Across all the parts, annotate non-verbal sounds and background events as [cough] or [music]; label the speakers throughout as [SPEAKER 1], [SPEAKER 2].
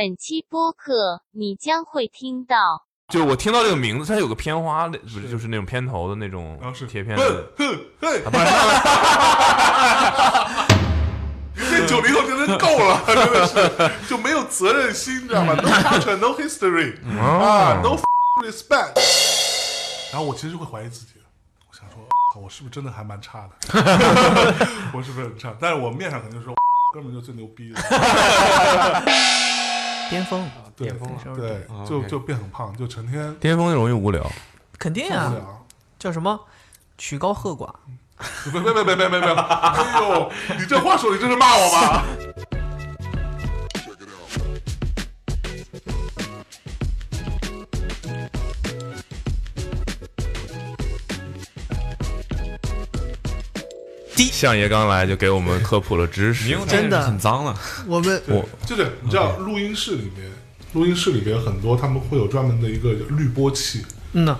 [SPEAKER 1] 本期播客你将会听到
[SPEAKER 2] 就是我听到这个名字，它有个片花，那不是
[SPEAKER 3] 是
[SPEAKER 2] 就是那种片头的那种
[SPEAKER 3] 然后是
[SPEAKER 2] 贴片
[SPEAKER 3] 哼
[SPEAKER 2] 的，
[SPEAKER 3] 哼哼
[SPEAKER 2] 啊不是
[SPEAKER 3] 这九零后真的够了，真的是就没有责任心，知道吗？No culture, no history，啊，no respect。然后我其实会怀疑自己，我想说，靠我是不是真的还蛮差的？我是不是很差？但是我面上肯定说，哥们就最牛逼的，
[SPEAKER 4] 巅峰
[SPEAKER 3] 啊，对
[SPEAKER 4] 巅峰了，
[SPEAKER 3] 对，
[SPEAKER 2] 嗯
[SPEAKER 3] 就
[SPEAKER 2] OK
[SPEAKER 3] 就变很胖，就成天
[SPEAKER 2] 巅峰容易无聊，
[SPEAKER 4] 肯定
[SPEAKER 3] 受不
[SPEAKER 4] 啊，
[SPEAKER 3] 了。
[SPEAKER 4] 叫什么曲高和寡，
[SPEAKER 3] 别别别别别别别！哎呦，你这话说的，你这是骂我吧？
[SPEAKER 2] 相爷刚来就给我们科普了知识，
[SPEAKER 4] 真的
[SPEAKER 5] 很脏了，
[SPEAKER 3] 啊
[SPEAKER 4] 我们
[SPEAKER 2] 我
[SPEAKER 3] 就是你知道，录音室里面，录音室里面有很多他们会有专门的一个滤波器，
[SPEAKER 4] 嗯呐，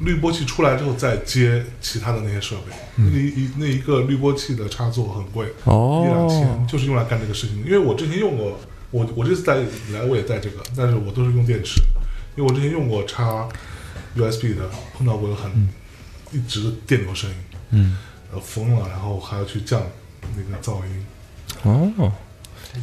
[SPEAKER 3] 滤波器出来之后再接其他的那些设备。那一那一个滤波器的插座很贵，一
[SPEAKER 2] 哦
[SPEAKER 3] 两千，就是用来干这个事情。因为我之前用过，我我这次带来我也带这个，但是我都是用电池，因为我之前用过插 USB 的，碰到过有很一直的电流声音，
[SPEAKER 5] 嗯，
[SPEAKER 3] 呃疯了，然后还要去降那个噪音。
[SPEAKER 2] 哦，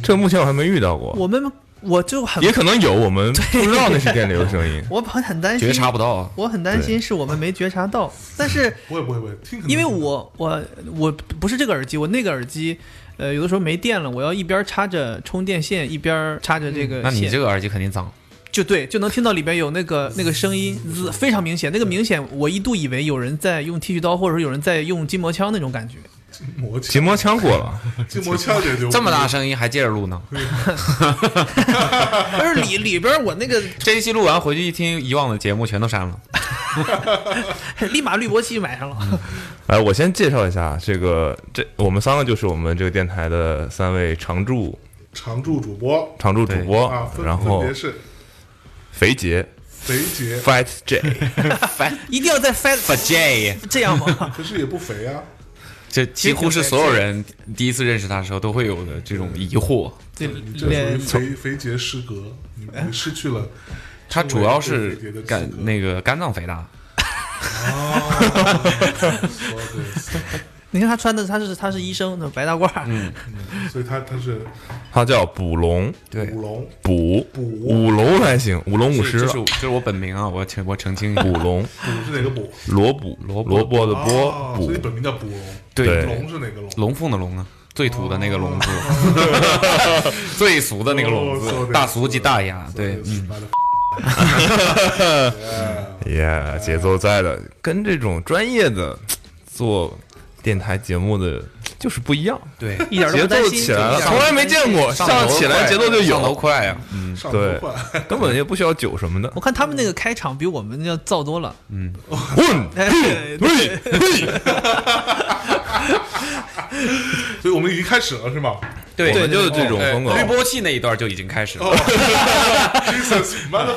[SPEAKER 2] 这个目前我还没遇到过，
[SPEAKER 4] 我们我就很
[SPEAKER 2] 也可能有我们不知道那是电流声音
[SPEAKER 4] [laughs] ，我很很担心
[SPEAKER 5] 觉，察不到啊。
[SPEAKER 4] 我很担心是我们没觉察到，但是
[SPEAKER 3] 不会不会不会，听可能
[SPEAKER 4] 因为
[SPEAKER 3] 听到
[SPEAKER 4] 我我我不是这个耳机，我那个耳机。呃，有的时候没电了，我要一边插着充电线，一边插着嗯这个线。嗯
[SPEAKER 5] 那你这个耳机肯定脏，
[SPEAKER 4] 就对，就能听到里边有那个那个声音，滋非常明显。那个明显，我一度以为有人在用剃须刀，或者说有人在用筋膜枪那种感 [laughs] 觉。
[SPEAKER 3] 筋膜
[SPEAKER 2] 筋膜枪过了，
[SPEAKER 3] 筋膜枪也就
[SPEAKER 5] 这么大声音还接着录呢。
[SPEAKER 4] 但是里里边我那个
[SPEAKER 5] 这一期录完回去一听，以往的节目全都删了。
[SPEAKER 4] [laughs] 立马滤波器买上了。
[SPEAKER 2] 哎，我先介绍一下这个，这我们三个就是我们这个电台的三位常驻
[SPEAKER 3] 常驻主播
[SPEAKER 2] 常驻主播
[SPEAKER 3] 啊，，分
[SPEAKER 2] 然后
[SPEAKER 3] 分别是
[SPEAKER 2] 肥杰
[SPEAKER 3] 肥姐，
[SPEAKER 2] Fight J，
[SPEAKER 4] 哎一定要在 f i
[SPEAKER 5] But J，
[SPEAKER 4] [laughs] 这样吗？
[SPEAKER 2] [laughs]
[SPEAKER 3] 可是也不肥啊，
[SPEAKER 5] 这几乎是所有人第一次认识他的时候都会有的这种疑惑。
[SPEAKER 4] 对，
[SPEAKER 3] 你这属于
[SPEAKER 4] 脸
[SPEAKER 3] 肥肥姐失格，你你失去了
[SPEAKER 5] 他主要
[SPEAKER 3] 对对对
[SPEAKER 5] 是肝
[SPEAKER 3] 对
[SPEAKER 5] 那个肝脏肥大，
[SPEAKER 3] 说对，
[SPEAKER 4] 你看他穿的，他是他是医生，那白大褂。
[SPEAKER 2] [laughs]
[SPEAKER 4] 嗯，
[SPEAKER 3] 所以他他是
[SPEAKER 2] 他叫捕龙，
[SPEAKER 5] 对啊
[SPEAKER 3] 舞龙，
[SPEAKER 2] 捕
[SPEAKER 3] 捕
[SPEAKER 2] 舞龙还行，舞龙舞
[SPEAKER 5] 这
[SPEAKER 2] 狮
[SPEAKER 5] 这
[SPEAKER 2] 了
[SPEAKER 5] 是，这是我本名啊，我澄我澄清一下 [laughs]
[SPEAKER 2] 捕。龙
[SPEAKER 3] 捕是哪个捕？
[SPEAKER 2] 萝卜萝
[SPEAKER 5] 卜
[SPEAKER 2] 卜的
[SPEAKER 3] 哦
[SPEAKER 2] 卜
[SPEAKER 3] 所
[SPEAKER 2] 捕
[SPEAKER 3] 以本名叫捕龙，
[SPEAKER 2] 对
[SPEAKER 3] 龙是哪个龙？
[SPEAKER 5] 龙凤的龙啊，最土的那个龙字，哦 [laughs] 最俗的那个龙
[SPEAKER 3] 哦
[SPEAKER 5] 字，大俗即大雅。对，嗯。
[SPEAKER 3] 嗯，
[SPEAKER 2] 耶，哎节奏在的，跟这种专业的做电台节目的就是不一样，
[SPEAKER 5] 对，
[SPEAKER 4] 一点都
[SPEAKER 2] 节
[SPEAKER 4] 不担
[SPEAKER 2] 奏
[SPEAKER 4] 心。
[SPEAKER 2] 起来了，
[SPEAKER 4] 一点都
[SPEAKER 2] 从
[SPEAKER 4] 不
[SPEAKER 2] 来没
[SPEAKER 4] 担心
[SPEAKER 2] 见。过，上起来节奏就
[SPEAKER 5] 上头
[SPEAKER 2] 有，
[SPEAKER 5] 快啊！嗯
[SPEAKER 3] 上
[SPEAKER 2] 对
[SPEAKER 3] 头换，
[SPEAKER 2] 根本也不需要酒什么的
[SPEAKER 4] [laughs] 我。看他们那个开场比我们要燥多了。
[SPEAKER 2] 嗯，
[SPEAKER 4] 哎
[SPEAKER 2] 嘿嘿
[SPEAKER 3] 所以我们已经开始了是吗
[SPEAKER 5] 对哎
[SPEAKER 2] 我们就是这种
[SPEAKER 5] 对
[SPEAKER 2] 风格哦
[SPEAKER 5] 滤波器那一段就已经开始了，
[SPEAKER 3] ？Jesus，妈的，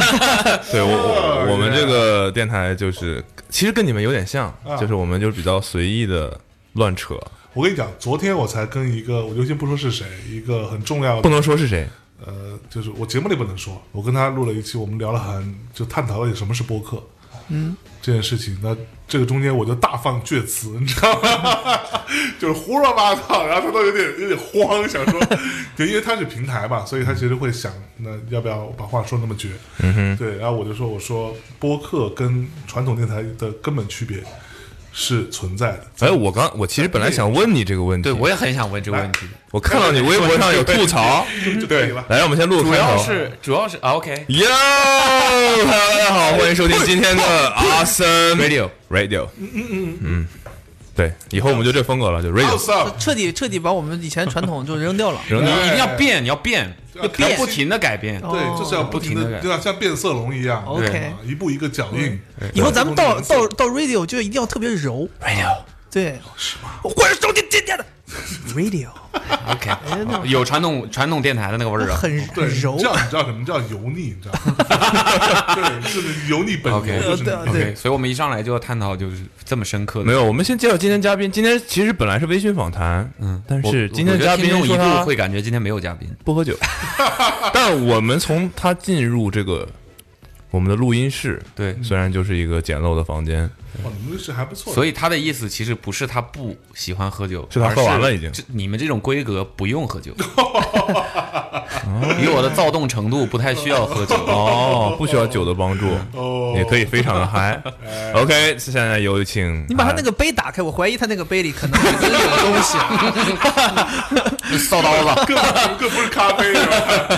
[SPEAKER 3] [laughs]
[SPEAKER 2] 对我我我们
[SPEAKER 3] 对
[SPEAKER 2] 这个电台就是，其实跟你们有点像，
[SPEAKER 3] 啊
[SPEAKER 2] 就是我们就是比较随意的乱扯，
[SPEAKER 3] 我跟你讲，昨天我才跟一个，我就先不说是谁，一个很重要的
[SPEAKER 2] 不能说是谁。
[SPEAKER 3] 呃，就是我节目里不能说，我跟他录了一期，我们聊了很，就探讨了什么是播客，嗯，这件事情。那这个中间我就大放厥词，你知道吗？ [laughs] 就是胡说八道，然后他都有点有点慌，想说， [laughs] 对，因为他是平台嘛，所以他其实会想，那要不要把话说那么绝？嗯哼，对。然后我就说，我说播客跟传统电台的根本区别是存在的。
[SPEAKER 2] 哎，我刚我其实本来想问你这个问题，
[SPEAKER 5] 对我也很想问这个问
[SPEAKER 2] [laughs]
[SPEAKER 5] 题，
[SPEAKER 2] 我看到你微博上有吐
[SPEAKER 5] [laughs]
[SPEAKER 2] 槽，
[SPEAKER 3] 就可以了。
[SPEAKER 2] 来，让我们先录个
[SPEAKER 5] 主
[SPEAKER 2] 开
[SPEAKER 5] 要
[SPEAKER 2] 头。
[SPEAKER 5] 是主要是啊 OK
[SPEAKER 2] 哟，Hello，大家好，欢迎收听今天的 Awesome
[SPEAKER 5] Radio
[SPEAKER 2] Radio。嗯嗯嗯对，以后我们就这风格了，就 Radio。
[SPEAKER 3] Awesome，
[SPEAKER 4] 彻底彻底把我们以前传统就扔掉了。
[SPEAKER 5] 你
[SPEAKER 2] [laughs] 扔掉
[SPEAKER 5] 一定要变，你要变，
[SPEAKER 3] 要
[SPEAKER 5] 要
[SPEAKER 3] 变
[SPEAKER 5] 不停的改
[SPEAKER 4] 哦
[SPEAKER 5] 变。
[SPEAKER 3] 对，就是要
[SPEAKER 5] 不
[SPEAKER 3] 不停
[SPEAKER 5] 停地
[SPEAKER 3] 的，
[SPEAKER 5] 改
[SPEAKER 3] 就像像变色龙一样
[SPEAKER 4] OK
[SPEAKER 3] 啊一步一个脚印。
[SPEAKER 4] 以后咱们到
[SPEAKER 3] 对
[SPEAKER 4] 到到 radio 就一定要特别柔，
[SPEAKER 2] Radio 哦
[SPEAKER 4] 对，
[SPEAKER 3] 是吗？
[SPEAKER 4] 我关手机今天
[SPEAKER 2] [laughs]
[SPEAKER 4] 的
[SPEAKER 2] 啊
[SPEAKER 4] radio，
[SPEAKER 5] OK，
[SPEAKER 4] 哎那种
[SPEAKER 5] 有传统传统电台的那个味儿啊。
[SPEAKER 4] 很
[SPEAKER 3] 对，
[SPEAKER 4] 很
[SPEAKER 3] 你
[SPEAKER 4] 柔
[SPEAKER 3] 知，道你知道什么叫油腻？你知道吗？
[SPEAKER 4] [laughs]
[SPEAKER 3] 对，就是油腻本油，
[SPEAKER 5] OK
[SPEAKER 3] 就是
[SPEAKER 4] 呃对
[SPEAKER 5] OK，所以我们一上来就要探讨就是这么深刻的。
[SPEAKER 2] 没有，我们先介绍今天嘉宾。今天其实本来是微醺访谈，嗯，但
[SPEAKER 5] 我，
[SPEAKER 2] 是
[SPEAKER 5] 我
[SPEAKER 2] 今天嘉宾
[SPEAKER 5] 我
[SPEAKER 2] 说
[SPEAKER 5] 觉得听众一
[SPEAKER 2] 他
[SPEAKER 5] 度会感觉今天没有嘉宾。
[SPEAKER 2] 不
[SPEAKER 5] [laughs]
[SPEAKER 2] 喝酒，但我们从他进入这个我们的录音室，
[SPEAKER 5] 对
[SPEAKER 2] 虽然就是一个简陋的房间，
[SPEAKER 3] 哇，你们这是还不错的。
[SPEAKER 5] 所以他的意思其实不是他不喜欢喝酒，
[SPEAKER 2] 是他喝
[SPEAKER 5] 而
[SPEAKER 2] 完了已经
[SPEAKER 5] 这你们这种规格不用喝酒，
[SPEAKER 2] [laughs]
[SPEAKER 5] 以我的躁动程度不太需要喝酒。
[SPEAKER 2] 哦，不需要酒的帮助，
[SPEAKER 5] 嗯
[SPEAKER 3] 哦
[SPEAKER 2] 也可以非常的嗨。OK，现
[SPEAKER 5] 哦
[SPEAKER 2] [laughs] 在有请
[SPEAKER 4] 你把他那个杯打开，我怀疑他那个杯里
[SPEAKER 2] [laughs]
[SPEAKER 4] 可能真有东西。
[SPEAKER 5] 啊
[SPEAKER 3] [laughs]
[SPEAKER 5] 扫刀子，
[SPEAKER 3] 更更不是咖啡是吧？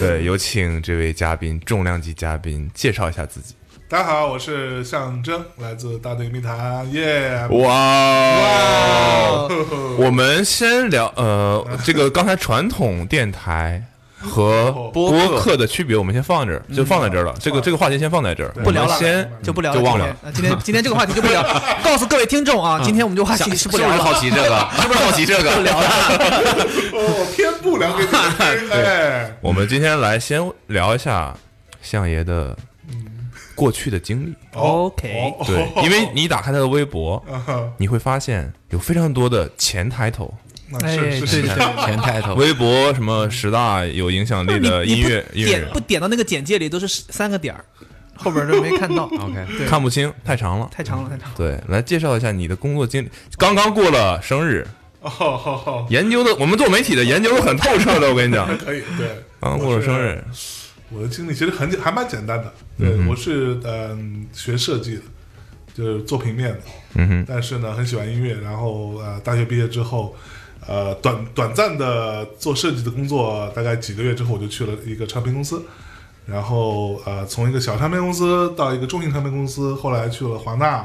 [SPEAKER 2] 对，有请这位嘉宾，重量级嘉宾介绍一下自己。
[SPEAKER 3] 大家好，我是象征，来自大内密谈，耶！
[SPEAKER 2] 哦哇，
[SPEAKER 4] 哦，
[SPEAKER 2] 我们先聊呃，
[SPEAKER 5] 哦
[SPEAKER 2] 这个刚才传统电台。和
[SPEAKER 3] 播
[SPEAKER 5] 客嗯哦
[SPEAKER 2] 播客的区别，我们先放这儿，就放在这儿了。这个这个话题先放在这儿，
[SPEAKER 3] 对
[SPEAKER 2] 我
[SPEAKER 4] 不聊
[SPEAKER 2] 们
[SPEAKER 4] 了
[SPEAKER 2] 先
[SPEAKER 4] 就不聊，
[SPEAKER 2] 就忘了。
[SPEAKER 4] 今天。今天今天这个话题就不聊，告诉各位听众啊，今天我们这个话
[SPEAKER 5] 想
[SPEAKER 4] 题
[SPEAKER 5] [laughs] 是
[SPEAKER 4] 不
[SPEAKER 5] 不是
[SPEAKER 4] 聊了。
[SPEAKER 5] 好奇这个？是不是好奇
[SPEAKER 2] [laughs]
[SPEAKER 5] 这个？聊
[SPEAKER 3] 哦，偏不良给你们听，哎，
[SPEAKER 2] 我们今天来先聊一下相爷的过去的经历。
[SPEAKER 4] OK，
[SPEAKER 3] 哦
[SPEAKER 2] 对，因为你打开他的微博，
[SPEAKER 3] 啊哈，
[SPEAKER 2] 你会发现有非常多的前抬头，
[SPEAKER 3] 那
[SPEAKER 4] 哎，
[SPEAKER 3] 是
[SPEAKER 4] 对
[SPEAKER 3] 是
[SPEAKER 4] 对
[SPEAKER 3] 是，
[SPEAKER 4] 对。
[SPEAKER 5] 前抬头，
[SPEAKER 2] 微博什么十大有影响力
[SPEAKER 4] 你
[SPEAKER 2] 的
[SPEAKER 4] 哦你
[SPEAKER 2] 音
[SPEAKER 4] 不
[SPEAKER 2] 乐音乐
[SPEAKER 4] 点不
[SPEAKER 2] 人，
[SPEAKER 4] 点到那个简介里都是三个点儿，后边儿都没看到。
[SPEAKER 5] OK
[SPEAKER 4] 对，
[SPEAKER 2] 看不清，太长了。
[SPEAKER 4] 太长了，太长了。
[SPEAKER 2] 对，来介绍一下你的工作经历。刚刚过了生日，
[SPEAKER 3] 哦，好好好，
[SPEAKER 2] 研究的我们做媒体的研究的很透彻的，我跟
[SPEAKER 4] [laughs]
[SPEAKER 2] 你讲，
[SPEAKER 3] 可以，对，
[SPEAKER 2] 刚刚过嗯了生日，
[SPEAKER 3] 我的经历其实很简还蛮简单的，对，我是嗯、学设计的，就是做平面的，
[SPEAKER 2] 嗯哼，
[SPEAKER 3] 但是呢很喜欢音乐，然后呃大学毕业之后，呃短短暂的做设计的工作，大概几个月之后我就去了一个唱片公司，然后呃从一个小唱片公司到一个中型唱片公司，后来去了华纳，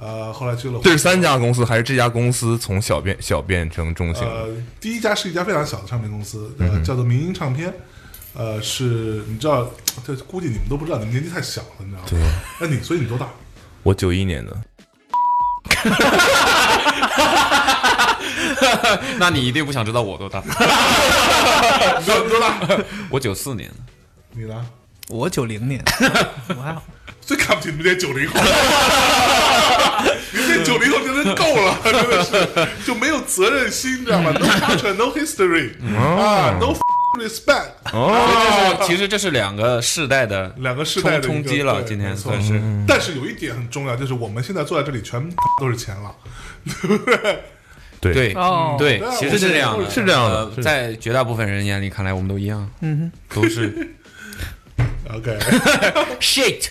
[SPEAKER 3] 呃后来去了
[SPEAKER 2] 这是三家公司还是这家公司从小变小变成中型？
[SPEAKER 3] 呃，第一家是一家非常小的唱片公司，
[SPEAKER 5] 嗯
[SPEAKER 3] 呃，叫做民音唱片。呃，是你知道，这估计你们都不知道，你们年纪太小了，你知道吗？对。那你所以你多大？
[SPEAKER 2] 我九一年的，
[SPEAKER 5] [laughs] 那你一定不想知道我
[SPEAKER 3] [laughs]
[SPEAKER 5] 多大？
[SPEAKER 3] 你多大？
[SPEAKER 5] 我九四年的，
[SPEAKER 3] 你呢？
[SPEAKER 4] 我九零 [laughs] 年，我还好。
[SPEAKER 3] 最看不起你们这些九零后，你们这九零后真的够了，真的是就没有责任心，知道吗？No
[SPEAKER 5] 嗯
[SPEAKER 3] culture, no history，啊，no respect，
[SPEAKER 5] 哦，其实这是两个世代的
[SPEAKER 3] 两个世代的一个
[SPEAKER 5] 冲冲击了，
[SPEAKER 3] 对
[SPEAKER 5] 今天
[SPEAKER 3] 没错嗯
[SPEAKER 5] 算是。
[SPEAKER 3] 但是有一点很重要，就是我们现在坐在这里全都是钱了，
[SPEAKER 2] 对
[SPEAKER 5] 对
[SPEAKER 4] 哦
[SPEAKER 5] 对
[SPEAKER 3] 对，
[SPEAKER 5] 其实是这样的，
[SPEAKER 2] 是这样的
[SPEAKER 5] 呃
[SPEAKER 2] 是
[SPEAKER 5] 在绝大部分人眼里看来，我们都一样，嗯，都
[SPEAKER 3] [laughs]
[SPEAKER 5] 是
[SPEAKER 3] OK，
[SPEAKER 5] shit。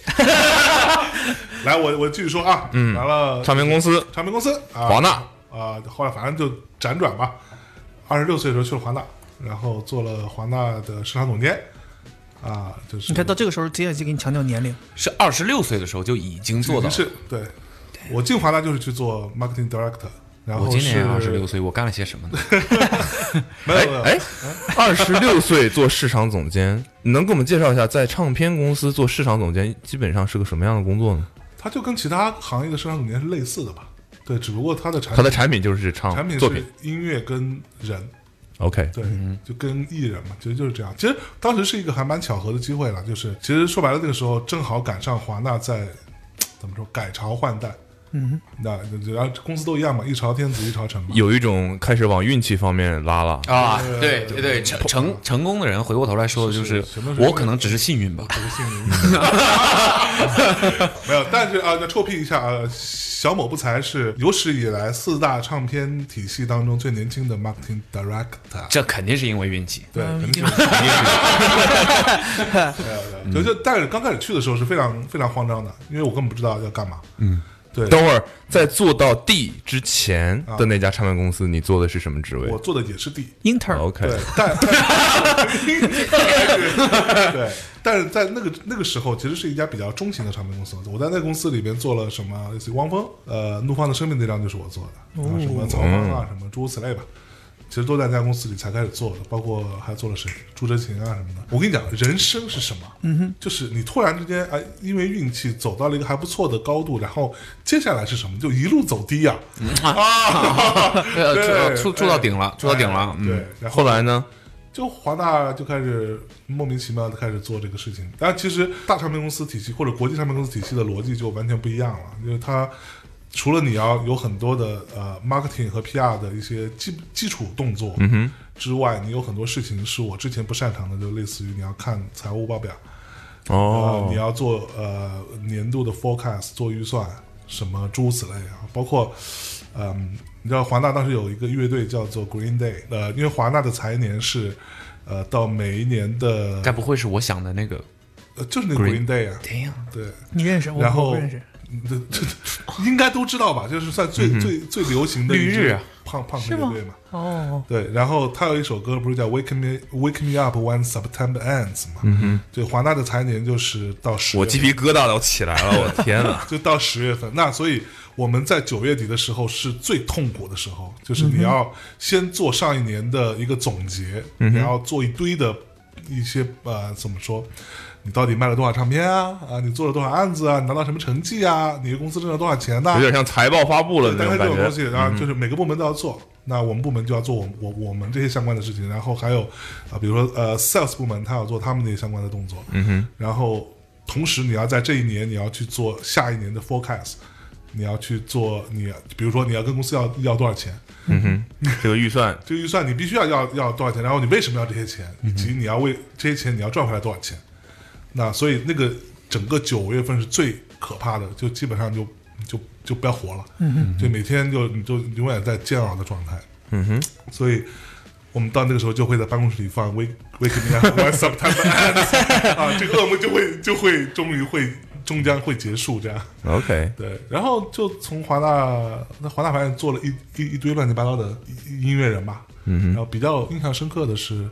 [SPEAKER 3] 来，我我继续说啊，嗯，完了，
[SPEAKER 2] 唱片公司
[SPEAKER 3] 唱片公司啊，
[SPEAKER 2] 华纳，
[SPEAKER 3] 啊，后来反正就辗转吧。二十六岁的时候去了华纳，然后做了华纳的市场总监，啊，就是
[SPEAKER 4] 你看到这个时候，直接就给你强调年龄。
[SPEAKER 5] 是二十六岁的时候就已经做到
[SPEAKER 3] 已经
[SPEAKER 5] 了。
[SPEAKER 3] 是对，我进华纳就是去做 marketing director，然
[SPEAKER 5] 我
[SPEAKER 3] 后
[SPEAKER 5] 今
[SPEAKER 3] 哦是
[SPEAKER 5] 年二十六，岁，我干了些什么呢？
[SPEAKER 3] 没有没有，
[SPEAKER 2] 哎，
[SPEAKER 4] [laughs]
[SPEAKER 2] 二十六岁做市场总监，你能给我们介绍一下，在唱片公司做市场总监基本上是个什么样的工作呢？
[SPEAKER 3] 它就跟其他行业的市场总监是类似的吧？对，只不过它的产
[SPEAKER 2] 它的产品就是唱
[SPEAKER 3] 产品
[SPEAKER 2] 作品
[SPEAKER 3] 是音乐跟人，
[SPEAKER 2] ，OK，
[SPEAKER 3] 对，就跟艺人嘛，其实就是这样。其实当时是一个还蛮巧合的机会了，就是其实说白了，那个时候正好赶上华纳在怎么说改朝换代，嗯，那然后公司都一样嘛，一朝天子一朝臣嘛。
[SPEAKER 2] 有一种开始往运气方面拉了。
[SPEAKER 5] 啊，
[SPEAKER 3] 呃
[SPEAKER 5] 对对对，成成成功的人回过头来说的就是
[SPEAKER 3] 是什么，时候
[SPEAKER 5] 我可能只是幸运吧。
[SPEAKER 3] [laughs] 没有，但是啊，那臭屁一下啊，小某不才是有史以来四大唱片体系当中最年轻的 marketing director。
[SPEAKER 5] 这肯定是因为运气。
[SPEAKER 3] 对，肯定是。对对，就就但是刚开始去的时候是非常非常慌张的，因为我根本不知道要干嘛。嗯，对，
[SPEAKER 2] 等会儿在做到 D 之前的那家唱片公司，你做的是什么职位
[SPEAKER 3] 啊我做的也是地，
[SPEAKER 4] Intern，
[SPEAKER 2] ？OK，
[SPEAKER 3] 对，但但哎 [laughs] 对，但是在那个那个时候，其实是一家比较中型的唱片公司。我在那个公司里边做了什么？哦类似于汪峰，呃，《怒放的生命》那张就是我做的，啊、什么曹芳啊，什么诸如此类吧。其实都在那家公司里才开始做的，包括还做了谁朱哲琴啊什么的。我跟你讲，人生是什么？嗯哼，就是你突然之间哎，因为运气走到了一个还不错的高度，然后接下来是什么？就一路走低呀、啊，啊，
[SPEAKER 5] 呃
[SPEAKER 3] 对
[SPEAKER 5] 住住住到顶了
[SPEAKER 3] 哎
[SPEAKER 5] 住到顶了
[SPEAKER 3] 哎
[SPEAKER 5] 嗯
[SPEAKER 3] 对，然后
[SPEAKER 2] 后来呢？
[SPEAKER 3] 就华大就开始莫名其妙的开始做这个事情，但其实大唱片公司体系或者国际唱片公司体系的逻辑就完全不一样了，因为它除了你要有很多的呃 marketing 和 PR 的一些基基础动作，嗯哼，之外，你有很多事情是我之前不擅长的，就类似于你要看财务报表，
[SPEAKER 2] 哦
[SPEAKER 3] 呃，你要做呃年度的 forecast 做预算，什么诸如此类啊，包括嗯、你知道华纳当时有一个乐队叫做 Green Day，呃，因为华纳的财年是呃到每一年的
[SPEAKER 5] 该不会是我想的那个？
[SPEAKER 3] 呃就是那个 Green Day 啊，
[SPEAKER 4] 怎样？
[SPEAKER 3] 对，
[SPEAKER 4] 你认识？我
[SPEAKER 3] 然后
[SPEAKER 4] 我不认识。
[SPEAKER 3] 这这这应该都知道吧，就是算最、最最流行的
[SPEAKER 5] 绿
[SPEAKER 3] 一支
[SPEAKER 5] 日啊
[SPEAKER 3] 胖胖
[SPEAKER 4] 是
[SPEAKER 3] 子
[SPEAKER 4] 吗
[SPEAKER 3] 乐队嘛。
[SPEAKER 4] 哦，
[SPEAKER 3] 对，然后他有一首歌不是叫《Wake Me Wake Me Up When September Ends》嘛？嗯哼，对，华纳的财年就是到十月份，
[SPEAKER 2] 我鸡皮疙瘩都起来了，我的天
[SPEAKER 3] [laughs]
[SPEAKER 2] 哪！
[SPEAKER 3] 就到十月份。那所以我们在九月底的时候是最痛苦的时候，就是
[SPEAKER 2] 嗯
[SPEAKER 3] 你要先做上一年的一个总结，
[SPEAKER 2] 嗯
[SPEAKER 3] 你要做一堆的一些呃怎么说？你到底卖了多少唱片啊？啊，你做了多少案子啊？你拿到什么成绩啊？你的公司挣了多少钱呐、
[SPEAKER 2] 有点像财报发布了的
[SPEAKER 3] 啊大
[SPEAKER 2] 那
[SPEAKER 3] 概
[SPEAKER 2] 种感
[SPEAKER 3] 这种东
[SPEAKER 2] 觉。嗯
[SPEAKER 3] 西，然后就是每个部门都要做。那我们部门就要做我我我们这些相关的事情，然后还有啊，比如说呃，sales 部门他要做他们那些相关的动作。嗯哼。然后同时你要在这一年你要去做下一年的 forecast，你要去做你比如说你要跟公司要要多少钱，
[SPEAKER 2] 这个预
[SPEAKER 3] [laughs]
[SPEAKER 2] 算，
[SPEAKER 3] 这个预算你必须要要要多少钱，然后你为什么要这些钱，
[SPEAKER 2] 嗯
[SPEAKER 3] 以及你要为这些钱你要赚回来多少钱。那所以那个整个九月份是最可怕的，就基本上就就就不要活了，嗯、就每天就你就永远在煎熬的状态。
[SPEAKER 2] 嗯哼，
[SPEAKER 3] 所以我们到那个时候就会在办公室里放 Wake Wake Me Up When September Ends 啊，这个噩梦就会就会终于会终将会结束这样。
[SPEAKER 2] OK，
[SPEAKER 3] 对，然后就从华纳，那华纳反正做了一一一堆乱七八糟的音乐人吧，嗯，然后比较印象深刻的是，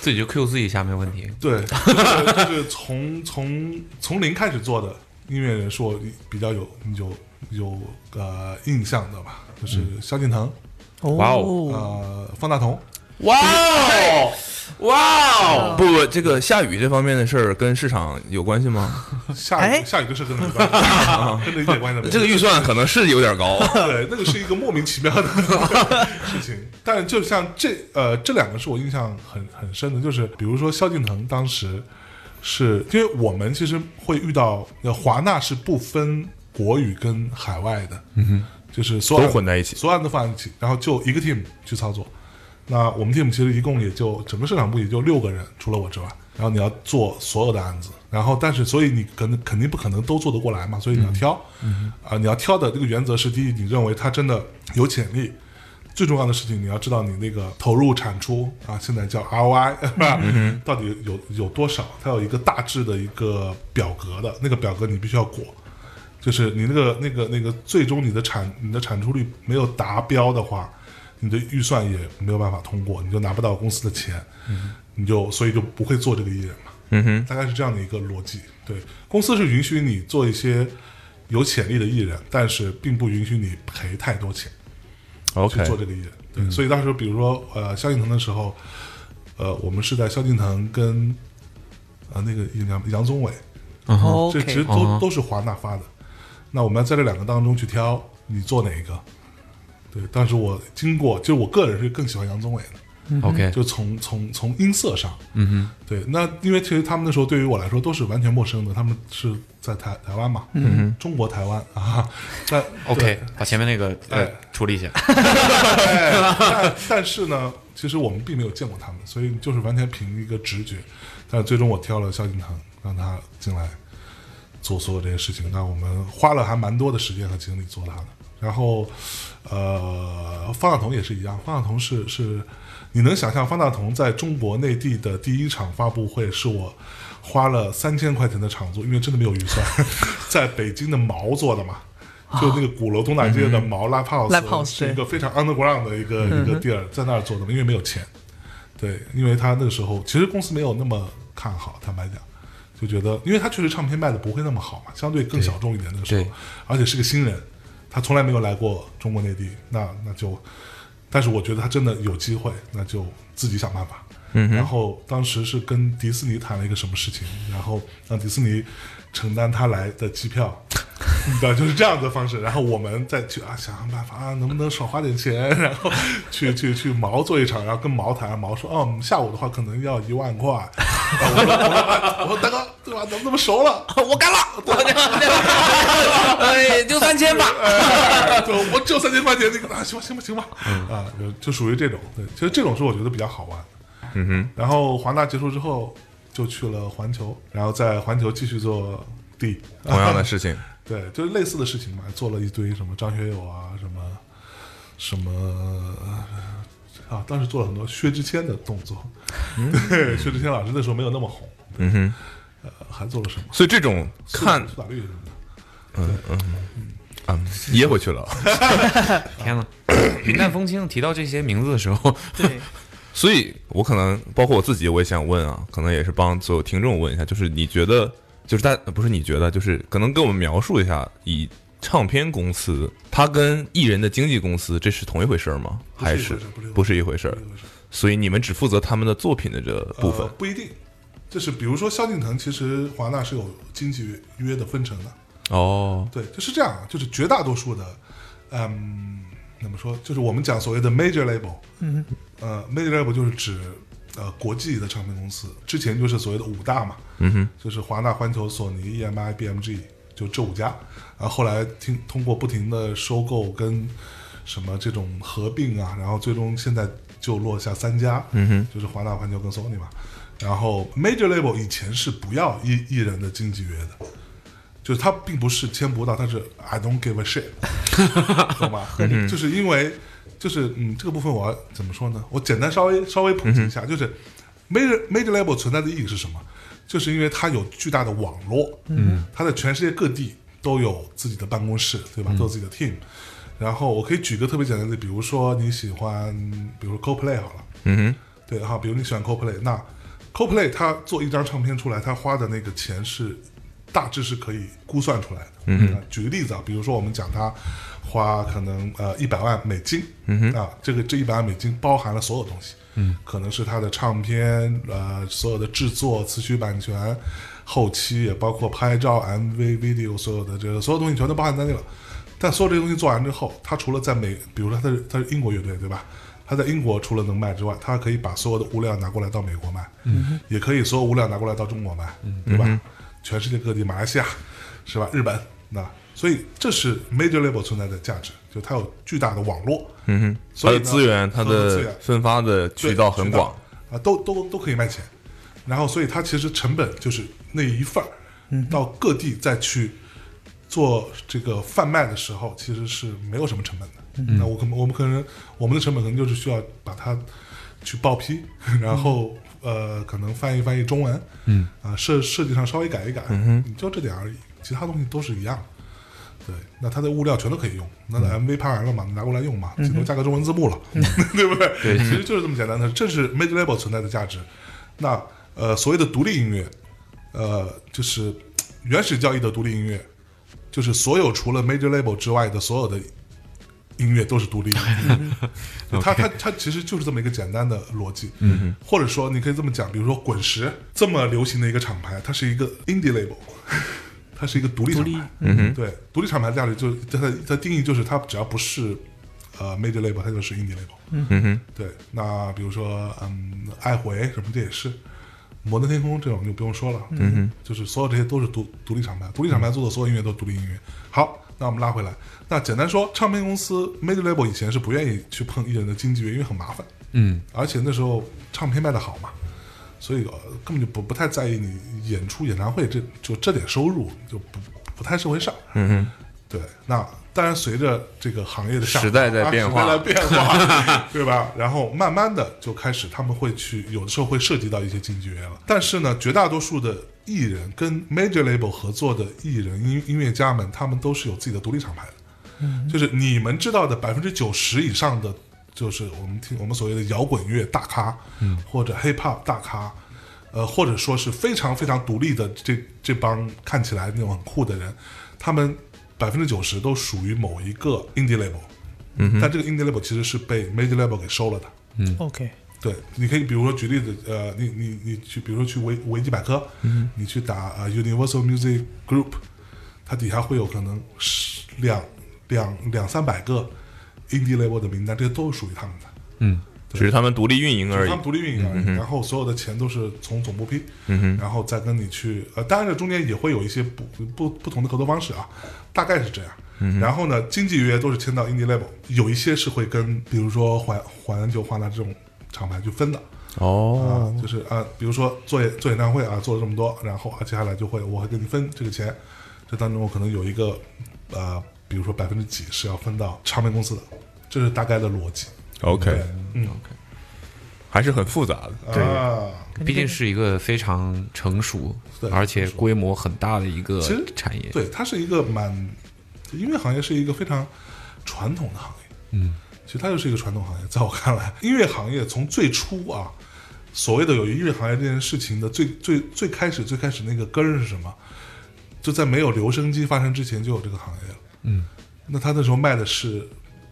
[SPEAKER 5] 自己就 Q 自己一下没问题。
[SPEAKER 3] 对， [laughs] 就是就是从从从零开始做的音乐人是我比较有有有呃印象的吧，就是萧敬腾，
[SPEAKER 2] 嗯
[SPEAKER 5] 哇
[SPEAKER 4] 哦，
[SPEAKER 3] 呃，方大同，
[SPEAKER 2] 哇哦， [laughs] 哇哦！不不，这个下雨这方面的事儿跟市场有关系吗？
[SPEAKER 3] 下
[SPEAKER 4] 哎
[SPEAKER 3] 雨下雨这事跟他没关
[SPEAKER 2] [laughs]
[SPEAKER 3] 系，跟这一点关系都没有。
[SPEAKER 2] 哦这个预算可能是有点
[SPEAKER 3] [laughs]
[SPEAKER 2] 高。
[SPEAKER 3] 对，那个是一个莫名其妙的事情。但就像这呃，这两个是我印象很很深的，就是比如说萧敬腾当时是因为我们其实会遇到，呃，华纳是不分国语跟海外的，嗯哼，就是所有
[SPEAKER 2] 都混在一起
[SPEAKER 3] 所有案都放在一起，然后就一个 team 去操作。那我们 team 其实一共也就整个市场部也就六个人，除了我之外，然后你要做所有的案子，然后但是所以你肯肯定不可能都做得过来嘛，所以你要挑，啊、
[SPEAKER 2] 嗯
[SPEAKER 3] 你要挑的这个原则是：第一，你认为它真的有潜力。最重要的事情，你要知道你那个投入产出啊，现在叫 ROI 是吧？
[SPEAKER 2] 嗯
[SPEAKER 3] 到底有有多少？它有一个大致的一个表格的，那个表格你必须要过，就是你那个那个那个最终你的产你的产出率没有达标的话，你的预算也没有办法通过，你就拿不到公司的钱，你就所以就不会做这个艺人嘛。
[SPEAKER 2] 嗯哼，
[SPEAKER 3] 大概是这样的一个逻辑。对，公司是允许你做一些有潜力的艺人，但是并不允许你赔太多钱。去
[SPEAKER 2] OK，
[SPEAKER 3] 做这个艺人。对，所以当时比如说呃，萧敬腾的时候，呃，我们是在萧敬腾跟呃那个杨杨宗纬，
[SPEAKER 5] 嗯哼，
[SPEAKER 4] o
[SPEAKER 3] 这其实
[SPEAKER 4] k
[SPEAKER 3] 都、
[SPEAKER 5] 嗯
[SPEAKER 3] 都是华纳发的。那我们要在这两个当中去挑，你做哪一个？对，当时我经过，就我个人是更喜欢杨宗纬的。
[SPEAKER 5] OK，
[SPEAKER 3] 就从从从音色上，嗯哼，对，那因为其实他们那时候对于我来说都是完全陌生的，他们是在台台湾嘛，嗯哼，中国台湾啊， [laughs] 但
[SPEAKER 5] OK，把前面那个呃
[SPEAKER 3] 哎
[SPEAKER 5] 处理
[SPEAKER 3] [laughs]
[SPEAKER 5] 一下。
[SPEAKER 3] 哎但但是呢，其实我们并没有见过他们，所以就是完全凭一个直觉。但是最终我挑了萧敬腾，让他进来做所有这些事情。那我们花了还蛮多的时间和精力做他的。然后，呃，方大同也是一样，方大同是是，你能想象方大同在中国内地的第一场发布会是我。花了三千块钱的场租，因为真的没有预算， [laughs] 在北京的毛做的嘛，就那个鼓楼东大街的毛 Live House，
[SPEAKER 4] Live 啊 House，
[SPEAKER 3] 是一
[SPEAKER 4] 对
[SPEAKER 3] 个非常 underground 的一个一个地儿，在那儿做的嘛，因为没有钱。对，因为他那个时候其实公司没有那么看好，坦白讲，就觉得，因为他确实唱片卖的不会那么好嘛，相对更小众一点那个时候
[SPEAKER 5] 对，
[SPEAKER 3] 而且是个新人，他从来没有来过中国内地，那那就但是我觉得他真的有机会，那就自己想办法。
[SPEAKER 2] 嗯
[SPEAKER 3] 然
[SPEAKER 2] 哼，
[SPEAKER 3] 后当时是跟迪士尼谈了一个什么事情，然后让迪士尼承担他来的机票， [laughs] 对，就是这样的方式。然后我们再去啊想想办法啊，能不能少花点钱， [laughs] 然后去去去毛做一场，然后跟毛谈，毛说哦，我们下午的话可能要一万块。 [laughs] 然后我说我说哎我说大哥对吧，咱们这么熟了， [laughs]
[SPEAKER 4] 我干了，我 [laughs] 哎，就三
[SPEAKER 3] [laughs]
[SPEAKER 4] 千吧。
[SPEAKER 3] 哎对，我只有三千块钱，那个啊，行吧，行吧，行吧，啊，就就属于这种，对，其实这种是我觉得比较好玩。
[SPEAKER 2] 嗯哼，
[SPEAKER 3] 然后华纳结束之后，就去了环球，然后在环球继续做 D，
[SPEAKER 2] 同样的事情，
[SPEAKER 3] 对，就是类似的事情嘛，做了一堆什么张学友啊，什么什么啊，当时做了很多薛之谦的动作，对， [laughs] 薛之谦老师那时候没有那么红，
[SPEAKER 2] 嗯哼，
[SPEAKER 3] 呃还做了什么？
[SPEAKER 2] 所以这种看
[SPEAKER 3] 苏打绿什么的，
[SPEAKER 2] 啊噎回去了， [laughs]
[SPEAKER 5] 天呐，云淡风轻提到这些名字的时候，
[SPEAKER 4] 对，
[SPEAKER 2] 所以我可能包括我自己，我也想问啊，可能也是帮所有听众问一下，就是你觉得，就是大不是你觉得，就是可能给我们描述一下，以唱片公司它跟艺人的经纪公司这是同一回事儿吗？还
[SPEAKER 3] 不是一
[SPEAKER 2] 是
[SPEAKER 3] 回事不是
[SPEAKER 2] 不是一
[SPEAKER 3] 一回事
[SPEAKER 2] 回事儿
[SPEAKER 3] 这？个是
[SPEAKER 2] 所以你们只负责他们的作品的这部分
[SPEAKER 3] 呃、，不一定。就是比如说萧敬腾，其实华纳是有经纪约的分成的，
[SPEAKER 2] 哦，
[SPEAKER 3] 对，就是这样，啊就是绝大多数的，嗯，怎么说？就是我们讲所谓的 major label，嗯，呃，major label 就是指呃国际的唱片公司，之前就是所谓的五大嘛，
[SPEAKER 2] 嗯哼，
[SPEAKER 3] 就是华纳、环球、索尼、EMI、BMG，就这五家。然后后来听通过不停的收购跟什么这种合并啊，然后最终现在就落下三家，嗯哼，就是华纳、环球跟 Sony 嘛。然后 major label 以前是不要艺艺人的经纪约的，就是他并不是签不到，他是 I don't give a shit，懂吗？就是因为就是嗯，这个部分我要怎么说呢？我简单稍微稍微普及一下，就是 major major label 存在的意义是什么？就是因为它有巨大的网络，嗯，它在全世界各地都有自己的办公室，对吧？都有自己的 team。然后我可以举个特别简单的，比如说你喜欢，比如说 CoPlay 好了，
[SPEAKER 2] 嗯
[SPEAKER 3] 对哈，比如你喜欢 CoPlay，那 CoPlay 它做一张唱片出来，它花的那个钱是大致是可以估算出来的。嗯，举个例子啊，比如说我们讲它花可能呃一百万美金，嗯啊，这个这一百万美金包含了所有东西，嗯，可能是它的唱片呃所有的制作、词曲版权、后期也包括拍照、MV、video 所有的这个所有东西全都包含在内了。但所有这些东西做完之后，他除了在美，比如说他是他是英国乐队对吧？他在英国除了能卖之外，他可以把所有的物料拿过来到美国卖，嗯，也可以所有物料拿过来到中国卖，对吧？全世界各地，马来西亚是吧？日本那，所以这是 major label 存在的价值，就它有巨大的网络，
[SPEAKER 2] 哼，嗯哼，它
[SPEAKER 3] 所以
[SPEAKER 2] 的
[SPEAKER 3] 呢
[SPEAKER 2] 资源，它
[SPEAKER 3] 所有的资源
[SPEAKER 2] 的分发的渠道很广，
[SPEAKER 3] 啊，都都都可以卖钱。然后，所以它其实成本就是那一份儿，到各地再去做这个贩卖的时候，其实是没有什么成本的。那我可能我们可能我们的成本可能就是需要把它去报批，然后、呃，可能翻译翻译中文，嗯啊设设计上稍微改一改，嗯就这点而已，其他东西都是一样的。对，那它的物料全都可以用，那 MV 拍完了嘛，拿过来用嘛，顶多加个中文字幕了， [laughs] 对不对？对，其实就是这么简单的，这是 major label 存在的价值。那呃，所谓的独立音乐，呃，就是嘖原始教义的独立音乐，就是所有除了 major label 之外的所有的音乐都是独立音 [laughs] 乐。就它它它其实就是这么一个简单的逻辑，嗯、或者说你可以这么讲，比如说滚石这么流行的一个厂牌，它是一个 indie label，它是一个独立厂牌，嗯哼，对，独立厂牌的价值就它的它定义就是它只要不是呃 major label，它就是 indie label，嗯
[SPEAKER 2] 嗯哼，
[SPEAKER 3] 对，那比如说嗯爱回什么这也是。摩登天空这种就不用说了，嗯哼，就是所有这些都是独独立厂牌，独立厂牌做的所有音乐都是独立音乐。好，那我们拉回来，那简单说，唱片公司 major label 以前是不愿意去碰艺人的经纪人，因为很麻烦，
[SPEAKER 5] 嗯，
[SPEAKER 3] 而且那时候唱片卖的好嘛，所以、呃根本就不不太在意你演出演唱会这就这点收入就不不太是回事儿。
[SPEAKER 2] 嗯
[SPEAKER 3] 对，那当然随着这个行业的下
[SPEAKER 2] 时代在
[SPEAKER 3] 啊
[SPEAKER 2] 变化
[SPEAKER 3] 时代在
[SPEAKER 2] [laughs]
[SPEAKER 3] 变化，对吧？然后慢慢的就开始他们会去，有的时候会涉及到一些经纪约了。但是呢，绝大多数的艺人跟 major label 合作的艺人音音乐家们，他们都是有自己的独立厂牌的，就是你们知道的百分之九十以上的，就是我们听我们所谓的摇滚乐大咖，嗯，或者 hip hop 大咖，呃，或者说是非常非常独立的这这帮看起来那种很酷的人，他们百分之九十都属于某一个 indie label，
[SPEAKER 2] 嗯哼
[SPEAKER 3] 但这个 indie label 其实是被 major label 给收了的。
[SPEAKER 4] OK，
[SPEAKER 3] 对，你可以比如说举例子，呃，你你你去，比如说去维维基百科，
[SPEAKER 2] 嗯
[SPEAKER 3] 你去打呃 Universal Music Group，它底下会有可能十两两两三百个 indie label 的名单，这些都是属于他们的，
[SPEAKER 5] 嗯，
[SPEAKER 2] 只是他们独立运营
[SPEAKER 3] 就是
[SPEAKER 2] 而已嗯
[SPEAKER 3] 他。们独立运营而已。然后所有的钱都是从总部批，然后再跟你去，呃，当然这中间也会有一些不不不同的合作方式啊，大概是这样。
[SPEAKER 2] 嗯
[SPEAKER 3] 然后呢，经纪约都是签到 indie label，有一些是会跟比如说环环球、华纳这种厂牌去分的。
[SPEAKER 2] 哦
[SPEAKER 3] 啊，，就是啊，比如说做演做演唱会啊，做了这么多，然后啊，接下来就会我会给你分这个钱，这当中我可能有一个呃，比如说百分之几是要分到唱片公司的，这是大概的逻辑。
[SPEAKER 2] OK，
[SPEAKER 3] 嗯，
[SPEAKER 2] 还是很复杂的。
[SPEAKER 5] 对
[SPEAKER 3] 啊，
[SPEAKER 5] 毕竟是一个非常成熟
[SPEAKER 3] 对，
[SPEAKER 5] 而且规模很大的一个
[SPEAKER 3] 其实
[SPEAKER 5] 产业。
[SPEAKER 3] 对，它是一个蛮音乐行业是一个非常传统的行业，
[SPEAKER 5] 嗯，
[SPEAKER 3] 其实它就是一个传统行业，在我看来，音乐行业从最初啊，所谓的有音乐行业这件事情的最最最开始最开始那个根儿是什么？就在没有留声机发生之前就有这个行业了。
[SPEAKER 5] 嗯，
[SPEAKER 3] 那他那时候卖的是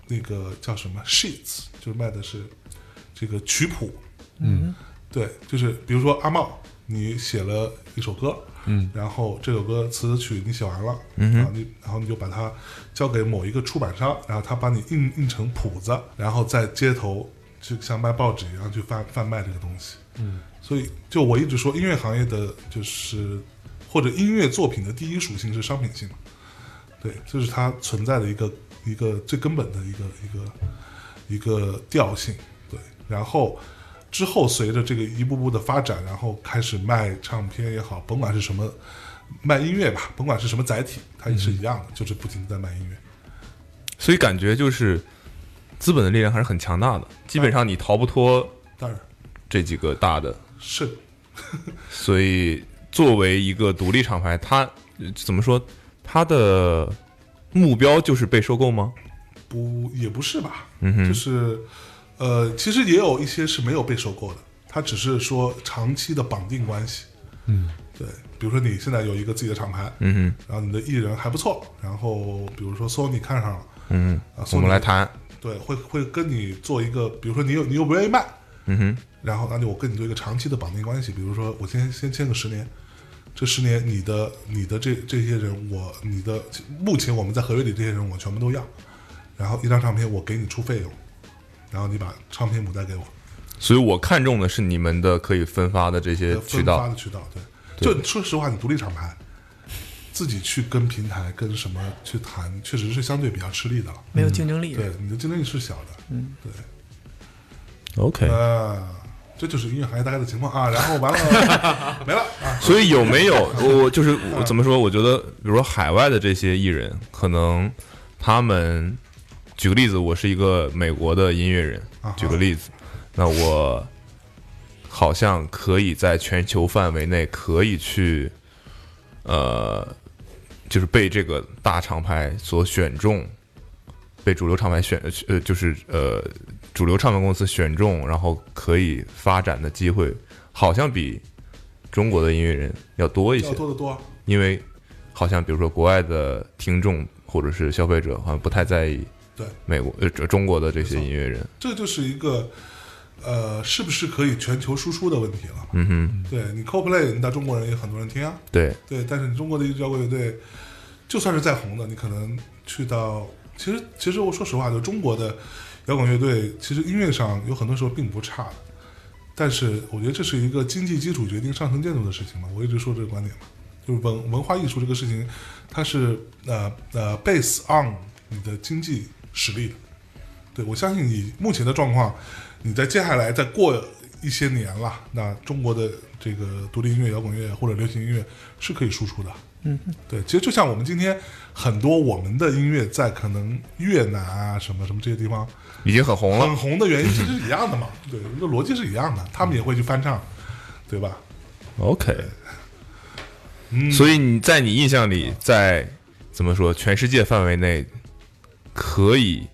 [SPEAKER 3] 那个叫什么 sheets，就是卖的是这个曲谱。
[SPEAKER 5] 嗯，
[SPEAKER 3] 对，就是比如说阿茂，你写了一首歌，
[SPEAKER 5] 嗯，
[SPEAKER 3] 然后这首歌词曲你写完了，嗯，然后你然后你就把它交给某一个出版商，然后他帮你印印成谱子，然后在街头就像卖报纸一样去贩贩卖这个东西。嗯，所以就我一直说，音乐行业的就是或者音乐作品的第一属性是商品性嘛，对，这是它存在的一个一个最根本的一个一个一个调性，对，然后。之后随着这个一步步的发展，然后开始卖唱片也好，甭管是什么卖音乐吧，甭管是什么载体，它也是一样的，
[SPEAKER 2] 嗯
[SPEAKER 3] 就是不停的在卖音乐。
[SPEAKER 2] 所以感觉就是资本的力量还是很强大的，基本上你逃不脱
[SPEAKER 3] 当然
[SPEAKER 2] 这几个大的。
[SPEAKER 3] 是
[SPEAKER 2] 所以作为一个独立厂牌，它呃怎么说？它的目标就是被收购吗？
[SPEAKER 3] 不也不是吧？
[SPEAKER 2] 嗯哼
[SPEAKER 3] 就是呃，其实也有一些是没有被收购的，它只是说长期的绑定关系。嗯，对，比如说你现在有一个自己的厂牌，
[SPEAKER 2] 嗯
[SPEAKER 3] 然后你的艺人还不错，然后比如说 Sony 看上了，
[SPEAKER 2] 哼，嗯
[SPEAKER 3] 啊
[SPEAKER 2] 哼，我们来谈。
[SPEAKER 3] 对，会会跟你做一个，比如说你有你有不愿意卖，
[SPEAKER 2] 嗯哼，
[SPEAKER 3] 然后那就我跟你做一个长期的绑定关系，比如说我先先签个十年，这十年你的你的这这些人，我你的目前我们在合约里这些人我全部都要，然后一张唱片我给你出费用，然后你把唱片母带给我，
[SPEAKER 2] 所以我看中的是你们的可以分发的这些渠
[SPEAKER 3] 分发
[SPEAKER 2] 道
[SPEAKER 3] 的。渠道，对，就说实话，你独立厂牌自己去跟平台跟什么去谈，确实是相对比较吃力的了，
[SPEAKER 4] 没有竞争力。
[SPEAKER 3] 嗯对，你的竞争力是小的，嗯，对。
[SPEAKER 2] OK，
[SPEAKER 3] 啊，这就是音乐行业大概的情况啊。然后完了，没了啊。
[SPEAKER 2] [laughs] 所以有没有我我就是我怎么说？我觉得，比如说海外的这些艺人，可能他们举个例子，我是一个美国的音乐人
[SPEAKER 3] 啊哈，
[SPEAKER 2] 举个例子，那我好像可以在全球范围内可以去，呃，就是被这个大厂牌所选中，被主流厂牌选呃就是呃主流唱片公司选中，然后可以发展的机会，好像比中国的音乐人要多一些
[SPEAKER 3] 要，多得多，
[SPEAKER 2] 因为好像比如说国外的听众或者是消费者好像不太在意
[SPEAKER 3] 对，
[SPEAKER 2] 美国呃中国的这些音乐人，
[SPEAKER 3] 这就是一个呃，是不是可以全球输出的问题了？
[SPEAKER 2] 嗯哼，
[SPEAKER 3] 对你 CoPlay，你在中国人也有很多人听啊，
[SPEAKER 2] 对，
[SPEAKER 3] 对，但是你中国的一支摇滚乐队，就算是再红的，你可能去到其实其实我说实话，就中国的摇滚乐队，其实音乐上有很多时候并不差的。但是我觉得这是一个经济基础决定上层建筑的事情嘛，我一直说这个观点嘛，就是文文化艺术这个事情，它是呃呃 base on 你的经济实力的。对我相信你目前的状况，你在接下来再过一些年了，那中国的这个独立音乐、摇滚乐或者流行音乐是可以输出的。
[SPEAKER 4] 嗯，
[SPEAKER 3] 对，其实就像我们今天很多我们的音乐在可能越南啊什么什么这些地方
[SPEAKER 2] 已经很红了
[SPEAKER 3] 很，红的原因其实是一样的嘛，对，这逻辑是一样的，他们也会去翻唱，对吧？
[SPEAKER 2] OK，
[SPEAKER 3] 嗯
[SPEAKER 2] 所以你在你印象里，在怎么说全世界范围内，可以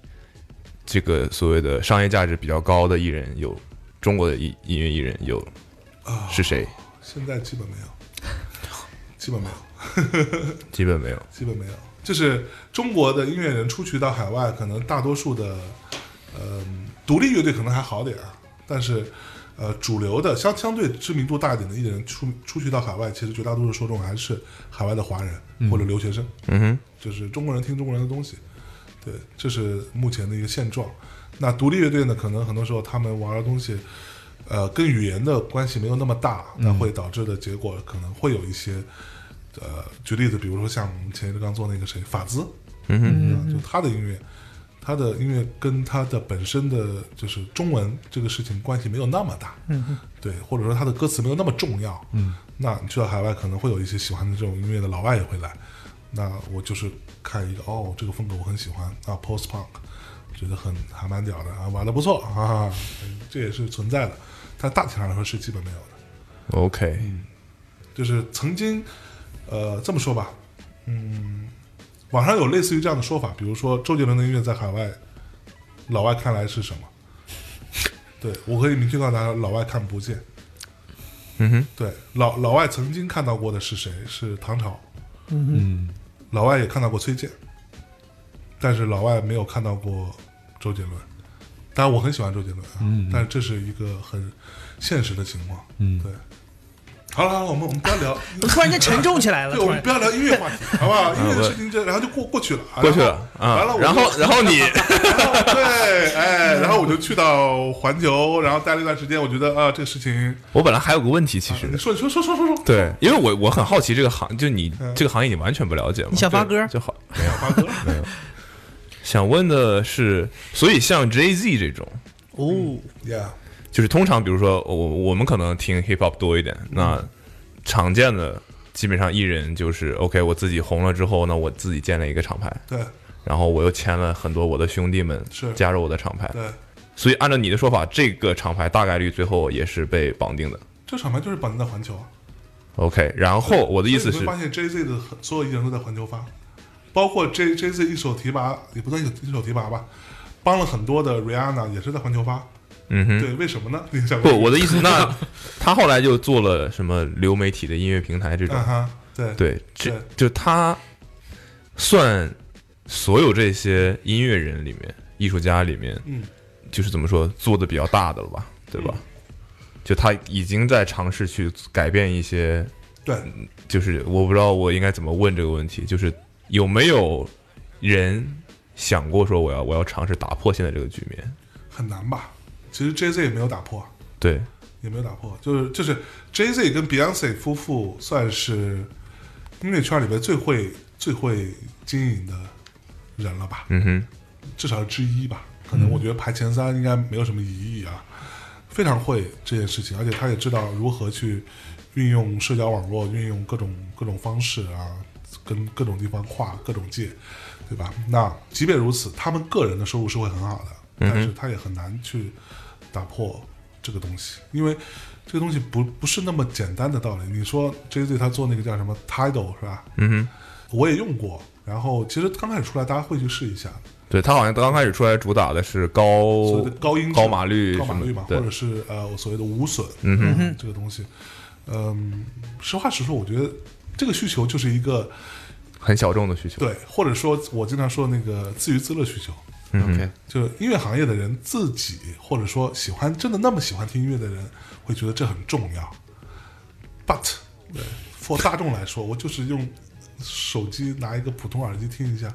[SPEAKER 2] 这个所谓的商业价值比较高的艺人有中国的音音乐艺人有
[SPEAKER 3] 啊
[SPEAKER 2] 是谁？
[SPEAKER 3] 现在基本没有，基本没有，
[SPEAKER 2] 基本没有。
[SPEAKER 3] 基本没有。就是中国的音乐人出去到海外，可能大多数的，呃，独立乐队可能还好点儿，但是，呃，主流的相相对知名度大一点的艺人出出去到海外，其实绝大多数受众还是海外的华人、或者留学生，
[SPEAKER 2] 嗯哼，
[SPEAKER 3] 就是中国人听中国人的东西。对，这是目前的一个现状。那独立乐队呢，可能很多时候他们玩的东西，呃，跟语言的关系没有那么大，那会导致的结果可能会有一些，呃，举例子，比如说像我们前一阵刚做那个谁法兹，
[SPEAKER 2] 嗯哼，
[SPEAKER 3] 啊，就他的音乐，他的音乐跟他的本身的就是中文这个事情关系没有那么大，嗯，对，或者说他的歌词没有那么重要，嗯，那你去到海外可能会有一些喜欢的这种音乐的老外也会来，那我就是看一个哦，这个风格我很喜欢啊，post punk，觉得很还蛮屌的啊，玩的不错啊，这也是存在的，但大体上来说是基本没有的。
[SPEAKER 2] OK，
[SPEAKER 3] 就是曾经，呃，这么说吧，嗯，网上有类似于这样的说法，比如说周杰伦的音乐在海外，老外看来是什么？ [laughs] 对我可以明确告诉大家，老外看不见。
[SPEAKER 2] 嗯哼，
[SPEAKER 3] 对，老老外曾经看到过的是谁？是唐朝。嗯，老外也看到过崔健，但是老外没有看到过周杰伦。当然，我很喜欢周杰伦啊，但是这是一个很现实的情况。嗯，对。好了好了，我们我们不要聊，
[SPEAKER 4] 怎么突然间沉重起来
[SPEAKER 3] [laughs]
[SPEAKER 4] 了？
[SPEAKER 3] 对，
[SPEAKER 4] 突
[SPEAKER 3] 我
[SPEAKER 4] 然
[SPEAKER 3] 们不要聊音乐话题，好不好？音乐的
[SPEAKER 2] 我
[SPEAKER 3] 事情这然后就过过去了，
[SPEAKER 2] 啊
[SPEAKER 3] 啊
[SPEAKER 2] 过去了
[SPEAKER 3] 然后
[SPEAKER 2] 啊，然后然后你
[SPEAKER 3] 然
[SPEAKER 2] [laughs]
[SPEAKER 3] 后对，哎，然后我就去到环球，然后待了一段时间，我觉得啊，这个事情，
[SPEAKER 2] 我本来还有个问题，其实
[SPEAKER 3] 啊你说你说说说说说，
[SPEAKER 2] 对，因为我我很好奇这个行，就你这个行业你完全不了解嘛？
[SPEAKER 4] 你想发
[SPEAKER 2] 对
[SPEAKER 4] 歌
[SPEAKER 2] 就好，
[SPEAKER 3] 华哥，
[SPEAKER 2] 想问的是，所以像 Jay Z 这种，
[SPEAKER 4] 哦，
[SPEAKER 3] [laughs] yeah，
[SPEAKER 2] 就是通常比如说呃我我们可能听 hip hop 多一点，
[SPEAKER 3] 嗯
[SPEAKER 2] 那常见的基本上艺人就是 OK，我自己红了之后呢，我自己建了一个厂牌，
[SPEAKER 3] 对
[SPEAKER 2] 然后我又签了很多我的兄弟们
[SPEAKER 3] 是
[SPEAKER 2] 加入我的厂牌，
[SPEAKER 3] 对，
[SPEAKER 2] 所以按照你的说法，这个厂牌大概率最后也是被绑定的。
[SPEAKER 3] 这场牌就是绑定在环球啊。
[SPEAKER 2] OK，然后我的意思
[SPEAKER 3] 所以
[SPEAKER 2] 是
[SPEAKER 3] 你会发现 J Z 的很所有艺人都在环球发，包括 J J Z 一手提拔，也不算一手一手提拔吧，帮了很多的 Rihanna 也是在环球发。
[SPEAKER 2] 嗯哼，
[SPEAKER 3] 对，为什么呢？你想
[SPEAKER 2] 不，我的意思，那他后来就做了什么流媒体的音乐平台这种
[SPEAKER 3] 啊，哈，对
[SPEAKER 2] 对，这
[SPEAKER 3] 对
[SPEAKER 2] 就他算所有这些音乐人里面、艺术家里面，
[SPEAKER 3] 嗯，
[SPEAKER 2] 就是怎么说做的比较大的了吧，对吧？就他已经在尝试去改变一些，
[SPEAKER 3] 对，
[SPEAKER 2] 就是我不知道我应该怎么问这个问题，就是有没有人想过说我要我要尝试打破现在这个局面？
[SPEAKER 3] 很难吧？其实 J Z 也没有打破啊，
[SPEAKER 2] 对，
[SPEAKER 3] 也没有打破，就是就是 J Z 跟 Beyonce 夫妇算是音乐圈里边最会最会经营的人了吧？
[SPEAKER 2] 嗯哼，
[SPEAKER 3] 至少是之一吧。可能我觉得排前三应该没有什么疑义啊，非常会这件事情，而且他也知道如何去运用社交网络，运用各种各种方式啊，跟各种地方跨各种界，对吧？那即便如此，他们个人的收入是会很好的，但是他也很难去打破这个东西，因为这个东西不不是那么简单的道理。你说 J Z 他做那个叫什么 Tidal 是吧？
[SPEAKER 2] 嗯哼。
[SPEAKER 3] 我也用过，然后其实刚开始出来大家会去试一下，
[SPEAKER 2] 对他好像刚开始出来主打的是
[SPEAKER 3] 所
[SPEAKER 2] 高
[SPEAKER 3] 谓的高音质
[SPEAKER 2] 哦高码率
[SPEAKER 3] 高
[SPEAKER 2] 什
[SPEAKER 3] 码率
[SPEAKER 2] 么
[SPEAKER 3] 嘛，
[SPEAKER 2] 的，
[SPEAKER 3] 或者是呃我所谓的无损，
[SPEAKER 2] 嗯哼
[SPEAKER 3] 哼，这个东西，嗯，实话实说，我觉得这个需求就是一个
[SPEAKER 2] 很小众的需求。
[SPEAKER 3] 对，或者说我经常说那个自娱自乐需求，
[SPEAKER 5] OK，
[SPEAKER 3] 就是音乐行业的人自己，或者说喜欢真的那么喜欢听音乐的人，会觉得这很重要。But，对，for 大众来说，我就是用手机拿一个普通耳机听一下，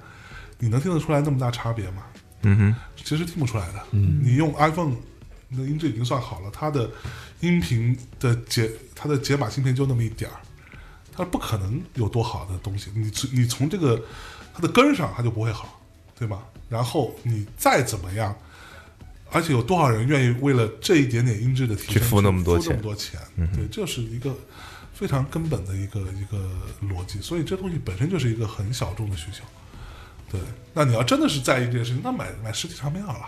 [SPEAKER 3] 你能听得出来那么大差别吗？
[SPEAKER 2] 嗯哼，
[SPEAKER 3] 其实听不出来的。嗯，你用 iPhone 的音质已经算好了，它的音频的解它的解码芯片就那么一点儿，它不可能有多好的东西。你从你从这个它的根儿上，它就不会好，对吧？然后你再怎么样，而且有多少人愿意为了这一点点音质的提升
[SPEAKER 2] 去付那么多
[SPEAKER 3] 付那么
[SPEAKER 2] 钱嗯
[SPEAKER 3] 多钱？对，这是一个。非常根本的一个一个逻辑，所以这东西本身就是一个很小众的需求。对，那你要真的是在意这件事情，那买买实体唱片好了。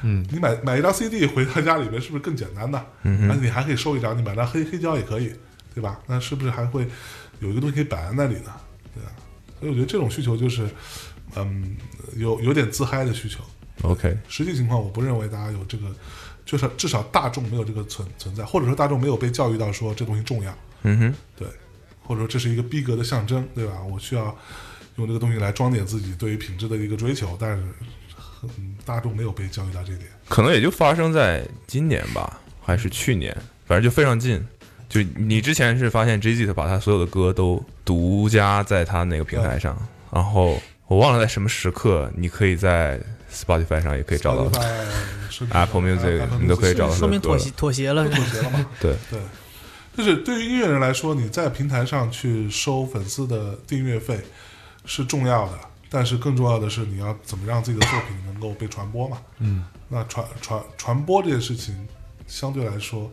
[SPEAKER 3] 嗯，你买买一张 CD 回到家里面，是不是更简单呢？嗯，而且你还可以收一张，你买张黑黑胶也可以，对吧？那是不是还会有一个东西可以摆在那里呢？对啊，所以我觉得这种需求就是，嗯，有有点自嗨的需求。
[SPEAKER 2] OK，
[SPEAKER 3] 实际情况，我不认为大家有这个，至少至少大众没有这个存存在，或者说大众没有被教育到说这东西重要。
[SPEAKER 2] 嗯哼，
[SPEAKER 3] 对，或者说这是一个逼格的象征，对吧？我需要用这个东西来装点自己对于品质的一个追求，但是很大众没有被教育到这一点。
[SPEAKER 2] 可能也就发生在今年吧，还是去年，反正就非常近。就你之前是发现 J G 他把他所有的歌都独家在他那个平台
[SPEAKER 3] 嗯
[SPEAKER 2] 上，然后我忘了在什么时刻，你可以在 Spotify 上也可以找到他。Apple
[SPEAKER 3] Apple
[SPEAKER 2] Music 你都可以找到
[SPEAKER 4] 说明妥协妥协了，
[SPEAKER 3] 妥协了嘛？
[SPEAKER 2] 对，
[SPEAKER 3] 对，就是对于音乐人来说，你在平台上去收粉丝的订阅费是重要的，但是更重要的是你要怎么让自己的作品能够被传播嘛？嗯，那传传传播这件事情，相对来说，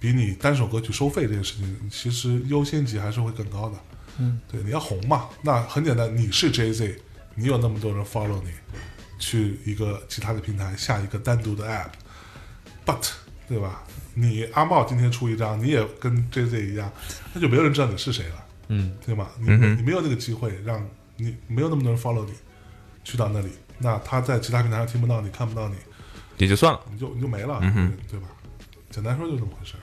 [SPEAKER 3] 比你单首歌曲收费这件事情，其实优先级还是会更高的。
[SPEAKER 4] 嗯，
[SPEAKER 3] 对，你要红嘛，那很简单，你是 J Z，你有那么多人 follow 你，去一个其他的平台下一个单独的 app，but 对吧？你阿茂今天出一张，你也跟 J Z 一样，那就没有人知道你是谁了，
[SPEAKER 5] 嗯，
[SPEAKER 3] 对吗？你、
[SPEAKER 2] 嗯哼
[SPEAKER 3] 你没有那个机会让你没有那么多人 follow 你，去到那里，那他在其他平台上听不到你，看不到你，
[SPEAKER 2] 也就算了。
[SPEAKER 3] 你就你就没了，
[SPEAKER 2] 嗯哼
[SPEAKER 3] 对吧？简单说就这么回事儿。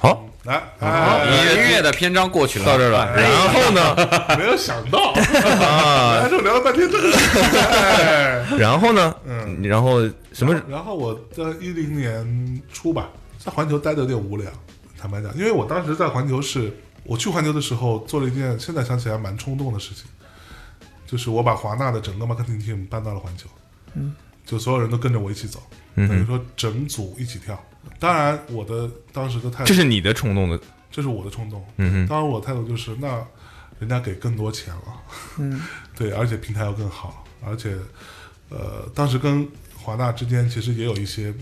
[SPEAKER 2] 好，
[SPEAKER 3] 来，
[SPEAKER 5] 好
[SPEAKER 3] 哎，
[SPEAKER 5] 呃音乐的篇章过去了，
[SPEAKER 2] 到这儿了。然后
[SPEAKER 3] [laughs]
[SPEAKER 2] 呢？
[SPEAKER 3] 没有想到， [laughs] 啊，就聊了半天这个事情。哎
[SPEAKER 2] 然后呢？
[SPEAKER 3] 嗯
[SPEAKER 2] 然后什么？
[SPEAKER 3] 然后我在一零年初吧，在环球待的有点无聊，坦白讲，因为我当时在环球是，我去环球的时候做了一件现在想起来蛮冲动的事情，就是我把华纳的整个 marketing team 搬到了环球，嗯，就所有人都跟着我一起走，
[SPEAKER 2] 嗯
[SPEAKER 3] 等于
[SPEAKER 2] 哼，
[SPEAKER 3] 说整组一起跳。当然，我的当时的态度，
[SPEAKER 2] 这是你的冲动的。
[SPEAKER 3] 这是我的冲动，
[SPEAKER 2] 嗯哼，
[SPEAKER 3] 当然我的态度就是，那人家给更多钱了，
[SPEAKER 4] 嗯，
[SPEAKER 3] [laughs] 对，而且平台要更好，而且，呃，当时跟华纳之间其实也有一些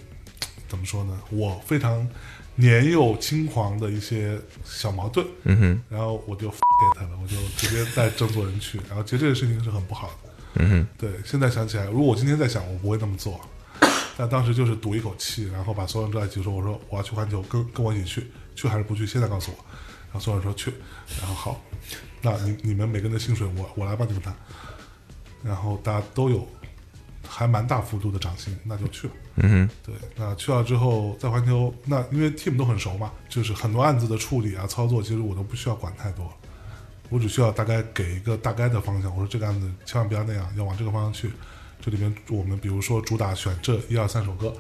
[SPEAKER 3] 怎么说呢，我非常年幼轻狂的一些小矛盾，
[SPEAKER 2] 嗯哼，
[SPEAKER 3] 然后我就给他了，我就直接带郑作人去，然后其实这个事情是很不好的，
[SPEAKER 2] 嗯哼，
[SPEAKER 3] 对，现在想起来，如果我今天在想，我不会那么做，但当时就是赌一口气，然后把所有人都在一起说，我说我要去环球，跟跟我一起去，去还是不去？现在告诉我。然后所有人说去，然后好，那你你们每个人的薪水我我来帮你们谈，然后大家都有还蛮大幅度的涨薪，那就去吧。
[SPEAKER 2] 嗯哼，
[SPEAKER 3] 对，那去了之后，在环球，那因为 team 都很熟嘛，就是很多案子的处理啊、操作，其实我都不需要管太多，我只需要大概给一个大概的方向。我说这个案子千万不要那样，要往这个方向去。这里面我们比如说主打选这一二三首歌，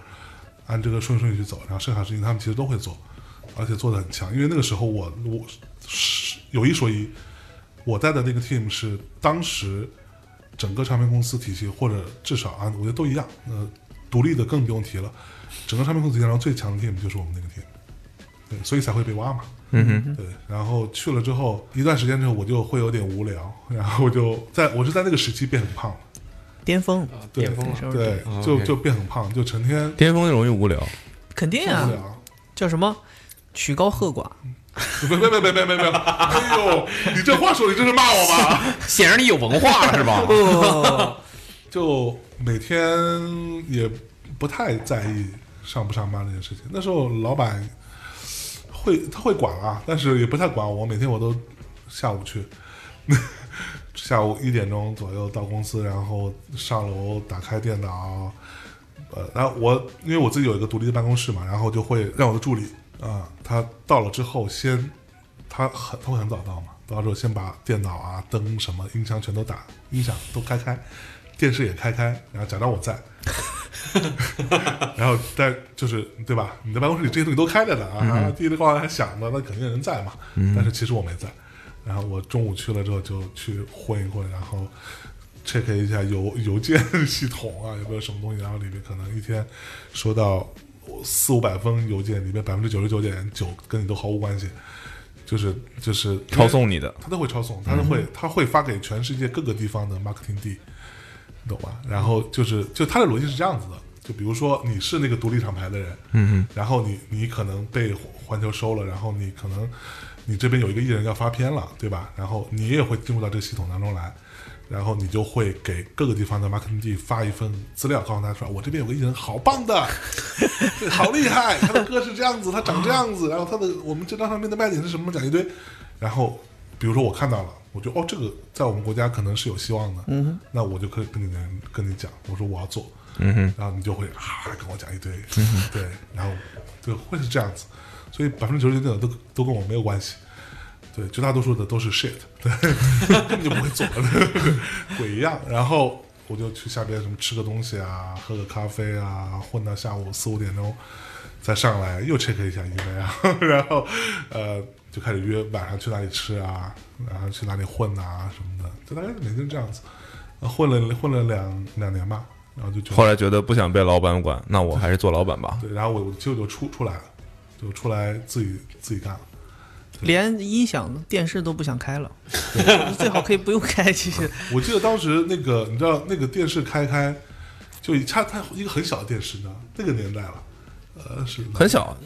[SPEAKER 3] 按这个顺顺序走，然后剩下事情他们其实都会做，而且做的很强。因为那个时候我我是有一说一，我带的那个 team 是当时整个唱片公司体系，或者至少啊，我觉得都一样，呃，独立的更不用提了。整个唱片公司体系上最强的 team 就是我们那个 team，对，所以才会被挖嘛。
[SPEAKER 2] 嗯哼，
[SPEAKER 3] 对，然后去了之后一段时间之后，我就会有点无聊，然后我就在我是在那个时期变很胖了，
[SPEAKER 4] 巅峰
[SPEAKER 3] 对
[SPEAKER 5] 巅峰了，
[SPEAKER 3] 对，
[SPEAKER 5] 嗯
[SPEAKER 3] 就
[SPEAKER 5] OK
[SPEAKER 3] 就变很胖，就成天
[SPEAKER 2] 巅峰容易无聊。
[SPEAKER 3] 嗯
[SPEAKER 4] 肯定
[SPEAKER 3] 受
[SPEAKER 4] 啊
[SPEAKER 3] 不，了。
[SPEAKER 4] 叫什么曲高和寡，
[SPEAKER 3] [laughs] 别别别别别别别！哎呦，你这话说的，你这是骂我吧？
[SPEAKER 5] 显然你有文化了是吧？
[SPEAKER 3] [laughs]
[SPEAKER 4] 哦，
[SPEAKER 3] 就每天也不太在意上不上班这件事情。那时候老板会他会管啊，但是也不太管我。每天我都下午去， [laughs] 下午一点钟左右到公司，然后上楼打开电脑，呃，然后我因为我自己有一个独立的办公室嘛，然后就会让我的助理啊、他到了之后先他很他会很早到嘛，到了之后先把电脑啊、灯什么、音箱全都打，音响都开开，电视也开开，然后假装我在，然后但就是对吧？你的办公室里这些东西都开着呢啊，
[SPEAKER 2] 嗯
[SPEAKER 3] 滴哩咣啷还响着，那肯定有人在嘛。但是其实我没在，然后我中午去了之后就去混一混，然后 check 一下邮邮件系统啊，有没有什么东西，然后里面可能一天收到四五百封邮件，里面百分之九十九点九跟你都毫无关系，就是就是
[SPEAKER 2] 抄送你的，
[SPEAKER 3] 他都会抄送，他都会、他会发给全世界各个地方的 marketing 地，你懂吧？然后就是就他的逻辑是这样子的，就比如说你是那个独立厂牌的人，
[SPEAKER 2] 嗯
[SPEAKER 3] 然后你你可能被环球收了，然后你可能你这边有一个艺人要发片了，对吧？然后你也会进入到这个系统当中来，然后你就会给各个地方的 marketing 地发一份资料，告诉他说我这边有个艺人好棒的，对 [laughs] 好厉害，他的歌是这样子，他长这样子，然后他的我们这张唱片的卖点是什么，讲一堆。然后比如说我看到了，我觉得哦这个在我们国家可能是有希望的，嗯，那我就可以跟你跟你讲，我说我要做，
[SPEAKER 2] 哼，嗯哼，嗯
[SPEAKER 3] 然后你就会啊跟我讲一堆，对，然后对会是这样子，所以百分之九十九点九都都跟我没有关系，对，绝大多数的都是 shit，对， [laughs] 根本就不会做，鬼一样。然后我就去下边什么吃个东西啊，喝个咖啡啊，混到下午四五点钟再上来又 check 一下 email，啊 [laughs] 然后呃就开始约晚上去哪里吃啊，然后去哪里混啊什么的，就大概每天这样子，呃混了混了两两年吧，然后就觉得
[SPEAKER 2] 后来觉得不想被老板管，那我还是做老板吧。
[SPEAKER 3] 对，然后我我就就出出来了，就出来自己自己干了。
[SPEAKER 4] 连音响、电视都不想开了，最好可以不用开。其
[SPEAKER 3] [laughs]
[SPEAKER 4] 实，
[SPEAKER 3] 我记得当时那个，你知道那个电视开开，就一它它一个很小的电视，你知道那个年代了，呃，是
[SPEAKER 2] 很小，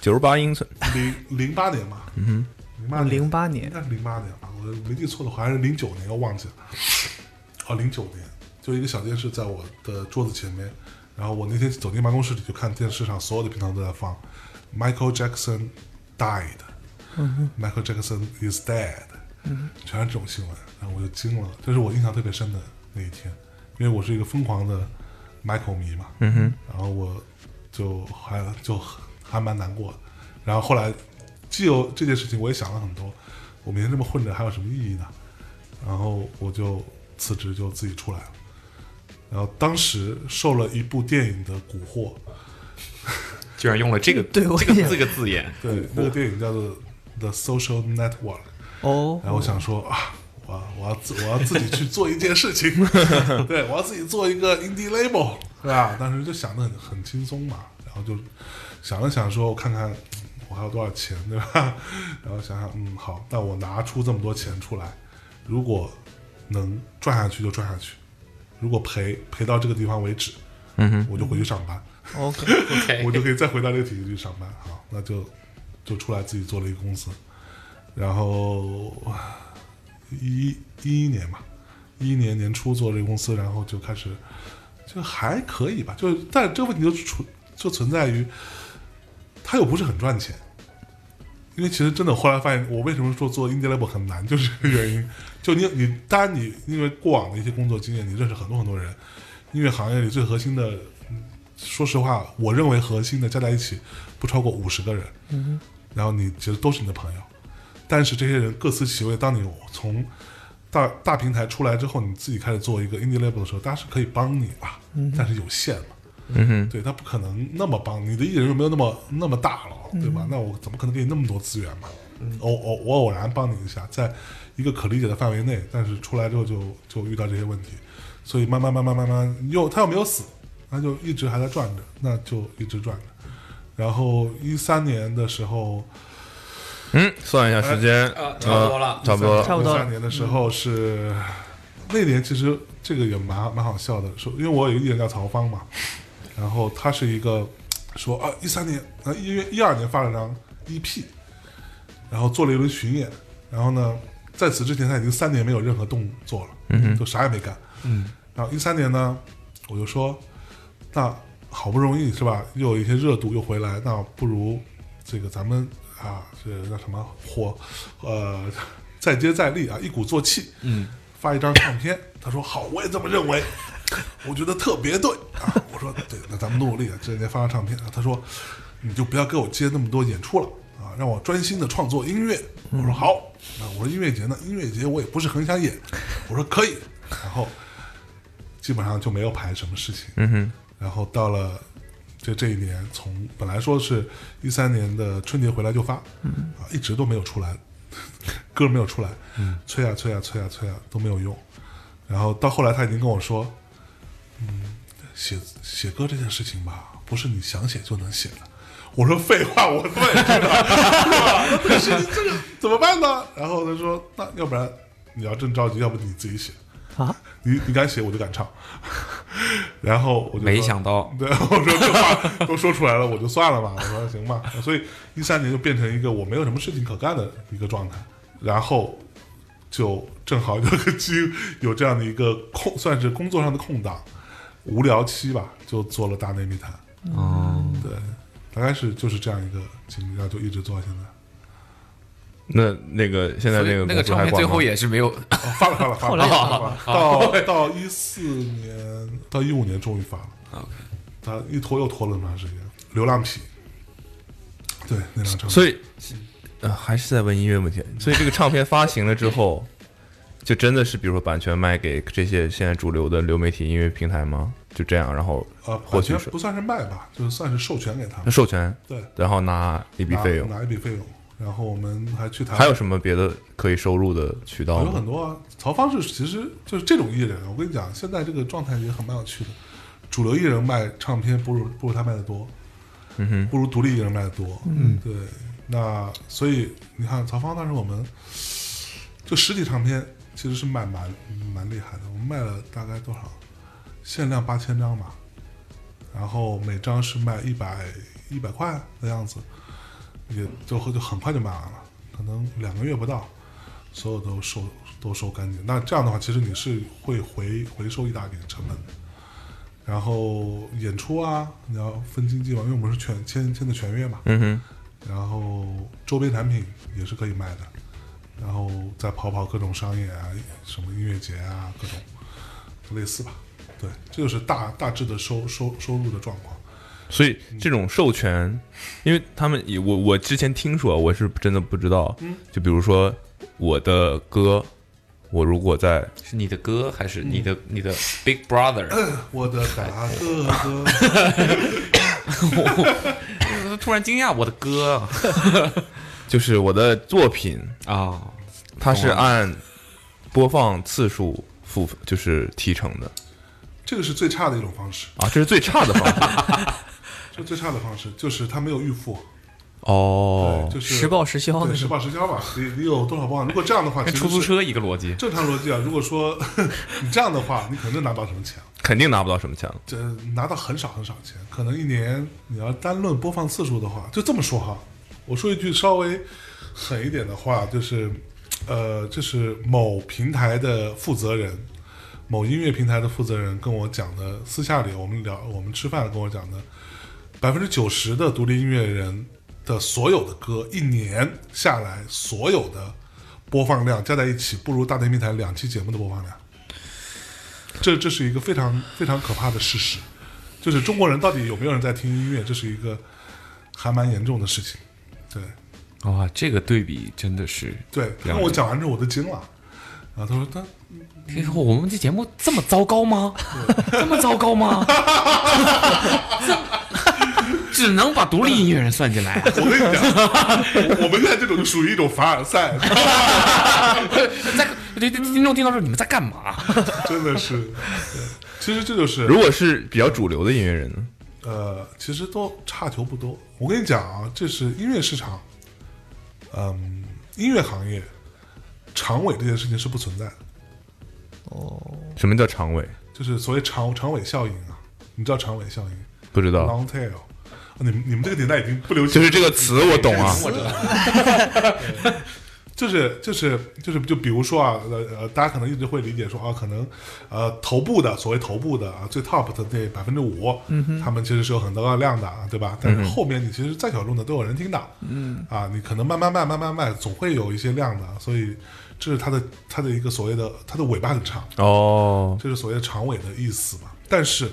[SPEAKER 2] 九十八英寸，
[SPEAKER 3] 零零八年嘛，嗯哼，零八
[SPEAKER 4] 零八
[SPEAKER 3] 应
[SPEAKER 4] 年
[SPEAKER 3] 该是零八年吧，我没记错的话还是零九年，我忘记了，哦，零九年，就一个小电视在我的桌子前面，然后我那天走进办公室里就看电视上所有的频道都在放 Michael Jackson died，Michael
[SPEAKER 4] 嗯
[SPEAKER 3] Jackson is dead，、全是这种新闻，然后我就惊了，这是我印象特别深的那一天，因为我是一个疯狂的 Michael 迷嘛，嗯哼，然后我就还就还蛮难过的，然后后来既有这件事情，我也想了很多，我每天这么混着还有什么意义呢？然后我就辞职，就自己出来了。然后当时受了一部电影的蛊惑，
[SPEAKER 5] 居然用了这个
[SPEAKER 4] 对我
[SPEAKER 5] 这
[SPEAKER 4] 也
[SPEAKER 5] 个这个字眼，
[SPEAKER 3] 对，那个电影叫做《The Social Network》。
[SPEAKER 4] 哦，
[SPEAKER 3] 然后我想说啊，我我要自我要自己去做一件事 [laughs] 情，对我要自己做一个 indie label，对啊吧？当时就想的很很轻松嘛，然后就想了想说，我看看嗯我还有多少钱，对吧？ [laughs] 然后想想，嗯，好，那我拿出这么多钱出来，如果能赚下去就赚下去，如果赔赔到这个地方为止，嗯哼，我就回去上班。 [laughs]
[SPEAKER 4] OK，
[SPEAKER 3] 我就可以再回到这个体系去上班。好，那就就出来自己做了一个公司，然后一一一年吧，一一年年初做这个公司，然后就开始就还可以吧，就但是这个问题就存就存在于，它又不是很赚钱。因为其实真的，后来发现我为什么说做 indie label 很难，就是这个原因。就你你，当然你因为过往的一些工作经验，你认识很多很多人，音乐行业里最核心的说实话，我认为核心的加在一起不超过五十个人，然后你其实都是你的朋友，但是这些人各司其位。当你从大大平台出来之后，你自己开始做一个 indie label 的时候，大家是可以帮你吧，但是有限嘛，
[SPEAKER 2] 嗯
[SPEAKER 3] 对他不可能那么帮你的艺人又没有那么那么大了，对吧？那我怎么可能给你那么多资源嘛？偶偶我偶然帮你一下，在一个可理解的范围内，但是出来之后就就遇到这些问题，所以慢慢慢慢慢慢又他又没有死，那就一直还在转着，那就一直转着。然后一三年的时候，
[SPEAKER 2] 哼，嗯，算一下时间，
[SPEAKER 5] 呃差不多了
[SPEAKER 2] 差不多了
[SPEAKER 4] 差不多
[SPEAKER 3] 三年的时候是、那年，其实这个也蛮蛮好笑的，说因为我有一个艺人叫曹芳嘛，然后他是一个说啊一三年啊一月一二年发了张 EP，然后做了一轮巡演，然后呢在此之前他已经三年没有任何动作了，嗯，就啥也没干，嗯，然后一三年呢我就说那好不容易是吧，又有一些热度又回来，那不如这个咱们啊，这叫什么火，呃，再接再厉啊，一鼓作气，嗯，发一张唱片。他说好，我也这么认为， [laughs] 我觉得特别对啊。我说对，那咱们努力啊，这年发张唱片啊。他说你就不要给我接那么多演出了啊，让我专心的创作音乐。我说好，那我说音乐节呢，音乐节我也不是很想演，我说可以，然后基本上就没有排什么事情，嗯哼。然后到了这这一年，从本来说是一三年的春节回来就发，啊，一直都没有出来，歌没有出来，催啊催啊催啊催啊都没有用。然后到后来他已经跟我说，嗯，写写歌这件事情吧，不是你想写就能写的。我说废话，我他妈也知道， [laughs] 是吧？那这个事情这个怎么办呢？然后他说，那要不然你要真着急，要不你自己写，
[SPEAKER 4] 啊，
[SPEAKER 3] 你你敢写我就敢唱。 [laughs] 然后我就说
[SPEAKER 5] 没想到
[SPEAKER 3] 对， [laughs] 我说这话都说出来了，我就算了吧。我说行吧，所以一三年就变成一个我没有什么事情可干的一个状态，然后就正好有个机有这样的一个空，算是工作上的空档，无聊期吧，就做了大内密谈。
[SPEAKER 5] 哦，
[SPEAKER 3] 对，大概是就是这样一个经历，然后就一直做到现在。
[SPEAKER 2] 那那个现在
[SPEAKER 5] 所以
[SPEAKER 2] 那个
[SPEAKER 5] 那个
[SPEAKER 2] 公司
[SPEAKER 5] 唱
[SPEAKER 2] 还
[SPEAKER 5] 片最
[SPEAKER 2] 管吗
[SPEAKER 5] 后也是没有，
[SPEAKER 3] 哦，发了发了发
[SPEAKER 4] 后
[SPEAKER 3] 了
[SPEAKER 4] 来
[SPEAKER 3] 发了，发了，到到一四年到一五年终于发了。他一拖又拖了那么长时间，《流浪痞》对那张唱片，
[SPEAKER 2] 所以呃，还是在问音乐问题。所以这个唱片发行了之后，就真的是比如说版权卖给这些现在主流的流媒体音乐平台吗？就这样，然后
[SPEAKER 3] 呃，
[SPEAKER 2] 获
[SPEAKER 3] 版
[SPEAKER 2] 取
[SPEAKER 3] 权
[SPEAKER 2] 授
[SPEAKER 3] 不算是卖吧，就是算是授权给他们，
[SPEAKER 2] 授权，
[SPEAKER 3] 对，
[SPEAKER 2] 然后拿一笔
[SPEAKER 3] 拿
[SPEAKER 2] 费用。
[SPEAKER 3] 拿一笔费用，然后我们还去谈，
[SPEAKER 2] 还有什么别的可以收入的渠道
[SPEAKER 3] 有
[SPEAKER 2] 吗
[SPEAKER 3] 很？多啊。曹方是其实就是这种艺人，啊我跟你讲，现在这个状态也很蛮有趣的。主流艺人卖唱片不如不如他卖的多，
[SPEAKER 2] 嗯哼，
[SPEAKER 3] 不如独立艺人卖的多。嗯，对。那所以你看，曹芳当时我们就实体唱片其实是卖蛮蛮厉害的，我们卖了大概多少？限量八千张吧，然后每张是卖一百一百块的样子，也就就很快就卖完了，可能两个月不到，所有都收都收干净。那这样的话，其实你是会回回收一大笔成本的。然后演出啊，你要分经济嘛，因为我们是全签签的全约嘛，
[SPEAKER 2] 嗯哼，
[SPEAKER 3] 然后周边产品也是可以卖的，然后再跑跑各种商业啊，什么音乐节啊，各种类似吧。对，这就是大大致的收收收入的状况。
[SPEAKER 2] 所以这种授权，因为他们也我我之前听说，我是真的不知道。就比如说我的歌，我如果在
[SPEAKER 5] [laughs] 是你的歌还是你的你的 Big Brother？
[SPEAKER 3] 我的大哥哥，
[SPEAKER 5] 呃 [laughs] 突然惊讶，我的歌
[SPEAKER 2] 就是我的作品，哦
[SPEAKER 5] 啊，
[SPEAKER 2] 它是按播放次数付就是提成的
[SPEAKER 3] 这个是最差的一种方式，
[SPEAKER 2] 啊，这是最差的方 [laughs] 式
[SPEAKER 3] 这最差的方式就是他没有预付，
[SPEAKER 2] 哦
[SPEAKER 3] 对，就。是
[SPEAKER 4] 实报实销
[SPEAKER 3] 对
[SPEAKER 4] 哦那
[SPEAKER 3] 实
[SPEAKER 4] 种。
[SPEAKER 3] 报实销吧。你你有多少磅？如果这样的话，
[SPEAKER 5] 跟
[SPEAKER 3] 其实
[SPEAKER 5] 出租
[SPEAKER 3] 是
[SPEAKER 5] 车一个逻辑。
[SPEAKER 3] 正常逻辑啊。如果说 [laughs] 你这样的话，你可能拿不到什么钱。
[SPEAKER 2] 肯定拿不到什么钱了。
[SPEAKER 3] 这拿到很少很少钱，可能一年你要单论播放次数的话，就这么说哈。我说一句稍微狠一点的话，就是，呃，就是某平台的负责人，某音乐平台的负责人跟我讲的，私下里我们聊，我们吃饭跟我讲的，百分之九十的独立音乐人的所有的歌，一年下来所有的播放量加在一起，不如大内密谈两期节目的播放量。这这是一个非常非常可怕的事实，就是中国人到底有没有人在听音乐，这是一个还蛮严重的事情。对
[SPEAKER 5] 啊，这个对比真的是，
[SPEAKER 3] 对，他跟
[SPEAKER 5] 了
[SPEAKER 3] 我
[SPEAKER 5] 解
[SPEAKER 3] 讲完之后我都惊了，然后他说他
[SPEAKER 5] 听说我们这节目这么糟糕吗？这么糟糕吗？ [laughs] 这只能把独立音乐人算进来、啊， [laughs]
[SPEAKER 3] 我跟你讲，我我们现在这种就属于一种凡尔赛，
[SPEAKER 5] 在这这听众听到说你们在干嘛？啊
[SPEAKER 3] 真的是。对其实这就是
[SPEAKER 2] 如果是比较主流的音乐人呢？
[SPEAKER 3] 呃，其实都差球不多。我跟你讲啊，这是音乐市场，嗯，音乐行业，长尾这件事情是不存在的，
[SPEAKER 2] 什么叫长尾？
[SPEAKER 3] 就是所谓长长尾效应啊。你知道长尾效应？
[SPEAKER 2] 不知道，
[SPEAKER 3] long tail，啊你们你们这个年代已经不流行，
[SPEAKER 2] 就是这个词我懂啊。
[SPEAKER 5] 我知道，
[SPEAKER 3] 就是就是就是就比如说啊，呃呃，大家可能一直会理解说啊，可能呃头部的所谓头部的啊最 top 的那百分之五，
[SPEAKER 2] 嗯
[SPEAKER 3] 他们其实是有很高的量的，啊，对吧？但是后面你其实再小众的都有人听的，嗯，啊，你可能慢慢卖慢慢卖，总会有一些量的，所以这是它的它的一个所谓的它的尾巴很长，
[SPEAKER 2] 哦，
[SPEAKER 3] 这是所谓的长尾的意思嘛。但是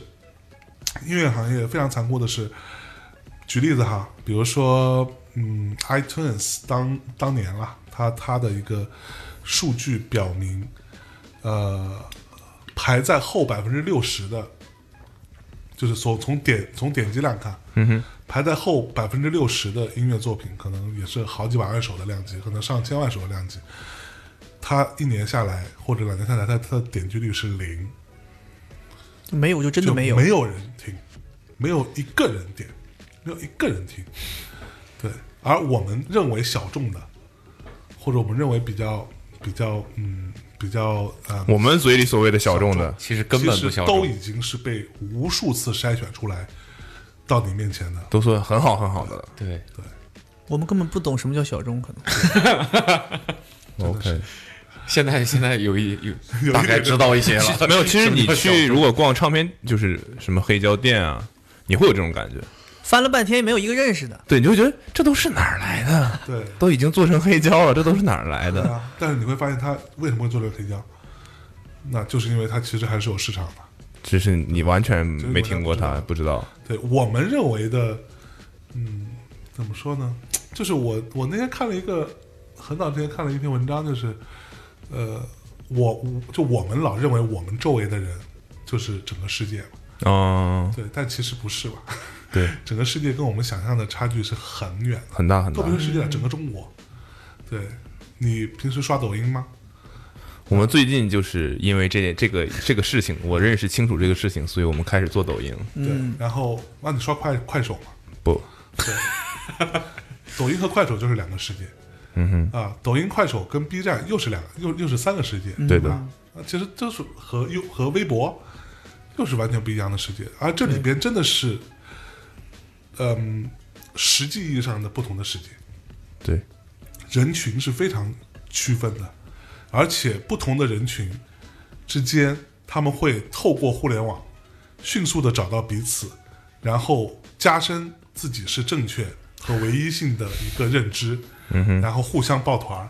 [SPEAKER 3] 音乐行业非常残酷的是，举例子哈，比如说，嗯，iTunes 当当年啦，它它的一个数据表明，呃，排在后百分之六十的，就是从从点从点击量看，
[SPEAKER 2] 嗯哼，
[SPEAKER 3] 排在后百分之六十的音乐作品，可能也是好几百万首的量级，可能上千万首的量级。它一年下来或者两年下来，它它的点击率是零，
[SPEAKER 4] 没有就真的
[SPEAKER 3] 就
[SPEAKER 4] 没有，
[SPEAKER 3] 没有人听，没有一个人点，没有一个人听。对，而我们认为小众的，或者我们认为比较比较嗯比较呃，
[SPEAKER 2] 我们嘴里所谓的小众的，
[SPEAKER 5] 其实根本不
[SPEAKER 3] 其实
[SPEAKER 5] 小
[SPEAKER 3] 都
[SPEAKER 5] 众。
[SPEAKER 3] 已经是被无数次筛选出来到你面前的。
[SPEAKER 2] 都算很好很好的了。
[SPEAKER 5] 对，
[SPEAKER 4] 我们根本不懂什么叫小众，可能。
[SPEAKER 2] OK，
[SPEAKER 5] 现在现在有一有
[SPEAKER 3] 有
[SPEAKER 5] 大概知道一些
[SPEAKER 2] [laughs]
[SPEAKER 5] 了。
[SPEAKER 2] 没有，其实你
[SPEAKER 5] 什么叫
[SPEAKER 2] 去
[SPEAKER 5] 小
[SPEAKER 2] 如果逛唱片，就是什么黑胶店啊，你会有这种感觉。
[SPEAKER 4] 翻了半天也没有一个认识的，
[SPEAKER 3] [laughs]
[SPEAKER 2] 对，你就会觉得这都是哪儿来的？
[SPEAKER 3] 对
[SPEAKER 2] 都已经做成黑胶了，这都是哪儿来
[SPEAKER 3] 对
[SPEAKER 2] 的？
[SPEAKER 3] 啊，但是你会发现它为什么会做这个黑胶，那就是因为它其实还是有市场的。
[SPEAKER 2] 只是你完全没听过它，不知道。
[SPEAKER 3] 对我们认为的，嗯，怎么说呢？就是我我那天看了一个很早之前看了一篇文章，就是呃，我我就我们老认为我们周围的人就是整个世界嘛，
[SPEAKER 2] 嗯，
[SPEAKER 3] 对，但其实不是吧？
[SPEAKER 2] 对，
[SPEAKER 3] 整个世界跟我们想象的差距是很远的，
[SPEAKER 2] 很大很大
[SPEAKER 3] 更。别说世界了，整个中国。对你平时刷抖音吗？
[SPEAKER 2] 我们最近就是因为这这个这个事情，我认识清楚这个事情，所以我们开始做抖音。
[SPEAKER 3] 对，然后那你刷快快手吗？
[SPEAKER 2] 不，
[SPEAKER 3] 抖音和快手就是两个世界。嗯哼，啊，抖音、快手跟 B 站又是两个，又又是三个世界。
[SPEAKER 2] 对的，
[SPEAKER 3] 啊，其实就是和又和微博又是完全不一样的世界，而这里边真的是，嗯，实际意义上的不同的世界，
[SPEAKER 2] 对，
[SPEAKER 3] 人群是非常区分的，而且不同的人群之间，他们会透过互联网迅速的找到彼此，然后加深自己是正确和唯一性的一个认知，嗯、然后互相抱团儿，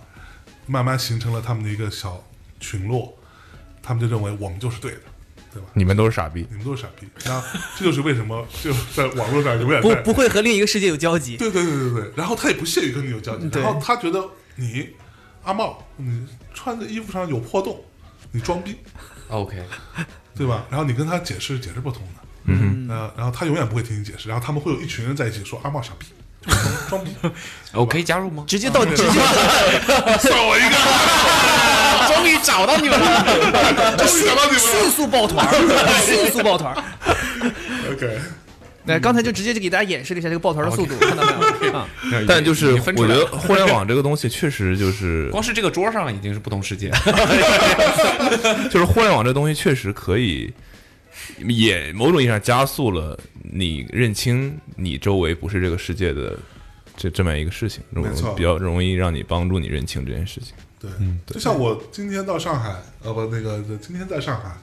[SPEAKER 3] 慢慢形成了他们的一个小群落，他们就认为我们就是对的，对吧？
[SPEAKER 2] 你们都是傻逼。
[SPEAKER 3] 你们都是傻逼，那这就是为什么就在网络上永远
[SPEAKER 4] 不
[SPEAKER 3] 在
[SPEAKER 4] 不会和另一个世界有交集。
[SPEAKER 3] 对对对对对，然后他也不屑于跟你有交集，
[SPEAKER 4] 对
[SPEAKER 3] 然后他觉得你阿茂，你穿的衣服上有破洞，你装逼，
[SPEAKER 5] OK，
[SPEAKER 3] 对吧？然后你跟他解释解释不通的，嗯，呃，然后他永远不会听你解释，然后他们会有一群人在一起说阿茂傻逼，就是装装逼，
[SPEAKER 5] 我哦可以加入吗？
[SPEAKER 4] 直接到直接
[SPEAKER 3] 算我一个，
[SPEAKER 4] [laughs]
[SPEAKER 5] 终于找到你们了，
[SPEAKER 3] 终于找到你们
[SPEAKER 4] 迅
[SPEAKER 3] 了
[SPEAKER 4] 速抱团儿，迅速抱团儿。
[SPEAKER 3] ，OK，
[SPEAKER 4] 对，刚才就直接就给大家演示了一下这个抱团的速度，看到没有？啊，
[SPEAKER 2] [laughs] 但就是
[SPEAKER 5] 你
[SPEAKER 2] 我
[SPEAKER 5] 分出
[SPEAKER 2] 觉
[SPEAKER 5] 来了
[SPEAKER 2] 得互联网这个东西确实 [laughs] 就是，
[SPEAKER 5] 光是这个桌上已经是不同世界。 [laughs]
[SPEAKER 2] 就是互联网这东西确实可以，也某种意义上加速了你认清你周围不是这个世界的这这么一个事情，容
[SPEAKER 3] 没错
[SPEAKER 2] 比较容易让你帮助你认清这件事情。
[SPEAKER 3] 对，就像我今天到上海，呃，不，那个今天在上海，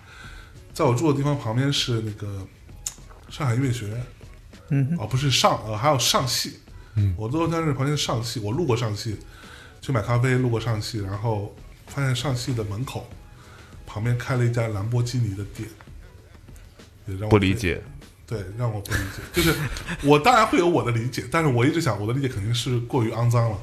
[SPEAKER 3] 在我住的地方旁边是那个上海音乐学院，嗯，哦，不是上，呃，还有上戏，嗯，我都在那旁边上戏，我路过上戏，去买咖啡，路过上戏，然后发现上戏的门口旁边开了一家兰博基尼的店，也让我
[SPEAKER 2] 不理解，
[SPEAKER 3] 对，让我不理解，就是我当然会有我的理解，但是我一直想我的理解肯定是过于肮脏了，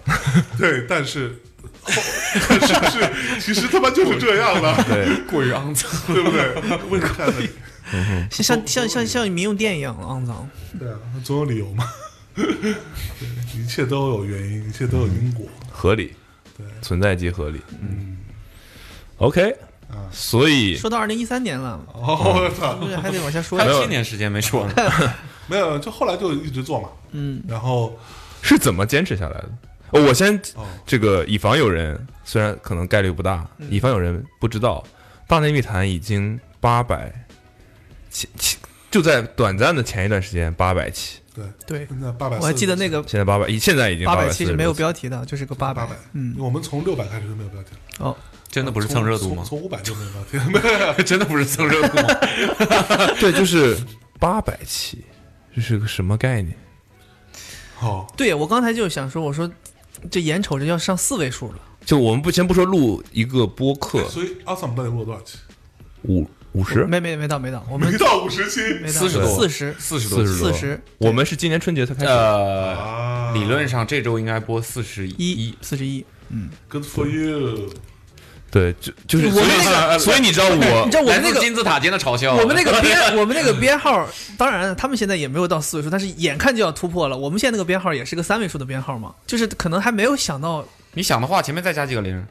[SPEAKER 3] 对，但是。但是是，其实他妈就是这样了，
[SPEAKER 2] 对，
[SPEAKER 5] 过于肮脏，
[SPEAKER 3] 对不对？为什么这样呢？
[SPEAKER 4] 像像像像像民用店一样肮脏。
[SPEAKER 3] 对啊，总有理由嘛。对，一切都有原因，一切都有因果。
[SPEAKER 2] 合理，
[SPEAKER 3] 对
[SPEAKER 2] 存在即合理。嗯，OK，所啊以
[SPEAKER 4] 说到二零一三年了，
[SPEAKER 3] 哦，我操
[SPEAKER 4] 是不，是还得往下说
[SPEAKER 5] [laughs] 还
[SPEAKER 4] 一下？
[SPEAKER 5] 有七年时间没说了，
[SPEAKER 3] 没有，就后来就一直做嘛。嗯，然后
[SPEAKER 2] 是怎么坚持下来的？哦我先
[SPEAKER 3] 哦
[SPEAKER 2] 这个以防有人，虽然可能概率不大，
[SPEAKER 4] 嗯
[SPEAKER 2] 以防有人不知道，《大内密谈》已经八百前前就在短暂的前一段时间八百期，
[SPEAKER 3] 对，
[SPEAKER 4] 对，
[SPEAKER 3] 现在八百，
[SPEAKER 4] 我还记得那个
[SPEAKER 2] 现在八百，现在已经
[SPEAKER 4] 八
[SPEAKER 2] 百
[SPEAKER 4] 百期是没有标题的，就是个八
[SPEAKER 3] 八百，
[SPEAKER 4] 嗯，
[SPEAKER 3] 我们从六百开始就没有标题了，
[SPEAKER 4] 哦，
[SPEAKER 5] 真的不是蹭热度吗？
[SPEAKER 3] 从五百就没有标题了，
[SPEAKER 5] [laughs] 真的不是蹭热度吗？
[SPEAKER 4] [laughs]
[SPEAKER 2] 对，就是八百期，这是个什么概念？
[SPEAKER 5] [laughs]
[SPEAKER 3] 好，
[SPEAKER 4] 对我刚才就想说，我说这眼瞅着要上四位数了，
[SPEAKER 2] 就我们不先不说录一个播客
[SPEAKER 3] 所以阿 m 到底录了多少期？
[SPEAKER 2] 五五十
[SPEAKER 4] 没没没到没到，
[SPEAKER 3] [laughs]
[SPEAKER 4] 我们
[SPEAKER 3] 没到五十期
[SPEAKER 4] 没到
[SPEAKER 5] 四十多
[SPEAKER 4] 四十
[SPEAKER 5] [laughs] 四十多
[SPEAKER 2] 四十多，
[SPEAKER 4] 40
[SPEAKER 2] 我们是今年春节才开始，
[SPEAKER 5] 呃，
[SPEAKER 3] 啊！
[SPEAKER 5] 理论上这周应该播四十
[SPEAKER 4] 一，四十一，
[SPEAKER 3] Good for you，
[SPEAKER 2] 对，就就是
[SPEAKER 4] 我们
[SPEAKER 2] 所以
[SPEAKER 4] 那 [laughs] 个
[SPEAKER 2] 所以你知道我
[SPEAKER 4] 你知道我们那
[SPEAKER 5] 来自
[SPEAKER 4] 个
[SPEAKER 5] 金字塔尖的嘲笑，啊
[SPEAKER 4] 我们那个编，我们那个编号，当然他们现在也没有到四位数，但是眼看就要突破了。我们现在那个编号也是个三位数的编号嘛，就是可能还没有想到，
[SPEAKER 5] 你想的话，前面再加几个零，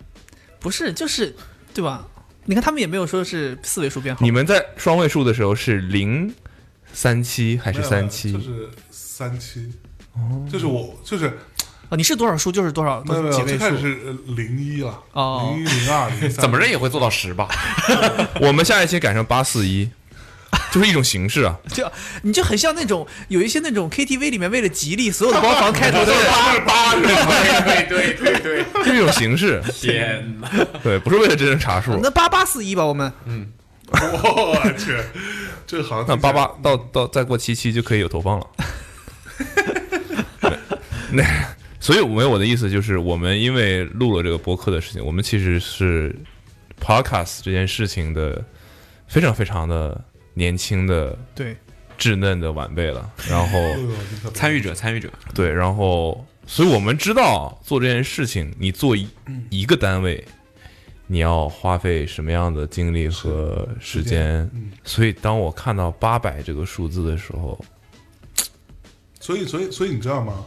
[SPEAKER 4] 不是，就是对吧？你看他们也没有说是四位数编号
[SPEAKER 2] 你，们在双位数的时候是零三七还是三七？
[SPEAKER 3] 就是三期，就是我就是
[SPEAKER 4] 啊，你是多少数就是多少
[SPEAKER 3] 没有没
[SPEAKER 4] 多
[SPEAKER 3] 有最
[SPEAKER 4] 几，位
[SPEAKER 3] 开始
[SPEAKER 4] 数。
[SPEAKER 3] 是零一了，
[SPEAKER 4] 哦
[SPEAKER 3] 零一零二零三，
[SPEAKER 5] [laughs] 怎么着也会做到十吧？
[SPEAKER 2] 我们下一期改成八四一，就是一种形式
[SPEAKER 4] [laughs]
[SPEAKER 2] 啊。
[SPEAKER 4] 就你就很像那种有一些那种 KTV 里面为了吉利，所有的包房开头都是八
[SPEAKER 5] 二八， [laughs] 对对 [laughs] 对对
[SPEAKER 2] 就
[SPEAKER 5] 对，
[SPEAKER 2] 是一种形式，
[SPEAKER 5] 天哪！
[SPEAKER 2] 对，不是为了真正查数。
[SPEAKER 4] 那八八四一吧，我们
[SPEAKER 3] 我去，这好像
[SPEAKER 2] 那
[SPEAKER 3] 听起
[SPEAKER 2] 八
[SPEAKER 3] 来
[SPEAKER 2] 八到到再过七期就可以有投放了。
[SPEAKER 4] [laughs]
[SPEAKER 2] 那所以，我有我的意思就是，我们因为录了这个播客的事情，我们其实是 podcast 这件事情的非常非常的年轻的
[SPEAKER 4] 对
[SPEAKER 2] 稚嫩的晚辈了。然后
[SPEAKER 3] 哎呦你可别
[SPEAKER 2] [laughs]
[SPEAKER 5] 参与者，参与者，
[SPEAKER 2] 对，然后所以我们知道做这件事情，你做一一个单位，你要花费什么样的精力和时间。
[SPEAKER 4] 嗯
[SPEAKER 2] 所以当我看到八百这个数字的时候，
[SPEAKER 3] 所以，所以，所以你知道吗？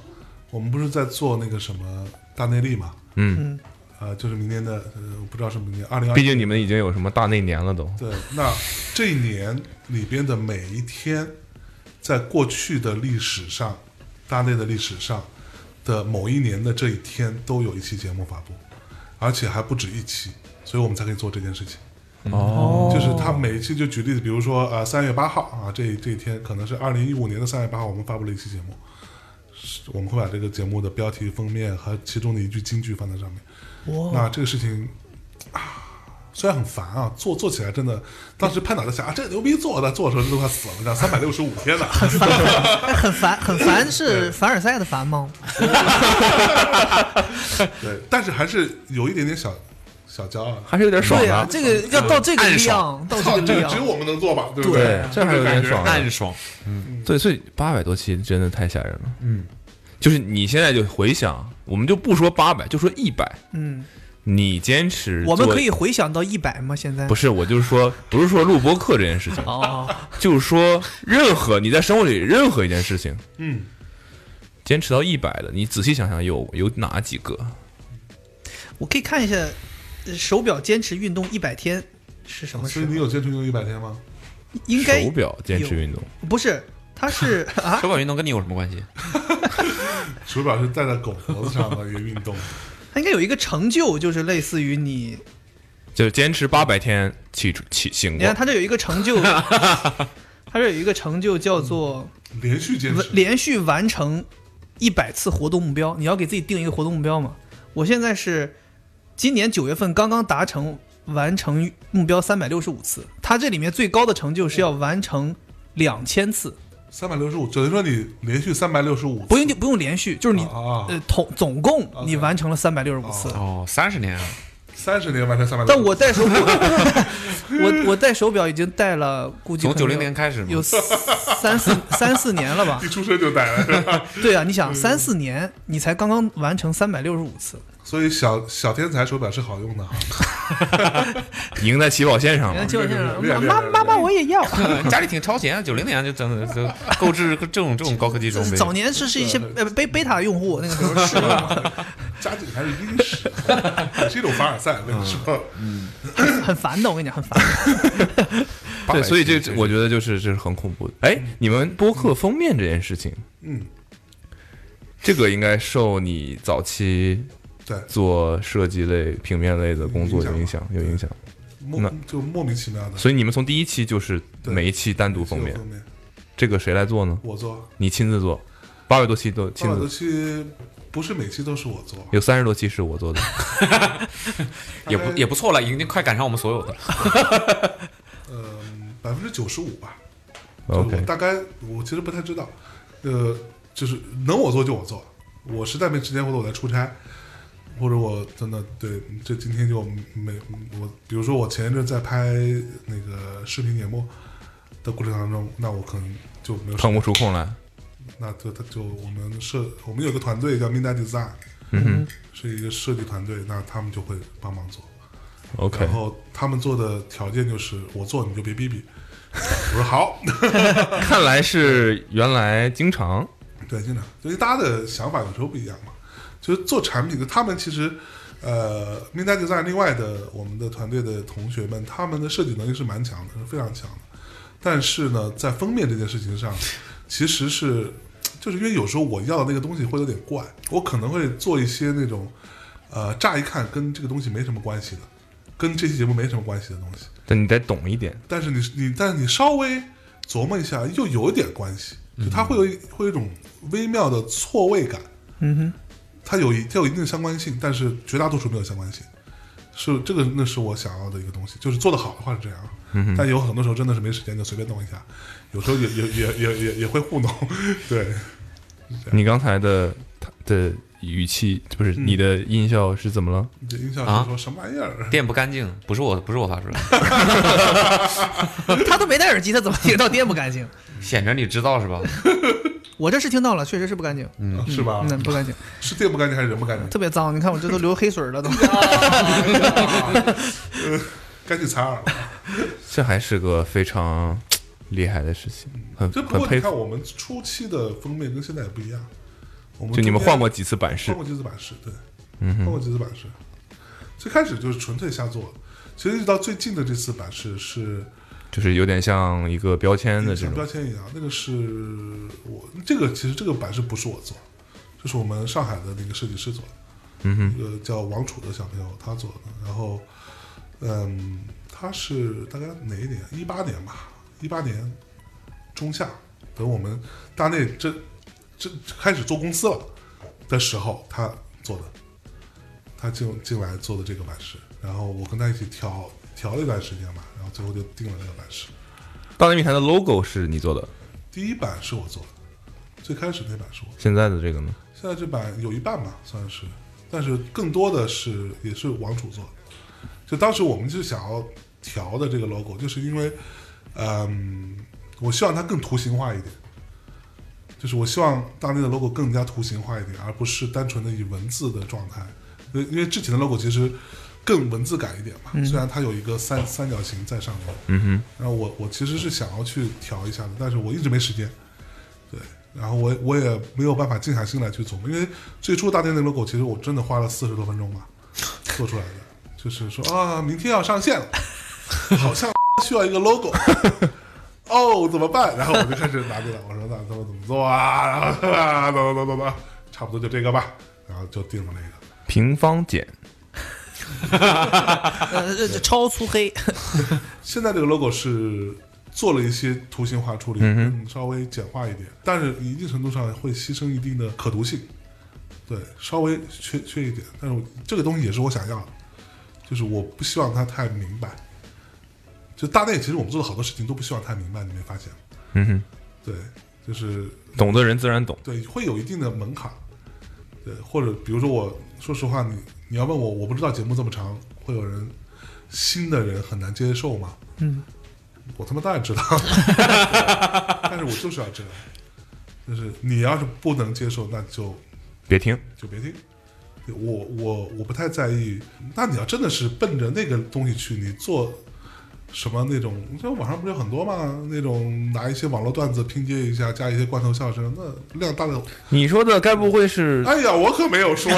[SPEAKER 3] 我们不是在做那个什么大内力嘛？
[SPEAKER 2] 嗯，
[SPEAKER 3] 呃，就是明年的，呃，我不知道是明年二
[SPEAKER 4] 啊
[SPEAKER 3] 零二
[SPEAKER 2] 毕竟你们已经有什么大那年了都。
[SPEAKER 3] 对，那这一年里边的每一天，在过去的历史上，大内的历史上的某一年的这一天，都有一期节目发布，而且还不止一期，所以我们才可以做这件事情。
[SPEAKER 2] 哦，
[SPEAKER 3] 就是他每一期就举例子，比如说呃三月八号啊，这这一天可能是二零一五年的三月八号，我们发布了一期节目，是我们会把这个节目的标题、封面和其中的一句金句放在上面。
[SPEAKER 4] 哇，
[SPEAKER 3] 那这个事情啊，虽然很烦啊，做做起来真的，当时拍脑袋想啊，这牛逼做的，做的时候都快死了，这样三百六十五天呢，
[SPEAKER 4] 哎，很烦，很烦，是凡尔赛的烦吗？
[SPEAKER 3] 对，但是还是有一点点小小骄傲。
[SPEAKER 2] 还是有点爽啊
[SPEAKER 4] 对
[SPEAKER 2] 的。
[SPEAKER 4] 呀，这个要到这个
[SPEAKER 5] 暗
[SPEAKER 4] 量，到
[SPEAKER 3] 操，[laughs]
[SPEAKER 4] 这
[SPEAKER 3] 这
[SPEAKER 4] 个
[SPEAKER 3] 个只有
[SPEAKER 4] 量，
[SPEAKER 3] 我们能做吧，对不
[SPEAKER 2] 对这还有点爽啊
[SPEAKER 5] 暗爽，
[SPEAKER 2] 对，所以八百多期真的太吓人了。
[SPEAKER 3] 嗯，
[SPEAKER 2] 就是你现在就回想，我们就不说八百，就说一百，
[SPEAKER 4] 嗯，
[SPEAKER 2] 你坚持做，
[SPEAKER 4] 我们可以回想到一百吗？现在
[SPEAKER 2] 不是，我就是说，不是说录播课这件事
[SPEAKER 4] [laughs]
[SPEAKER 2] 情，
[SPEAKER 4] 哦，
[SPEAKER 2] 就是说任何你在生活里任何一件事情，
[SPEAKER 3] 嗯，
[SPEAKER 2] 坚持到一百的，你仔细想想有有哪几个？
[SPEAKER 4] 我可以看一下呃手表坚持运动一百天是什么时
[SPEAKER 3] 所以
[SPEAKER 4] 候
[SPEAKER 3] 你？有坚持运动一百天吗？
[SPEAKER 4] 应该
[SPEAKER 2] 手表坚持运动，
[SPEAKER 4] 不是，它
[SPEAKER 2] [laughs]
[SPEAKER 4] 是啊
[SPEAKER 5] 手，表运动跟你有什么关 [laughs] 系？
[SPEAKER 3] 手表是戴在狗脖子上的一个运动，
[SPEAKER 4] 它应该有一个成就，就是类似于你，
[SPEAKER 2] 就是坚持八百天起起醒
[SPEAKER 4] 你看
[SPEAKER 2] 过。
[SPEAKER 4] 它这有一个
[SPEAKER 2] [laughs]
[SPEAKER 4] 成就，它这有一个成就叫做
[SPEAKER 3] 连续坚
[SPEAKER 4] 完
[SPEAKER 3] 持。
[SPEAKER 4] 连续完成一百次活动目标，你要给自己定一个活动目标嘛？我现在是今年九月份刚刚达成完成目标三百六十五次，它这里面最高的成就是要完成两千次，
[SPEAKER 3] 三百六十五，等于说你连续三百六十五，
[SPEAKER 4] 不
[SPEAKER 5] 哦
[SPEAKER 4] 用不用连续，就是你
[SPEAKER 3] 啊
[SPEAKER 4] 呃统总共
[SPEAKER 3] OK
[SPEAKER 4] 你完成了三百六十五次。
[SPEAKER 5] 哦，三十年啊，
[SPEAKER 3] 三十年完成三百。
[SPEAKER 4] 但我戴手表，
[SPEAKER 5] [laughs]
[SPEAKER 4] 我我戴手表已经戴了，估计
[SPEAKER 5] 从
[SPEAKER 4] 可能
[SPEAKER 5] 90年开始吗
[SPEAKER 4] 有有三四三四年了吧
[SPEAKER 5] [laughs]
[SPEAKER 3] 一？出生就戴了， [laughs] 是吧
[SPEAKER 4] 对啊，你想三四年，你才刚刚完成三百六十五次，
[SPEAKER 3] 所以小小天才手表是好用的哈。
[SPEAKER 2] 赢在起跑线上
[SPEAKER 4] 原来
[SPEAKER 2] 了。
[SPEAKER 4] 结果先
[SPEAKER 3] 对对对
[SPEAKER 4] 生，
[SPEAKER 3] 对
[SPEAKER 4] 妈妈妈我也要。
[SPEAKER 5] 家里挺超前啊，九 [laughs] 零年就真的 [laughs] 就购置这种这种高科技装备。
[SPEAKER 4] 早年是是一些呃贝贝塔用户，那个时候是
[SPEAKER 3] 家境还是殷实， [laughs] 也是一种凡尔赛。我跟你说，
[SPEAKER 4] 很烦的，我跟你讲很烦。
[SPEAKER 2] 对，所以这
[SPEAKER 5] 800
[SPEAKER 2] 我觉得就是这是很恐怖的。哎，你们播客封面这件事情，
[SPEAKER 3] 嗯，
[SPEAKER 2] 这个应该受你早期
[SPEAKER 3] 对，
[SPEAKER 2] 做设计类、平面类的工作有影响，有影响。
[SPEAKER 3] 莫
[SPEAKER 2] 那
[SPEAKER 3] 就莫名其妙的。
[SPEAKER 2] 所以你们从第一期就是每一期单独封面
[SPEAKER 3] 这个，封面
[SPEAKER 2] 这个谁来做呢？
[SPEAKER 3] 我做，
[SPEAKER 2] 你亲自做，八百多期都
[SPEAKER 3] 八
[SPEAKER 2] 亲
[SPEAKER 3] 百
[SPEAKER 2] 自
[SPEAKER 3] 多
[SPEAKER 2] 做，
[SPEAKER 3] 期不是每期都是我做，
[SPEAKER 2] 有三十多期是我做的。
[SPEAKER 5] 也不也不错了，已经快赶上我们所有的了。
[SPEAKER 3] 呃，百分之九十五吧。就是我
[SPEAKER 2] OK，
[SPEAKER 3] 大概我其实不太知道，呃，就是能我做就我做，我实在没时间或者我在出差，或者我真的对这今天就没我，比如说我前一阵在拍那个视频节目的过程当中，那我可能就没有时
[SPEAKER 2] 腾
[SPEAKER 3] 间，
[SPEAKER 2] 不出空来。
[SPEAKER 3] 那就他就我们设我们有个团队叫 Minda Design，
[SPEAKER 2] 嗯
[SPEAKER 3] 是一个设计团队，那他们就会帮忙做。
[SPEAKER 2] 哼，OK
[SPEAKER 3] 然。后他们做的条件就是我做你就别逼逼，我说好，
[SPEAKER 2] 看来是原来经常
[SPEAKER 3] 对，经常，因为大家的想法有时候不一样嘛。就是做产品的，他们其实，呃，明代 design 另外的我们的团队的同学们，他们的设计能力是蛮强的，是非常强的。但是呢，在封面这件事情上，其实是，就是因为有时候我要的那个东西会有点怪，我可能会做一些那种，呃，乍一看跟这个东西没什么关系的，跟这期节目没什么关系的东西。
[SPEAKER 2] 但你得懂一点。
[SPEAKER 3] 但是你你但是你稍微琢磨一下，又有一点关系，
[SPEAKER 2] 嗯
[SPEAKER 3] 就它会有一会有一种微妙的错位感，
[SPEAKER 4] 嗯哼，
[SPEAKER 3] 它有一它有一定的相关性，但是绝大多数没有相关性。是这个，那是我想要的一个东西，就是做得好的话是这样，
[SPEAKER 2] 嗯
[SPEAKER 3] 但有很多时候真的是没时间就随便弄一下，有时候也也也也也也会糊弄， [laughs] 对，
[SPEAKER 2] 你刚才的他的语气不是你的音效是怎么了？
[SPEAKER 3] 这音效
[SPEAKER 5] 啊
[SPEAKER 3] 就说什么玩意儿，
[SPEAKER 5] 电不干净，不是我，不是我发出来的，
[SPEAKER 4] 他都没戴耳机，他怎么听到电不干净？
[SPEAKER 5] 显着你知道是吧？
[SPEAKER 4] 我这是听到了，确实是不干净，
[SPEAKER 3] 啊是吧？
[SPEAKER 4] 嗯，不干净，
[SPEAKER 3] 是店不干净还是人不干净？
[SPEAKER 4] 特别脏。你看我这都流黑水了都。
[SPEAKER 3] 干净擦耳。
[SPEAKER 2] 这还是个非常厉害的事情，很
[SPEAKER 3] 这不
[SPEAKER 2] 很
[SPEAKER 3] 过
[SPEAKER 2] 佩
[SPEAKER 3] 你
[SPEAKER 2] 服
[SPEAKER 3] 看。我们初期的封面跟现在也不一样，我们
[SPEAKER 2] 就你们
[SPEAKER 3] 中间
[SPEAKER 2] 换过几次版式
[SPEAKER 3] 换过几次版式，对，换过几次版式。最开始就是纯粹瞎做，其实一直到最近的这次版式是
[SPEAKER 2] 就是有点像一个标签的这
[SPEAKER 3] 像标
[SPEAKER 2] 种，
[SPEAKER 3] 签一样，那个是我这个其实这个版式不是我做，这是我们上海的那个设计师做的，
[SPEAKER 2] 嗯哼，
[SPEAKER 3] 一个叫王楚的小朋友他做的，然后嗯，他是大概哪一年？一八年吧，一八年中下，等我们大内这这开始做公司了的时候，他做的，他进进来做的这个版式，然后我跟他一起调调了一段时间吧，然后最后就定了这个版式。
[SPEAKER 2] 大内密谈的 logo 是你做的，
[SPEAKER 3] 第一版是我做的，最开始那版是我做的，
[SPEAKER 2] 现在的这个呢？
[SPEAKER 3] 现在这版有一半吧，算是，但是更多的是也是王楚做的。就当时我们就想要调的这个 logo，就是因为，嗯，我希望它更图形化一点，就是我希望大内的 logo 更加图形化一点，而不是单纯的以文字的状态。因为因为之前的 logo 其实更文字感一点嘛，虽然它有一个三三角形在上面，
[SPEAKER 2] 嗯哼，
[SPEAKER 3] 然后我我其实是想要去调一下的，但是我一直没时间，对，然后我我也没有办法静下心来去琢磨，因为最初大电那 logo 其实我真的花了四十多分钟吧做出来的，就是说啊，明天要上线了，好像需要一个 logo。哦，怎么办？然后我就开始拿这个，我说那怎么怎么做啊？然后啊，怎么怎么怎么，差不多就这个吧。然后就定了那个，
[SPEAKER 2] 平方减，
[SPEAKER 4] 呃，这这超粗黑，
[SPEAKER 3] 现在这个 logo 是做了一些图形化处理，嗯，稍微简化一点，但是一定程度上会牺牲一定的可读性，对，稍微缺缺一点。但是我这个东西也是我想要的，就是我不希望它太明白。就大内其实我们做了好多事情都不希望太明白，你没发现吗？
[SPEAKER 2] 嗯哼，
[SPEAKER 3] 对，就是
[SPEAKER 2] 懂的人自然懂，
[SPEAKER 3] 对，会有一定的门槛。对，或者比如说我，说实话，你你要问我，我不知道节目这么长，会有人新的人很难接受吗？
[SPEAKER 4] 嗯，
[SPEAKER 3] 我他妈当然知道， [laughs] 但是我就是要这样。就是你要是不能接受，那就
[SPEAKER 2] 别听。
[SPEAKER 3] 就别听。对我我我不太在意。那你要真的是奔着那个东西去，你做什么那种，这网上不是有很多嘛？那种拿一些网络段子拼接一下，加一些罐头笑声，那量大的
[SPEAKER 2] 你说的该不会是
[SPEAKER 3] [laughs] 哎呀，我可没有说呀，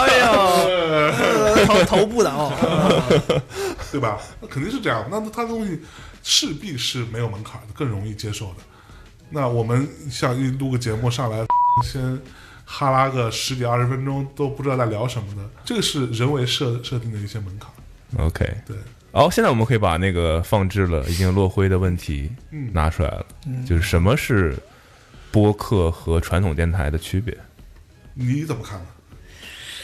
[SPEAKER 4] 哎呦，头头部的哦，
[SPEAKER 3] 对吧？那肯定是这样。那他的东西势必是没有门槛的，更容易接受的。那我们像一录个节目上来，先哈拉个十几二十分钟都不知道在聊什么的，这个是人为设设定的一些门槛。
[SPEAKER 2] OK？
[SPEAKER 3] 对，
[SPEAKER 2] 好，现在我们可以把那个放置了已经落灰的问题
[SPEAKER 3] 嗯
[SPEAKER 2] 拿出来了，就是什么是播客和传统电台的区别？
[SPEAKER 3] 你怎么看呢？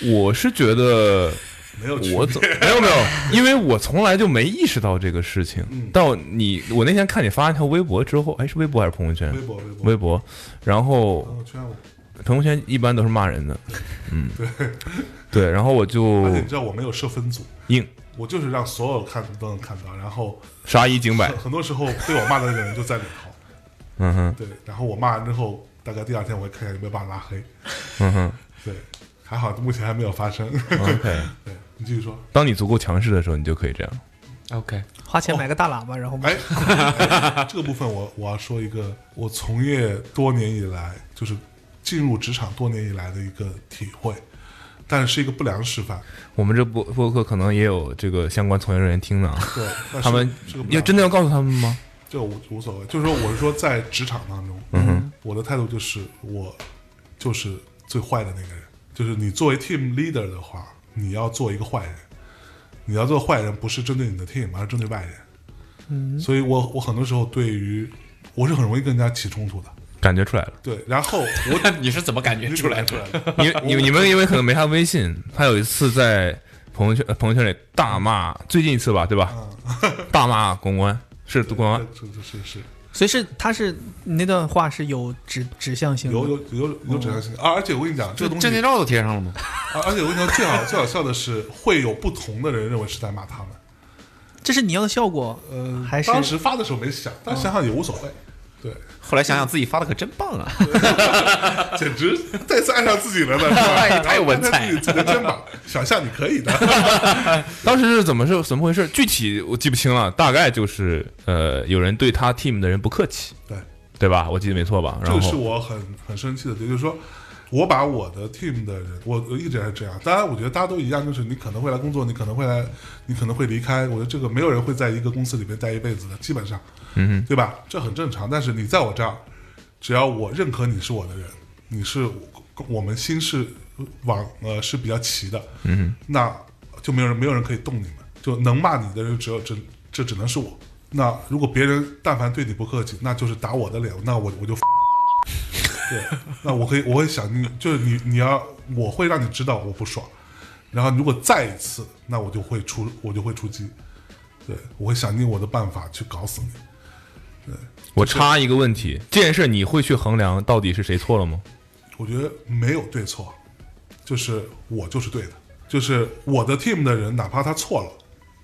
[SPEAKER 2] 我是觉得
[SPEAKER 3] 没有区
[SPEAKER 2] 我
[SPEAKER 3] 别
[SPEAKER 2] 怎 [laughs] 没有没有，因为我从来就没意识到这个事情。
[SPEAKER 3] 嗯
[SPEAKER 2] 到你我那天看你发一条微博之后，哎，是微博还是朋友圈？
[SPEAKER 3] 微博微博
[SPEAKER 2] 微博。然后
[SPEAKER 3] 朋友圈我，
[SPEAKER 2] 朋友圈一般都是骂
[SPEAKER 3] [laughs]
[SPEAKER 2] 人的，嗯，对对。然后我就
[SPEAKER 3] 而且你知道我没有设分组，
[SPEAKER 2] 硬
[SPEAKER 3] 我就是让所有看都能看到，然后
[SPEAKER 2] 杀一
[SPEAKER 3] [laughs]
[SPEAKER 2] 儆百
[SPEAKER 3] 很，很多时候被我骂的那个人就在里头。
[SPEAKER 2] 嗯哼，
[SPEAKER 3] 对，然后我骂完之后，大概第二天我会看一下有没有把他拉黑。
[SPEAKER 2] 嗯哼
[SPEAKER 3] 对，还好目前还没有发生。 [laughs]
[SPEAKER 2] ，OK。
[SPEAKER 3] 对你继续说。
[SPEAKER 2] 当你足够强势的时候，你就可以这样。
[SPEAKER 5] OK，
[SPEAKER 4] 花钱买个大喇叭，然后
[SPEAKER 3] 哎，哎这个部分我我要说一个，我从业多年以来，就是进入职场多年以来的一个体会，但是一个不良示范。
[SPEAKER 2] 我们这播播客可能也有这个相关从业人员听 [laughs] 呢，
[SPEAKER 3] 对，但是
[SPEAKER 2] 他们
[SPEAKER 3] 这个不
[SPEAKER 2] 要
[SPEAKER 3] 良
[SPEAKER 2] 真的要告诉他们吗？
[SPEAKER 3] 这个无无所谓，就是说我是说在职场当中，
[SPEAKER 2] 哼
[SPEAKER 3] 我的态度就是我就是最坏的那个人，就是你作为 team leader 的话，你要做一个坏人，你要做坏人不是针对你的 team，而是针对外人。嗯，所以我我很多时候对于我是很容易跟人家起冲突的，
[SPEAKER 2] 感觉出来了，
[SPEAKER 3] 对，然后我
[SPEAKER 5] [laughs] [laughs] 我你是怎么感觉出来
[SPEAKER 3] 出
[SPEAKER 5] 的？
[SPEAKER 3] 来的，
[SPEAKER 2] 因为你们你们因为可能没他微信，他有一次在朋友圈呃朋友圈里大骂，最近一次吧，对吧？大骂公关是公关，
[SPEAKER 3] 是是是是。
[SPEAKER 4] 所以是他是你那段话是有指指向性的，
[SPEAKER 3] 有有有有指向性，而而且我跟你讲，这个东西
[SPEAKER 5] 证，件照都贴上了吗？
[SPEAKER 3] 而而且我跟你讲，最好最好笑的是，会有不同的人认为是在骂他们。
[SPEAKER 4] 这是你要的效果，
[SPEAKER 3] 呃，
[SPEAKER 4] 还是
[SPEAKER 5] 嗯
[SPEAKER 3] 当时发的时候没想，但想想也无所谓。
[SPEAKER 5] [laughs]
[SPEAKER 3] 对，
[SPEAKER 5] 后来想想自己发的可真棒啊！
[SPEAKER 3] 简直 [laughs] 再次爱上自己了呢，是吧
[SPEAKER 5] [laughs] 太有文采了
[SPEAKER 3] 自己自己的肩膀，想象你可以的。 [laughs]
[SPEAKER 2] 当时是怎么是怎么回事？具体我记不清了，大概就是呃，有人对他 team 的人不客气，
[SPEAKER 3] 对，
[SPEAKER 2] 对吧？我记得没错吧？
[SPEAKER 3] 这
[SPEAKER 2] 然
[SPEAKER 3] 个是
[SPEAKER 2] 后
[SPEAKER 3] 我很很生气的点，就是说。我把我的 team 的人，我我一直还是这样。当然，我觉得大家都一样，就是你可能会来工作，你可能会来，你可能会离开。我觉得这个没有人会在一个公司里面待一辈子的，基本上，嗯，对吧？这很正常。但是你在我这儿，只要我认可你是我的人，你是我我们心是往呃是比较齐的，嗯，那就没有人没有人可以动你们，就能骂你的人只有只这只能是我。那如果别人但凡对你不客气，那就是打我的脸，那我我就对，那我可以，我会想你，就是你，你要，我会让你知道我不爽，然后如果再一次，那我就会出，我就会出击，对我会想尽我的办法去搞死你。
[SPEAKER 2] 我插一个问题，这件事你会去衡量到底是谁错了吗？
[SPEAKER 3] 我觉得没有对错，就是我就是对的，就是我的 team 的人，哪怕他错了，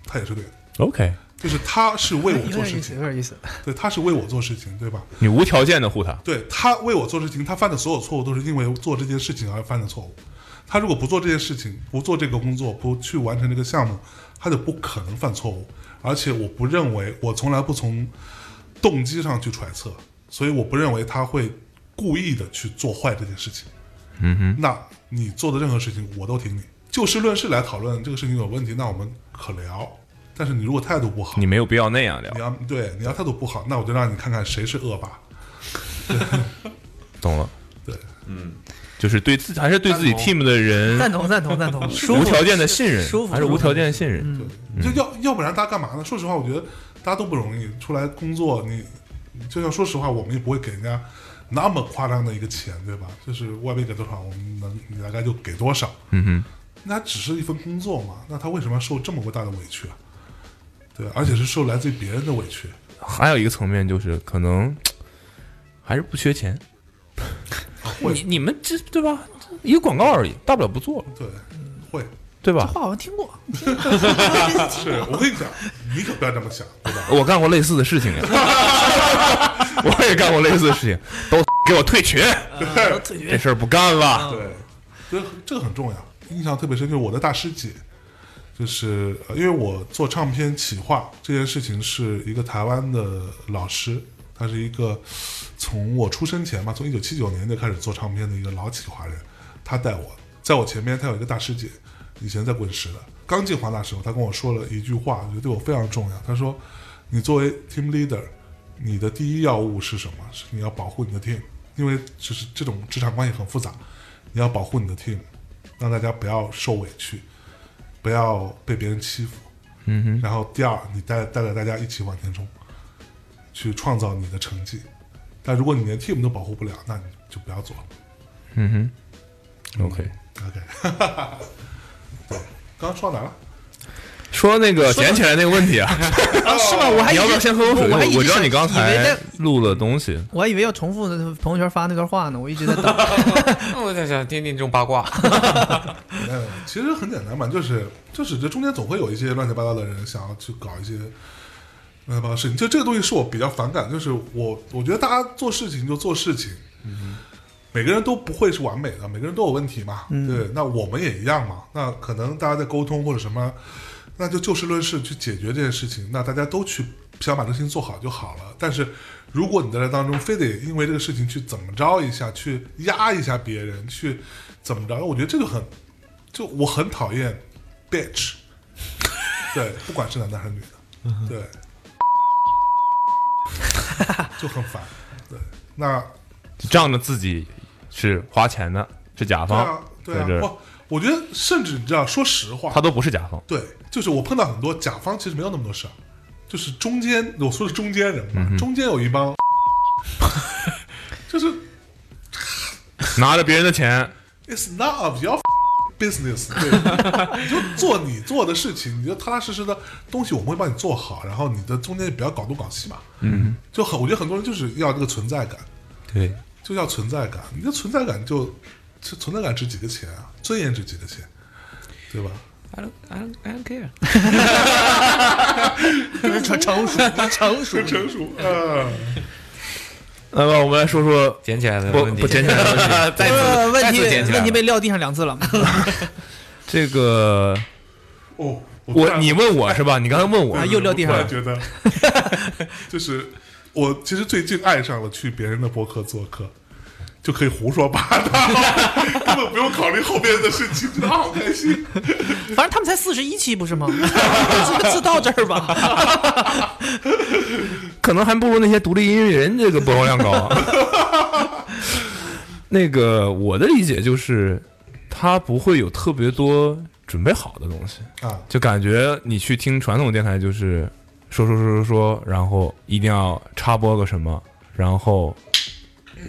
[SPEAKER 3] 他也是对的，
[SPEAKER 2] OK，
[SPEAKER 3] 就是他是为
[SPEAKER 4] [laughs]
[SPEAKER 3] 我
[SPEAKER 4] 有
[SPEAKER 3] 做
[SPEAKER 4] 点
[SPEAKER 3] 事
[SPEAKER 4] 意思，有
[SPEAKER 3] 情，
[SPEAKER 4] 点意思。
[SPEAKER 3] 对，他是为我做事情，对吧？
[SPEAKER 2] 你无条件的护他，
[SPEAKER 3] 对他为我做事情，他犯的所有错误都是因为做这件事情而犯的错误。他如果不做这件事情，不做这个工作，不去完成这个项目，他就不可能犯错误。而且我不认为，我从来不从动机上去揣测，所以我不认为他会故意的去做坏这件事情。嗯哼，那你做的任何事情我都挺你。就事论事来讨论这个事情有问题，那我们可聊。但是你如果态度不好，
[SPEAKER 2] 你没有必要那样聊
[SPEAKER 3] 你。要对你要态度不好，那我就让你看看谁是恶霸。
[SPEAKER 2] 懂了，
[SPEAKER 3] 对，
[SPEAKER 2] 就是对自还是对自己
[SPEAKER 3] 赞
[SPEAKER 2] team 的人
[SPEAKER 4] 赞同，赞同，赞同，舒服
[SPEAKER 2] 无条件的信任
[SPEAKER 4] 舒，服，
[SPEAKER 2] 还是
[SPEAKER 4] 舒服
[SPEAKER 2] 无条件的信任。
[SPEAKER 3] 就要要不然大家干嘛呢？说实话，我觉得大家都不容易，出来工作你，就像说实话，我们也不会给人家那么夸张的一个钱，对吧？就是外面给多少，我们能你大概就给多少。
[SPEAKER 2] 嗯哼。
[SPEAKER 3] 那只是一份工作嘛，那他为什么要受这么大的委屈啊？对，而且是受来自于别人的委屈。
[SPEAKER 2] 还有一个层面就是，可能还是不缺钱。
[SPEAKER 3] 会
[SPEAKER 2] 你你们这对吧？一个广告而已，大不了不做了，
[SPEAKER 3] 对，会
[SPEAKER 2] 对
[SPEAKER 4] 这
[SPEAKER 2] 吧？
[SPEAKER 4] 话我听过，
[SPEAKER 3] [laughs] 是我跟你讲， [laughs] 你可不要这么想，对 [laughs] 吧？
[SPEAKER 2] 我干过类似的事情 [laughs] 呀，我也干过类似的事情，都 [laughs] 给我退群，
[SPEAKER 4] 我特
[SPEAKER 2] 这
[SPEAKER 4] 别
[SPEAKER 2] 事儿不干了。
[SPEAKER 3] 对，这这个很重要。印象特别深，就是我的大师姐，就是呃因为我做唱片企划这件事情，是一个台湾的老师，他是一个从我出生前嘛，从一九七九年就开始做唱片的一个老企划人，他带我，在我前面他有一个大师姐，以前在滚石的，刚进华纳时候，他跟我说了一句话，我觉得对我非常重要，他说：“你作为 team leader，你的第一要务是什么？是你要保护你的 team，因为就是这种职场关系很复杂，你要保护你的 team，让大家不要受委屈，不要被别人欺负。
[SPEAKER 2] 嗯哼，
[SPEAKER 3] 然后第二，你带带着大家一起往前冲，去创造你的成绩。但如果你连 team 都保护不了，那你就不要做了。
[SPEAKER 2] 嗯哼，OK。
[SPEAKER 3] OK，对，刚刚说到哪了？
[SPEAKER 2] 说那个捡起来那个问题 [laughs] 啊，
[SPEAKER 4] 啊，是吗？我还
[SPEAKER 2] 你
[SPEAKER 4] 以
[SPEAKER 2] 要不
[SPEAKER 4] 为
[SPEAKER 2] 要先喝口水？
[SPEAKER 4] 我还一直
[SPEAKER 2] 我知道你
[SPEAKER 4] 想
[SPEAKER 2] 刚
[SPEAKER 4] 以为
[SPEAKER 2] 才
[SPEAKER 4] 在
[SPEAKER 2] 录了东西，
[SPEAKER 4] 我还以为要重复那朋友圈发那段话呢，我一直在等。
[SPEAKER 5] [laughs]
[SPEAKER 3] [laughs]
[SPEAKER 5] 我在想听听这种八卦，
[SPEAKER 3] 嗯， [laughs] 其实很简单嘛，就是就是这中间总会有一些乱七八糟的人想要去搞一些乱七八糟的事情。就这个东西是我比较反感，就是我我觉得大家做事情就做事情，每个人都不会是完美的，每个人都有问题嘛，对，那我们也一样嘛。那可能大家在沟通或者什么，那就就事论事去解决这件事情。那大家都去想把这个事情做好就好了。但是如果你在这当中非得因为这个事情去怎么着一下，去压一下别人，去怎么着，我觉得这就很就我很讨厌 bitch，对， [laughs] 不管是男的还是女的，对，就很烦。对，那
[SPEAKER 2] 仗着自己是花钱的，是甲
[SPEAKER 3] 对
[SPEAKER 2] 方
[SPEAKER 3] 啊，，对
[SPEAKER 2] 在
[SPEAKER 3] 啊
[SPEAKER 2] 这，儿
[SPEAKER 3] 我我觉得甚至你知道，说实话，
[SPEAKER 2] 他都不是甲方。
[SPEAKER 3] 对，就是我碰到很多甲方，其实没有那么多事儿，就是中间我说的中间人
[SPEAKER 2] 嗯
[SPEAKER 3] 嘛，中间有
[SPEAKER 2] [laughs]
[SPEAKER 3] 一帮，就是
[SPEAKER 2] 拿着别人的钱，
[SPEAKER 3] It's not of your business，对， [laughs] 你就做你做的事情，你就踏踏实实的东西，我们会帮你做好，然后你的中间也不要搞东搞西嘛，嗯，就很，我觉得很多人就是要这个存在感，
[SPEAKER 2] 对，
[SPEAKER 3] 就要存在感，你的存在感就，这存在感值几个钱啊，尊严值几个钱，对吧？
[SPEAKER 5] I don't, I don't, I don't care。
[SPEAKER 4] 成成熟，成熟，
[SPEAKER 3] 嗯成熟，呃，
[SPEAKER 2] 那么我们来说说
[SPEAKER 5] 捡起来的
[SPEAKER 2] 不
[SPEAKER 5] 问题，
[SPEAKER 2] 不捡起来的问
[SPEAKER 5] [laughs]
[SPEAKER 2] 题
[SPEAKER 5] 再
[SPEAKER 4] [laughs] 呃
[SPEAKER 5] 次
[SPEAKER 4] 问
[SPEAKER 5] 再
[SPEAKER 4] 题
[SPEAKER 5] 次捡起来
[SPEAKER 4] 问
[SPEAKER 5] 了
[SPEAKER 4] 题被撂地上两次了，
[SPEAKER 2] 这个，
[SPEAKER 3] 哦，突
[SPEAKER 2] 我
[SPEAKER 3] 然
[SPEAKER 2] 你问我是吧？你刚才
[SPEAKER 3] [laughs]
[SPEAKER 2] 问我
[SPEAKER 4] 啊，又撂地上
[SPEAKER 3] 我
[SPEAKER 4] 了
[SPEAKER 3] 突然。觉得， [laughs] 就是我其实最近爱上了去别人的博客做客，就可以胡说八道， [laughs] 根本不用考虑后面的事情，真的好开心。
[SPEAKER 4] 反正他们才四十一期不是吗？ [laughs] 这就到这儿吧。
[SPEAKER 3] [laughs]
[SPEAKER 2] 可能还不如那些独立音乐人这个播放量高、那个我的理解就是，他不会有特别多准备好的东西，
[SPEAKER 3] 啊，
[SPEAKER 2] 就感觉你去听传统电台就是说说说说说，然后一定要插播个什么，然后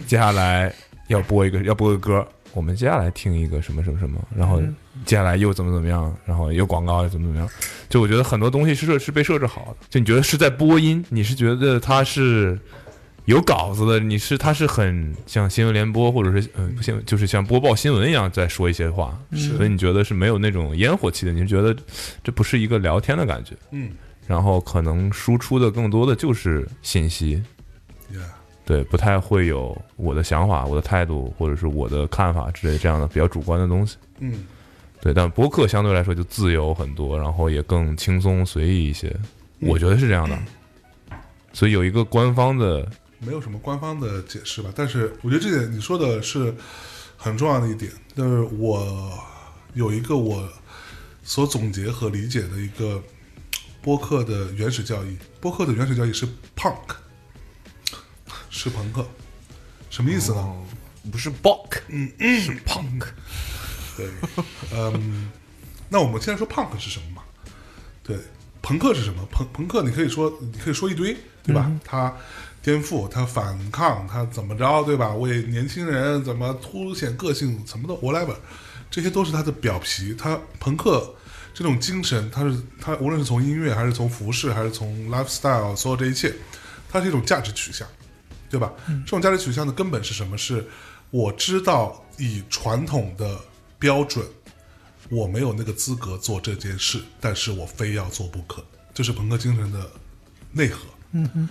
[SPEAKER 2] 接下来要播一个要播个歌，我们接下来听一个什么什么什么，然后接下来又怎么怎么样，然后又广告又怎么怎么样，就我觉得很多东西是设是被设置好的，就你觉得是在播音，你是觉得它是。有稿子的，你是它是很像新闻联播，或者是嗯、不新就是像播报新闻一样在说一些话，
[SPEAKER 3] 是
[SPEAKER 2] 所以你觉得是没有那种烟火气的，你是觉得这不是一个聊天的感觉，
[SPEAKER 3] 嗯，
[SPEAKER 2] 然后可能输出的更多的就是信息，
[SPEAKER 3] Yeah
[SPEAKER 2] 对，不太会有我的想法、我的态度或者是我的看法之类这样的比较主观的东西，
[SPEAKER 3] 嗯，
[SPEAKER 2] 对，但播客相对来说就自由很多，然后也更轻松随意一些，我觉得是这样的，所以有一个官方的
[SPEAKER 3] 没有什么官方的解释吧，但是我觉得这点你说的是很重要的一点，就是我有一个我所总结和理解的一个播客的原始教义，播客的原始教义是 punk，是朋克，什么意思呢？
[SPEAKER 5] 不是 bok，
[SPEAKER 3] 对， [laughs] 嗯，那我们现在说 punk 是什么嘛？对，朋克是什么？朋朋克你可以说，你可以说一堆，对吧？它颠覆，它反抗，它怎么着，对吧？为年轻人怎么凸显个性，什么的，whatever，这些都是它的表皮。它朋克这种精神，它是它无论是从音乐，还是从服饰，还是从 lifestyle，所有这一切，它是一种价值取向。对吧？这种价值取向的根本是什么？是我知道以传统的标准，我没有那个资格做这件事，但是我非要做不可，这是朋克精神的内核。嗯哼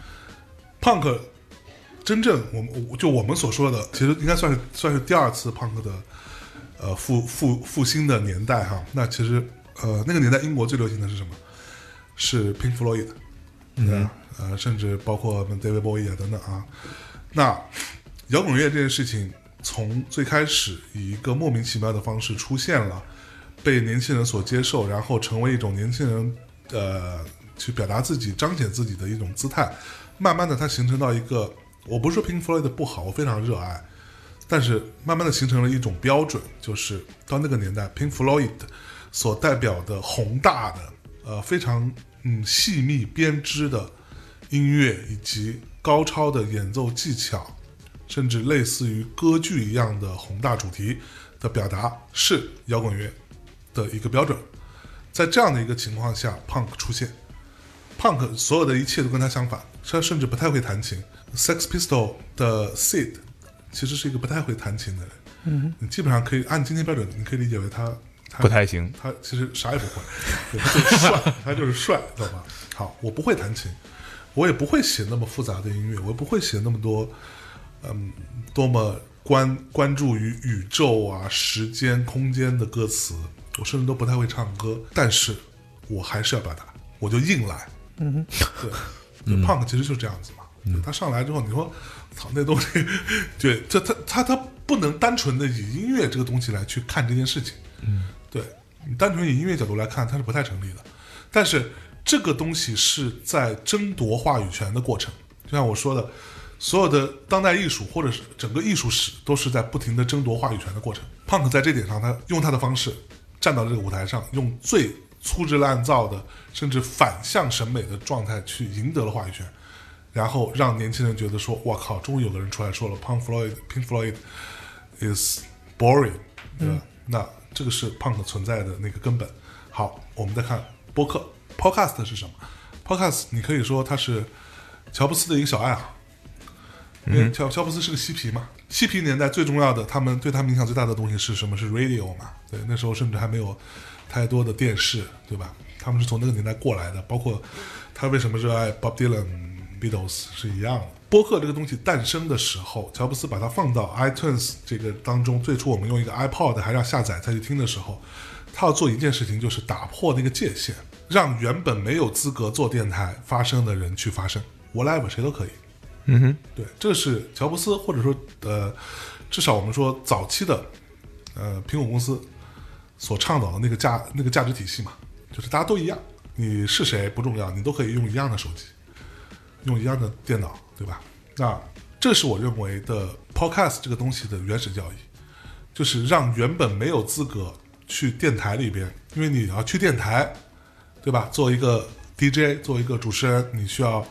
[SPEAKER 3] ，punk 真正我们我就我们所说的，其实应该算是算是第二次 punk 的呃复复复兴的年代哈。那其实呃那个年代英国最流行的是什么？是 Pink Floyd，对啊，呃，甚至包括 David Bowie 啊等等啊。那摇滚乐这件事情，从最开始以一个莫名其妙的方式出现了，被年轻人所接受，然后成为一种年轻人呃去表达自己、彰显自己的一种姿态。慢慢的，它形成到一个，我不是说 Pink Floyd 的不好，我非常热爱，但是慢慢的形成了一种标准，就是到那个年代，Pink Floyd 所代表的宏大的、呃非常嗯细密编织的音乐以及高超的演奏技巧，甚至类似于歌剧一样的宏大主题的表达，是摇滚乐的一个标准。在这样的一个情况下，punk 出现，punk 所有的一切都跟他相反，他甚至不太会弹琴。Sex Pistol 的 Sid 其实是一个不太会弹琴的人，嗯，你基本上可以按今天标准，你可以理解为他他
[SPEAKER 2] 不太行，
[SPEAKER 3] 他其实啥也不会， [laughs] 对他就是帅，他就是帅，知道吧？好，我不会弹琴，我也不会写那么复杂的音乐，我也不会写那么多，嗯，多么关关注于宇宙啊、时间、空间的歌词，我甚至都不太会唱歌，但是我还是要表达，我就硬来。嗯，对，就 punk 其实就是这样子嘛。对他上来之后，你说，操，那东西， [laughs] 对，这他他他不能单纯的以音乐这个东西来去看这件事情。对你单纯以音乐角度来看，它是不太成立的。但是这个东西是在争夺话语权的过程，就像我说的，所有的当代艺术或者是整个艺术史都是在不停的争夺话语权的过程。Punk 在这点上，他用他的方式站到这个舞台上，用最粗制滥造的，甚至反向审美的状态去赢得了话语权。然后让年轻人觉得说，我靠，终于有个人出来说了，Punk Floyd、Pink Floyd is boring，对吧？那这个是 Punk 存在的那个根本。好，我们再看播客 Podcast 是什么？Podcast 你可以说它是乔布斯的一个小爱好，因为乔乔布斯是个嬉皮嘛，嬉皮年代最重要的，他们对他们影响最大的东西是什么？是 radio 嘛？对，那时候甚至还没有太多的电视，对吧？他们是从那个年代过来的，包括他为什么热爱 Bob Dylan、 Beatles 是一样的。播客这个东西诞生的时候，乔布斯把它放到 iTunes 这个当中，最初我们用一个 iPod 还要下载再去听的时候，他要做一件事情，就是打破那个界限，让原本没有资格做电台发声的人去发声，whatever 谁都可以。
[SPEAKER 2] 嗯哼，
[SPEAKER 3] 对，这是乔布斯，或者说呃，至少我们说早期的呃苹果公司所倡导的那个价那个价值体系嘛，就是大家都一样，你是谁不重要，你都可以用一样的手机，用一样的电脑，对吧？那这是我认为的 Podcast 这个东西的原始教义，就是让原本没有资格去电台里边，因为你要去电台，对吧？做一个 DJ，做一个主持人，你需要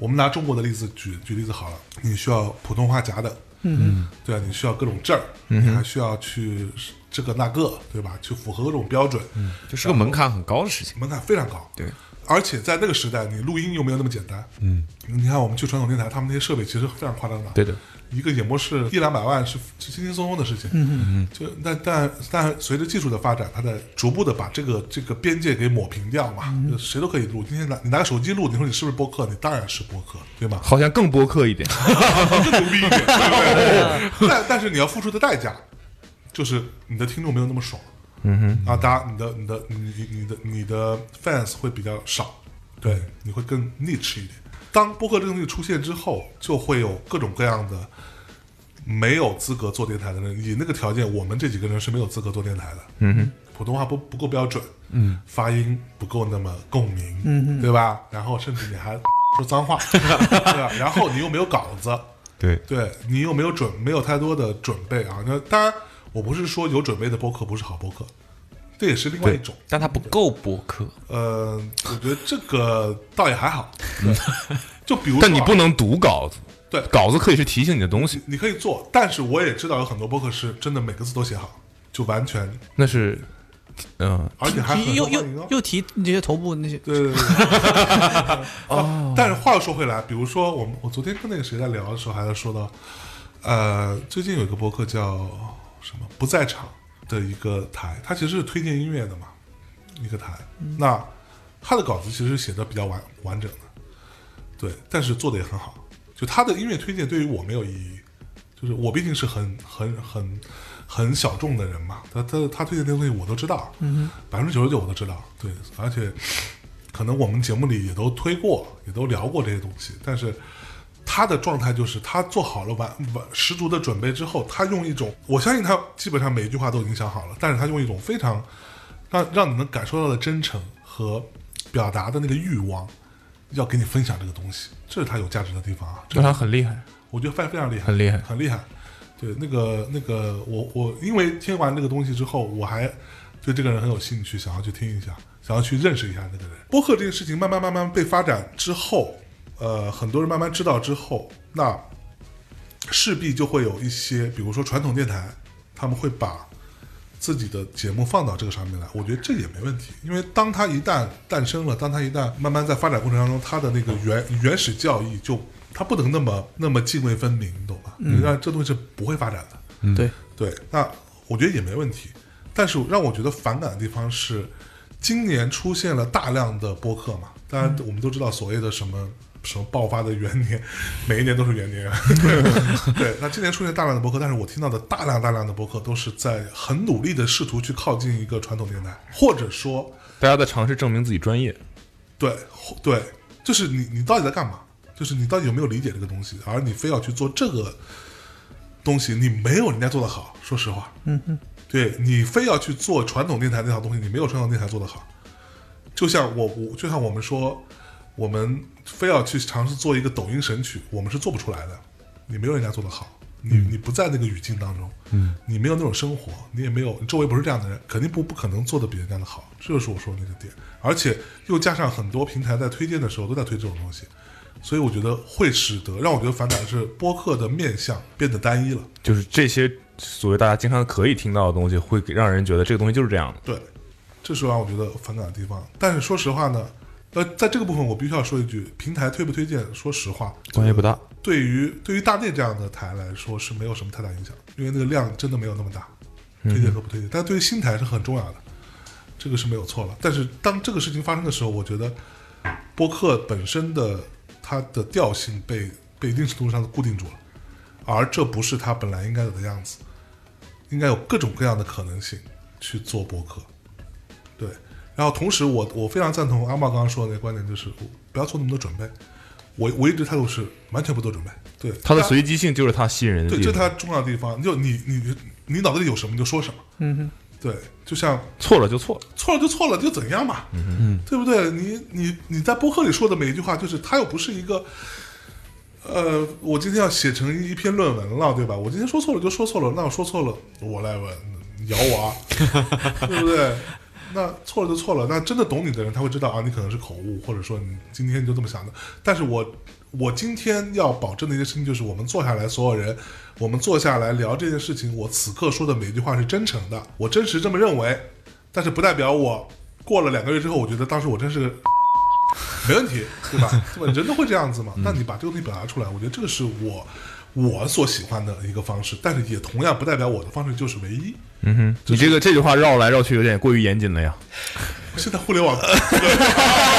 [SPEAKER 3] 我们拿中国的例子举举例子好了，你需要普通话夹的，嗯，对啊，你需要各种证儿，你还需要去这个那个，对吧？去符合各种标准，
[SPEAKER 5] 就是个门槛很高的事情。
[SPEAKER 3] 门槛非常高。
[SPEAKER 5] 对，
[SPEAKER 3] 而且在那个时代，你录音又没有那么简单。嗯，你看我们去传统电台，他们那些设备其实非常夸张的。
[SPEAKER 2] 对的，
[SPEAKER 3] 一个演播室一两百万是是轻轻松松的事情。嗯嗯嗯。就但但但随着技术的发展，它在逐步的把这个这个边界给抹平掉嘛，就谁都可以录。今天拿你拿个手机录，你说你是不是播客？你当然是播客，对吗？
[SPEAKER 2] 好像更播客一点。
[SPEAKER 3] 更牛逼一点，对不对？ [laughs] 但但是你要付出的代价，就是你的听众没有那么爽，嗯哼，啊，大家你的你的你你你的你的 fans 会比较少，对，你会更 niche 一点。当播客这个东西出现之后，就会有各种各样的没有资格做电台的人，以那个条件，我们这几个人是没有资格做电台的，
[SPEAKER 2] 嗯哼，
[SPEAKER 3] 普通话不不够标准，嗯，发音不够那么共鸣，嗯，对吧？然后甚至你还说脏 [laughs] 话，对吧？然后你又没有稿子，
[SPEAKER 2] [laughs] 对，
[SPEAKER 3] 对你又没有准，没有太多的准备啊。那当然，我不是说有准备的播客不是好播客，这也是另外一种。
[SPEAKER 5] 但它不够播客，
[SPEAKER 3] 呃，我觉得这个倒也
[SPEAKER 2] [laughs]
[SPEAKER 3] 还好。对就比如
[SPEAKER 2] 嗯
[SPEAKER 3] 说啊，
[SPEAKER 2] 但你不能读稿子，
[SPEAKER 3] 对
[SPEAKER 2] 稿子可以是提醒你的东西，
[SPEAKER 3] 你可以做，但是我也知道有很多播客是真的每个字都写好，就完全，
[SPEAKER 2] 那是，嗯、
[SPEAKER 3] 而且还很受
[SPEAKER 4] 又
[SPEAKER 3] 欢迎
[SPEAKER 4] 又
[SPEAKER 3] 哦。
[SPEAKER 4] 又提那些头部那些，
[SPEAKER 3] 对 [laughs] 对对对。哦，但是话又说回来，比如说我们，我昨天跟那个谁在聊的时候，还在说到，呃，最近有一个博客叫什么“不在场”的一个台，它其实是推荐音乐的嘛，一个台。那他的稿子其实写的比较完完整的，对，但是做的也很好。就他的音乐推荐对于我没有意义，就是我毕竟是很很很很小众的人嘛，他他他推荐那东西我都知道，百分之九十九我都知道，对，而且可能我们节目里也都推过，也都聊过这些东西，但是他的状态就是他做好了完完十足的准备之后，他用一种我相信他基本上每一句话都已经想好了，但是他用一种非常让让你能感受到的真诚和表达的那个欲望，要给你分享这个东西，这是他有价值的地方啊，这
[SPEAKER 2] 那他很厉害，
[SPEAKER 3] 我觉得非非常厉害，
[SPEAKER 2] 很厉害
[SPEAKER 3] 很厉害。对，那个那个，我我因为听完这个东西之后，我还对这个人很有兴趣，想要去听一下，想要去认识一下那个人。播客这个事情慢慢慢慢被发展之后，呃，很多人慢慢知道之后，那势必就会有一些，比如说传统电台，他们会把自己的节目放到这个上面来，我觉得这也没问题，因为当它一旦诞生了，当它一旦慢慢在发展过程当中，它的那个原原始教义就它不能那么那么泾渭分明，你懂吧？你看这东西是不会发展的，
[SPEAKER 4] 对，
[SPEAKER 3] 对，那我觉得也没问题。但是让我觉得反感的地方是，今年出现了大量的播客嘛，当然我们都知道所谓的什么。什么爆发的元年， [laughs] 每一年都是元年。啊对，那今年出现大量的播客，但是我听到的大量大量的播客都是在很努力的试图去靠近一个传统电台，或者说，
[SPEAKER 2] 大家在尝试证明自己专业。
[SPEAKER 3] 对或对，就是你你到底在干嘛？就是你到底有没有理解这个东西？而你非要去做这个东西，你没有人家做得好。说实话，嗯对你非要去做传统电台那套东西，你没有传统电台做得好。就像我我就像我们说，我们非要去尝试做一个抖音神曲，我们是做不出来的。你没有人家做得好，你、你不在那个语境当中，嗯，你没有那种生活，你也没有你周围不是这样的人，肯定不不可能做的比人家的好。这就是我说的那个点，而且又加上很多平台在推荐的时候都在推这种东西，所以我觉得会使得让我觉得反感的是播客的面向变得单一了。
[SPEAKER 2] 就是这些所谓大家经常可以听到的东西，会给让人觉得这个东西就是这样的。
[SPEAKER 3] 对，这是让我觉得反感的地方。但是说实话呢，呃，在这个部分我必须要说一句，平台推不推荐，说实话
[SPEAKER 2] 关系不大。
[SPEAKER 3] 对于对于大内这样的台来说是没有什么太大影响，因为那个量真的没有那么大，推荐和不推荐，但对于新台是很重要的，这个是没有错了。但是当这个事情发生的时候，我觉得播客本身的它的调性被被一定程度上固定住了，而这不是它本来应该有的样子，应该有各种各样的可能性去做播客。对，然后同时我我非常赞同阿茂刚刚说的那个观点，就是不要做那么多准备。我我一直态度是完全不做准备，对
[SPEAKER 2] 它的
[SPEAKER 3] 大
[SPEAKER 2] 随机性就是它吸引人的
[SPEAKER 3] 对，
[SPEAKER 2] 地
[SPEAKER 3] 这是
[SPEAKER 2] 方
[SPEAKER 3] 它，重要的地方。就你你你脑子里有什么你就说什么，
[SPEAKER 4] 嗯哼，
[SPEAKER 3] 对，就像
[SPEAKER 2] 错了就错了。
[SPEAKER 3] 错了就错了，就怎样嘛，嗯对不对？你你你在播客里说的每一句话，就是它又不是一个，呃，我今天要写成一篇论文了，对吧？我今天说错了就说错了，那我说错了，我来问，你咬我啊，对不对？那错了就错了，那真的懂你的人他会知道啊，你可能是口误，或者说你今天就这么想的。但是我我今天要保证的一件事情就是，我们坐下来，所有人，我们坐下来聊这件事情，我此刻说的每一句话是真诚的，我真实这么认为，但是不代表我过了两个月之后，我觉得当时我真是没问题，对吧？对吧？人都会这样子嘛。那你把这个东西表达出来，我觉得这个是我我所喜欢的一个方式，但是也同样不代表我的方式就是唯一。
[SPEAKER 2] 嗯哼，你这个这句话绕来绕去有点过于严谨 [laughs] 了呀。
[SPEAKER 3] 现在互联网，好 [laughs]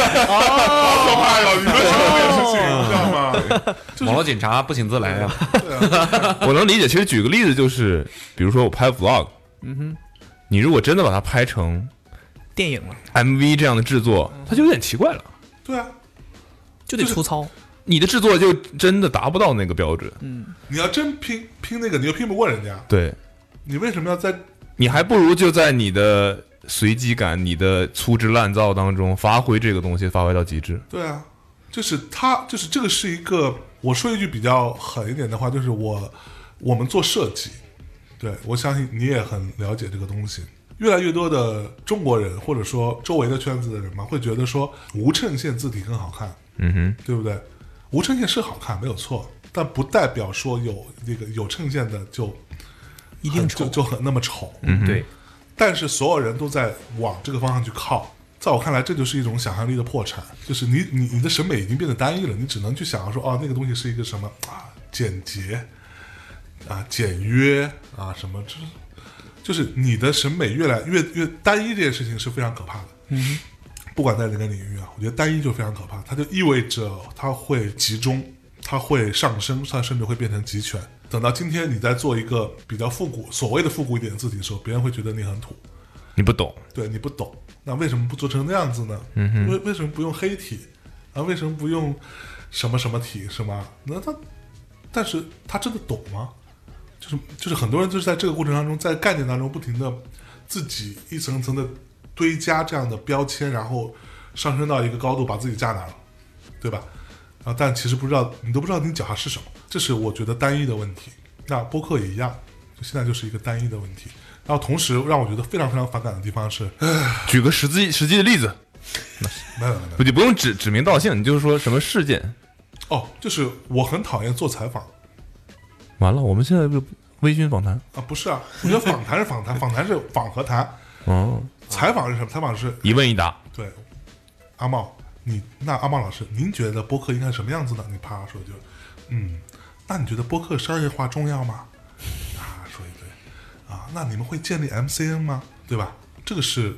[SPEAKER 3] 可怕哎呀！你们想这件事情，你知道吗？
[SPEAKER 5] 网络警察不请自来啊！
[SPEAKER 2] 我能理解。其实举个例子，就是比如说我拍 vlog，
[SPEAKER 4] 嗯哼，
[SPEAKER 2] 你如果真的把它拍成
[SPEAKER 4] 电影嘛，
[SPEAKER 2] MV 这样的制作，嗯它就有点奇怪了。
[SPEAKER 3] 对啊，
[SPEAKER 4] 就得粗糙，
[SPEAKER 2] 你的制作就真的达不到那个标准。
[SPEAKER 3] 你要真拼拼那个，你又拼不过人家，
[SPEAKER 2] 对
[SPEAKER 3] 你为什么要在？
[SPEAKER 2] 你还不如就在你的随机感、你的粗制滥造当中发挥这个东西，发挥到极致。
[SPEAKER 3] 对啊，就是他，就是这个是一个，我说一句比较狠一点的话，就是我我们做设计，对我相信你也很了解这个东西。越来越多的中国人，或者说周围的圈子的人嘛，会觉得说无衬线字体更好看，
[SPEAKER 2] 嗯哼，
[SPEAKER 3] 对不对？无衬线是好看，没有错，但不代表说有那个有衬线的就
[SPEAKER 4] 一定
[SPEAKER 3] 就
[SPEAKER 4] 丑。
[SPEAKER 3] 就很那么丑。
[SPEAKER 5] 对，
[SPEAKER 3] 但是所有人都在往这个方向去靠，在我看来，这就是一种想象力的破产，就是你你你的审美已经变得单一了，你只能去想要说，哦，那个东西是一个什么啊，简洁啊，简约啊，什么，就是就是你的审美越来越越单一这件事情是非常可怕的。嗯，不管在哪个领域啊，我觉得单一就非常可怕，它就意味着它会集中，它会上升，它甚至会变成集权。等到今天你在做一个比较复古，所谓的复古一点的字体的时候，别人会觉得你很土，
[SPEAKER 2] 你不懂。
[SPEAKER 3] 对你不懂，那为什么不做成那样子呢？嗯、为为什么不用黑体啊？为什么不用什么什么体是吗？那他，但是他真的懂吗？就是就是很多人就是在这个过程当中，在概念当中不停的自己一层层的堆加这样的标签，然后上升到一个高度，把自己架哪了，对吧？啊，但其实不知道你都不知道你脚下是什么，这是我觉得单一的问题。那播客也一样，就现在就是一个单一的问题。然后同时让我觉得非常非常反感的地方是，
[SPEAKER 2] 举个实际实际的例子，
[SPEAKER 3] 没有没有没有
[SPEAKER 2] 不就不用指指名道姓，你就是说什么事件。
[SPEAKER 3] 哦，就是我很讨厌做采访
[SPEAKER 2] 完了，我们现在就微醺访谈。
[SPEAKER 3] 啊，不是啊，我觉得访谈是访谈， [laughs] 访谈是访和谈，
[SPEAKER 2] 哦，
[SPEAKER 3] 采访是什么？采访是
[SPEAKER 2] 一问一答。
[SPEAKER 3] 对，阿茂，你那阿茂老师，您觉得播客应该是什么样子呢？你啪说一句，嗯，那你觉得播客商业化重要吗？啊，说一堆，啊，那你们会建立 MCN 吗？对吧？这个是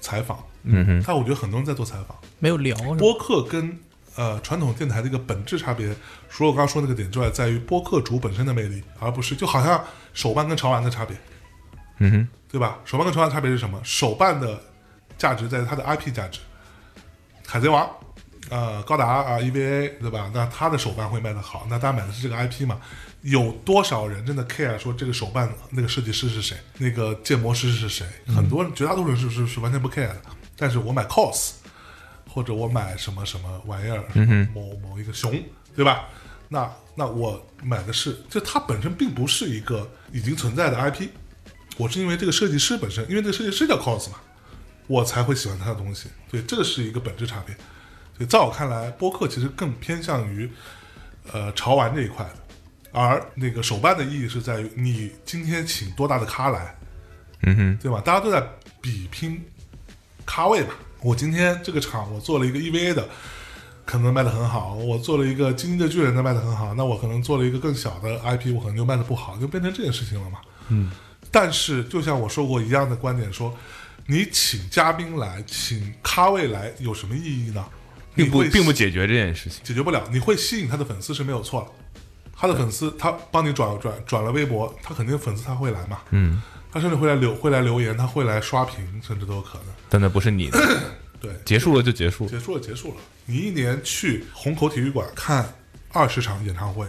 [SPEAKER 3] 采访，
[SPEAKER 2] 嗯哼，
[SPEAKER 3] 但我觉得很多人在做采访，
[SPEAKER 4] 没有聊是吧？
[SPEAKER 3] 播客跟呃传统电台的一个本质差别，除了我刚刚说那个点之外，在于播客主本身的魅力，而不是就好像手办跟潮玩的差别，
[SPEAKER 2] 嗯哼，
[SPEAKER 3] 对吧？手办跟潮玩的差别是什么？手办的价值在于它的 IP 价值，海贼王。呃，高达啊，EVA 对吧？那它的手办会卖得好，那大家买的是这个 IP 嘛？有多少人真的 care 说这个手办那个设计师是谁，那个建模师是谁？很多人，绝大多数人是是是完全不 care 的。但是我买 cos，或者我买什么什么玩意儿，某某一个熊，对吧？那那我买的是，就它本身并不是一个已经存在的 IP，我是因为这个设计师本身，因为这个设计师叫 cos 嘛，我才会喜欢他的东西。所以这个是一个本质差别。所以在我看来，播客其实更偏向于呃潮玩这一块的，而那个手办的意义是在于你今天请多大的咖来，
[SPEAKER 2] 嗯哼，
[SPEAKER 3] 对吧？大家都在比拼咖位吧。我今天这个场，我做了一个 EVA 的，可能卖的很好；我做了一个《精英的巨人》的卖的很好，那我可能做了一个更小的 IP，我可能就卖的不好，就变成这件事情了嘛。嗯。但是，就像我说过一样的观点说，你请嘉宾来，请咖位来有什么意义呢？
[SPEAKER 2] 并不
[SPEAKER 3] 你会
[SPEAKER 2] 并不解决这件事情。
[SPEAKER 3] 解决不了，你会吸引他的粉丝是没有错的。他的粉丝，他帮你转转转了微博，他肯定粉丝他会来嘛，
[SPEAKER 2] 嗯，
[SPEAKER 3] 他甚至会来留会来留言，他会来刷屏，甚至都有可能。
[SPEAKER 2] 但那不是你的，
[SPEAKER 3] 对，
[SPEAKER 2] 结束了就结束了。
[SPEAKER 3] 结束了，结束了。你一年去虹口体育馆看二十场演唱会，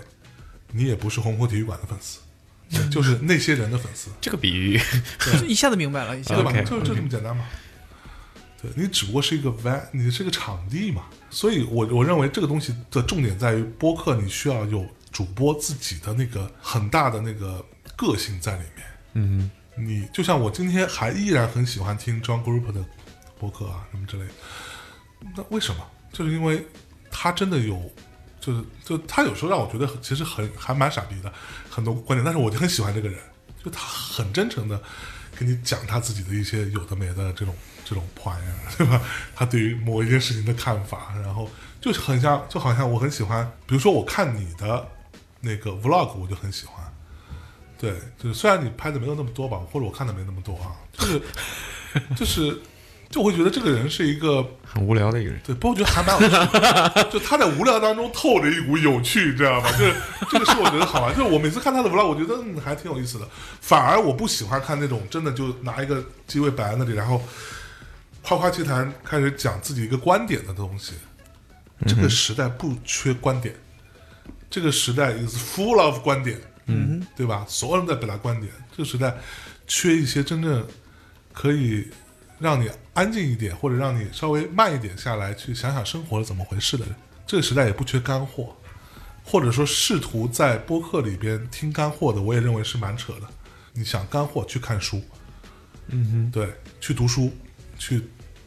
[SPEAKER 3] 你也不是虹口体育馆的粉丝，就是那些人的粉丝，
[SPEAKER 5] 这个比喻，
[SPEAKER 4] 就一下子明白了，一下
[SPEAKER 3] 对
[SPEAKER 4] 子
[SPEAKER 3] 吧
[SPEAKER 5] OK，
[SPEAKER 3] 就就这么简单嘛。对你只不过是一个 van，你是个场地嘛。所以我我认为这个东西的重点在于播客，你需要有主播自己的那个很大的那个个性在里面。
[SPEAKER 5] 嗯，
[SPEAKER 3] 你就像我今天还依然很喜欢听 John Group 的播客啊什么之类的，那为什么？就是因为他真的有，就是就他有时候让我觉得很其实很还蛮傻逼的很多观点，但是我就很喜欢这个人，就他很真诚的跟你讲他自己的一些有的没的这种这种破玩意儿，对吧？他对于某一件事情的看法，然后就是很像，就好像我很喜欢，比如说我看你的那个 vlog，我就很喜欢。对，就是虽然你拍的没有那么多吧，或者我看的没那么多啊，就是就是，就我会觉得这个人是一个
[SPEAKER 5] 很无聊的一个人。
[SPEAKER 3] 对，不过我觉得还蛮有趣的，就他在无聊当中透着一股有趣，你知道吗？就是这个是我觉得好玩，就是我每次看他的 vlog，我觉得嗯还挺有意思的。反而我不喜欢看那种真的就拿一个机位摆在那里，然后夸夸其谈，开始讲自己一个观点的东西。这个时代不缺观点，这个时代 is full of 观点，嗯，对吧？所有人在表达观点，这个时代缺一些真正可以让你安静一点，或者让你稍微慢一点下来，去想想生活是怎么回事的人。这个时代也不缺干货，或者说试图在播客里边听干货的，我也认为是蛮扯的。你想干货，去看书，嗯哼，对，去读书，去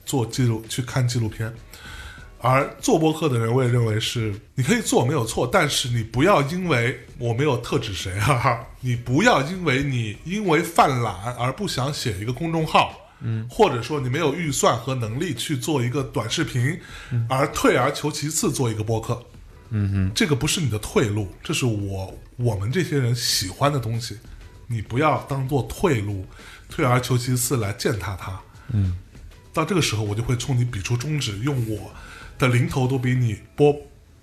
[SPEAKER 3] 做记录，去看纪录片。而做播客的人，我也认为是你可以做没有错，但是你不要因为我没有特指谁哈、哈，你不要因为你因为犯懒而不想写一个公众号，嗯，或者说你没有预算和能力去做一个短视频，而退而求其次做一个播客，嗯嗯哼，这个不是你的退路，这是我我们这些人喜欢的东西，你不要当做退路，退而求其次来践踏它，到这个时候，我就会冲你比出中指，用我的零头都比你播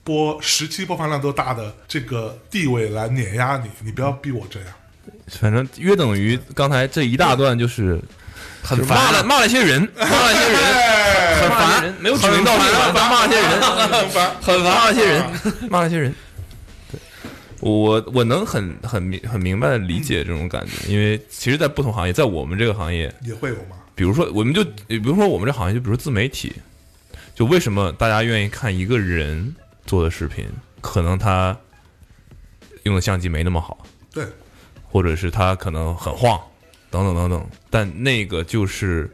[SPEAKER 3] 播十期播放量都大的这个地位来碾压你，你不要逼我这样。
[SPEAKER 2] 反正约等于刚才这一大段就是很哎骂了骂了些人，骂了些人，很烦，没有指名道姓，骂了些人，很烦，骂了些人，骂了些人。对，我我能很很明很明白的理解这种感觉，因为其实，在不同行业，在我们这个行业，
[SPEAKER 3] 也会有吗？
[SPEAKER 2] 比如说，我们就比如说我们这行业，就比如说自媒体，就为什么大家愿意看一个人做的视频？可能他用的相机没那么好，
[SPEAKER 3] 对，
[SPEAKER 2] 或者是他可能很晃，等等等等。但那个就是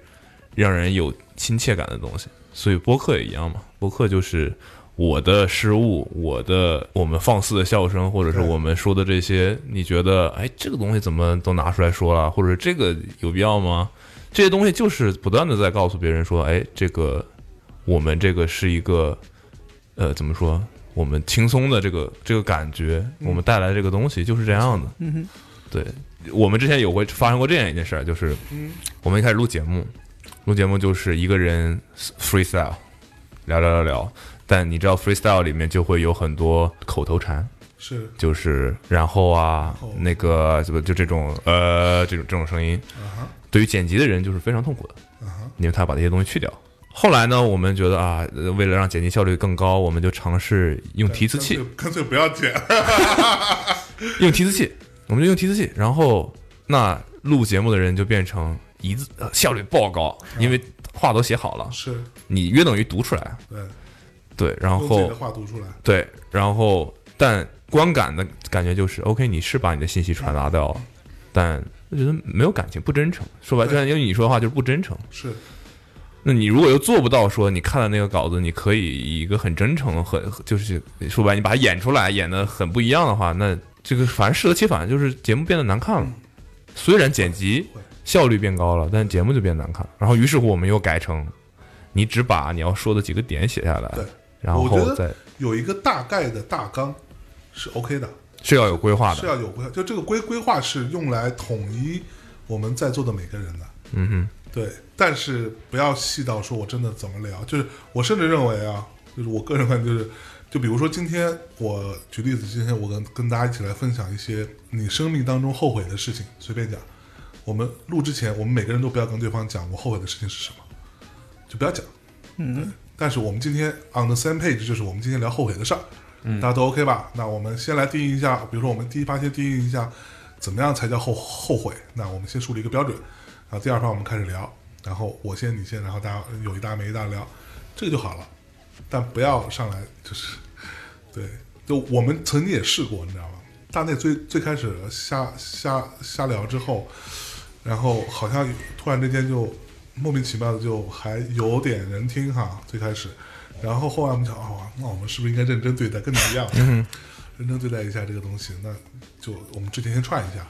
[SPEAKER 2] 让人有亲切感的东西，所以播客也一样嘛。播客就是我的失误，我的我们放肆的笑声，或者是
[SPEAKER 3] 对
[SPEAKER 2] 我们说的这些，你觉得哎，这个东西怎么都拿出来说了，或者这个有必要吗？这些东西就是不断的在告诉别人说，哎，这个我们这个是一个呃，怎么说？我们轻松的这个这个感觉，我们带来这个东西就是这样的。
[SPEAKER 4] 嗯哼，
[SPEAKER 2] 对，我们之前有过发生过这样一件事儿，就是
[SPEAKER 3] 嗯
[SPEAKER 2] 我们一开始录节目，录节目就是一个人 freestyle，聊聊聊聊。但你知道 freestyle 里面就会有很多口头禅，
[SPEAKER 3] 是
[SPEAKER 2] 就是然后啊
[SPEAKER 3] 哦，
[SPEAKER 2] 那个怎么就这种呃这种这种声音，
[SPEAKER 3] 啊哈
[SPEAKER 2] 对于剪辑的人就是非常痛苦的。
[SPEAKER 3] 啊哈，
[SPEAKER 2] 因为他把这些东西去掉。后来呢，我们觉得啊，呃为了让剪辑效率更高，我们就尝试用提词器
[SPEAKER 3] 干，脆干脆不要剪。
[SPEAKER 2] 用提词器，我们就用提词器。然后那录节目的人就变成一字呃效率爆高，因为话都写好了，
[SPEAKER 3] 是，
[SPEAKER 2] 你约等于读出来。
[SPEAKER 3] 对，
[SPEAKER 2] 对，然
[SPEAKER 3] 用自己
[SPEAKER 2] 后
[SPEAKER 3] 的话读出来。
[SPEAKER 2] 对，然后但观感的感觉就是，OK，你是把你的信息传达掉了，但就觉得没有感情，不真诚。说白了，就像因为你说的话就是不真诚。
[SPEAKER 3] 是，
[SPEAKER 2] 那你如果又做不到说你看的那个稿子，你可以以一个很真诚、很就是说白了，你把它演出来，演的很不一样的话，那这个反而适得其反，就是节目变得难看了。虽然剪辑
[SPEAKER 3] 会
[SPEAKER 2] 效率变高了，但节目就变难看。然后于是乎我们又改成，你只把你要说的几个点写下来
[SPEAKER 3] 对，
[SPEAKER 2] 然
[SPEAKER 3] 我觉
[SPEAKER 2] 后
[SPEAKER 3] 得
[SPEAKER 2] 再
[SPEAKER 3] 有一个大概的大纲是 OK 的，
[SPEAKER 2] 是要有规划
[SPEAKER 3] 是
[SPEAKER 2] 的。
[SPEAKER 3] 要有规划，就这个规规划是用来统一我们在座的每个人的。
[SPEAKER 2] 嗯哼，
[SPEAKER 3] 对，但是不要细到说我真的怎么聊，就是我甚至认为啊，就是我个人观点就是，就比如说今天我举例子，今天我跟跟大家一起来分享一些你生命当中后悔的事情，随便讲。我们录之前，我们每个人都不要跟对方讲我后悔的事情是什么，就不要讲。嗯。但是我们今天 on the same page，就是我们今天聊后悔的事儿，嗯，大家都 OK 吧？那我们先来定义一下，比如说我们第一趴先定义一下，怎么样才叫后后悔？那我们先树立一个标准，然后第二趴我们开始聊，然后我先你先，然后大家有一搭没一搭聊，这个就好了。但不要上来就是，对，就我们曾经也试过，你知道吗？大内最最开始瞎瞎瞎聊之后，然后好像突然之间就莫名其妙的就还有点人听哈，最开始，然后后来我们想哦，那我们是不是应该认真对待，跟你一样，认真对待一下这个东西？那就我们之前先串一下，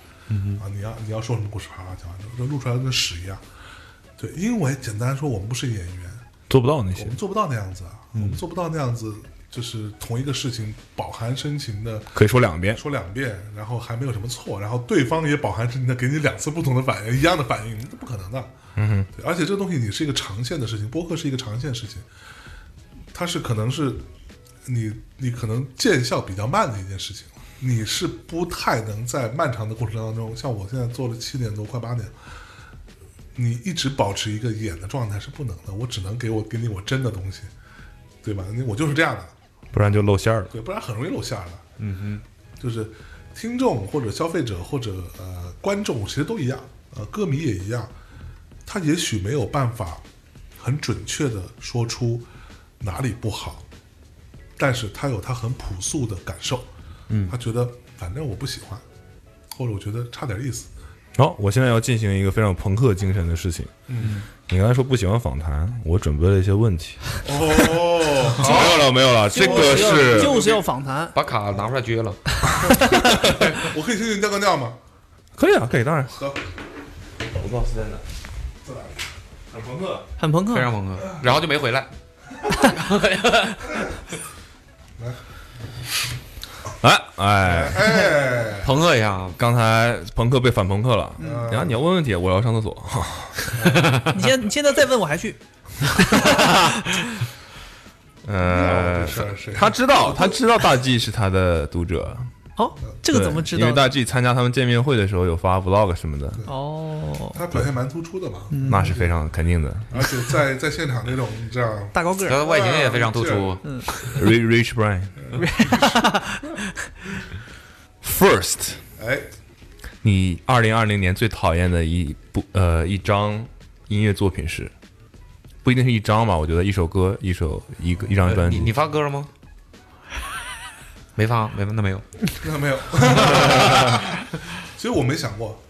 [SPEAKER 3] 啊，你要你要说什么故事啪啪讲完之后，这录出来跟屎一样，对，因为简单说我们不是演员，
[SPEAKER 2] 做不到那
[SPEAKER 3] 我
[SPEAKER 2] 些
[SPEAKER 3] 们，做不到那样子啊，我们做不到那样子，就是同一个事情饱含深情的
[SPEAKER 2] 可以说两遍。
[SPEAKER 3] 说两遍，然后还没有什么错，然后对方也饱含深情的给你两次不同的反应，一样的反应，这不可能的。嗯哼，而且这个东西你是一个长线的事情，播客是一个长线事情，它是可能是你你可能见效比较慢的一件事情，你是不太能在漫长的过程当中，像我现在做了七年多，快八年。你一直保持一个演的状态是不能的，我只能给我给你我真的东西，对吧？你我就是这样的，
[SPEAKER 2] 不然就露馅儿了。
[SPEAKER 3] 对，不然很容易露馅儿的。嗯哼，就是听众或者消费者或者呃观众其实都一样，呃歌迷也一样，他也许没有办法很准确的说出哪里不好，但是他有他很朴素的感受，嗯，他觉得反正我不喜欢，或者我觉得差点意思，
[SPEAKER 2] 好、我现在要进行一个非常有朋克精神的事情。嗯，你刚才说不喜欢访谈，我准备了一些问题。
[SPEAKER 3] 哦，
[SPEAKER 2] 没有了，没有了，这个
[SPEAKER 4] 就是要就是要访谈，
[SPEAKER 5] 把卡拿出来撅了，
[SPEAKER 3] 我可以听听尿个尿吗？
[SPEAKER 2] 可以啊，可以，当然。
[SPEAKER 3] 喝，
[SPEAKER 2] 我告诉在哪？
[SPEAKER 3] 自来很朋克，
[SPEAKER 4] 很朋克
[SPEAKER 5] 非。常朋克，然后就没回来。
[SPEAKER 2] 哎哎，
[SPEAKER 3] [laughs] 哎，
[SPEAKER 5] 朋克一下 [laughs] 啊，
[SPEAKER 2] 刚才朋克被反朋克了，
[SPEAKER 4] 嗯
[SPEAKER 2] 然后你要问问题，我要上厕所。
[SPEAKER 4] 你现你现在再问我还去，嗯
[SPEAKER 2] 呃
[SPEAKER 3] 哦这事儿谁，
[SPEAKER 2] 他知道，他知道大 G 是他的读者，
[SPEAKER 4] 哦，这个怎么知
[SPEAKER 2] 对因
[SPEAKER 4] 道
[SPEAKER 2] 为
[SPEAKER 4] 的？
[SPEAKER 2] 大 G 参加他们见面会的时候有发 vlog 什么的，
[SPEAKER 4] 哦，
[SPEAKER 3] 他表现蛮突出的嘛，
[SPEAKER 2] 那是非常肯定的。
[SPEAKER 3] 而且在在现场那种你知道。
[SPEAKER 4] 大高个
[SPEAKER 5] 他
[SPEAKER 4] 儿，
[SPEAKER 5] 的外形也非常突出。
[SPEAKER 2] Rich
[SPEAKER 4] [laughs]
[SPEAKER 2] Brian。First，
[SPEAKER 3] 哎，
[SPEAKER 2] 你二零二零年最讨厌的一部呃一张音乐作品是？不一定是一张吧，我觉得一首歌、一首一个一张专
[SPEAKER 5] 呃你你
[SPEAKER 2] 辑。
[SPEAKER 5] 发歌了 [laughs] 吗？没发，没那没有。
[SPEAKER 3] 那 [laughs] 没有。其实我没想过，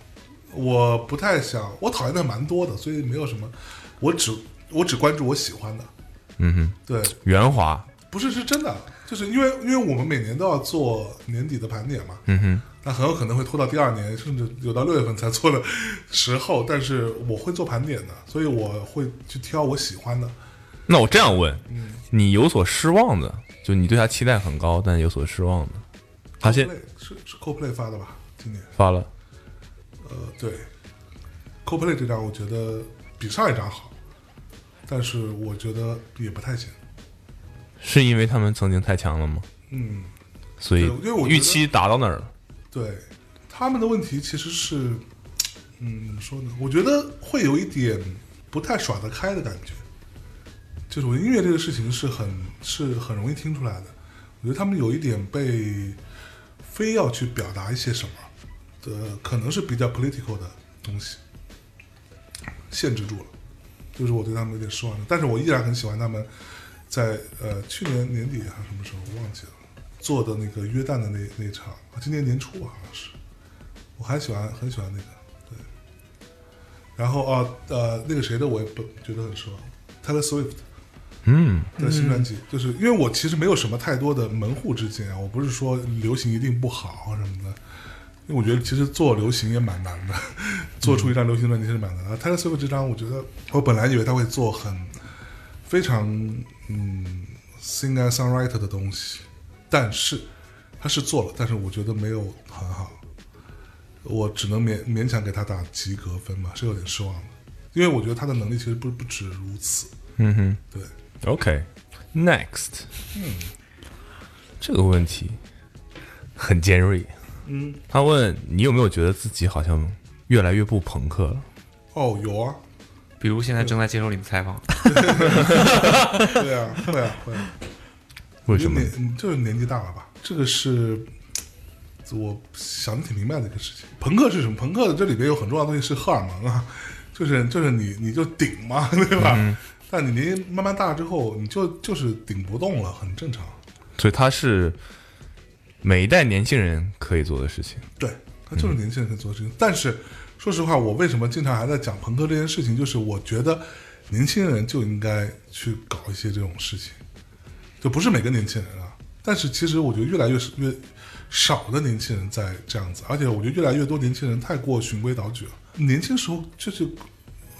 [SPEAKER 3] 我不太想，我讨厌的蛮多的，所以没有什么，我只我只关注我喜欢的。
[SPEAKER 2] 嗯哼，
[SPEAKER 3] 对，
[SPEAKER 2] 圆滑。
[SPEAKER 3] 不是是真的，就是因为因为我们每年都要做年底的盘点嘛，
[SPEAKER 2] 嗯哼，
[SPEAKER 3] 那很有可能会拖到第二年，甚至有到六月份才做的时候。但是我会做盘点的，所以我会去挑我喜欢的。
[SPEAKER 2] 那我这样问，
[SPEAKER 3] 嗯
[SPEAKER 2] 你有所失望的，就你对他期待很高，但有所失望的，他现
[SPEAKER 3] Coldplay 是是 CoPlay 发的吧？今年
[SPEAKER 2] 发了，
[SPEAKER 3] 呃，对，CoPlay 这张我觉得比上一张好，但是我觉得也不太行。
[SPEAKER 2] 是因为他们曾经太强了吗？
[SPEAKER 3] 嗯，
[SPEAKER 2] 所以
[SPEAKER 3] 对因为我觉得
[SPEAKER 2] 预期达到那儿了。
[SPEAKER 3] 对，他们的问题其实是，嗯，怎么说呢？我觉得会有一点不太耍得开的感觉。就是我音乐这个事情是很是很容易听出来的，我觉得他们有一点被非要去表达一些什么的，可能是比较 political 的东西限制住了，就是我对他们有点失望的。但是我依然很喜欢他们在呃去年年底还是什么时候我忘记了。做的那个约旦的那那场，啊今年年初吧好像是，我还喜欢很喜欢那个，对。然后啊呃那个谁的我也不觉得很失望，Taylor Swift
[SPEAKER 2] 嗯，
[SPEAKER 3] 的新专辑，就是因为我其实没有什么太多的门户之见啊，我不是说流行一定不好啊什么的，因为我觉得其实做流行也蛮难的， [laughs] 做出一张流行专辑是蛮难的。Taylor 啊 Swift 这张，我觉得我本来以为他会做很非常嗯 singer songwriter 的东西，但是他是做了，但是我觉得没有很好，我只能勉勉强给他打及格分吧，是有点失望的，因为我觉得他的能力其实不不止如此，
[SPEAKER 2] 嗯
[SPEAKER 3] 对。嗯
[SPEAKER 2] 哼，OK， Next，这个问题很尖锐。嗯，他问你有没有觉得自己好像越来越不朋克了？
[SPEAKER 3] 哦，有啊，
[SPEAKER 5] 比如现在正在接受你的采访，
[SPEAKER 3] 对啊，会啊，会啊。
[SPEAKER 2] 为什么？
[SPEAKER 3] 年嗯就是年纪大了吧？这个是我想的挺明白的一个事情。朋克是什么？朋克这里边有很重要的东西是荷尔蒙啊，就是就是你你就顶嘛，对吧？
[SPEAKER 2] 嗯
[SPEAKER 3] 但你年纪慢慢大之后，你就就是顶不动了，很正常。
[SPEAKER 2] 所以他是每一代年轻人可以做的事情。
[SPEAKER 3] 对，他就是年轻人可以做的事情。但是说实话，我为什么经常还在讲朋克这件事情？就是我觉得年轻人就应该去搞一些这种事情，就不是每个年轻人啊。但是其实我觉得越来越越少的年轻人在这样子，而且我觉得越来越多年轻人太过循规蹈矩了。年轻时候就是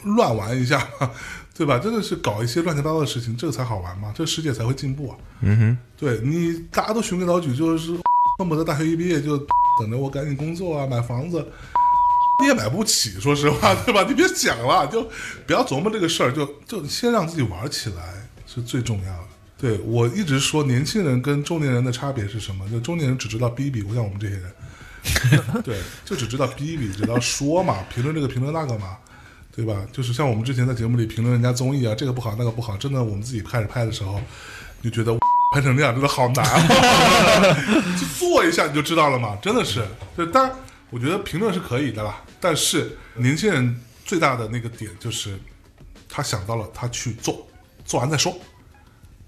[SPEAKER 3] 乱玩一下嘛，对吧？真的是搞一些乱七八糟的事情，这个才好玩嘛，这个世界才会进步啊。
[SPEAKER 2] 嗯哼，
[SPEAKER 3] 对你大家都循规蹈矩，就是 [laughs] 恨不得大学一毕业就 [laughs] 等着我赶紧工作啊，买房子， [laughs] 你也买不起，说实话，对吧？你别想了，就不要琢磨这个事儿，就就先让自己玩起来是最重要的。对我一直说，年轻人跟中年人的差别是什么？就中年人只知道逼逼，不像我们这些人， [laughs] 对，就只知道逼逼，只知道说嘛，评论这个评论那个嘛，对吧？就是像我们之前在节目里评论人家综艺啊，这个不好那个不好，真的我们自己开始拍的时候，就觉得拍成这样真的好难、啊， [laughs] 就做一下你就知道了嘛，真的是。对，当然我觉得评论是可以的啦，但是年轻人最大的那个点就是他想到了，他去做，做完再说。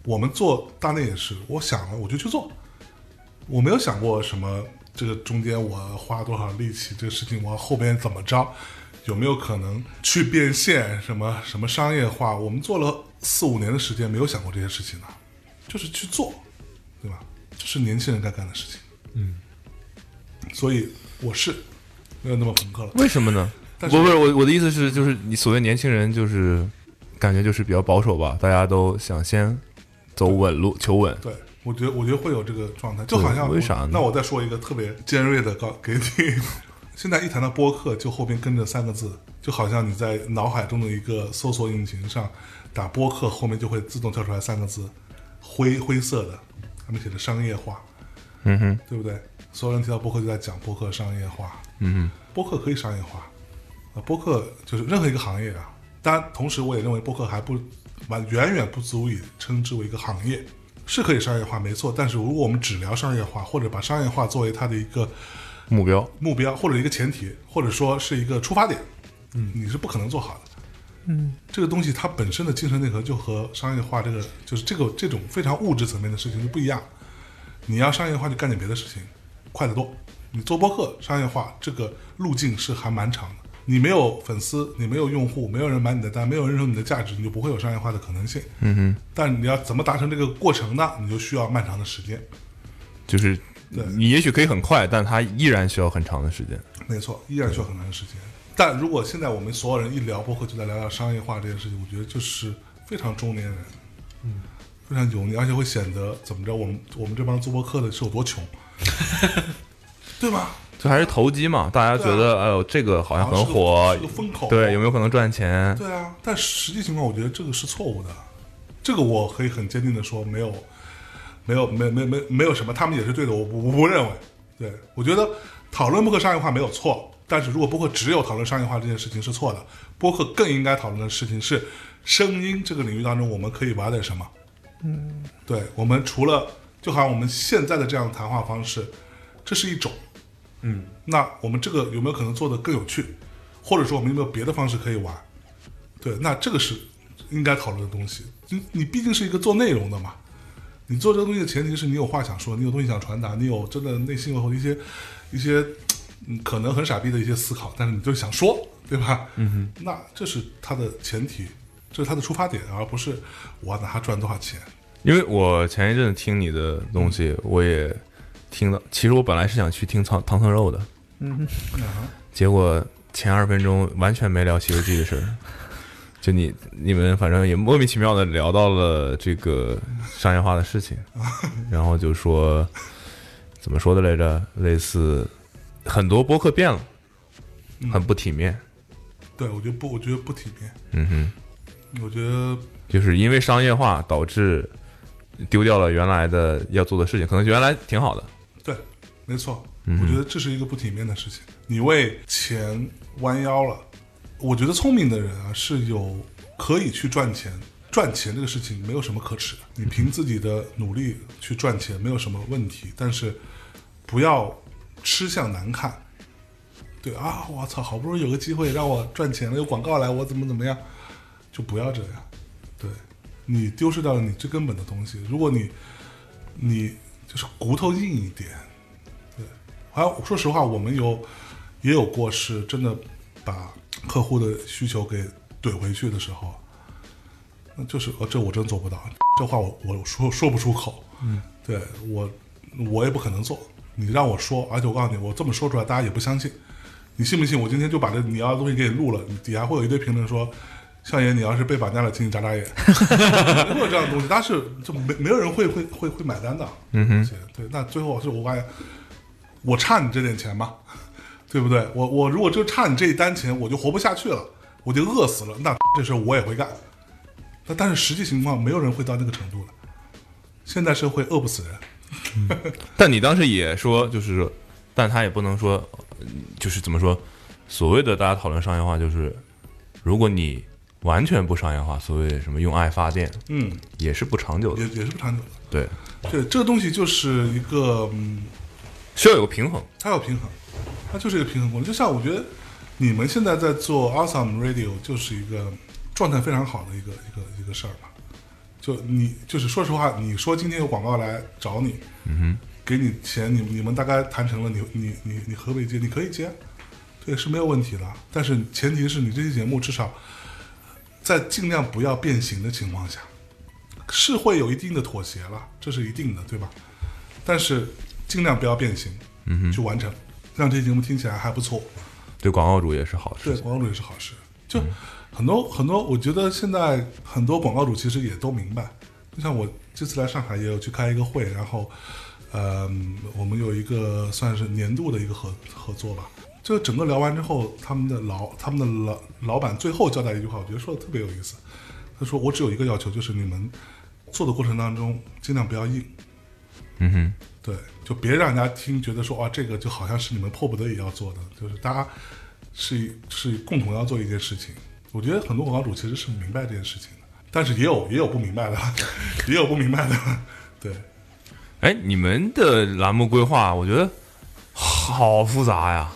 [SPEAKER 3] 我们做大内也是，我想了我就去做，我没有想过什么这个中间我花多少力气，这个事情我后边怎么着，有没有可能去变现，什么什么商业化，我们做了四五年的时间，没有想过这些事情呢、就是去做，对吧？这是年轻人该干的事情。嗯，所以我是没有那么朋克了。
[SPEAKER 2] 为什么呢？不
[SPEAKER 3] 但是
[SPEAKER 2] 不是我我的意思是，就是你所谓年轻人，就是感觉就是比较保守吧，大家都想先走稳路，求稳。
[SPEAKER 3] 对，我觉得我觉得会有这个状态，就好像
[SPEAKER 2] 对
[SPEAKER 3] 我
[SPEAKER 2] 为啥呢
[SPEAKER 3] 那我再说一个特别尖锐的告给你， [laughs] 现在一谈到播客，就后边跟着三个字，就好像你在脑海中的一个搜索引擎上打播客，后面就会自动跳出来三个字，灰灰色的，他们写的商业化，
[SPEAKER 2] 嗯哼，
[SPEAKER 3] 对不对？所有人提到播客就在讲播客商业化，
[SPEAKER 2] 嗯
[SPEAKER 3] 播客可以商业化，啊，播客就是任何一个行业啊。当然，同时我也认为播客还不完，远远不足以称之为一个行业，是可以商业化，没错。但是如果我们只聊商业化，或者把商业化作为它的一个
[SPEAKER 2] 哼，目标。
[SPEAKER 3] 目标，或者一个前提，或者说是一个出发点，嗯，你是不可能做好的。
[SPEAKER 4] 嗯，
[SPEAKER 3] 这个东西它本身的精神内核就和商业化这个就是这个这种非常物质层面的事情就不一样。你要商业化就干点别的事情，快得多。你做播客商业化这个路径是还蛮长的。你没有粉丝，你没有用户，没有人买你的单，没有人认同你的价值，你就不会有商业化的可能性。
[SPEAKER 2] 嗯哼。
[SPEAKER 3] 但你要怎么达成这个过程呢？你就需要漫长的时间。
[SPEAKER 2] 就是
[SPEAKER 3] 对
[SPEAKER 2] 你也许可以很快，但它依然需要很长的时间。
[SPEAKER 3] 没错，依然需要很长的时间。但如果现在我们所有人一聊，包括就在聊聊商业化这件事情，我觉得就是非常中年人，嗯，非常油腻，而且会显得怎么着，我们我们这帮做播客的是有多穷，对吧？
[SPEAKER 2] 就还是投机嘛，大家觉得、哎呦这个好像很火
[SPEAKER 3] 啊好像是个是个风口，
[SPEAKER 2] 对，有没有可能赚钱？
[SPEAKER 3] 对啊，但实际情况，我觉得这个是错误的。这个我可以很坚定的说，没有，没有，没没没没有什么，他们也是对的，我不我不认为。对我觉得讨论播客商业化没有错，但是如果播客只有讨论商业化这件事情是错的，播客更应该讨论的事情是声音这个领域当中我们可以玩点什么。嗯，对我们除了就好像我们现在的这样的谈话方式，这是一种，嗯，那我们这个有没有可能做得更有趣，或者说我们有没有别的方式可以玩？对，那这个是应该讨论的东西。你你毕竟是一个做内容的嘛，你做这个东西的前提是你有话想说，你有东西想传达，你有真的内心有一些一些嗯可能很傻逼的一些思考，但是你就想说，对吧？嗯哼，那这是它的前提，这是它的出发点，而不是我要拿它赚多少钱。
[SPEAKER 2] 因为我前一阵听你的东西，我也听到，其实我本来是想去听唐唐僧肉的，嗯，结果前二十分钟完全没聊《西游记》的事儿。就你 [laughs] 你们反正也莫名其妙的聊到了这个商业化的事情，然后就说怎么说的来着？类似很多播客变了，很不体面。
[SPEAKER 3] 对我觉得不，我觉得不体面。
[SPEAKER 2] 嗯哼，
[SPEAKER 3] 我觉得
[SPEAKER 2] 就是因为商业化导致丢掉了原来的要做的事情，可能原来挺好的，
[SPEAKER 3] 对，没错，我觉得这是一个不体面的事情。你为钱弯腰了，我觉得聪明的人啊是有可以去赚钱，赚钱这个事情没有什么可耻的，你凭自己的努力去赚钱没有什么问题，但是不要吃相难看。对啊，我操，好不容易有个机会让我赚钱了，有广告来，我怎么怎么样，就不要这样。对你丢失掉了你最根本的东西，如果你你就是骨头硬一点。还有，说实话，我们有也有过是真的把客户的需求给怼回去的时候，那就是呃，这我真做不到，这话我我说说不出口，嗯，对我我也不可能做。你让我说，而且我告诉你，我这么说出来，大家也不相信。你信不信？我今天就把这你要的东西给你录了，你底下会有一堆评论说，向爷，你要是被绑架了，请你眨眨眼。 [laughs] 会有这样的东西，但是就没没有人会会会会买单的。嗯哼，对。那最后是我发现，我差你这点钱吗？ [laughs] 对不对？我我如果就差你这一单钱，我就活不下去了，我就饿死了。那这事儿我也会干。那但是实际情况，没有人会到那个程度的。现代社会饿不死人，
[SPEAKER 2] 但你当时也说，就是说，但他也不能说，呃就是怎么说，所谓的大家讨论商业化，就是如果你完全不商业化，所谓什么用爱发电，
[SPEAKER 3] 嗯，
[SPEAKER 2] 也是不长久
[SPEAKER 3] 也
[SPEAKER 2] 的。
[SPEAKER 3] 也是不长久的。
[SPEAKER 2] 对，
[SPEAKER 3] 对，这个东西就是一个，嗯，
[SPEAKER 2] 需要有个平衡。
[SPEAKER 3] 它要平衡，它就是一个平衡过程。就像我觉得你们现在在做 Awesome Radio，就是一个状态非常好的一个一个一个事儿吧。就你就是说实话，你说今天有广告来找你，嗯哼，给你钱，你你们大概谈成了，你你你你可不可以接？你可以接，对，是没有问题的。但是前提是你这期节目至少在尽量不要变形的情况下，是会有一定的妥协了，这是一定的，对吧？但是尽量不要变形，嗯去完成，让这期节目听起来还不错。
[SPEAKER 2] 对广告主也是好事
[SPEAKER 3] 对，
[SPEAKER 2] 情。
[SPEAKER 3] 广告主也是好事。就很多、很多，我觉得现在很多广告主其实也都明白。就像我这次来上海也有去开一个会，然后，嗯、我们有一个算是年度的一个合合作吧。就整个聊完之后，他们的老他们的老老板最后交代一句话，我觉得说的特别有意思。他说：“我只有一个要求，就是你们做的过程当中尽量不要硬，
[SPEAKER 2] 嗯哼，
[SPEAKER 3] 对，就别让人家听觉得说哇，这个就好像是你们迫不得已要做的，就是大家是是共同要做一件事情。我觉得很多广告主其实是明白这件事情的，但是也有也有不明白的， [laughs] 也有不明白的， [laughs] 对，
[SPEAKER 2] 哎，你们的栏目规划，我觉得好复杂呀，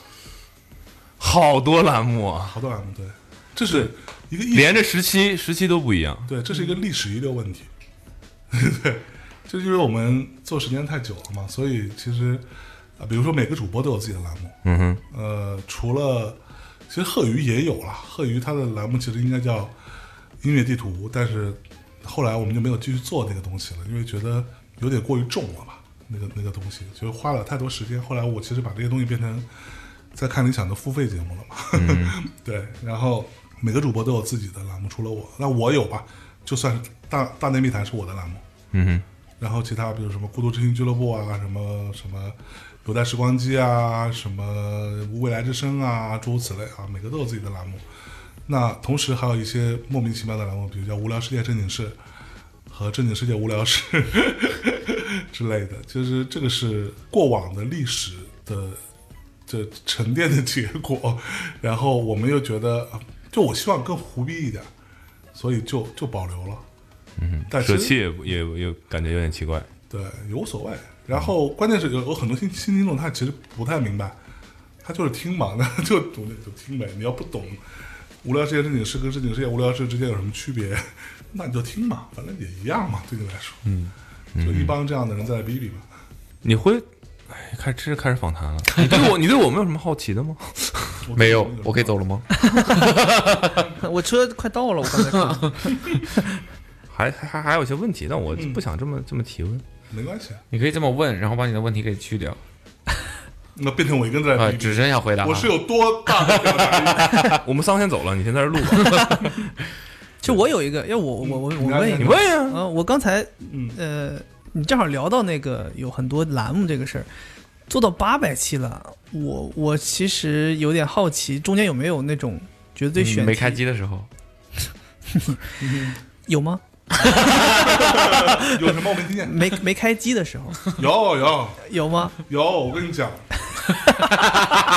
[SPEAKER 2] 好多栏目啊，
[SPEAKER 3] 好多栏目对，这是一个历
[SPEAKER 2] 连着十期，十期都不一样。
[SPEAKER 3] 对，这是一个历史遗留问题， [laughs] 对，就是因为我们做时间太久了嘛，所以其实啊，比如说每个主播都有自己的栏目，
[SPEAKER 2] 嗯哼，
[SPEAKER 3] 呃，除了其实贺鱼也有了，贺鱼他的栏目其实应该叫音乐地图，但是后来我们就没有继续做那个东西了，因为觉得有点过于重了吧，那个那个东西就花了太多时间。后来我其实把这些东西变成在看理想的付费节目了嘛，对，然后每个主播都有自己的栏目，除了我，那我有吧，就算是大大内密谈是我的栏目，
[SPEAKER 2] 嗯哼，
[SPEAKER 3] 然后其他比如什么孤独之星俱乐部啊，什么什么有带时光机啊，什么未来之声啊，诸如此类啊，每个都有自己的栏目。那同时还有一些莫名其妙的栏目，比如叫“无聊世界正经事”和“正经世界无聊事” [laughs] 之类的，就是这个是过往的历史的这沉淀的结果。然后我们又觉得，啊就我希望更胡逼一点，所以就就保留了。嗯，但其
[SPEAKER 2] 舍
[SPEAKER 3] 实
[SPEAKER 2] 弃也不也也感觉有点奇怪。
[SPEAKER 3] 对，也无所谓。然后关键是有有很多新新听众，他其实不太明白，他就是听嘛， [laughs] 那就懂就听呗。你要不懂无聊世界正经事跟正经世界无聊事之间有什么区别， [laughs] 那你就听嘛，反正也一样嘛，对你来说，嗯，就一帮这样的人在那逼逼嘛。
[SPEAKER 2] 你会，哎，开这是开始访谈了。你对我，你对我们有什么好奇的吗？
[SPEAKER 5] [laughs]
[SPEAKER 2] [laughs]
[SPEAKER 5] 没有，我可以走了吗？
[SPEAKER 4] 我车快到了，我刚才看
[SPEAKER 2] 还还还还有一些问题，但我不想这么、这么提问。
[SPEAKER 3] 没关系，
[SPEAKER 5] [laughs] 你可以这么问，然后把你的问题给去掉。
[SPEAKER 3] 那变成我一个人在那 [laughs]
[SPEAKER 5] 啊，
[SPEAKER 3] 逼逼。
[SPEAKER 5] 只剩下回答了。
[SPEAKER 3] 我是有多大的表达欲？
[SPEAKER 2] 啊我们仨先走了，你先在这儿录吧。
[SPEAKER 4] 就我有一个，要我我我我
[SPEAKER 3] 你来
[SPEAKER 4] 问
[SPEAKER 3] 你
[SPEAKER 4] 一
[SPEAKER 2] 你
[SPEAKER 4] 个，
[SPEAKER 2] 问呀、
[SPEAKER 4] 嗯，我刚才
[SPEAKER 3] 嗯，
[SPEAKER 4] 呃，你正好聊到那个有很多栏目这个事儿，做到八百期了，我我其实有点好奇，中间有没有那种绝对
[SPEAKER 5] 嗯
[SPEAKER 4] 选
[SPEAKER 5] 没
[SPEAKER 4] 题
[SPEAKER 5] 开机的时候，
[SPEAKER 4] 有吗？
[SPEAKER 3] [laughs] 有什么我没听见？
[SPEAKER 4] 没没开机的时候
[SPEAKER 3] 有有
[SPEAKER 4] 有吗？
[SPEAKER 3] 有，我跟你讲， [laughs]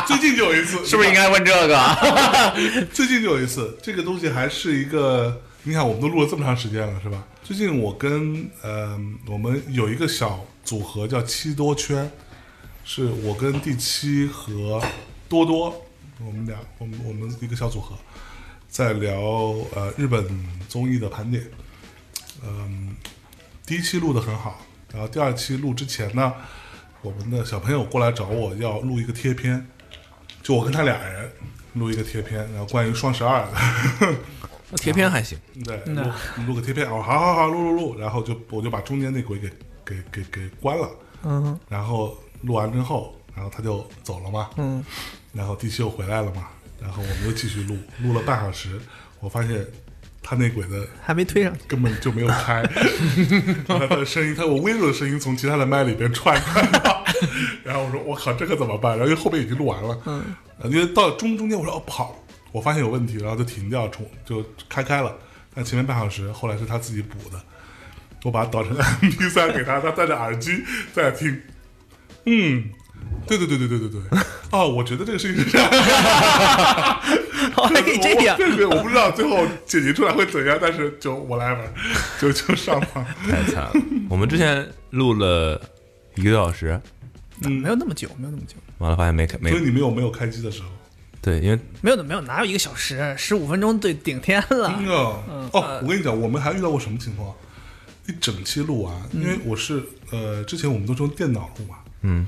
[SPEAKER 3] 最近就有一次，
[SPEAKER 5] [laughs] 是不是应该问这个？
[SPEAKER 3] 最近就有一次，这个东西还是一个，你看我们都录了这么长时间了，是吧？最近我跟呃，我们有一个小组合叫七多圈，是我跟第七和多多，我们俩，我们我们一个小组合，在聊呃日本综艺的盘点。嗯、第一期录的很好，然后第二期录之前呢，我们的小朋友过来找我要录一个贴片，就我跟他俩人录一个贴片，然后关于双十二的， [laughs]
[SPEAKER 2] 贴片还行，
[SPEAKER 3] 对，
[SPEAKER 4] 嗯
[SPEAKER 3] 录录个贴片，哦，好好好，录录录，然后就我就把中间那鬼给给给给关了，
[SPEAKER 4] 嗯
[SPEAKER 3] 然后录完之后，然后他就走了嘛，
[SPEAKER 4] 嗯，
[SPEAKER 3] 然后第七又回来了嘛，然后我们又继续录，录了半小时，我发现他那鬼的
[SPEAKER 4] 还没推
[SPEAKER 3] [laughs]
[SPEAKER 4] 上去。
[SPEAKER 3] 根本就没有
[SPEAKER 4] [laughs]
[SPEAKER 3] 开，他的声音，他有微弱的声音从其他的麦里边传出
[SPEAKER 4] [laughs]
[SPEAKER 3] 来，然后我说我靠，这可怎么办？然后因为后面已经录完了，嗯，因为到中中间我说哦不好，我发现有问题，然后就停掉，重就开开了，但前面半小时后来是他自己补的，我把它导成 MP
[SPEAKER 4] [laughs]
[SPEAKER 3] 三给他，他戴着耳机在听，嗯。对对对对对对对，
[SPEAKER 4] [laughs]
[SPEAKER 3] 哦，我觉得这个事情是这样，
[SPEAKER 4] 哦，还 [laughs] 可以这样
[SPEAKER 3] 我，对对，我不知道最后解决出来会怎样，但是就 whatever，就就上吧。
[SPEAKER 2] 太惨了。 [laughs] 我们之前录了一个多小时，
[SPEAKER 3] 嗯
[SPEAKER 4] 没有那么久，没有那么久，
[SPEAKER 2] 完了发现没开没
[SPEAKER 3] 所以你们有没有开机的时候？
[SPEAKER 2] 对，因为
[SPEAKER 4] 没有的，没有，哪有一个小时，十五分钟对顶天了
[SPEAKER 3] 真。的哦，我跟你讲，我们还遇到过什么情况？一整期录完，因为我是呃，之前我们都是用电脑录嘛，
[SPEAKER 2] 嗯，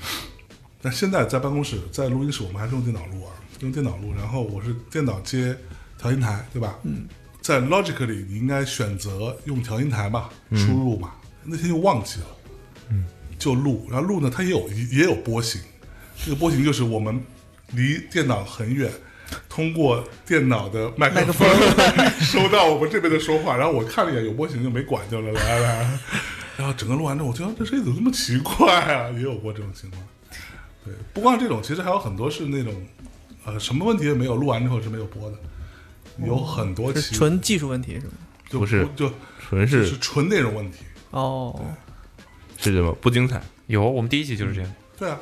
[SPEAKER 3] 那现在在办公室，在录音室，我们还是用电脑录啊，用电脑录。然后我是电脑接调音台，对吧？嗯，在 Logic 里，你应该选择用调音台嘛，
[SPEAKER 2] 嗯
[SPEAKER 3] 输入嘛。那天就忘记了，嗯，就录，然后录呢，它也有也有波形，这个波形就是我们离电脑很远。通过电脑的麦克风 [laughs] 收到我们这边的说话，然后我看了一眼有波形就没管，就来来来，然后整个录完之后，我觉得这声音怎么这么奇怪啊？也有过这种情况。对，不光这种，其实还有很多是那种，呃，什么问题也没有，录完之后是没有播的，有很多
[SPEAKER 4] 是
[SPEAKER 3] 期
[SPEAKER 4] 纯技术问题是吗？
[SPEAKER 3] 就
[SPEAKER 2] 不是
[SPEAKER 3] 就
[SPEAKER 2] 纯
[SPEAKER 3] 就是是纯内容问题。
[SPEAKER 4] 哦，
[SPEAKER 2] 是什么不精彩，
[SPEAKER 5] 有，我们第一集就是这样。
[SPEAKER 3] 对啊，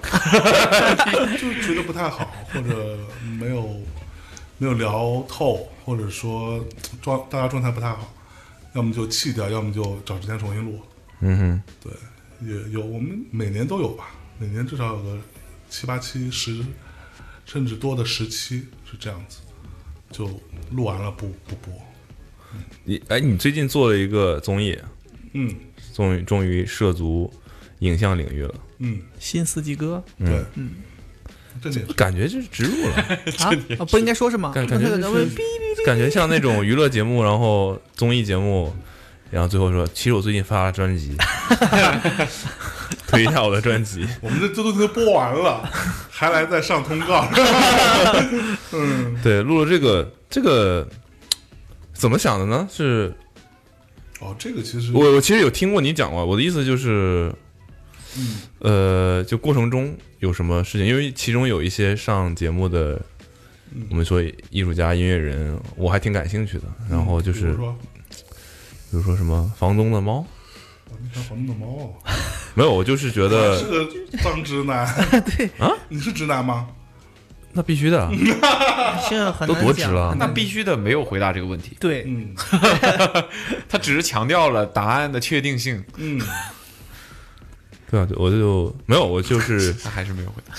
[SPEAKER 3] 就是觉得不太好，或者没有没有聊透，或者说状大家状态不太好，要么就弃掉，要么就找时间重新录。
[SPEAKER 2] 嗯
[SPEAKER 3] 对，也有我们每年都有吧，每年至少有个七八期、十甚至多的十期是这样子，就录完了不不播。
[SPEAKER 2] 哼，你哎，你最近做了一个综艺，
[SPEAKER 3] 嗯
[SPEAKER 2] 终于终于涉足影像领域了，
[SPEAKER 3] 嗯，
[SPEAKER 4] 新司机哥
[SPEAKER 3] 对，嗯，这点
[SPEAKER 2] 感觉就是植入了，
[SPEAKER 4] 啊，啊不应该说是吗？
[SPEAKER 2] 感感觉就是感觉像那种娱乐节目，然后综艺节目，然后最后说，其实我最近发了专辑，推一下我的专辑，
[SPEAKER 3] 我们这这都都播完了，还来再上通告。
[SPEAKER 2] 对，录了这个这个怎么想的呢？是
[SPEAKER 3] 哦，这个其实
[SPEAKER 2] 我我其实有听过你讲过，我的意思就是，
[SPEAKER 3] 嗯
[SPEAKER 2] 呃，就过程中有什么事情，因为其中有一些上节目的，
[SPEAKER 3] 嗯
[SPEAKER 2] 我们说艺术家、音乐人，我还挺感兴趣的。然后就
[SPEAKER 3] 比
[SPEAKER 2] 是
[SPEAKER 3] 如，说，
[SPEAKER 2] 比如说什么房东的猫，
[SPEAKER 3] 我那条黄的猫，
[SPEAKER 2] 没有，我就是觉
[SPEAKER 3] 是 [laughs]
[SPEAKER 2] 得
[SPEAKER 3] 个脏直男。对
[SPEAKER 2] 啊，
[SPEAKER 3] 你是直男吗？
[SPEAKER 2] 那必须的，
[SPEAKER 4] 现在很
[SPEAKER 2] 都
[SPEAKER 4] 难
[SPEAKER 2] 多直
[SPEAKER 4] 讲
[SPEAKER 2] 了
[SPEAKER 4] 很
[SPEAKER 5] 那
[SPEAKER 4] 难
[SPEAKER 5] 必须的，没有回答这个问题，
[SPEAKER 4] 对，
[SPEAKER 3] 嗯
[SPEAKER 5] 他只是强调了答案的确定性，
[SPEAKER 3] 嗯，
[SPEAKER 2] 对啊，对我就 [laughs] 没有，我就是
[SPEAKER 5] 他还是没有回答。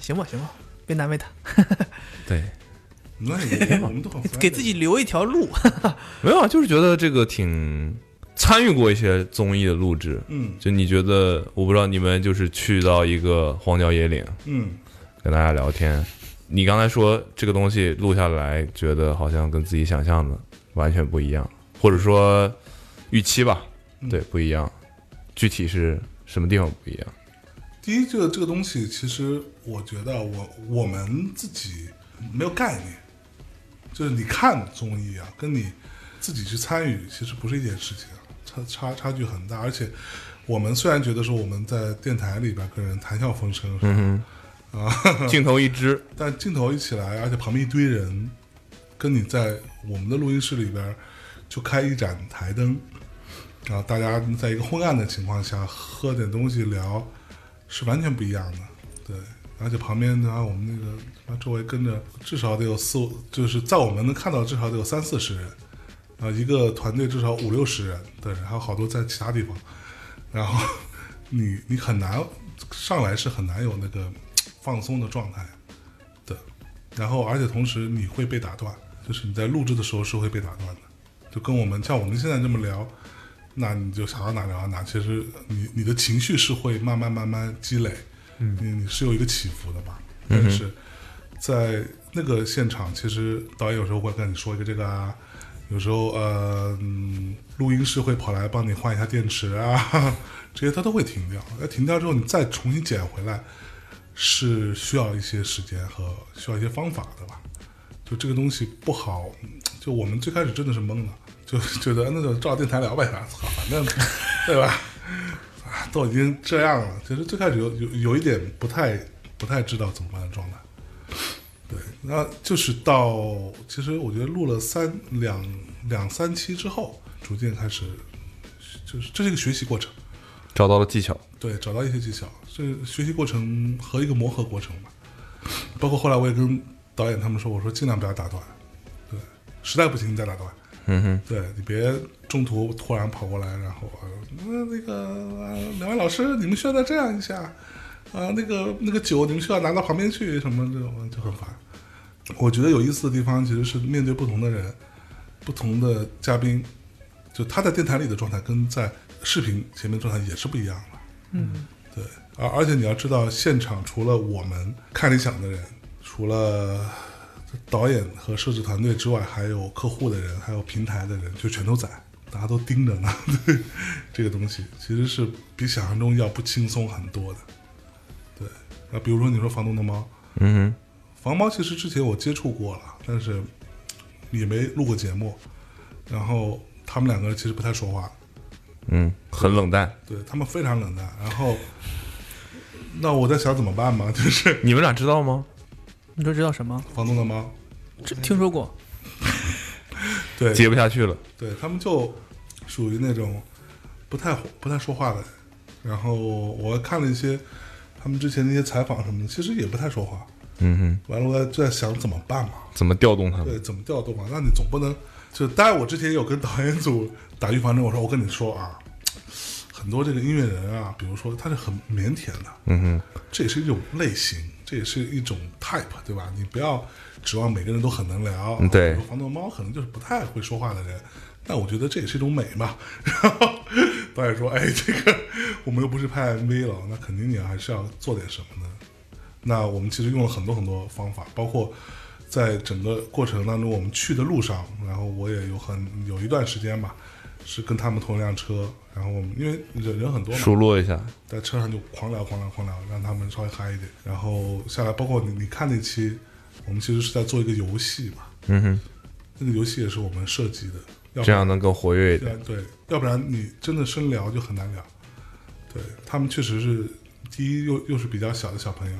[SPEAKER 4] 行吧行吧，别难为他，
[SPEAKER 2] 对，
[SPEAKER 3] 那我我们都很
[SPEAKER 4] 给自己留一条路。
[SPEAKER 2] 没有啊，就是觉得这个挺参与过一些综艺的录制。
[SPEAKER 3] 嗯
[SPEAKER 2] 就你觉得，我不知道你们就是去到一个荒郊野岭，
[SPEAKER 3] 嗯，
[SPEAKER 2] 跟大家聊天。你刚才说这个东西录下来，觉得好像跟自己想象的完全不一样，或者说预期吧，对，不一样。具体是什么地方不一样？
[SPEAKER 3] 第一，这个这个东西，其实我觉得我我们自己没有概念，就是你看综艺啊，跟你自己去参与，其实不是一件事情啊，差差差距很大。而且我们虽然觉得说我们在电台里边跟人谈笑风生，啊
[SPEAKER 2] 嗯哼，镜头一
[SPEAKER 3] [laughs]
[SPEAKER 2] 支，
[SPEAKER 3] 但镜头一起来，而且旁边一堆人，跟你在我们的录音室里边就开一盏台灯，然后大家在一个昏暗的情况下喝点东西聊，是完全不一样的。对，而且旁边的啊话，我们那个他妈周围跟着至少得有四五，就是在我们能看到至少得有三四十人，啊，一个团队至少五六十人的人，还有好多在其他地方，然后你你很难上来是很难有那个放松的状态，对，然后而且同时你会被打断，就是你在录制的时候是会被打断的，就跟我们像我们现在这么聊，那你就想到哪聊到哪，其实你你的情绪是会慢慢慢慢积累，嗯，你你是有一个起伏的吧，但是在那个现场，其实导演有时候会跟你说一个这个啊。有时候，呃，嗯录音师会跑来帮你换一下电池啊， [laughs] 这些他都会停掉。那停掉之后，你再重新捡回来，是需要一些时间和需要一些方法的吧？就这个东西不好，就我们最开始真的是懵的，就 [laughs] 觉得哎那就照电台聊呗，操，反正对吧？ [laughs] 啊，都已经这样了，其实最开始有有有一点不太不太知道怎么办的状态。对，那就是到其实我觉得录了三两两三期之后，逐渐开始就是这是一个学习过程，
[SPEAKER 2] 找到了技巧，
[SPEAKER 3] 对，找到一些技巧，这学习过程和一个磨合过程吧。包括后来我也跟导演他们说，我说尽量不要打断，对，实在不行你再打断，
[SPEAKER 2] 嗯哼，
[SPEAKER 3] 对你别中途突然跑过来，然后呃那那个、啊两位老师，你们需要再这样一下，啊、那个那个酒你们需要拿到旁边去，什么这种就很烦。我觉得有意思的地方其实是面对不同的人，不同的嘉宾，就他在电台里的状态跟在视频前面的状态也是不一样的。
[SPEAKER 4] 嗯，
[SPEAKER 3] 对，而而且你要知道，现场除了我们看理想的人，除了导演和摄制团队之外，还有客户的人，还有平台的人，就全都在，大家都盯着呢。 [laughs] 对，这个东西其实是比想象中要不轻松很多的。对，那比如说你说房东的猫，
[SPEAKER 2] 嗯
[SPEAKER 3] 房猫其实之前我接触过了，但是也没录过节目，然后他们两个人其实不太说话，
[SPEAKER 2] 哼，嗯，很冷淡。
[SPEAKER 3] 对他们非常冷淡。然后，那我在想怎么办嘛？就是
[SPEAKER 2] 你们俩知道吗？
[SPEAKER 4] 你都知道什么？
[SPEAKER 3] 房东的猫，
[SPEAKER 4] 这听说过，
[SPEAKER 3] 对
[SPEAKER 2] 接不下去了，
[SPEAKER 3] 对，他们就属于那种不太不太说话的人。然后我看了一些他们之前那些采访什么的，其实也不太说话。
[SPEAKER 2] 嗯哼，
[SPEAKER 3] 完了，我就在想怎么办嘛？
[SPEAKER 2] 怎么调动他们？
[SPEAKER 3] 对，怎么调动啊？那你总不能就，当然我之前有跟导演组打预防针，我说我跟你说啊，很多这个音乐人啊，比如说他是很腼腆的，
[SPEAKER 2] 嗯
[SPEAKER 3] 这也是一种类型，这也是一种 type，对吧？你不要指望每个人都很能聊。
[SPEAKER 2] 嗯对
[SPEAKER 3] 比如房东猫可能就是不太会说话的人，那我觉得这也是一种美嘛。 [laughs] 然后导演说：“哎，这个我们又不是拍 MV 了，那肯定你还是要做点什么的。”那我们其实用了很多很多方法，包括在整个过程当中，我们去的路上，然后我也有很有一段时间吧，是跟他们同一辆车，然后我们因为人人很多
[SPEAKER 2] 哼，
[SPEAKER 3] 嘛，
[SPEAKER 2] 数落一下，
[SPEAKER 3] 在车上就狂聊、狂聊、狂聊，让他们稍微嗨一点。然后下来，包括你你看那期，我们其实是在做一个游戏嘛，
[SPEAKER 2] 嗯哼，
[SPEAKER 3] 那个游戏也是我们设计的，要不
[SPEAKER 2] 这
[SPEAKER 3] 然
[SPEAKER 2] 样能更活跃一
[SPEAKER 3] 对
[SPEAKER 2] 点。
[SPEAKER 3] 啊对，要不然你真的深聊就很难聊。对他们确实是，第一又又是比较小的小朋友，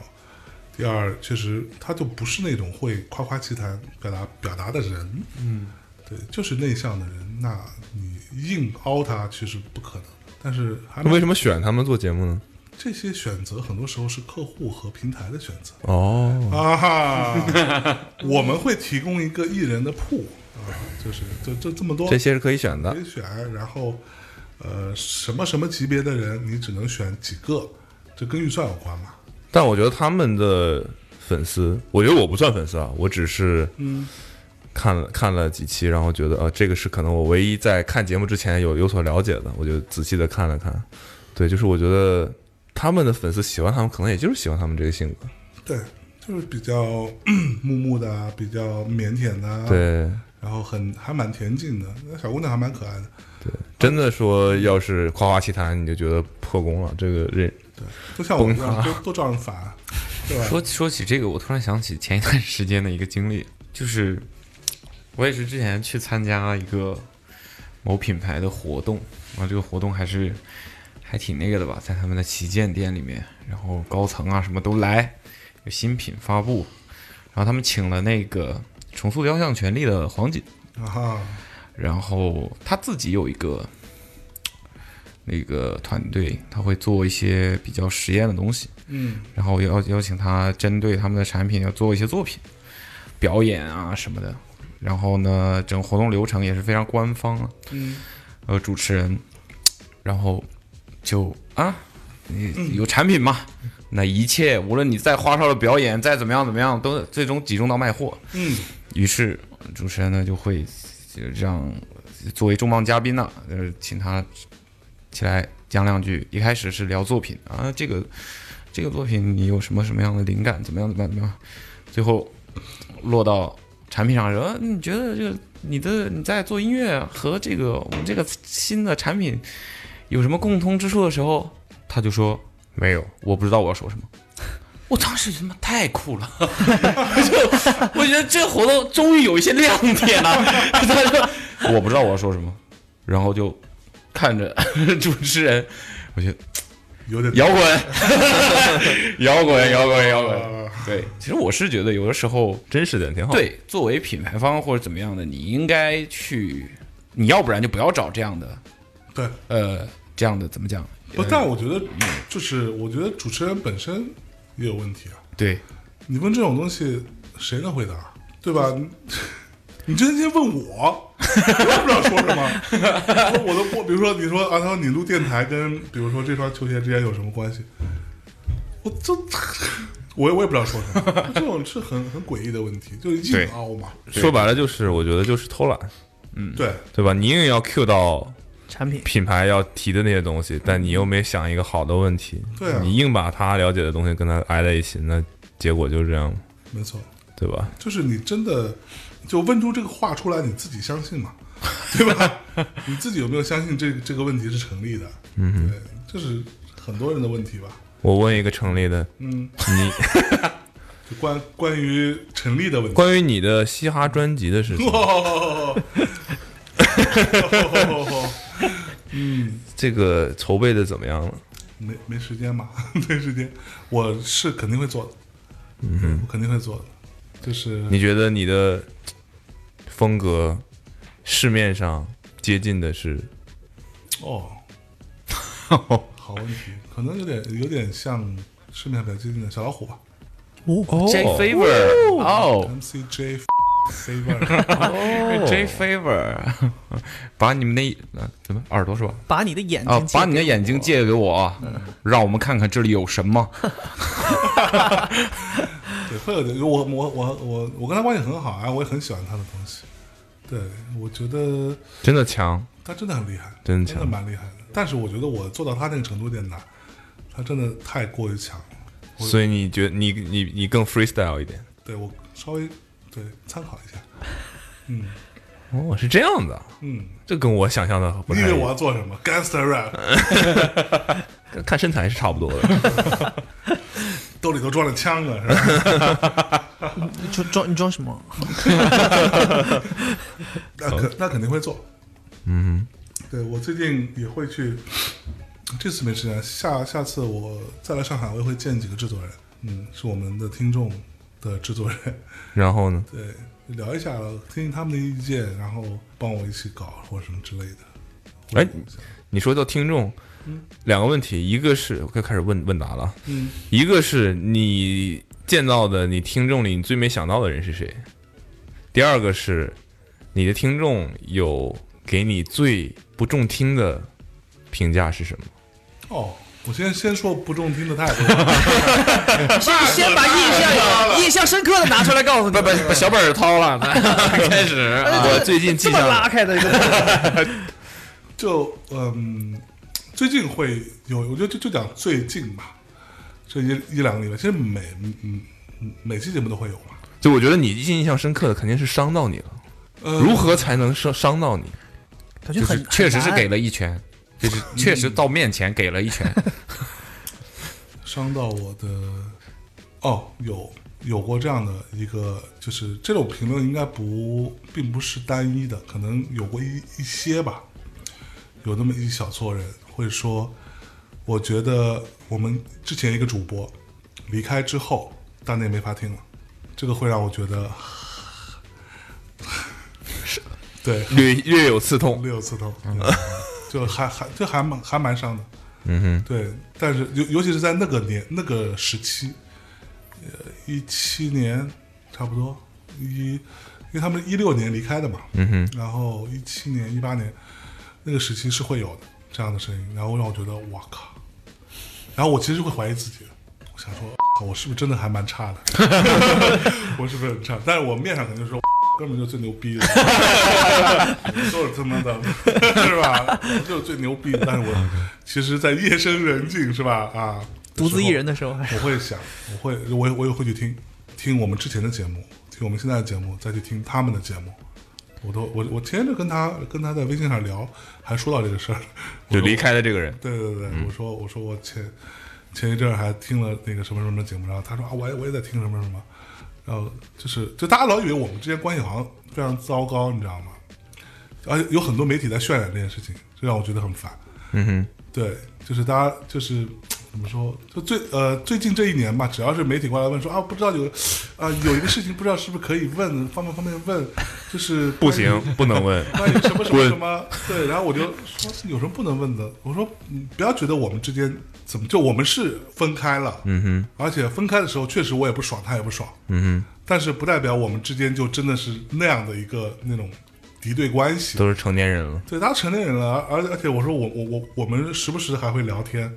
[SPEAKER 3] 第二确实他就不是那种会夸夸其谈、表达表达的人，
[SPEAKER 5] 嗯，
[SPEAKER 3] 对，就是内向的人，那你硬凹他其实不可能。但是还
[SPEAKER 2] 那
[SPEAKER 3] 蛮
[SPEAKER 2] 为什么选他们做节目呢？
[SPEAKER 3] 这些选择很多时候是客户和平台的选择
[SPEAKER 2] 哦，
[SPEAKER 3] 啊哈，
[SPEAKER 2] [laughs]
[SPEAKER 3] 我们会提供一个艺人的铺啊，就是就就这么多
[SPEAKER 2] 这些是可以选的
[SPEAKER 3] 可。以选，然后呃什么什么级别的人你只能选几个，这跟预算有关嘛？
[SPEAKER 2] 但我觉得他们的粉丝，我觉得我不算粉丝啊，我只是
[SPEAKER 3] 嗯
[SPEAKER 2] 看了看了几期，然后觉得呃，这个是可能我唯一在看节目之前有有所了解的，我就仔细的看了看。对，就是我觉得他们的粉丝喜欢他们，可能也就是喜欢他们这个性格。
[SPEAKER 3] 对，就是比较木木的啊，比较腼腆的啊，
[SPEAKER 2] 对，
[SPEAKER 3] 然后很还蛮恬静的，那小姑娘还蛮可爱的。
[SPEAKER 2] 真的说要是夸夸其谈，你就觉得破功了。这个人
[SPEAKER 3] 都像我一样，
[SPEAKER 2] 崩
[SPEAKER 3] 都都照样啊烦，对吧？
[SPEAKER 5] 说说起这个，我突然想起前一段时间的一个经历，就是我也是之前去参加一个某品牌的活动，啊，这个活动还是还挺那个的吧，在他们的旗舰店里面，然后高层啊什么都来，有新品发布，然后他们请了那个重塑雕像权利的黄锦，
[SPEAKER 3] 啊哈，
[SPEAKER 5] 然后他自己有一个那个团队，他会做一些比较实验的东西，
[SPEAKER 4] 嗯，
[SPEAKER 5] 然后邀邀请他针对他们的产品要做一些作品、表演啊什么的。然后呢，整个活动流程也是非常官方啊。
[SPEAKER 4] 嗯，
[SPEAKER 5] 呃，主持人，然后就啊，你有产品嘛？那一切无论你再花哨的表演，再怎么样怎么样，都最终集中到卖货。
[SPEAKER 4] 嗯，
[SPEAKER 5] 于是主持人呢就会就让作为重磅嘉宾呢、呃，请他起来讲两句。一开始是聊作品啊，这个这个作品你有什么什么样的灵感？怎么样怎么样怎么样？最后落到产品上说，呃你觉得这个你的你在做音乐和这个我们这个新的产品有什么共通之处的时候，他就说没有，我不知道我要说什么。 [laughs] 我当时他妈太酷了，就我觉得这活动终于有一些亮点了。他说我不知道我要说什么，然后就看着 [laughs] 主持人，我觉得
[SPEAKER 3] 有点
[SPEAKER 5] 摇滚， [laughs] 摇滚，摇滚，摇滚。
[SPEAKER 3] 呃
[SPEAKER 5] 对，其实我是觉得有的时候
[SPEAKER 2] 真实点挺好。，
[SPEAKER 5] 对，作为品牌方或者怎么样的，你应该去，你要不然就不要找这样的，
[SPEAKER 3] 对，
[SPEAKER 5] 呃，这样的怎么讲？
[SPEAKER 3] 不，但我觉得就是，我觉得主持人本身也有问题啊。
[SPEAKER 5] 对，
[SPEAKER 3] 你问这种东西，谁能回答？对吧？ [laughs] 你你真心问我， [laughs] 我也不知道说什么。 [laughs] 我我都不，比如说你说啊，他说你录电台跟比如说这双球鞋之间有什么关系？我这 [laughs] 我也我也不知道说什么。 [laughs] 这种是很很诡异的问题，就是硬凹嘛。
[SPEAKER 2] 说白了就是，我觉得就是偷懒，
[SPEAKER 3] 对，
[SPEAKER 2] 对吧？你硬要 cue 到
[SPEAKER 4] 产品
[SPEAKER 2] 品牌要提的那些东西，但你又没想一个好的问题，
[SPEAKER 3] 对啊
[SPEAKER 2] 你硬把他了解的东西跟他挨在一起，那结果就是这样，
[SPEAKER 3] 没错，
[SPEAKER 2] 对吧？
[SPEAKER 3] 就是你真的就问出这个话出来，你自己相信嘛， [laughs] 对吧？你自己有没有相信这这个问题是成立的？嗯，对，这是很多人的问题吧。
[SPEAKER 2] 我问一个成立的，
[SPEAKER 3] 嗯，
[SPEAKER 2] 你 [laughs]
[SPEAKER 3] 就关关于陈立的问题。
[SPEAKER 2] 关于你的嘻哈专辑的
[SPEAKER 3] [laughs]
[SPEAKER 2] 事情，
[SPEAKER 3] 哦，
[SPEAKER 2] 这个筹备的怎么样了？
[SPEAKER 3] 没没时间嘛， [laughs] 没时间，我是肯定会做的，嗯，我肯定会做的，就是
[SPEAKER 2] 你觉得你的风格市面上接近的是
[SPEAKER 3] 哦，好问题，可能有点有点像市面上比较接近的小老虎吧
[SPEAKER 5] ，J Favor，哦
[SPEAKER 3] ，MCJ Saver，
[SPEAKER 5] ，J Favor，把 [laughs] 你们那呃怎么耳朵是吧？
[SPEAKER 4] 把你的眼
[SPEAKER 5] 啊
[SPEAKER 4] 睛，借
[SPEAKER 5] 把你的
[SPEAKER 4] 给
[SPEAKER 5] 眼睛借给我，啊嗯让我们看看这里有什 [laughs] 么。
[SPEAKER 3] 对，会有点，我我我我我跟他关系很好啊，我也很喜欢他的东西，对，我觉得
[SPEAKER 2] 真的强？
[SPEAKER 3] 他真的很厉害，
[SPEAKER 2] 真
[SPEAKER 3] 真的
[SPEAKER 2] 强
[SPEAKER 3] 蛮厉害的。但是我觉得我做到他那个程度有点难，他真的太过于强了。
[SPEAKER 2] 所以你觉得你你你更 freestyle 一点？
[SPEAKER 3] 对我稍微对参考一下，
[SPEAKER 2] 哦，是这样的啊，
[SPEAKER 3] 嗯，
[SPEAKER 2] 这跟我想象的不
[SPEAKER 3] 你以
[SPEAKER 2] 太
[SPEAKER 3] 为
[SPEAKER 2] 一
[SPEAKER 3] 我
[SPEAKER 2] 样。
[SPEAKER 3] 要做什么？Gangster rap， [laughs]
[SPEAKER 2] 看看身材是差不多的，
[SPEAKER 3] 兜里头装着枪啊，是吧？
[SPEAKER 4] 你装装你装什么？
[SPEAKER 3] 那肯那肯定会做。
[SPEAKER 2] 哦嗯
[SPEAKER 3] 对我最近也会去，这次没时间，下下次我再来上海，我也会见几个制作人，嗯，是我们的听众的制作人， [laughs]
[SPEAKER 2] 哼，然后呢？
[SPEAKER 3] 对，聊一下，听听他们的意见，然后帮我一起搞或什么之类的。
[SPEAKER 2] 哎
[SPEAKER 3] 互动一下
[SPEAKER 2] 你说到听众，两个问题，一个是我开始问问答了，啊
[SPEAKER 3] 嗯，
[SPEAKER 2] 一个是你见到的你听众里你最没想到的人是谁，第二个是你的听众有给你最不中听的评价是
[SPEAKER 4] [laughs]
[SPEAKER 2] 什么？
[SPEAKER 3] 哦，我先先说不中听的太
[SPEAKER 2] [laughs]
[SPEAKER 3] 多了。
[SPEAKER 4] 先把印象 [laughs] 印象深刻的拿出来告诉你。
[SPEAKER 5] 把把小本儿掏了，开始啊。
[SPEAKER 2] 我最近
[SPEAKER 4] 哎这
[SPEAKER 2] 记
[SPEAKER 4] 么
[SPEAKER 2] 上
[SPEAKER 4] 拉
[SPEAKER 2] 了，
[SPEAKER 4] 开的一个，
[SPEAKER 3] 就嗯，最近会有，我觉得就就讲最近吧，这一一两个礼拜，其实每嗯嗯每期节目都会有嘛。
[SPEAKER 2] 就我觉得你印象深刻的肯定是伤到你了，
[SPEAKER 3] 呃，
[SPEAKER 2] 如何才能伤伤到你？
[SPEAKER 4] 感觉
[SPEAKER 5] 就是
[SPEAKER 4] 很
[SPEAKER 5] 确实是给
[SPEAKER 4] 了。
[SPEAKER 5] 了一拳，就是确实到面前给了一拳。
[SPEAKER 3] 伤到我的？哦，有有过这样的一个，就是这种评论应该不并不是单一的，可能有过一一些吧，有那么一小撮人会说，我觉得我们之前一个主播离开之后，大内没法听了，这个会让我觉得 [laughs] 对，
[SPEAKER 2] 略略有刺痛。
[SPEAKER 3] 略有刺痛，嗯就还还就还蛮还蛮伤的。
[SPEAKER 2] 嗯哼，
[SPEAKER 3] 对，但是尤尤其是在那个年那个时期，呃，一七年差不多一，因为他们一六年离开的嘛，
[SPEAKER 2] 嗯哼，
[SPEAKER 3] 然后一七年一八年那个时期是会有的这样的声音，然后让我觉得哇靠，然后我其实会怀疑自己，我想说靠我是不是真的还蛮差的， [laughs] 我是不是很差？但是我面上肯定是说。 [laughs] 哥们就最牛逼的， [laughs] 就是他妈的，是吧？我就是最牛逼的。但
[SPEAKER 4] [laughs]
[SPEAKER 3] 是我其实，在夜深人静，是吧？啊，
[SPEAKER 4] 啊独自一人的时候还
[SPEAKER 3] 我会想，我会，我也我也会去听听我们之前的节目，听我们现在的节目，再去听他们的节目。我都我我天天就跟他跟他在微信上聊，还说到这
[SPEAKER 2] [laughs]
[SPEAKER 3] 个事儿，
[SPEAKER 2] 就
[SPEAKER 3] 我说
[SPEAKER 2] 离。开了这个人。嗯
[SPEAKER 3] 对对对，我说我说我前前一阵儿还听了那个什么什么节目，然后他说啊，我也我也在听什么什么，然后就是就大家老以为我们之间关系好像非常糟糕，你知道吗？而且有很多媒体在渲染这件事情，这让我觉得很烦。
[SPEAKER 2] 嗯哼，
[SPEAKER 3] 对，就是大家就是怎么说，就最呃最近这一年吧，只要是媒体过来问说啊，不知道有啊、有一个事情不知道是不是可以问，方不方便问，就是
[SPEAKER 2] 不行，不能问。 [laughs]
[SPEAKER 3] [laughs] 关于什么什么
[SPEAKER 2] 滚
[SPEAKER 3] 什么，对，然后我就说有什么不能问的？我说嗯不要觉得我们之间怎么就我们是分开了，
[SPEAKER 2] 嗯哼，
[SPEAKER 3] 而且分开的时候确实我也不爽，他也不爽，
[SPEAKER 2] 嗯
[SPEAKER 3] 但是不代表我们之间就真的是那样的一个那种敌对关系
[SPEAKER 2] 哼，。都是成年人了。
[SPEAKER 3] 对，他成年人了，而而且我说我我我我们时不时还会聊天，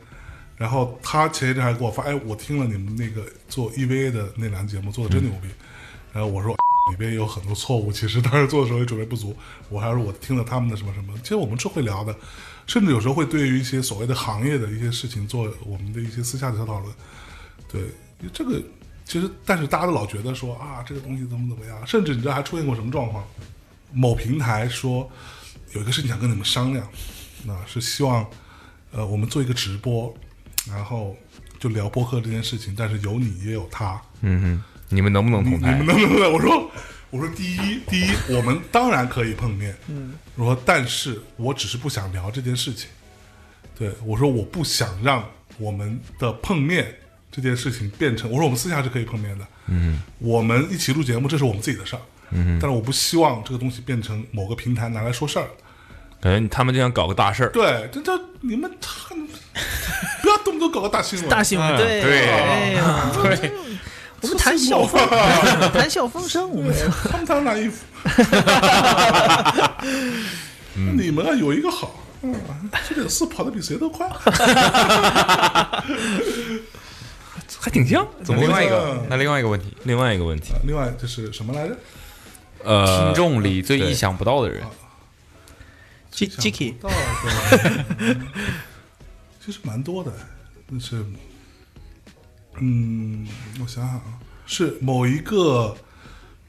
[SPEAKER 3] 然后他前一阵还给我发，哎，我听了你们那个做 EVA 的那档节目，做的真牛逼。然后我说里边有很多错误，其实当时做的时候也准备不足，我还说我听了他们的什么什么，其实我们是会聊的，甚至有时候会对于一些所谓的行业的一些事情做我们的一些私下的小讨论。对，这个其实但是大家都老觉得说啊，这个东西怎么怎么样，甚至你知道还出现过什么状况？某平台说有一个事情想跟你们商量，那是希望呃我们做一个直播，然后就聊播客这件事情，但是有你也有他，
[SPEAKER 2] 嗯哼，你们能不能
[SPEAKER 3] 你
[SPEAKER 2] 同
[SPEAKER 3] 你
[SPEAKER 2] 台
[SPEAKER 3] [laughs] 们？能不能？我说我说第一第一，我们当然可以碰面，嗯，我说但是我只是不想聊这件事情，对我说我不想让我们的碰面这件事情变成，我说我们私下是可以碰面的，嗯，我们一起录节目，这是我们自己的事儿，嗯，但是我不希望这个东西变成某个平台拿来说事儿，
[SPEAKER 2] 感觉他们就想搞个大事儿。
[SPEAKER 3] 对，这这你们不要动不动搞个大新闻，
[SPEAKER 4] 大新闻，对
[SPEAKER 2] 对
[SPEAKER 4] 哎呀，
[SPEAKER 5] 对，
[SPEAKER 4] 我们谈笑
[SPEAKER 3] [laughs]
[SPEAKER 4] 风，谈笑风生，我们
[SPEAKER 3] 他们当然衣 [laughs] 服。你们啊，有一个好，嗯，这点事跑得比谁都 [laughs] 快。
[SPEAKER 2] 还挺像。怎么
[SPEAKER 5] 另
[SPEAKER 2] 回
[SPEAKER 5] 外
[SPEAKER 2] 事？
[SPEAKER 5] 一个，嗯那另外一个问题，
[SPEAKER 2] 另外一个问题，
[SPEAKER 3] 另外就是什么来着？
[SPEAKER 2] 呃，
[SPEAKER 5] 听众里最
[SPEAKER 2] 对
[SPEAKER 5] 意想不到 [laughs] 的人，
[SPEAKER 4] J
[SPEAKER 3] 想
[SPEAKER 4] J K
[SPEAKER 3] 不到的，其实蛮多的，就是，嗯，我想想啊，是某一个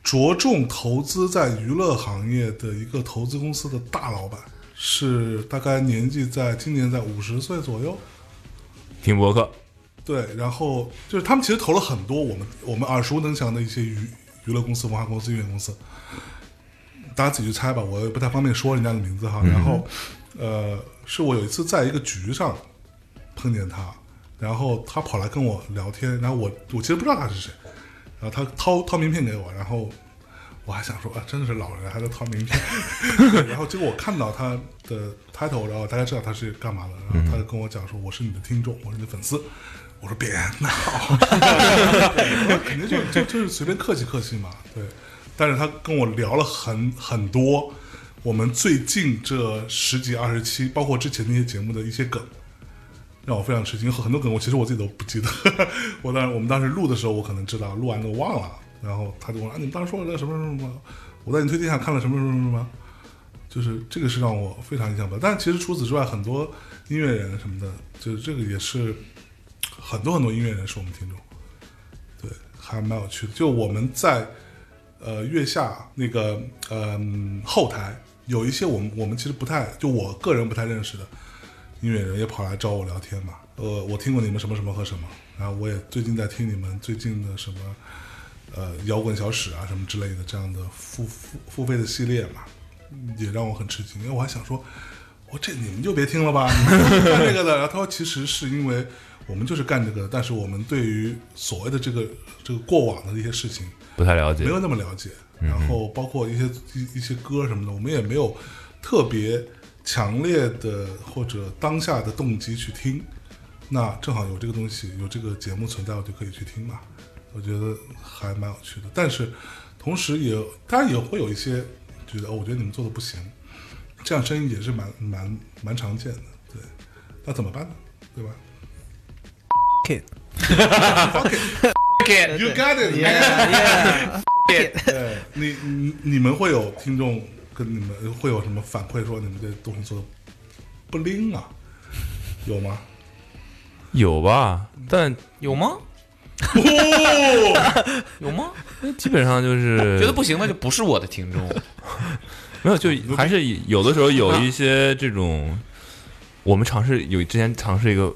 [SPEAKER 3] 着重投资在娱乐行业的一个投资公司的大老板，是大概年纪在今年在五十岁左右，
[SPEAKER 2] 听博客，
[SPEAKER 3] 对，然后就是他们其实投了很多我们我们耳熟能详的一些娱娱乐公司、文化公司、音乐公司，大家自己去猜吧，我也不太方便说人家的名字哈。然后，呃，是我有一次在一个局上碰见他，然后他跑来跟我聊天，然后我我其实不知道他是谁，然后他掏掏名片给我，然后我还想说啊，真的是老人还在掏名片，然后结果我看到他的 title，然后大家知道他是干嘛的，然后他就跟我讲说我是你的听众，我是你的粉丝。我说别闹，我说肯定就就就是随便客气客气嘛，对。但是他跟我聊了很很多，我们最近这十几二十期，包括之前那些节目的一些梗，让我非常吃惊。很多梗我其实我自己都不记得， [laughs] 我当时我们当时录的时候我可能知道，录完了我忘了。然后他就跟我说：“啊，你们当时说了什么什么什么？我在你推荐下看了什么什么什么什么。”就是这个是让我非常印象深刻。但其实除此之外，很多音乐人什么的，就是这个也是很多很多音乐人是我们听众，对，还蛮有趣的。就我们在呃月下那个嗯、后台有一些我们我们其实不太就我个人不太认识的音乐人也跑来找我聊天嘛。呃，我听过你们什么什么和什么，然后我也最近在听你们最近的什么呃摇滚小史啊什么之类的这样的付付付费的系列嘛，也让我很吃惊，因为哦 [laughs] 我还想说，我这你们就别听了吧，你们不看这个的。然后他说，其实是因为我们就是干这个的，但是我们对于所谓的这个这个过往的一些事情
[SPEAKER 2] 不太了解
[SPEAKER 3] 没，有那么了解，然后包括一些一一些歌什么的，我们也没有特别强烈的或者当下的动机去听。那正好有这个东西，有这个节目存在，我就可以去听嘛。我觉得还蛮有趣的，但是同时也当然也会有一些觉得，哦，我觉得你们做的不行，这样声音也是蛮蛮蛮常见的。对，那怎么办呢？对吧
[SPEAKER 4] Kid
[SPEAKER 5] 哎
[SPEAKER 3] ？You got it, man.
[SPEAKER 4] yeah,
[SPEAKER 3] 对你你你们会有听众跟你们会有什么反馈说你们这东西做的不灵啊？有吗？
[SPEAKER 2] 有吧？但
[SPEAKER 5] 有吗？有吗？
[SPEAKER 2] 基本上就是
[SPEAKER 5] 觉得不行，那就不是我的听众。
[SPEAKER 2] 没有，就还是有的时候有一些这种，我们尝试有之前尝试一个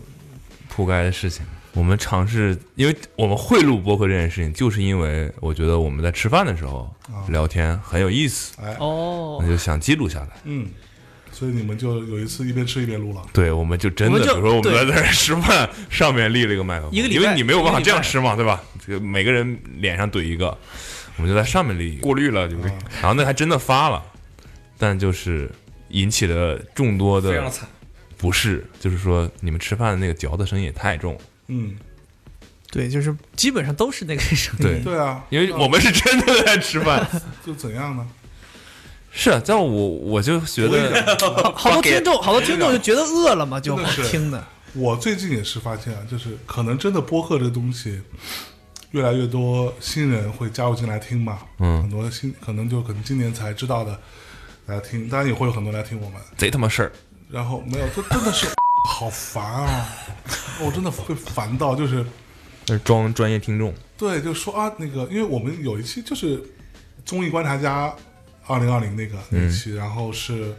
[SPEAKER 2] 铺盖的事情，我们尝试，因为我们会录播客这件事情，就是因为我觉得我们在吃饭的时候聊天很有意思，
[SPEAKER 3] 哎，
[SPEAKER 4] 哦
[SPEAKER 2] 那，就想记录下来。
[SPEAKER 3] 嗯，所以你们就有一次一边吃一边录了。
[SPEAKER 2] 对，我们就真的，
[SPEAKER 4] 我
[SPEAKER 2] 比
[SPEAKER 4] 们就
[SPEAKER 2] 如说我们在那儿吃饭，上面立了一个麦克风，
[SPEAKER 4] 一个礼
[SPEAKER 2] 因
[SPEAKER 4] 拜
[SPEAKER 2] 为你没有办法
[SPEAKER 4] 一个礼拜
[SPEAKER 2] 这样吃嘛，对吧？这个每个人脸上怼一个，我们就在上面立一个，过滤了就
[SPEAKER 3] 啊
[SPEAKER 2] 然后那还真的发了，但就是引起了众多的
[SPEAKER 5] [laughs] 非常惨，
[SPEAKER 2] 不是，就是说你们吃饭的那个嚼的声音也太重了。
[SPEAKER 3] 嗯，
[SPEAKER 4] [laughs] 对，就是基本上都是那个声音。
[SPEAKER 2] 对
[SPEAKER 3] 对啊，
[SPEAKER 2] 因为我们是真的在吃 [laughs] 饭，
[SPEAKER 3] 就怎样呢？
[SPEAKER 2] 是啊，但我我就觉
[SPEAKER 3] 我也
[SPEAKER 2] 得，
[SPEAKER 4] 好多听众，好多听众就觉得饿了嘛，就
[SPEAKER 3] 真的是
[SPEAKER 4] 听的。
[SPEAKER 3] 我最近也是发现啊，就是可能真的播客这东西，越来越多新人会加入进来听嘛。
[SPEAKER 2] 嗯
[SPEAKER 3] 很多新可能就可能今年才知道的来听，当然也会有很多来听我们。
[SPEAKER 2] 贼他妈事儿，
[SPEAKER 3] 然后没有，这真的是 [laughs] 好烦啊！ [laughs] 我真的会烦到，就是
[SPEAKER 2] 那是装专业听众，
[SPEAKER 3] 对，就说啊，那个，因为我们有一期就是综艺观察家二零二零那个那一期，然后是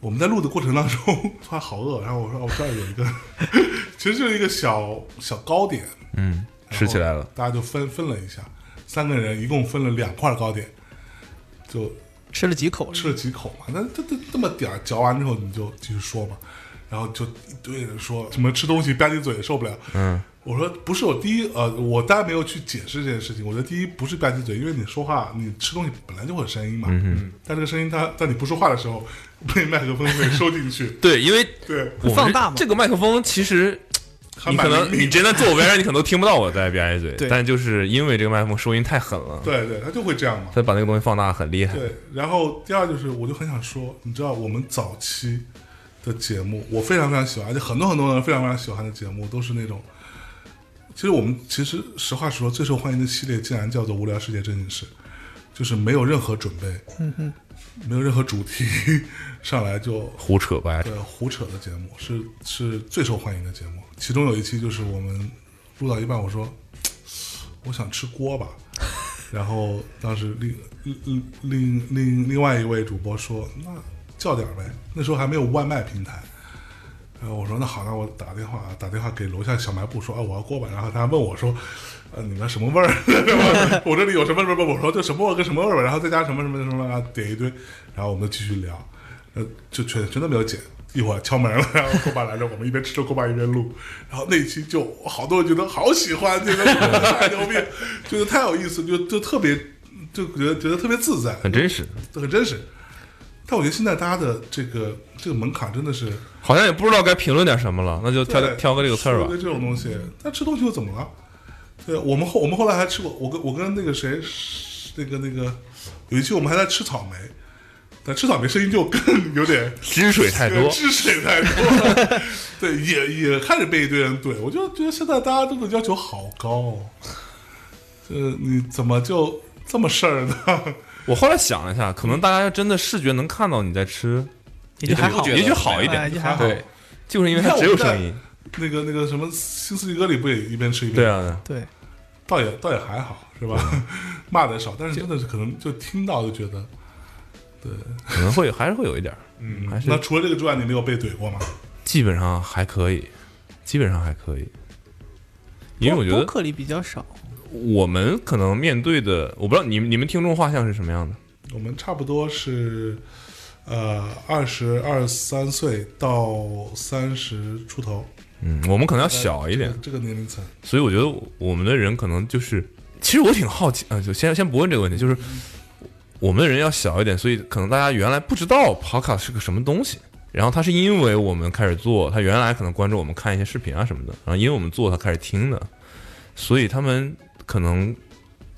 [SPEAKER 3] 我们在录的过程当中， [laughs] 突然好饿，然后我说、哦我这儿有一个， [laughs] 其实就是一个小小糕点，
[SPEAKER 2] 嗯，吃起来了，，
[SPEAKER 3] 大家就分分了一下，三个人一共分了两块糕点，就
[SPEAKER 4] 吃了几口，
[SPEAKER 3] 吃了几口嘛，那这这这么点儿嚼完之后你就继续说嘛，然后就一堆人说什么吃东西吧唧嘴受不了，
[SPEAKER 2] 嗯，
[SPEAKER 3] 我说不是我第一呃，我当然没有去解释这件事情，我觉得第一不是吧唧嘴，因为你说话你吃东西本来就会有声音嘛，嗯，但这个声音它在你不说话的时候 [laughs] 被麦克风给收进去，
[SPEAKER 2] 对，因为
[SPEAKER 3] 对，
[SPEAKER 2] 我们
[SPEAKER 4] 放大嘛
[SPEAKER 2] 这个麦克风其实。
[SPEAKER 3] 还
[SPEAKER 2] 你
[SPEAKER 3] 蛮
[SPEAKER 2] 可能
[SPEAKER 3] 灵敏
[SPEAKER 2] 你真的坐我边上，你可能都听不到我在边挨嘴
[SPEAKER 4] 对，
[SPEAKER 2] 但就是因为这个麦克风收音太狠了，
[SPEAKER 3] 对对，它就会这样嘛，
[SPEAKER 2] 它把那个东西放大很厉害。
[SPEAKER 3] 对，然后第二就是，我就很想说，你知道我们早期的节目，我非常非常喜欢，而且很多很多人非常非常喜欢的节目都是那种，其实我们其实实话实说，最受欢迎的系列竟然叫做《无聊世界真人事》，就是没有任何准备，嗯没有任何主题， [laughs] 上来就
[SPEAKER 2] 胡扯八扯
[SPEAKER 3] 对，胡扯的节目是是最受欢迎的节目。其中有一期就是我们录到一半，我说我想吃锅巴，然后当时另另另另另外一位主播说那叫点儿呗，那时候还没有外卖平台。然后呃我说那好，那我打电话打电话给楼下小卖部说啊我要锅巴，然后他问我说，呃你们什么味儿？ [laughs] 我这里有什么什么味儿？我说就什么味儿跟什么味儿吧，然后再加什么什么什么啊点一堆，然后我们就继续聊，呃就全全都没有剪。一会儿敲门了，然后锅巴来了，我们一边吃着锅巴一边录，然后那期就好多人觉得好喜欢，这个太牛逼，觉得太有意思，就就特别就觉得觉得特别自在，
[SPEAKER 2] 很真实，
[SPEAKER 3] 很真实。但我觉得现在大家的这个这个门槛真的是
[SPEAKER 2] 好像也不知道该评论点什么了，那就挑
[SPEAKER 3] 对
[SPEAKER 2] 挑个这个刺儿吧
[SPEAKER 3] 说。的这种东西，但吃东西又怎么了？对，我们后我们后来还吃过，我跟我跟那个谁，那个那个有一期我们还在吃草莓，但吃草莓声音就更有点
[SPEAKER 2] 汁水太多，
[SPEAKER 3] 汁水太多，对，也也开始被一堆人怼，我就觉得现在大家对的要求好高、哦，呃，你怎么就这么事儿呢？ [laughs]
[SPEAKER 2] 我后来想了一下，可能大家要真的视觉能看到你在吃，
[SPEAKER 4] 也就还好，
[SPEAKER 5] 觉得
[SPEAKER 2] 也许好一
[SPEAKER 4] 哎
[SPEAKER 2] 点，
[SPEAKER 4] 就还好。
[SPEAKER 5] 对，
[SPEAKER 2] 就是因为它只有声
[SPEAKER 3] 你
[SPEAKER 2] 音。
[SPEAKER 3] 那个那个什么《新世纪歌》里不也一边吃一边
[SPEAKER 2] 对啊，对啊
[SPEAKER 4] 对，
[SPEAKER 3] 倒也倒也还好，
[SPEAKER 2] [laughs]
[SPEAKER 3] 是吧？骂的少，但是真的是可能就听到就觉得，
[SPEAKER 2] 可能会还是会有一点儿，嗯，还是
[SPEAKER 3] 那除了这个之外，你没有被怼过吗？
[SPEAKER 2] 基本上还可以，基本上还可以。因为我觉
[SPEAKER 4] 播
[SPEAKER 2] 得
[SPEAKER 4] 客里比较少，
[SPEAKER 2] 我们可能面对的，我不知道你们你们听众画像是什么样的，
[SPEAKER 3] 我们差不多是，呃，二十二三岁到三十出头，
[SPEAKER 2] 嗯，我们可能要小一点，
[SPEAKER 3] 这个年龄层，
[SPEAKER 2] 所以我觉得我们的人可能就是，其实我挺好奇，啊，就先先不问这个问题，就是我们的人要小一点，所以可能大家原来不知道 podcast 是个什么东西，然后他是因为我们开始做，他原来可能关注我们看一些视频啊什么的，然后因为我们做他开始听的，所以他们可能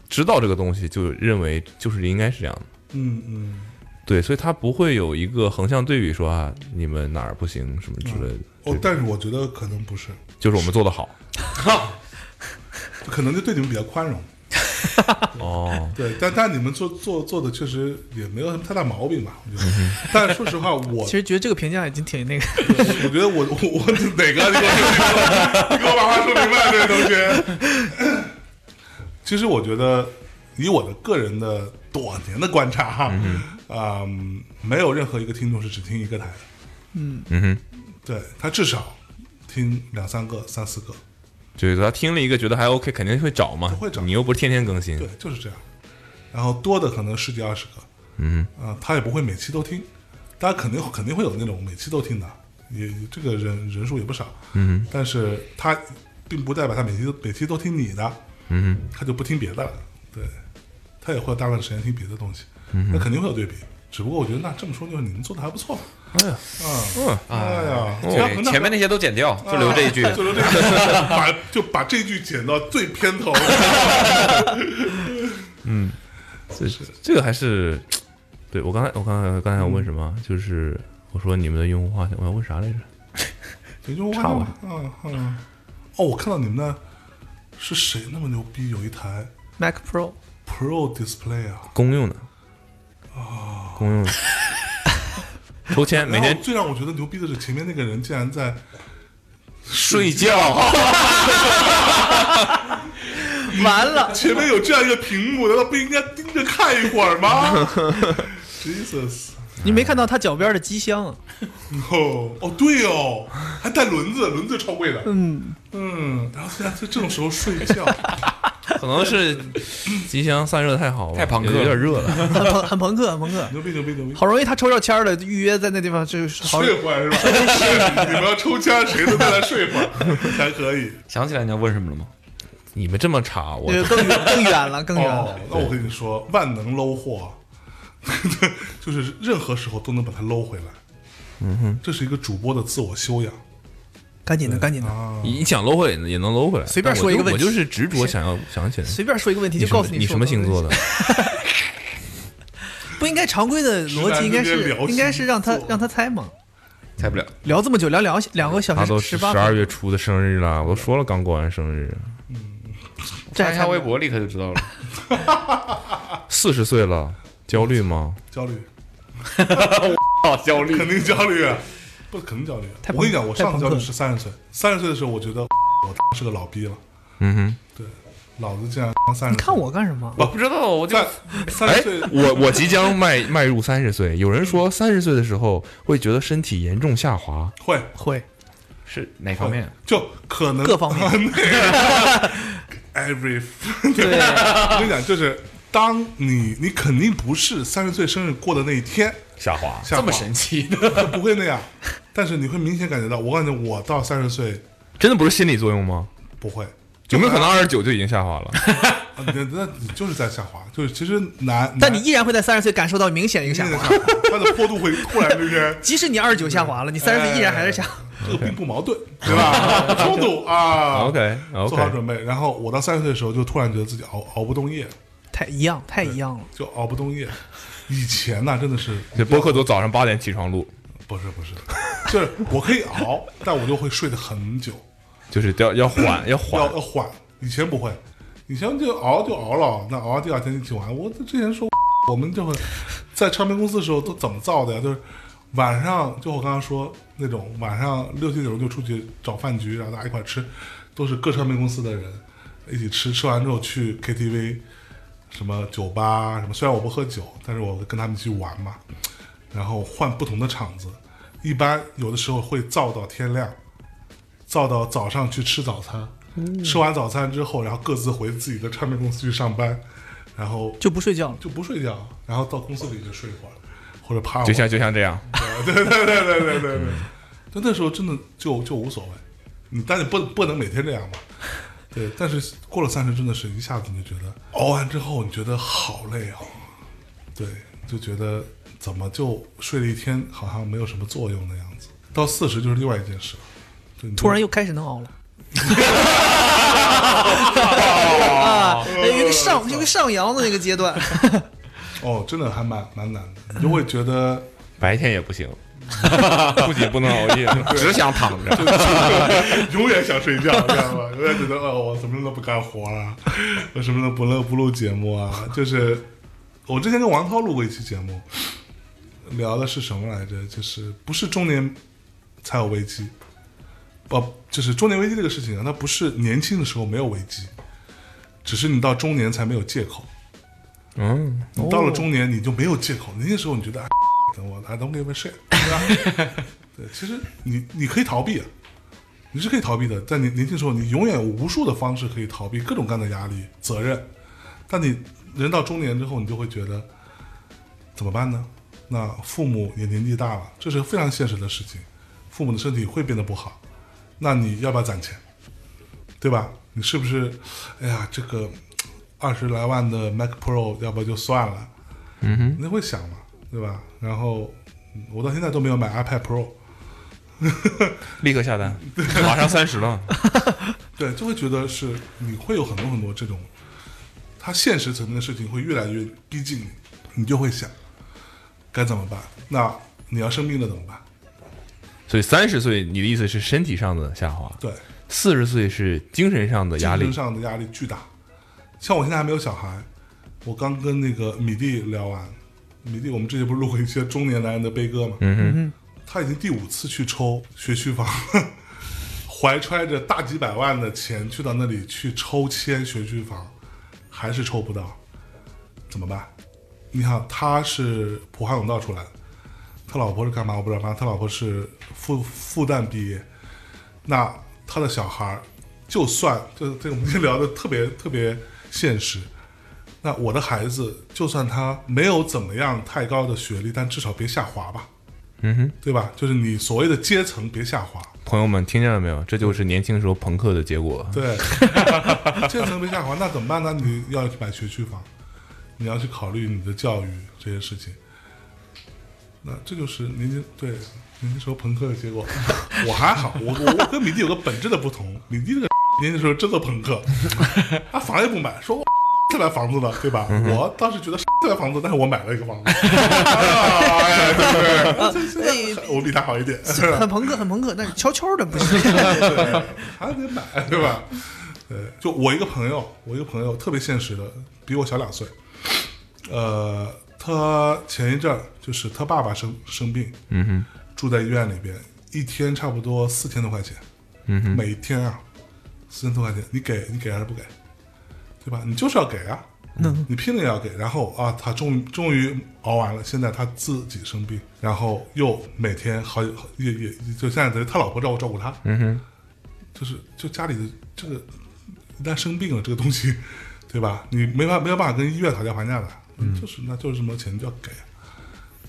[SPEAKER 2] 知道这个东西，就认为就是应该是这样的。
[SPEAKER 3] 嗯嗯，
[SPEAKER 2] 对，所以他不会有一个横向对比，说啊，你们哪儿不行什么之类的，
[SPEAKER 3] 哦，但是我觉得可能不是，
[SPEAKER 2] 就是我们做的好。
[SPEAKER 3] 可能就对你们比较宽容。
[SPEAKER 2] 哦，
[SPEAKER 3] 对，但但你们做做做的确实也没有什么太大毛病吧？我觉
[SPEAKER 2] 嗯
[SPEAKER 3] 得。但是说实话，我
[SPEAKER 4] 其实觉得这个评价已经挺那个，
[SPEAKER 3] [laughs] 我觉得我我我哪个？你给我你给我把话说明白，这位同学。其实我觉得，以我的个人的多年的观察哈，啊、嗯没有任何一个听众是只听一个台的，
[SPEAKER 2] 嗯哼，
[SPEAKER 3] 对他至少听两三个、三四个，
[SPEAKER 2] 就是他听了一个觉得还 OK，肯定会找嘛，
[SPEAKER 3] 会找
[SPEAKER 2] 你又不是天天更新，
[SPEAKER 3] 对，就是这样。然后多的可能十几二十个，
[SPEAKER 2] 嗯
[SPEAKER 3] 啊、他也不会每期都听，当然肯定肯定会有那种每期都听的，也这个人人数也不少，
[SPEAKER 2] 嗯
[SPEAKER 3] 但是他并不代表他每期都每期都听你的，
[SPEAKER 2] 嗯
[SPEAKER 3] 他就不听别的了，对，他也会有大量时间听别的东西，
[SPEAKER 2] 嗯
[SPEAKER 3] 那肯定会有对比。只不过我觉得那这么说就是你们做的还不错，
[SPEAKER 2] 哎呀，
[SPEAKER 3] 嗯，
[SPEAKER 2] 嗯，
[SPEAKER 3] 哎呀，
[SPEAKER 5] 对，前面那些都剪掉，就留这一句。
[SPEAKER 3] [laughs] 就留这一句，把就把这一句剪到最片头，
[SPEAKER 2] 这这个还是，对我刚才我刚才刚才要问什么，啊就是我说你们的用户画像，我要问啥来着？
[SPEAKER 3] 也就完
[SPEAKER 2] 差不
[SPEAKER 3] 了。嗯嗯，哦，我看到你们那是谁那么牛逼？有一台
[SPEAKER 4] Mac Pro
[SPEAKER 3] Pro Display 啊，
[SPEAKER 2] 公用的，哦，公用的，抽签每啊
[SPEAKER 3] 然
[SPEAKER 2] 天
[SPEAKER 3] 后最让我觉得牛逼的是前面那个人竟然在
[SPEAKER 5] 睡觉，
[SPEAKER 4] 完了，
[SPEAKER 3] 前面有这样一个屏幕，难道不应该盯着看一会儿
[SPEAKER 2] [laughs]
[SPEAKER 3] 吗？Jesus！
[SPEAKER 4] [laughs] 你没看到它脚边的机箱啊？
[SPEAKER 3] 哦哦，对哦，还带轮子，轮子超贵的。
[SPEAKER 4] 嗯，
[SPEAKER 3] 嗯，然后现在在这种时候睡
[SPEAKER 2] [laughs]
[SPEAKER 3] 觉，
[SPEAKER 2] 可能是机箱散热太好了，
[SPEAKER 5] 太朋克了
[SPEAKER 2] 有点热了。
[SPEAKER 4] 很朋很朋克，很朋克。
[SPEAKER 3] 牛逼牛逼牛逼！
[SPEAKER 4] 好容易他抽到签儿了，预约在那地方就是好。
[SPEAKER 3] 睡会儿是吧？
[SPEAKER 2] [laughs]
[SPEAKER 3] 是你们要抽签，谁都在那睡会儿才可以。
[SPEAKER 5] [laughs] 想起来你要问什么了吗？
[SPEAKER 2] 你们这么查，我
[SPEAKER 4] 呃，更远更远了，更远了
[SPEAKER 3] 哦。，那我跟你说，万能搂货， [laughs] 就是任何时候都能把它搂回来。嗯哼，这是一个主播的自我修养
[SPEAKER 4] 赶紧的，赶紧的，
[SPEAKER 3] 啊。
[SPEAKER 2] 你想搂回来也能搂回来，
[SPEAKER 4] 随便
[SPEAKER 2] 但我
[SPEAKER 4] 说一
[SPEAKER 2] 就
[SPEAKER 4] 个问题
[SPEAKER 2] 我就是执着想要想起来。
[SPEAKER 4] 随便说一个问题就
[SPEAKER 2] 什么
[SPEAKER 4] 告诉
[SPEAKER 2] 你
[SPEAKER 4] 说
[SPEAKER 2] 什么星座的？？
[SPEAKER 4] 不应该常规的逻辑应该
[SPEAKER 3] 直男之间聊星
[SPEAKER 4] 是
[SPEAKER 3] 座
[SPEAKER 4] 应该是让他让他猜嘛。
[SPEAKER 5] 猜不了，
[SPEAKER 4] 聊这么久，聊两两个
[SPEAKER 2] 他
[SPEAKER 4] 小
[SPEAKER 2] 都
[SPEAKER 4] 时十
[SPEAKER 2] 十
[SPEAKER 4] 八
[SPEAKER 2] 二
[SPEAKER 4] 分，
[SPEAKER 2] 月初的生日了，我都说了刚过完生日，
[SPEAKER 4] 这还
[SPEAKER 5] 看一
[SPEAKER 4] 猜
[SPEAKER 5] 下
[SPEAKER 4] 不
[SPEAKER 5] 微
[SPEAKER 4] 了。
[SPEAKER 5] 博立刻就知道了。
[SPEAKER 2] 四十岁了，焦虑吗？
[SPEAKER 3] 焦虑，
[SPEAKER 5] [laughs] 好哦焦虑
[SPEAKER 3] 肯定焦虑，啊，不肯定焦虑啊。
[SPEAKER 4] 太朋
[SPEAKER 3] 我跟你讲，我上
[SPEAKER 4] 太
[SPEAKER 3] 次焦
[SPEAKER 4] 朋克
[SPEAKER 3] 虑
[SPEAKER 4] 了
[SPEAKER 3] 是三十岁，三十岁的时候，我觉得 [laughs] 我是个老逼了，
[SPEAKER 2] 嗯
[SPEAKER 3] 老子竟然三
[SPEAKER 4] 你
[SPEAKER 3] 十。
[SPEAKER 4] 看，我干什么？
[SPEAKER 5] 我不知道，我就
[SPEAKER 3] 在
[SPEAKER 2] 哼，
[SPEAKER 3] 三
[SPEAKER 2] 哎
[SPEAKER 3] 十岁，，
[SPEAKER 2] 我我即将迈迈入三十岁，有人说三十岁的时候会觉得身体严重下滑，
[SPEAKER 3] 会
[SPEAKER 4] 会
[SPEAKER 5] 是哪方面？
[SPEAKER 3] 就可能
[SPEAKER 4] 各方
[SPEAKER 3] [laughs]
[SPEAKER 4] 面 [laughs]
[SPEAKER 3] every [laughs]
[SPEAKER 4] 对，
[SPEAKER 3] 我跟你讲，就是当你你肯定不是三十岁生日过的那一天
[SPEAKER 2] 下滑
[SPEAKER 3] 下
[SPEAKER 5] 这
[SPEAKER 3] 滑
[SPEAKER 5] 么神奇的？
[SPEAKER 3] 不会那样，但是你会明显感觉到，我感觉我到三十岁
[SPEAKER 2] 真的不是心理作用吗？
[SPEAKER 3] 不会，
[SPEAKER 2] 有没有可能二十九就已经下滑
[SPEAKER 4] [laughs]
[SPEAKER 2] 了？
[SPEAKER 3] 啊那那你就是在下滑，就是其实难，
[SPEAKER 4] 但你依然会在三十岁感受到明显一个下
[SPEAKER 3] 在下
[SPEAKER 4] 滑。
[SPEAKER 3] 滑，它的坡度会突然之间。
[SPEAKER 4] [laughs] 即使你二十九下滑了，你三十岁
[SPEAKER 3] 哎
[SPEAKER 4] 依然还是下。
[SPEAKER 3] 这个并不矛盾，对吧？不冲突啊。
[SPEAKER 2] OK，OK
[SPEAKER 3] 做好准备。然后我到三十岁的时候，就突然觉得自己熬熬不动夜，
[SPEAKER 4] 太一样，太一样了。
[SPEAKER 3] 就熬不动夜。以前呢，真的是
[SPEAKER 2] 这播客都早上八点起床录，
[SPEAKER 3] 不是不是，就是我可以熬，但我就会睡得很久，
[SPEAKER 2] 就是要要缓要缓
[SPEAKER 3] 要要缓。以前不会，以前就熬就熬了，那熬到第二天就起晚。我之前说，我们这会在唱片公司的时候都怎么造的呀？就是晚上，就我刚刚说那种晚上六七点钟就出去找饭局，然后大家一块吃，都是各唱片公司的人一起吃，吃完之后去 KTV，什么酒吧什么。虽然我不喝酒，但是我会跟他们去玩嘛，然后换不同的场子，一般有的时候会造到天亮，造到早上去吃早餐。吃完早餐之后，然后各自回自己的唱片公司去上班，然后
[SPEAKER 4] 就不睡觉了，
[SPEAKER 3] 就不睡觉，然后到公司里就睡一会儿，或者趴会
[SPEAKER 2] 就
[SPEAKER 3] 儿。
[SPEAKER 2] 像就像这样，
[SPEAKER 3] [laughs] 对对对对对对对。但那时候真的就就无所谓，你但是不不能每天这样吧？对，但是过了三十，真的是一下子你就觉得熬完之后，你觉得好累哦，对，就觉得怎么就睡了一天，好像没有什么作用的样子。到四十就是另外一件事了，对你就
[SPEAKER 4] 突然又开始能熬了。 [laughs] 啊，有一个上有一个上扬的那个阶段，
[SPEAKER 3] 哦，真的还蛮蛮难的，你就会觉得
[SPEAKER 2] 白天也不行，不仅不能熬夜，
[SPEAKER 5] 只想躺着。
[SPEAKER 3] [laughs] 永远想睡觉，知道吗？永远觉得哦，我什么都不干活啊，我什么都不录不录节目啊。就是我之前跟王涛录过一期节目，聊的是什么来着？就是不是中年才有危机，不，就是中年危机这个事情啊，它不是年轻的时候没有危机，只是你到中年才没有借口。
[SPEAKER 2] 嗯，
[SPEAKER 3] 你到了中年你就没有借口，那些时候你觉得哎，等我 I don't give a shit，对吧？ [laughs] 对，其实你你可以逃避啊，你是可以逃避的，在你年轻时候，你永远有无数的方式可以逃避各种各样的压力、责任，但你人到中年之后，你就会觉得怎么办呢？那父母也年纪大了，这是非常现实的事情，父母的身体会变得不好，那你要不要攒钱？对吧？你是不是？哎呀，这个二十来万的 Mac Pro，要不就算了。嗯哼，你会想嘛，对吧？然后嗯我到现在都没有买 iPad Pro，
[SPEAKER 2] 立刻下单，马上三十了，
[SPEAKER 3] 对，就会觉得是你会有很多很多这种，它现实层面的事情会越来越逼近你，你就会想该怎么办？那你要生病了怎么办？
[SPEAKER 2] [laughs] 所以三十岁，你的意思是身体上的下滑，
[SPEAKER 3] 对，
[SPEAKER 2] 四十岁是精神上的压力
[SPEAKER 3] 精神，上的压力巨大。像我现在还没有小孩，我刚跟那个米蒂聊完，米蒂我们之前不是录过一些中年男人的悲歌嘛？嗯
[SPEAKER 4] 哼，
[SPEAKER 3] 他已经第五次去抽学区房， [laughs] 怀揣着大几百万的钱去到那里去抽签学区房，还是抽不到，怎么办？你看他是普华永道出来的，他老婆是干嘛我不知道，反正他老婆是复复旦毕业，那他的小孩儿，就算就是这个我们今天聊的特别特别现实，那我的孩子就算他没有怎么样太高的学历，但至少别下滑吧，
[SPEAKER 2] 嗯哼。
[SPEAKER 3] 对吧？就是你所谓的阶层别下滑，
[SPEAKER 2] 朋友们听见了没有？这就是年轻时候朋克的结果。
[SPEAKER 3] 对，阶层没下滑，那怎么办呢？你要去买学区房，你要去考虑你的教育这些事情。那这就是年轻对年轻时候朋克的结果。我还好，我我我跟米蒂有个本质的不同，米蒂这个年轻时候真的朋克，他房也不买，说我这买房子了，对吧？我当时觉得这买房子，但是我买了一个房子，哎对 [laughs] 对对我比他好一点。
[SPEAKER 4] 哎很朋克，很朋克，但是悄悄的不行。
[SPEAKER 3] [laughs] 对，还得买，对吧？对，就我一个朋友，我一个朋友特别现实的，比我小两岁。呃，他前一阵儿就是他爸爸生生病，嗯哼，住在医院里边，一天差不多四千多块钱，嗯哼，每天啊，四千多块钱，你给你给还是不给？对吧？你就是要给啊，
[SPEAKER 4] 嗯，
[SPEAKER 3] 你拼了也要给。然后啊，他终于终于熬完了，现在他自己生病，然后又每天好几也也就现在等于他老婆照顾照顾他，嗯
[SPEAKER 2] 哼，
[SPEAKER 3] 就是就家里的这个一旦生病了这个东西，对吧？你没法没有办法跟医院讨价还价的，嗯就是那就是什么钱就要给，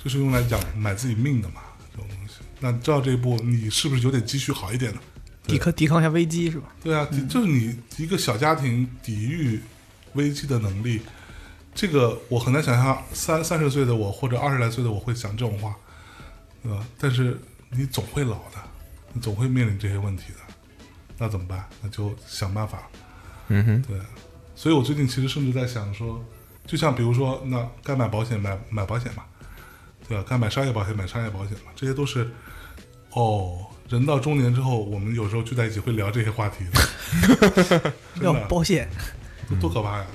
[SPEAKER 3] 就是用来养买自己命的嘛，这种东西。那知道这一步，你是不是有点积蓄好一点呢？
[SPEAKER 4] 抵抗抵抗一下危机是吧？
[SPEAKER 3] 对啊，
[SPEAKER 2] 嗯
[SPEAKER 3] 抵就是你一个小家庭抵御危机的能力，这个我很难想象三三十岁的我或者二十来岁的我会讲这种话，对吧？但是你总会老的，你总会面临这些问题的，那怎么办？那就想办法。
[SPEAKER 2] 嗯哼，
[SPEAKER 3] 对，啊所以我最近其实甚至在想说，就像比如说，那该买保险买买保险吧，对啊吧？该买商业保险买商业保险吧，这些都是哦，人到中年之后，我们有时候聚在一起会聊这些话题的，真
[SPEAKER 4] 要
[SPEAKER 3] 的
[SPEAKER 4] 保险，
[SPEAKER 3] 多可怕呀！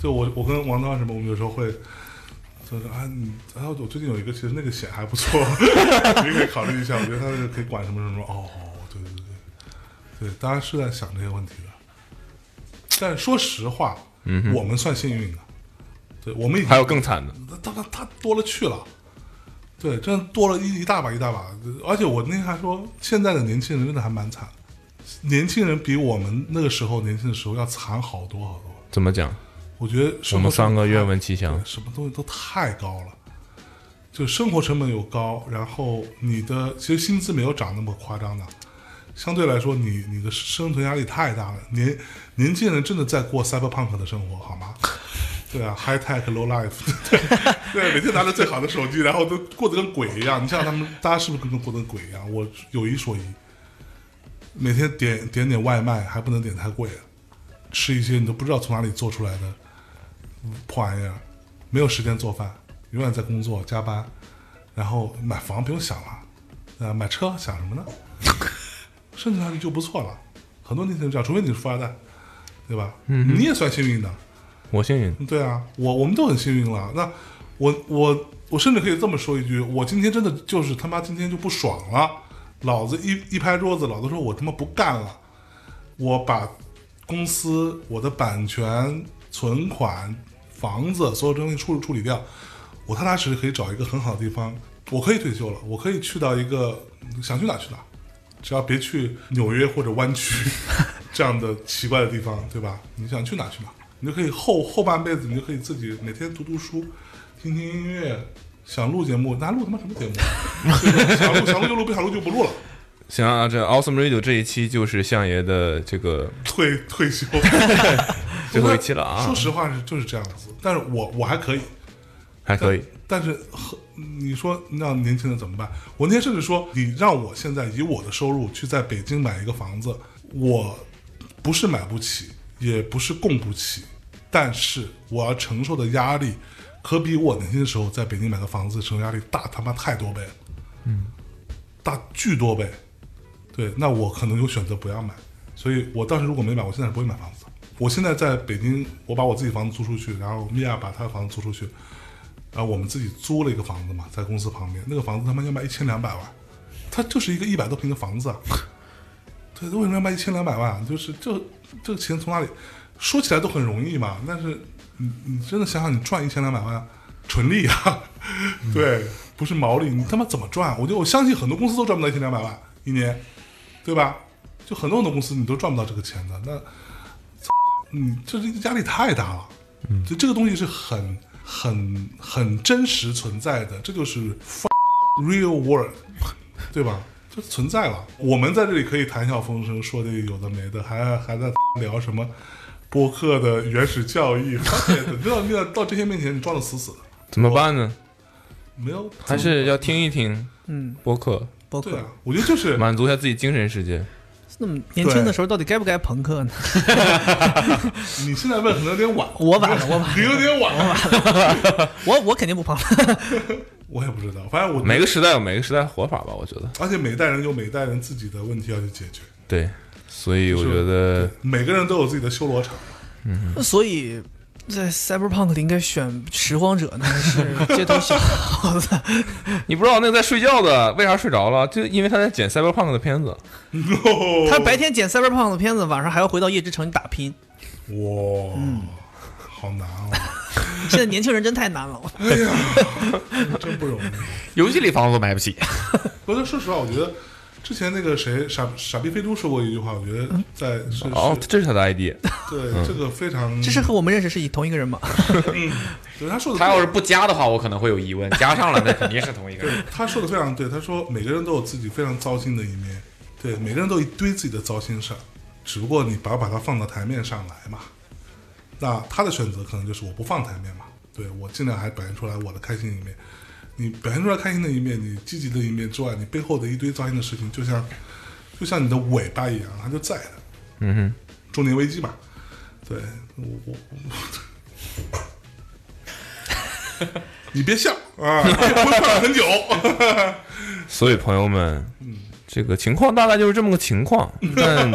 [SPEAKER 3] 就我我跟王涛什么，我们有时候会。就是啊，你啊，我最近有一个，其实那个险还不错， [laughs] 你可以考虑一下。我觉得他是可以管什么什么。哦，对对对，对，大家是在想这些问题的。但说实话，嗯、我们算幸运的，对，我们已经
[SPEAKER 2] 还有更惨的，
[SPEAKER 3] 他他他多了去了，对，真的多了一一大把一大把。而且我那天还说，现在的年轻人真的还蛮惨，年轻人比我们那个时候年轻的时候要惨好多好多。
[SPEAKER 2] 怎么讲？
[SPEAKER 3] 我觉得
[SPEAKER 2] 我
[SPEAKER 3] 生活
[SPEAKER 2] 们
[SPEAKER 3] 成
[SPEAKER 2] 三
[SPEAKER 3] 本
[SPEAKER 2] 个愿
[SPEAKER 3] 太
[SPEAKER 2] 闻其详
[SPEAKER 3] 对。什么东西都太高了，就生活成本有高，然后你的其实薪资没有涨那么夸张的，相对来说，你你的生存压力太大了。年年轻人真的在过 cyberpunk 的生活，好吗？ [laughs] 对啊，high tech low life，对 [laughs] 对，每天拿着最好的手机，然后都过得跟鬼一样。你像他们，大家是不是跟过得跟鬼一样？我有一说一，每天点点点外卖，还不能点太贵，啊吃一些你都不知道从哪里做出来的嗯破玩意儿，没有时间做饭，永远在工作加班，然后买房不用想了，呃，买车想什么呢？ [laughs] 生存压力就不错了。很多年轻人这样，除非你是富二代，对吧？嗯，你也算幸运的。
[SPEAKER 2] 我幸运，
[SPEAKER 3] 对啊，我我们都很幸运了。那我我我甚至可以这么说一句：我今天真的就是他妈今天就不爽了，老子一一拍桌子，老子说我他妈不干了，我把公司、我的版权、存款、房子所有东西处处理掉，我踏踏实实可以找一个很好的地方，我可以退休了，我可以去到一个想去哪去哪，只要别去纽约或者湾区 [laughs] 这样的奇怪的地方，对吧？你想去哪去哪，你就可以后后半辈子，你就可以自己每天读读书，听听音乐，想录节目，那录他妈什么节目？ [laughs] 对吧想录想录就录，不想录就不录了，
[SPEAKER 2] 行啊，这 Awesome Radio 这一期就是相爷的这个
[SPEAKER 3] 退退休。
[SPEAKER 2] 最后一期了啊
[SPEAKER 3] 说，实话是就是这样子，但是我我还可以，
[SPEAKER 2] 还可以。
[SPEAKER 3] 但是和你说让年轻人怎么办？我那天甚至说，你让我现在以我的收入去在北京买一个房子，我不是买不起，也不是供不起，但是我要承受的压力，可比我年轻的时候在北京买个房子承受压力大他妈太多倍了，嗯，大巨多倍。对，那我可能就选择不要买，所以我当时如果没买，我现在是不会买房子的。我现在在北京，我把我自己房子租出去，然后米娅把她的房子租出去，然后啊我们自己租了一个房子嘛，在公司旁边，那个房子他妈要卖一千两百万，它就是一个一百多平的房子啊。对，为什么要卖一千两百万？啊就是就这个钱从哪里？说起来都很容易嘛，但是你你真的想想，你赚一千两百万纯利啊，对，不是毛利，你他妈怎么赚？我就我相信很多公司都赚不到一千两百万一年，对吧？就很多很多公司你都赚不到这个钱的，那你这这压力太大了。嗯，就这个东西是很很很真实存在的，这就是 fuck real world，对吧？这存在了。我们在这里可以谈笑风生，说的有的没的，还还在聊什么播客的原始教育，你到你到这些面前，你装的死死的，
[SPEAKER 2] 怎么办呢？
[SPEAKER 3] 没有
[SPEAKER 2] 还是要听一听
[SPEAKER 4] 嗯，
[SPEAKER 2] 播客，
[SPEAKER 4] 包括
[SPEAKER 3] 对啊。我觉得就是
[SPEAKER 2] 满足一下自己精神世界。
[SPEAKER 4] 那么年轻的时候到底该不该朋克呢？
[SPEAKER 3] 你现在问可能有点晚，
[SPEAKER 4] 我晚了，我晚了，
[SPEAKER 3] 你有点晚了，
[SPEAKER 4] 我我肯定不朋克。 [laughs]
[SPEAKER 3] 我也不知道，反正我
[SPEAKER 2] 每个时代有每个时代的活法吧，我觉得。
[SPEAKER 3] 而且每一代人有每一代人自己的问题要去解决，
[SPEAKER 2] 对，所以我觉得
[SPEAKER 3] 每个人都有自己的修罗场。
[SPEAKER 4] 所以在 Cyberpunk 里应该选拾荒者呢，还是街头小 [laughs] 伙子？
[SPEAKER 2] 你不知道那个在睡觉的为啥睡着了，就因为他在剪 Cyberpunk 的片子。
[SPEAKER 4] 他白天剪 Cyberpunk 的片子，晚上还要回到夜之城去打拼。 [laughs]
[SPEAKER 3] 哇，好难哦！
[SPEAKER 4] 现在年轻人真太 [laughs] 难了，
[SPEAKER 3] 哎呀，真不容易。
[SPEAKER 5] [laughs] 游戏里房子都买不起，
[SPEAKER 3] 不是，说实话，我觉得之前那个谁傻傻逼飞猪说过一句话，我觉得在是
[SPEAKER 2] 哦，
[SPEAKER 3] 是
[SPEAKER 2] 这是他的
[SPEAKER 3] [laughs]
[SPEAKER 2] ID。
[SPEAKER 3] 对这个非常，嗯
[SPEAKER 4] 这是和我们认识是一同一个人吗？
[SPEAKER 3] 对他说的，
[SPEAKER 5] 他要是不加的话，我可能会有疑问， [laughs] 加上了那肯定是同一个
[SPEAKER 3] 对
[SPEAKER 5] 人。 [laughs]
[SPEAKER 3] 他说的非常对，他说每个人都有自己非常糟心的一面，对，每个人都有一堆自己的糟心事儿，只不过你把把它放到台面上来嘛。那他的选择可能就是我不放台面嘛，对我尽量还表现出来我的开心一面。你表现出来开心的一面，你积极的一面之外，你背后的一堆糟心的事情，就像就像你的尾巴一样，它就在的。
[SPEAKER 2] 嗯哼，
[SPEAKER 3] 中年危机嘛。对我我我，你别笑啊，我会笑很久。
[SPEAKER 2] 所以朋友们，
[SPEAKER 3] 嗯
[SPEAKER 2] 这个情况大概就是这么个情况，
[SPEAKER 3] [laughs]
[SPEAKER 2] 但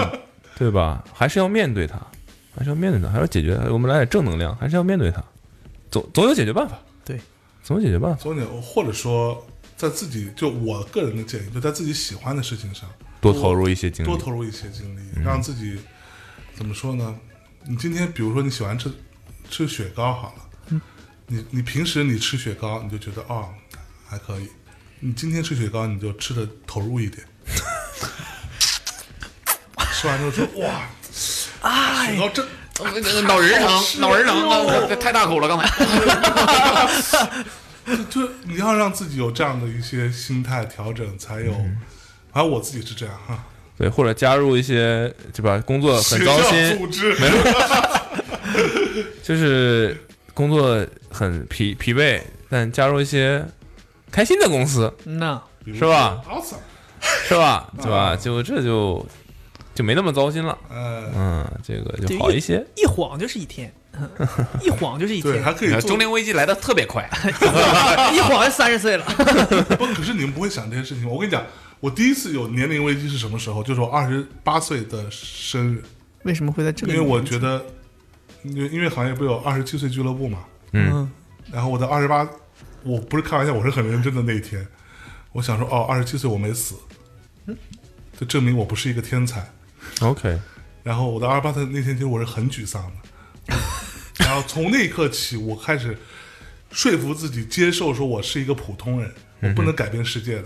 [SPEAKER 2] 对吧？还是要面对它，还是要面对它，还是要解决它。我们来点正能量，还是要面对它，总总有解决办法，
[SPEAKER 4] 对，
[SPEAKER 2] 总有解决办法。
[SPEAKER 3] 所以你或者说，在自己就我个人的建议，就在自己喜欢的事情上
[SPEAKER 2] 多投入一些精力，
[SPEAKER 3] 多投入一些精力，让自己怎么说呢？你今天比如说你喜欢吃吃雪糕好了，你你平时你吃雪糕你就觉得哦还可以，你今天吃雪糕你就吃的投入一点，吃完之后说哇
[SPEAKER 4] 哎
[SPEAKER 3] 雪，糕真
[SPEAKER 5] 脑仁 [laughs]
[SPEAKER 3] 好
[SPEAKER 5] 疼，
[SPEAKER 3] 吃
[SPEAKER 5] 脑仁疼，
[SPEAKER 3] 哦
[SPEAKER 5] 啊这太大口了，刚才。
[SPEAKER 3] 就你要让自己有这样的一些心态调整，才有。反正我自己是这样哈，
[SPEAKER 2] 对，或者加入一些对吧？工作很
[SPEAKER 3] 学
[SPEAKER 2] 糟
[SPEAKER 3] 校
[SPEAKER 2] 心，
[SPEAKER 3] 组织，
[SPEAKER 2] 没有，
[SPEAKER 3] [laughs]
[SPEAKER 2] 就是工作很疲疲惫，但加入一些开心的公司，
[SPEAKER 4] 那
[SPEAKER 3] 比如
[SPEAKER 2] 是吧
[SPEAKER 3] 说？Awesome，
[SPEAKER 2] 是吧？
[SPEAKER 3] 嗯
[SPEAKER 2] 对吧？就这就就没那么糟心了，
[SPEAKER 3] 呃，
[SPEAKER 2] 嗯，这个就好一些。
[SPEAKER 4] 一晃就是一天， [laughs] 一晃就是一天
[SPEAKER 3] 对，，
[SPEAKER 4] [laughs]
[SPEAKER 3] 还可以
[SPEAKER 5] 呃
[SPEAKER 3] 做
[SPEAKER 5] 中年危机来的特别快，
[SPEAKER 4] 一晃就三十岁了。
[SPEAKER 3] [laughs] 不，可是你们不会想这些事情。我跟你讲，我第一次有年龄危机是什么时候？就是我二十八岁的生日，
[SPEAKER 4] 为什么会在这
[SPEAKER 3] 因
[SPEAKER 4] 个？
[SPEAKER 3] 为我觉，得，因为因为行业不是有二十七岁俱乐部嘛，
[SPEAKER 2] 嗯，
[SPEAKER 4] 嗯，
[SPEAKER 3] 然后我在二十八，我不是开玩笑，我是很认真的那一天，我想说，哦，二十七岁我没死，就证明我不是一个天才。
[SPEAKER 2] OK，
[SPEAKER 3] 然后我的二十八岁那天，其实我是很沮丧的。然后从那一刻起，我开始说服自己接受，说我是一个普通人，我不能改变世界的，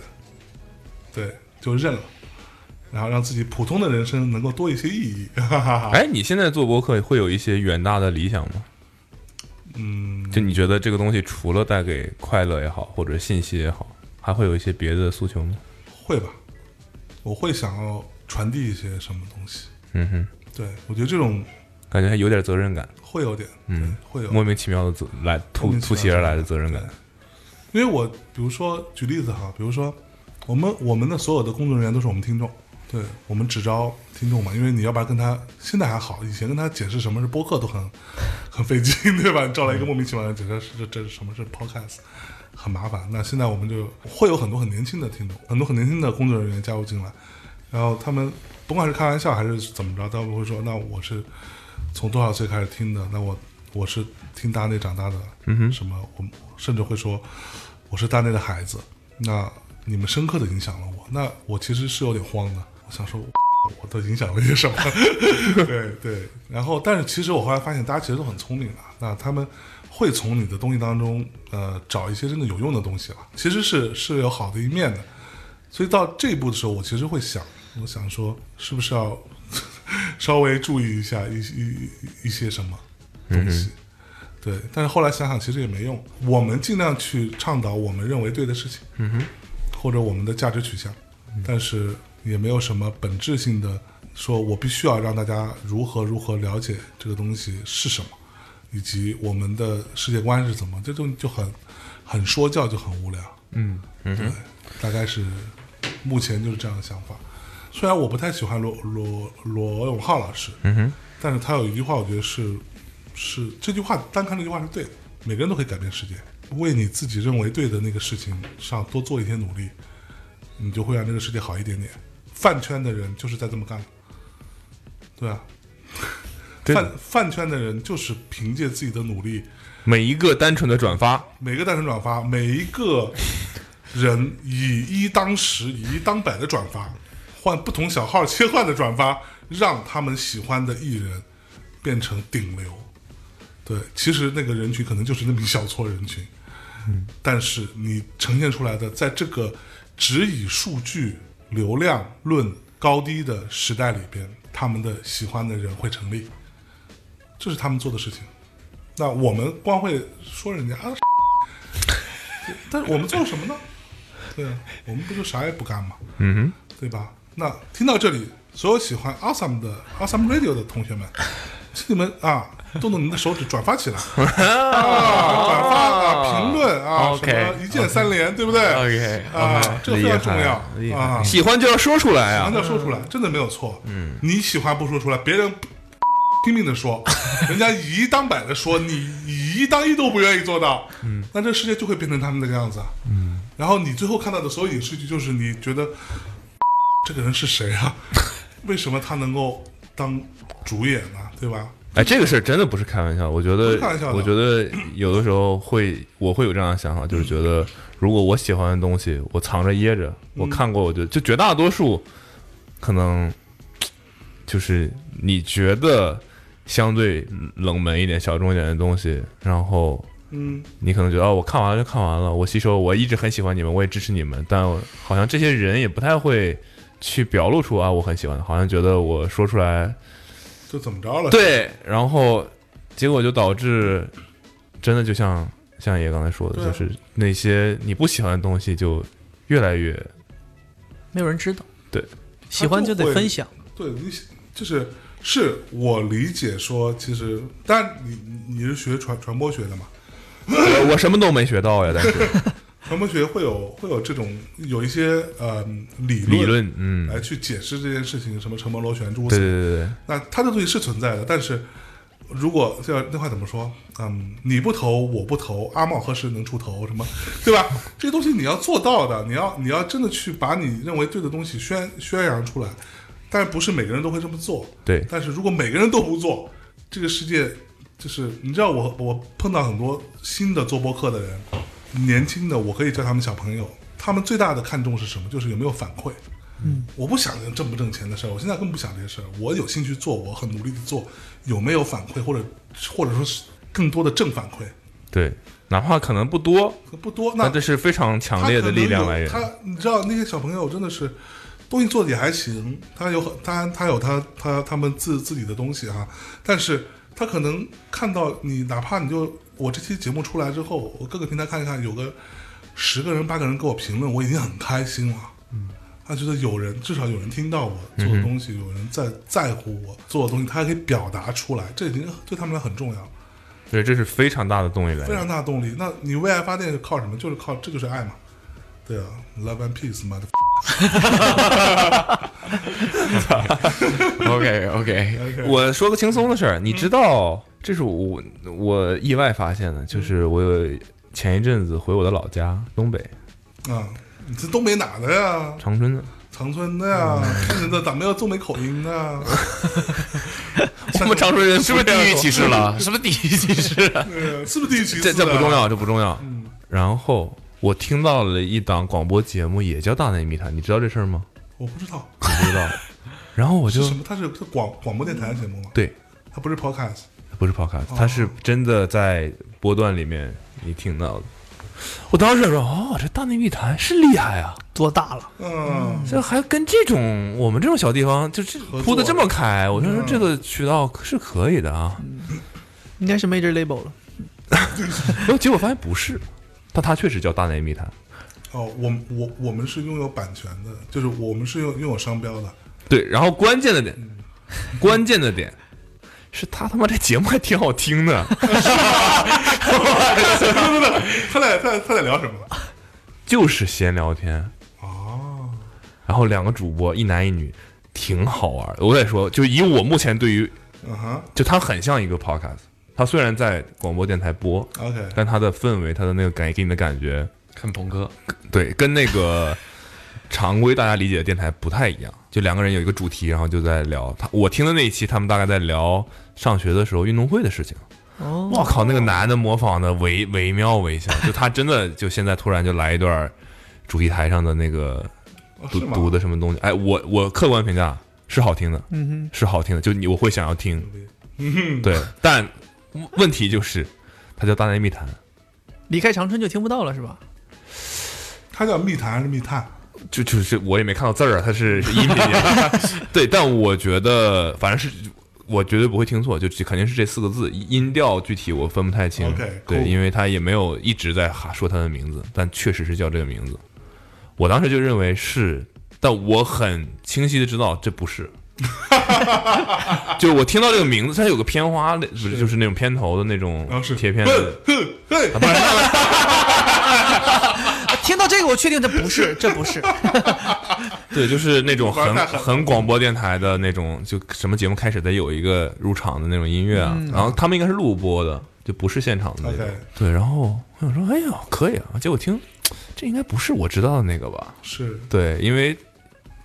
[SPEAKER 3] 对，就认了。然后让自己普通的人生能够多一些意义。 [laughs] 哈哈哈。
[SPEAKER 2] 哎，你现在做博客会有一些远大的理想吗？
[SPEAKER 3] 嗯，
[SPEAKER 2] 就你觉得这个东西除了带给快乐也好，或者信息也好，还会有一些别的诉求吗？
[SPEAKER 3] 会吧，我会想要传递一些什么东西。
[SPEAKER 2] 嗯哼，
[SPEAKER 3] 对我觉得这种
[SPEAKER 2] 感觉还有点责任感，
[SPEAKER 3] 会有点，
[SPEAKER 2] 嗯
[SPEAKER 3] 对，会有
[SPEAKER 2] 莫名其妙的责来
[SPEAKER 3] 莫
[SPEAKER 2] 突
[SPEAKER 3] 名其妙
[SPEAKER 2] 突袭而来的责任感。
[SPEAKER 3] 因为我比如说举例子哈，比如说我们我们的所有的工作人员都是我们听众，对我们只招听众嘛，因为你要不然跟他现在还好，以前跟他解释什么是播客都很 [laughs] 很费劲，对吧？你招来一个莫名其妙的人解释这这是什么是 podcast，很麻烦。那现在我们就会有很多很年轻的听众，很多很年轻的工作人员加入进来，然后他们甭管是开玩笑还是怎么着，他们会说那我是从多少岁开始听的？那我我是听大内长大的，
[SPEAKER 2] 嗯哼
[SPEAKER 3] 什么我甚至会说我是大内的孩子。那你们深刻的影响了我，那我其实是有点慌的，我想说。我都影响了些什么？ [laughs] 对对，然后但是其实我后来发现，大家其实都很聪明的，那他们会从你的东西当中，呃，找一些真的有用的东西了，其实是是有好的一面的。所以到这一步的时候，我其实会想，我想说，是不是要 [laughs] 稍微注意一下一一一些什么东西？对，但是后来想想，其实也没用。我们尽量去倡导我们认为对的事情，嗯哼，或者我们的价值取向，但是也没有什么本质性的说，我必须要让大家如何如何了解这个东西是什么，以及我们的世界观是怎么，这种就很很说教，就很无聊。
[SPEAKER 5] 嗯，
[SPEAKER 3] 对，大概是目前就是这样的想法。虽然我不太喜欢罗罗罗永浩老师，
[SPEAKER 2] 嗯哼，
[SPEAKER 3] 但是他有一句话，我觉得是是这句话单看这句话是对的，每个人都可以改变世界。为你自己认为对的那个事情上多做一些努力，你就会让这个世界好一点点。饭圈的人就是在这么干的，对啊，
[SPEAKER 2] 对的
[SPEAKER 3] 饭饭圈的人就是凭借自己的努力，
[SPEAKER 2] 每一个单纯的转发，
[SPEAKER 3] 每个单纯转发，每一个人以一当十、以一当百的转发，换不同小号切换的转发，让他们喜欢的艺人变成顶流。对，其实那个人群可能就是那么一小撮人群，但是你呈现出来的，在这个只以数据流量论高低的时代里边，他们的喜欢的人会成立，这是他们做的事情。那我们光会说人家啊，但是我们做了什么呢？对啊，我们不就啥也不干吗？
[SPEAKER 2] 嗯
[SPEAKER 3] 对吧？那听到这里，所有喜欢 Awesome 的 Awesome Radio 的同学们，请你们啊，动动你们的手指转发起来，啊，转发啊，评论啊，
[SPEAKER 5] OK，
[SPEAKER 3] 什么一键三连，对不对
[SPEAKER 5] OK，
[SPEAKER 3] 啊，这个非常重要
[SPEAKER 5] 厉害厉害
[SPEAKER 3] 啊
[SPEAKER 2] 哼，，喜欢就要说出来
[SPEAKER 3] 强
[SPEAKER 2] 啊。
[SPEAKER 3] 调说出来，真的没有错。嗯，你喜欢不说出来，别人拼命的
[SPEAKER 5] [laughs]
[SPEAKER 3] 说，人家以一当百的说，你以一当一都不愿意做到，嗯，那这世界就会变成他们那个样子啊。嗯，然后你最后看到的所有影视剧，就是你觉得 [laughs] 这个人是谁
[SPEAKER 5] [laughs]
[SPEAKER 3] 啊？为什么他能够当主演呢、对吧？
[SPEAKER 2] 哎，这个事儿真的不是开玩笑，我觉得
[SPEAKER 3] 不是开玩笑，的
[SPEAKER 2] 我觉得有的时候会，我会有这样的想法，
[SPEAKER 3] 嗯
[SPEAKER 2] 就是觉得如果我喜欢的东西，我藏着掖着，我
[SPEAKER 3] 嗯
[SPEAKER 2] 看过，我就就绝大多数，可能就是你觉得相对冷门一点、小众一点的东西，然后
[SPEAKER 3] 嗯，
[SPEAKER 2] 你可能觉得哦，我看完了就看完了，我吸收，我一直很喜欢你们，我也支持你们，但我好像这些人也不太会去表露出啊，我很喜欢，好像觉得我说出来
[SPEAKER 3] 就怎么着了？，
[SPEAKER 5] [laughs]
[SPEAKER 2] 对，然后结果就导致真的就像像爷刚才说的，
[SPEAKER 3] 对啊
[SPEAKER 2] 就是那些你不喜欢的东西就越来越
[SPEAKER 4] 没有人知道。喜欢就得分享。
[SPEAKER 3] 对你就是是我理解说，其实，但你你你是学传传播学的嘛？
[SPEAKER 2] 我我什么都没学到呀，但是
[SPEAKER 3] 传播学会有会有这种有一些呃理论
[SPEAKER 2] [laughs] 理论，嗯，
[SPEAKER 3] 来去解释这件事情，什么城门螺旋诸如此
[SPEAKER 2] 对
[SPEAKER 3] 类
[SPEAKER 2] 对对对，
[SPEAKER 3] 那它这东西是存在的，但是如果叫那话怎么说？嗯，你不投我不投，阿茂何时能出头？什么，对吧？这些东西你要做到的，你要你要真的去把你认为对的东西宣宣扬出来，但不是每个人都会这么做。
[SPEAKER 2] 对
[SPEAKER 3] 但是如果每个人都不做，这个世界就是你知道我我碰到很多新的做播客的人，年轻的我可以叫他们小朋友，他们最大的看重是什么？就是有没有反馈。嗯，我不想挣不挣钱的事儿，我现在更不想这些事儿。我有兴趣做，我很努力的做，有没有反馈，或者或者说是更多的正反馈，
[SPEAKER 2] 对，哪怕可能不多，
[SPEAKER 3] 不多。那
[SPEAKER 2] 但这是非常强
[SPEAKER 3] 他
[SPEAKER 2] 烈
[SPEAKER 3] 可
[SPEAKER 2] 的
[SPEAKER 3] 能
[SPEAKER 2] 力量
[SPEAKER 3] 有
[SPEAKER 2] 来源。
[SPEAKER 3] 他你知道那些小朋友真的是东西做的也还行，他有很他他有他他他们自自己的东西哈、但是他可能看到你，哪怕你就我这期节目出来之后，我各个平台看一看，有个十个人八个人给我评论，我已经很开心了。嗯，他觉得有人至少有人听到我
[SPEAKER 2] 嗯
[SPEAKER 3] 做的东西，有人在在乎我做的东西，他还可以表达出来，这已经对他们来很重要了。
[SPEAKER 2] 对，这是非常大的动力来
[SPEAKER 3] 非
[SPEAKER 2] 源
[SPEAKER 3] 常。大的动力。那你为爱发电是靠什么？就是靠这就是爱嘛，对啊，love and peace 嘛，
[SPEAKER 5] OK [laughs] OK，
[SPEAKER 2] 我说个轻松的事儿，你知道，这是我我意外发现的，就是我有前一阵子回我的老家东北
[SPEAKER 3] 啊，你是东北哪的呀？
[SPEAKER 2] 长春的，
[SPEAKER 3] 长春的呀，
[SPEAKER 2] 嗯
[SPEAKER 3] [laughs] 看着这咋没有东北口音呢？
[SPEAKER 2] [laughs] 我们长春人
[SPEAKER 5] 是不是地域歧
[SPEAKER 2] 视？
[SPEAKER 5] 视 [laughs] 了？是不是地域歧视了？
[SPEAKER 3] 对是不是地域歧视
[SPEAKER 2] 这
[SPEAKER 3] 啊？
[SPEAKER 2] 这不重要，这不重要。嗯然后我听到了一档广播节目，也叫《大内密探》，你知道这事儿吗？
[SPEAKER 3] 我不知道
[SPEAKER 2] 我不 [laughs] 知道。然后我就是
[SPEAKER 3] 什么，它是它广广播电台的节目吗？，
[SPEAKER 2] 对，
[SPEAKER 3] 它不是 podcast。
[SPEAKER 2] 不是 podcast，它是真的在波段里面你听到的。我当时想说，哦，这大内密谈是厉害啊，
[SPEAKER 4] 多大了？
[SPEAKER 3] 嗯，
[SPEAKER 2] 这还跟这种我们这种小地方就是
[SPEAKER 3] 作
[SPEAKER 2] 铺的这么开，我就说这个渠道是可以的啊。
[SPEAKER 4] 应该是 major label 了。
[SPEAKER 2] 然后结果发现不是，但它确实叫大内密谈。
[SPEAKER 3] 哦，我我我们是拥有版权的，就是我们是拥拥有商标的。
[SPEAKER 2] 对，然后关键的点， [laughs] 关键的点嗯 [laughs] 是他他妈这节目还挺好听的，
[SPEAKER 3] 他俩他俩他俩聊什么了？
[SPEAKER 2] [laughs] 就是闲聊天。啊
[SPEAKER 3] 哦，
[SPEAKER 2] 然后两个主播一男一女，挺好玩的。我得说，就以我目前对于，
[SPEAKER 3] 嗯哼
[SPEAKER 2] 就它很像一个 podcast，它虽然在广播电台播，
[SPEAKER 3] ，OK，
[SPEAKER 2] 但它的氛围，它的那个感给你的感觉，
[SPEAKER 5] [laughs] 看鹏哥，
[SPEAKER 2] 对，跟那个常规大家理解的电台不太一样。就两个人有一个主题，然后就在聊他。我听的那一期，他们大概在聊上学的时候运动会的事情。
[SPEAKER 4] 哦，
[SPEAKER 2] 我靠，那个男的模仿的惟惟妙惟
[SPEAKER 3] [laughs]
[SPEAKER 2] 肖，就他真的就现在突然就来一段主题台上的那
[SPEAKER 3] [laughs]
[SPEAKER 2] 个
[SPEAKER 3] 哦
[SPEAKER 2] 读
[SPEAKER 3] 是吗？
[SPEAKER 2] 读的什么东西。哎，我我客观评价是好听的，
[SPEAKER 4] 嗯
[SPEAKER 2] 是好听的，就你我会想要听，
[SPEAKER 3] 嗯哼，
[SPEAKER 2] 对，但问问题就是，它叫大内密谈，
[SPEAKER 4] 哼，离开长春就听不到了是吧？
[SPEAKER 3] 他叫密谈还是密探？
[SPEAKER 2] 就就是我也没看到字儿啊，它是是音频节目， [laughs] 对，但我觉得反正是。我绝对不会听错，就肯定是这四个字，音调具体我分不太清。
[SPEAKER 3] OK，
[SPEAKER 2] 对，
[SPEAKER 3] cool
[SPEAKER 2] 因为他也没有一直在哈说他的名字，但确实是叫这个名字。我当时就认为是，但我很清晰的知道这不
[SPEAKER 3] [laughs]
[SPEAKER 2] 是。就我听到这个名字，它有个片花，不是就是那种片头的那种
[SPEAKER 3] 然后哦是
[SPEAKER 2] 贴片的，
[SPEAKER 3] 对，
[SPEAKER 4] 啊，听到这个我确定这不是， [laughs] 这不是。
[SPEAKER 2] [laughs] 对，就是那种很
[SPEAKER 3] 玩太狠了
[SPEAKER 2] 很广播电台的那种，就什么节目开始得有一个入场的那种音乐啊，然后他们应该是录播的，就不是现场的那种
[SPEAKER 3] 嗯 OK。
[SPEAKER 2] 对，然后我想说，哎呀，可以啊，结果听这应该不是我知道的那个吧？
[SPEAKER 3] 是
[SPEAKER 2] 对，因为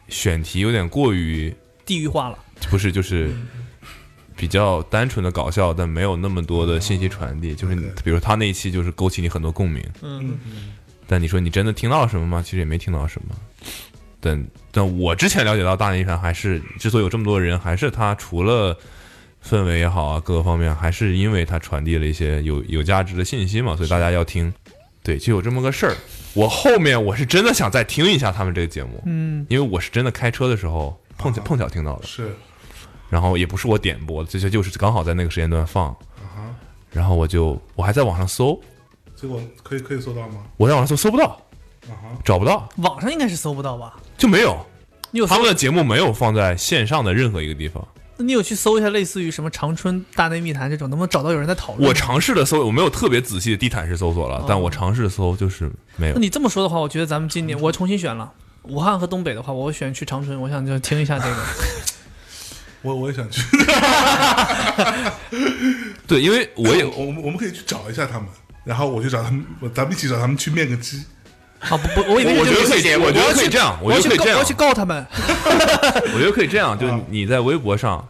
[SPEAKER 2] 选题有点过于
[SPEAKER 4] 地域化了，
[SPEAKER 2] 不是就是。比较单纯的搞笑，但没有那么多的信息传递。就是你
[SPEAKER 3] OK
[SPEAKER 2] 比如他那一期就是勾起你很多共鸣，
[SPEAKER 4] 嗯，
[SPEAKER 2] 但你说你真的听到了什么吗？其实也没听到什么。但但我之前了解到大内密谈还是之所以有这么多人，还是他除了氛围也好啊，各个方面，还是因为他传递了一些有有价值的信息嘛，所以大家要听。对，就有这么个事儿。我后面我是真的想再听一下他们这个节目，嗯，因为我是真的开车的时候碰巧碰巧听到的，
[SPEAKER 3] 是，
[SPEAKER 2] 然后也不是我点播的，这些就是刚好在那个时间段放，
[SPEAKER 4] 啊
[SPEAKER 2] 然后我就我还在网上搜，
[SPEAKER 3] 结果可以可以做到吗？
[SPEAKER 2] 我在网上搜搜不到，
[SPEAKER 3] 啊哈，
[SPEAKER 2] 找不到，
[SPEAKER 4] 网上应该是搜不到吧？
[SPEAKER 2] 就没有。
[SPEAKER 4] 你有搜
[SPEAKER 2] 他们的节目没有放在线上的任何一个地方。
[SPEAKER 4] 你有去搜一下类似于什么长春大内密谈这种，能不能找到有人在讨论？
[SPEAKER 2] 我，尝试的搜，我没有特别仔细的地毯式搜
[SPEAKER 4] 哦
[SPEAKER 2] 索了，但我尝试搜就是没有
[SPEAKER 4] 那。你这么说的话，我觉得咱们今年我重新选了武汉和东北的话，我选去长春，我想就听一下这个。
[SPEAKER 3] 我我也想去，
[SPEAKER 2] 对，因为我也
[SPEAKER 3] [laughs] 我我们我们可以去找一下他们，然后我去找他们，我咱们一起找他们去面个基。
[SPEAKER 4] 啊不不，我以为
[SPEAKER 2] 我
[SPEAKER 4] 这
[SPEAKER 2] 觉得
[SPEAKER 4] 个
[SPEAKER 2] 可以
[SPEAKER 4] 节目
[SPEAKER 2] 我觉得
[SPEAKER 4] 要去
[SPEAKER 2] 可以这样
[SPEAKER 4] 我
[SPEAKER 2] 我
[SPEAKER 4] 要
[SPEAKER 2] 觉
[SPEAKER 4] 去
[SPEAKER 2] 得可以
[SPEAKER 4] 告
[SPEAKER 2] 这
[SPEAKER 4] 我
[SPEAKER 2] 样
[SPEAKER 4] 要去啊告他们，
[SPEAKER 2] 我觉得可以这样，就是你在微博上，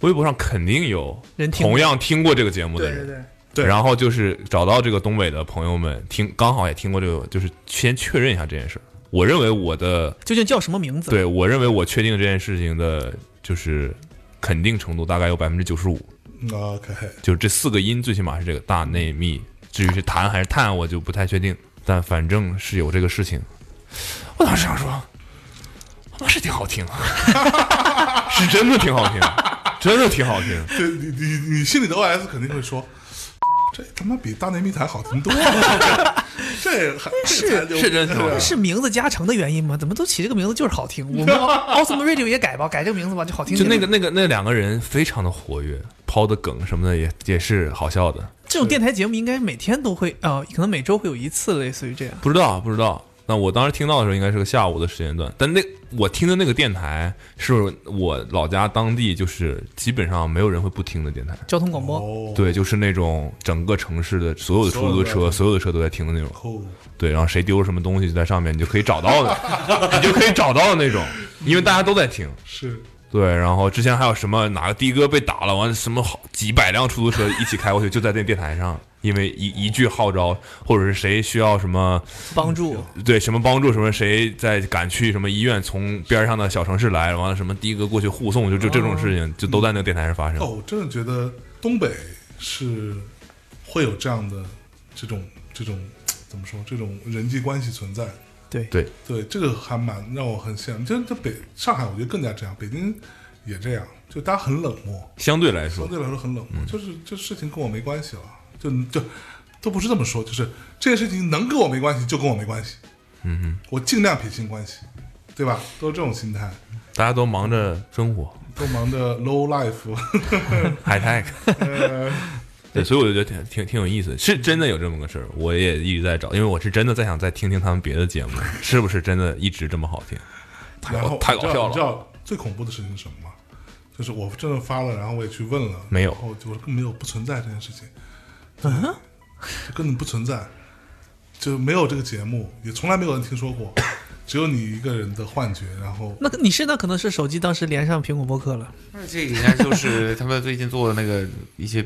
[SPEAKER 2] 微博上肯定有
[SPEAKER 4] 人听过
[SPEAKER 2] 同样听过这个节目的
[SPEAKER 4] 对
[SPEAKER 2] 人
[SPEAKER 4] 对，对，
[SPEAKER 3] 对
[SPEAKER 2] 然后就是找到这个东北的朋友们听，刚好也听过这个，就是先确认一下这件事儿。我认为我的，
[SPEAKER 4] 究竟叫什么名字？
[SPEAKER 2] 对我认为我确定这件事情的，就是肯定程度大概有百分之九十五，
[SPEAKER 3] 嗯 OK，
[SPEAKER 2] 就是这四个音最起码是这个大内密，至于是弹还是探，我就不太确定，但反正是有这个事情。我当时想说，他妈是挺好听、 [laughs] 啊，是真的挺好听，真的挺好听。
[SPEAKER 3] 这你你你心里的 OS 肯定会说，这他妈比大内密谈好听多了， [laughs] 这还
[SPEAKER 4] 是
[SPEAKER 2] 是真挺好
[SPEAKER 3] 的
[SPEAKER 2] 听。
[SPEAKER 4] 是名字加成的原因吗？怎么都起这个名字就是好听？
[SPEAKER 2] [laughs]
[SPEAKER 4] 我们 Awesome Radio 也改吧，改这个名字吧，就好听。
[SPEAKER 2] 就那个，那个那两个人非常的活跃，抛的梗什么的也也是好笑的。
[SPEAKER 4] 这种电台节目应该每天都会，呃，可能每周会有一次，类似于这样。
[SPEAKER 2] 不知道不知道。那我当时听到的时候应该是个下午的时间段，但那我听的那个电台是我老家当地就是基本上没有人会不听的电台。
[SPEAKER 4] 交通广播，
[SPEAKER 3] 哦，
[SPEAKER 2] 对，就是那种整个城市的所有的出租车，所有的车都在停的那种。
[SPEAKER 3] 哦，
[SPEAKER 2] 对，然后谁丢了什么东西就在上面，你就可以找到 [laughs] 的，你就可以找到的那种，因为大家都在听。
[SPEAKER 3] 是
[SPEAKER 2] 对，然后之前还有什么哪个的哥被打了，完了什么好几百辆出租车一起开过去，就在那电台上，因为一一句号召，或者是谁需要什么
[SPEAKER 4] 帮助
[SPEAKER 2] 对什么帮助，什么谁在赶去什么医院，从边上的小城市来，完了什么的哥过去护送，就这这种事情就都在那个电台上发生。
[SPEAKER 3] 哦，我真的觉得东北是会有这样的这种这种怎么说这种人际关系存在。
[SPEAKER 4] 对
[SPEAKER 2] 对，
[SPEAKER 3] 对，这个还蛮让我很羡慕。就这北上海，我觉得更加这样，北京也这样，就大家很冷漠，
[SPEAKER 2] 相对来说
[SPEAKER 3] 相，对来说很冷漠。
[SPEAKER 2] 嗯
[SPEAKER 3] 就是这事情跟我没关系了，就就都不是这么说，就是这件事情能跟我没关系就跟我没关系，
[SPEAKER 2] 嗯
[SPEAKER 3] 我尽量撇清关系，对吧？都是这种心态，
[SPEAKER 2] 哼，大家都忙着生活，
[SPEAKER 3] 都忙着 low life。
[SPEAKER 2] 海泰克。 [laughs] 对，所以我就觉得挺挺挺有意思，是真的有这么个事儿，我也一直在找，因为我是真的在想再听听他们别的节目， [laughs] 是不是真的一直这么好听？
[SPEAKER 3] 然后
[SPEAKER 2] 太搞
[SPEAKER 3] 你知道
[SPEAKER 2] 笑了
[SPEAKER 3] 你知道最恐怖的事情是什么吗？就是我真的发了，然后我也去问了，
[SPEAKER 2] 没有
[SPEAKER 3] 然后就根本没有不存在这件事情，嗯，根本不存在，就没有这个节目，也从来没有人听说过，只有你一个人的幻觉。然后
[SPEAKER 4] 那个你是那可能是手机当时连上苹果播客了，
[SPEAKER 5] 那这个应该就是 [laughs] 他们最近做的那个一些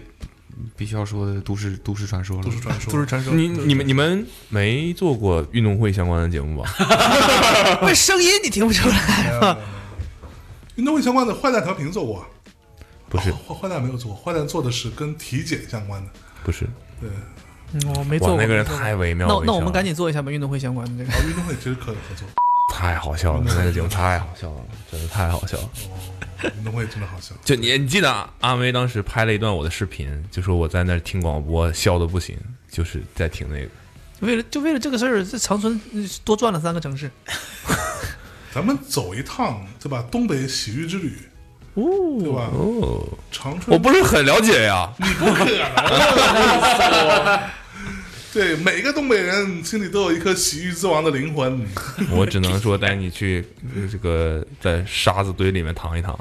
[SPEAKER 5] 必须要说的都市都市传说了
[SPEAKER 3] 都。市传说，
[SPEAKER 4] 都市传说。
[SPEAKER 2] 你你们你们没做过运动会相关的节目吧？
[SPEAKER 4] 不是声音你听不出来，
[SPEAKER 3] 运动会相关的坏蛋调频做过啊，
[SPEAKER 2] 不是
[SPEAKER 3] 坏坏蛋没有做过，坏蛋做的是跟体检相关的，
[SPEAKER 2] 不是，
[SPEAKER 3] 对，
[SPEAKER 4] 嗯我没做
[SPEAKER 2] 哇，
[SPEAKER 4] 过。
[SPEAKER 2] 那个人
[SPEAKER 4] 没做过
[SPEAKER 2] 太惟妙
[SPEAKER 4] 那我
[SPEAKER 2] 惟
[SPEAKER 4] 那我
[SPEAKER 2] 肖
[SPEAKER 4] 们
[SPEAKER 2] 了
[SPEAKER 4] 赶紧做一下吧，运动会相关的这个。
[SPEAKER 3] 然后运动会其实可可做，
[SPEAKER 2] 太好笑了，那个节目太好笑了，真的太好笑了。
[SPEAKER 3] 运动会真的好笑，
[SPEAKER 2] 就你你记得啊阿梅当时拍了一段我的视频，就说我在那儿听广播笑的不行，就是在听那个。
[SPEAKER 4] 为了就为了这个事儿，这长春呃多转了三个城 [laughs] 市。
[SPEAKER 3] 咱们走一趟，对吧？东北洗浴之旅，
[SPEAKER 4] 哦，
[SPEAKER 3] 对吧？
[SPEAKER 2] 哦，
[SPEAKER 3] 长春
[SPEAKER 2] 我不是很了解呀。
[SPEAKER 3] 你不可能。对，每个东北人心里都有一颗洗浴之王的灵魂。
[SPEAKER 2] 我只能说带你去呃这个在沙子堆里面躺一躺。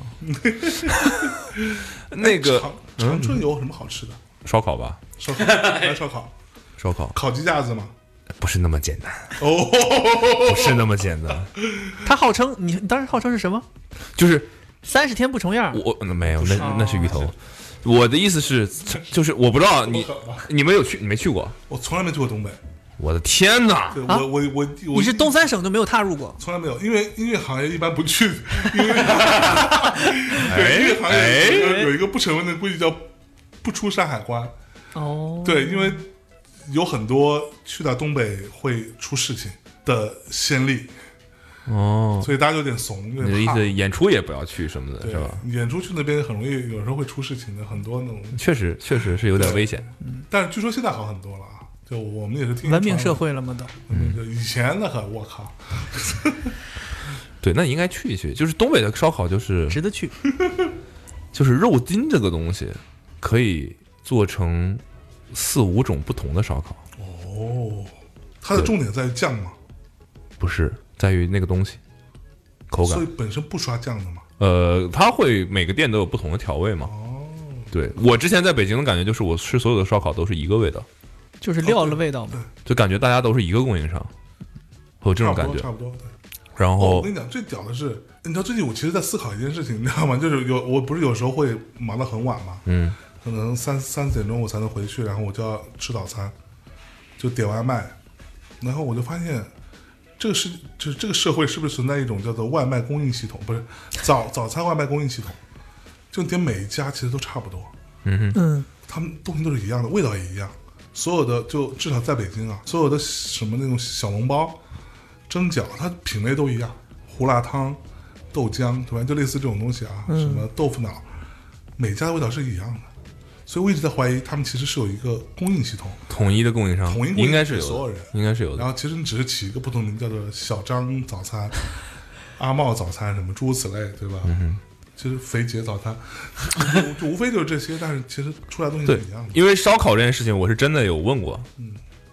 [SPEAKER 2] 那个
[SPEAKER 3] 长长春有什么好吃的？
[SPEAKER 2] 烧烤吧，
[SPEAKER 3] 烧烤，来烧烤，
[SPEAKER 2] 烧烤
[SPEAKER 3] 烤鸡架子吗？
[SPEAKER 2] 不是那么简单，
[SPEAKER 3] 哦，
[SPEAKER 2] 不是那么简单。
[SPEAKER 4] 他号称你你当时号称是什么？
[SPEAKER 2] 就是
[SPEAKER 4] 三十天不重样。
[SPEAKER 2] 我那没有，那那是鱼头。我的意思是，就是我不知道你
[SPEAKER 3] 这么狠吗
[SPEAKER 2] 你们有去，你没去过？
[SPEAKER 3] 我从来没去过东北，我
[SPEAKER 2] 我的天哪！
[SPEAKER 3] 对
[SPEAKER 4] 啊
[SPEAKER 3] 我我我我
[SPEAKER 4] 你是东三省就没有踏入过？
[SPEAKER 3] 从来没有，因为音乐行业一般不
[SPEAKER 4] [laughs]
[SPEAKER 3] 去，因为 [laughs]
[SPEAKER 2] 哎
[SPEAKER 4] 哎
[SPEAKER 3] 对音乐行业有一
[SPEAKER 2] 哎
[SPEAKER 3] 个有一个不成文的规矩叫不出山海关。
[SPEAKER 4] 哦，
[SPEAKER 3] 对，因为有很多去到东北会出事情的先例，
[SPEAKER 2] 哦，
[SPEAKER 3] 所以大家有点怂，
[SPEAKER 2] 你
[SPEAKER 3] 有
[SPEAKER 2] 的
[SPEAKER 3] 点
[SPEAKER 2] 意
[SPEAKER 3] 怕。
[SPEAKER 2] 思演出也不要去什么的，
[SPEAKER 3] 对
[SPEAKER 2] 是吧？？
[SPEAKER 3] 演出去那边很容易，有时候会出事情的，很多那种。
[SPEAKER 2] 确实，确实是有点危险。
[SPEAKER 3] 但是据说现在好很多了啊，就我们也是听
[SPEAKER 4] 文
[SPEAKER 3] 传闻嗯
[SPEAKER 4] 明
[SPEAKER 2] 嗯
[SPEAKER 4] 社，会了吗？都
[SPEAKER 3] 文明社会以前那可我靠，
[SPEAKER 2] 对，那你应该去一去。就是东北的烧烤，就是
[SPEAKER 4] 值得去。
[SPEAKER 2] 就是肉筋这个东西，可以做成四五种不同的烧烤，
[SPEAKER 3] 哦，它的重点在于酱嘛，
[SPEAKER 2] 不是在于那个东西口
[SPEAKER 3] 所以
[SPEAKER 2] 感。
[SPEAKER 3] 本身不刷酱的嘛。
[SPEAKER 2] 呃，它会每个店都有不同的调味嘛。
[SPEAKER 3] 哦
[SPEAKER 2] 对我之前在北京的感觉就是，我吃所有的烧烤都是一个味道，
[SPEAKER 4] 就是料的味道嘛。
[SPEAKER 2] 就感觉大家都是一个供应商，会有这
[SPEAKER 3] 差
[SPEAKER 2] 种
[SPEAKER 3] 不
[SPEAKER 2] 感
[SPEAKER 3] 多，
[SPEAKER 2] 觉
[SPEAKER 3] 差。不多。对
[SPEAKER 2] 然
[SPEAKER 3] 哦，我
[SPEAKER 2] 后
[SPEAKER 3] 跟你讲，最屌的是，你知道最近我其实在思考一件事情，你知道吗？就是有我不是有时候会忙到很晚嘛，
[SPEAKER 2] 嗯，
[SPEAKER 3] 可能三三四点钟我才能回去，然后我就要吃早餐，就点外卖，然后我就发现。这个是就是这个社会是不是存在一种叫做外卖供应系统？不是早早餐外卖供应系统，就点每一家其实都差不多，
[SPEAKER 4] 嗯，
[SPEAKER 3] 他们东西都是一样的，味道也一样。所有的就至少在北京啊，所有的什么那种小笼包、蒸饺，它品类都一样，胡辣汤、豆浆，对吧？就类似这种东西啊，什么豆腐脑，每家的味道是一样的。所以我一直在怀疑，他们其实是有一个供应系统，
[SPEAKER 2] 统一的供应商
[SPEAKER 3] 统一供应
[SPEAKER 2] 应该是有的，
[SPEAKER 3] 所有人
[SPEAKER 2] 应该是有
[SPEAKER 3] 然
[SPEAKER 2] 的。
[SPEAKER 3] 后其实你只是起一个不同名，叫做小张早餐、阿茂早餐什么诸如此类，对吧？其实肥姐早餐， [laughs] 就无非就是这些，但是其实出来的东西
[SPEAKER 2] 对
[SPEAKER 3] 是一样的。
[SPEAKER 2] 因为烧烤这件事情，我是真的有问过，
[SPEAKER 3] 嗯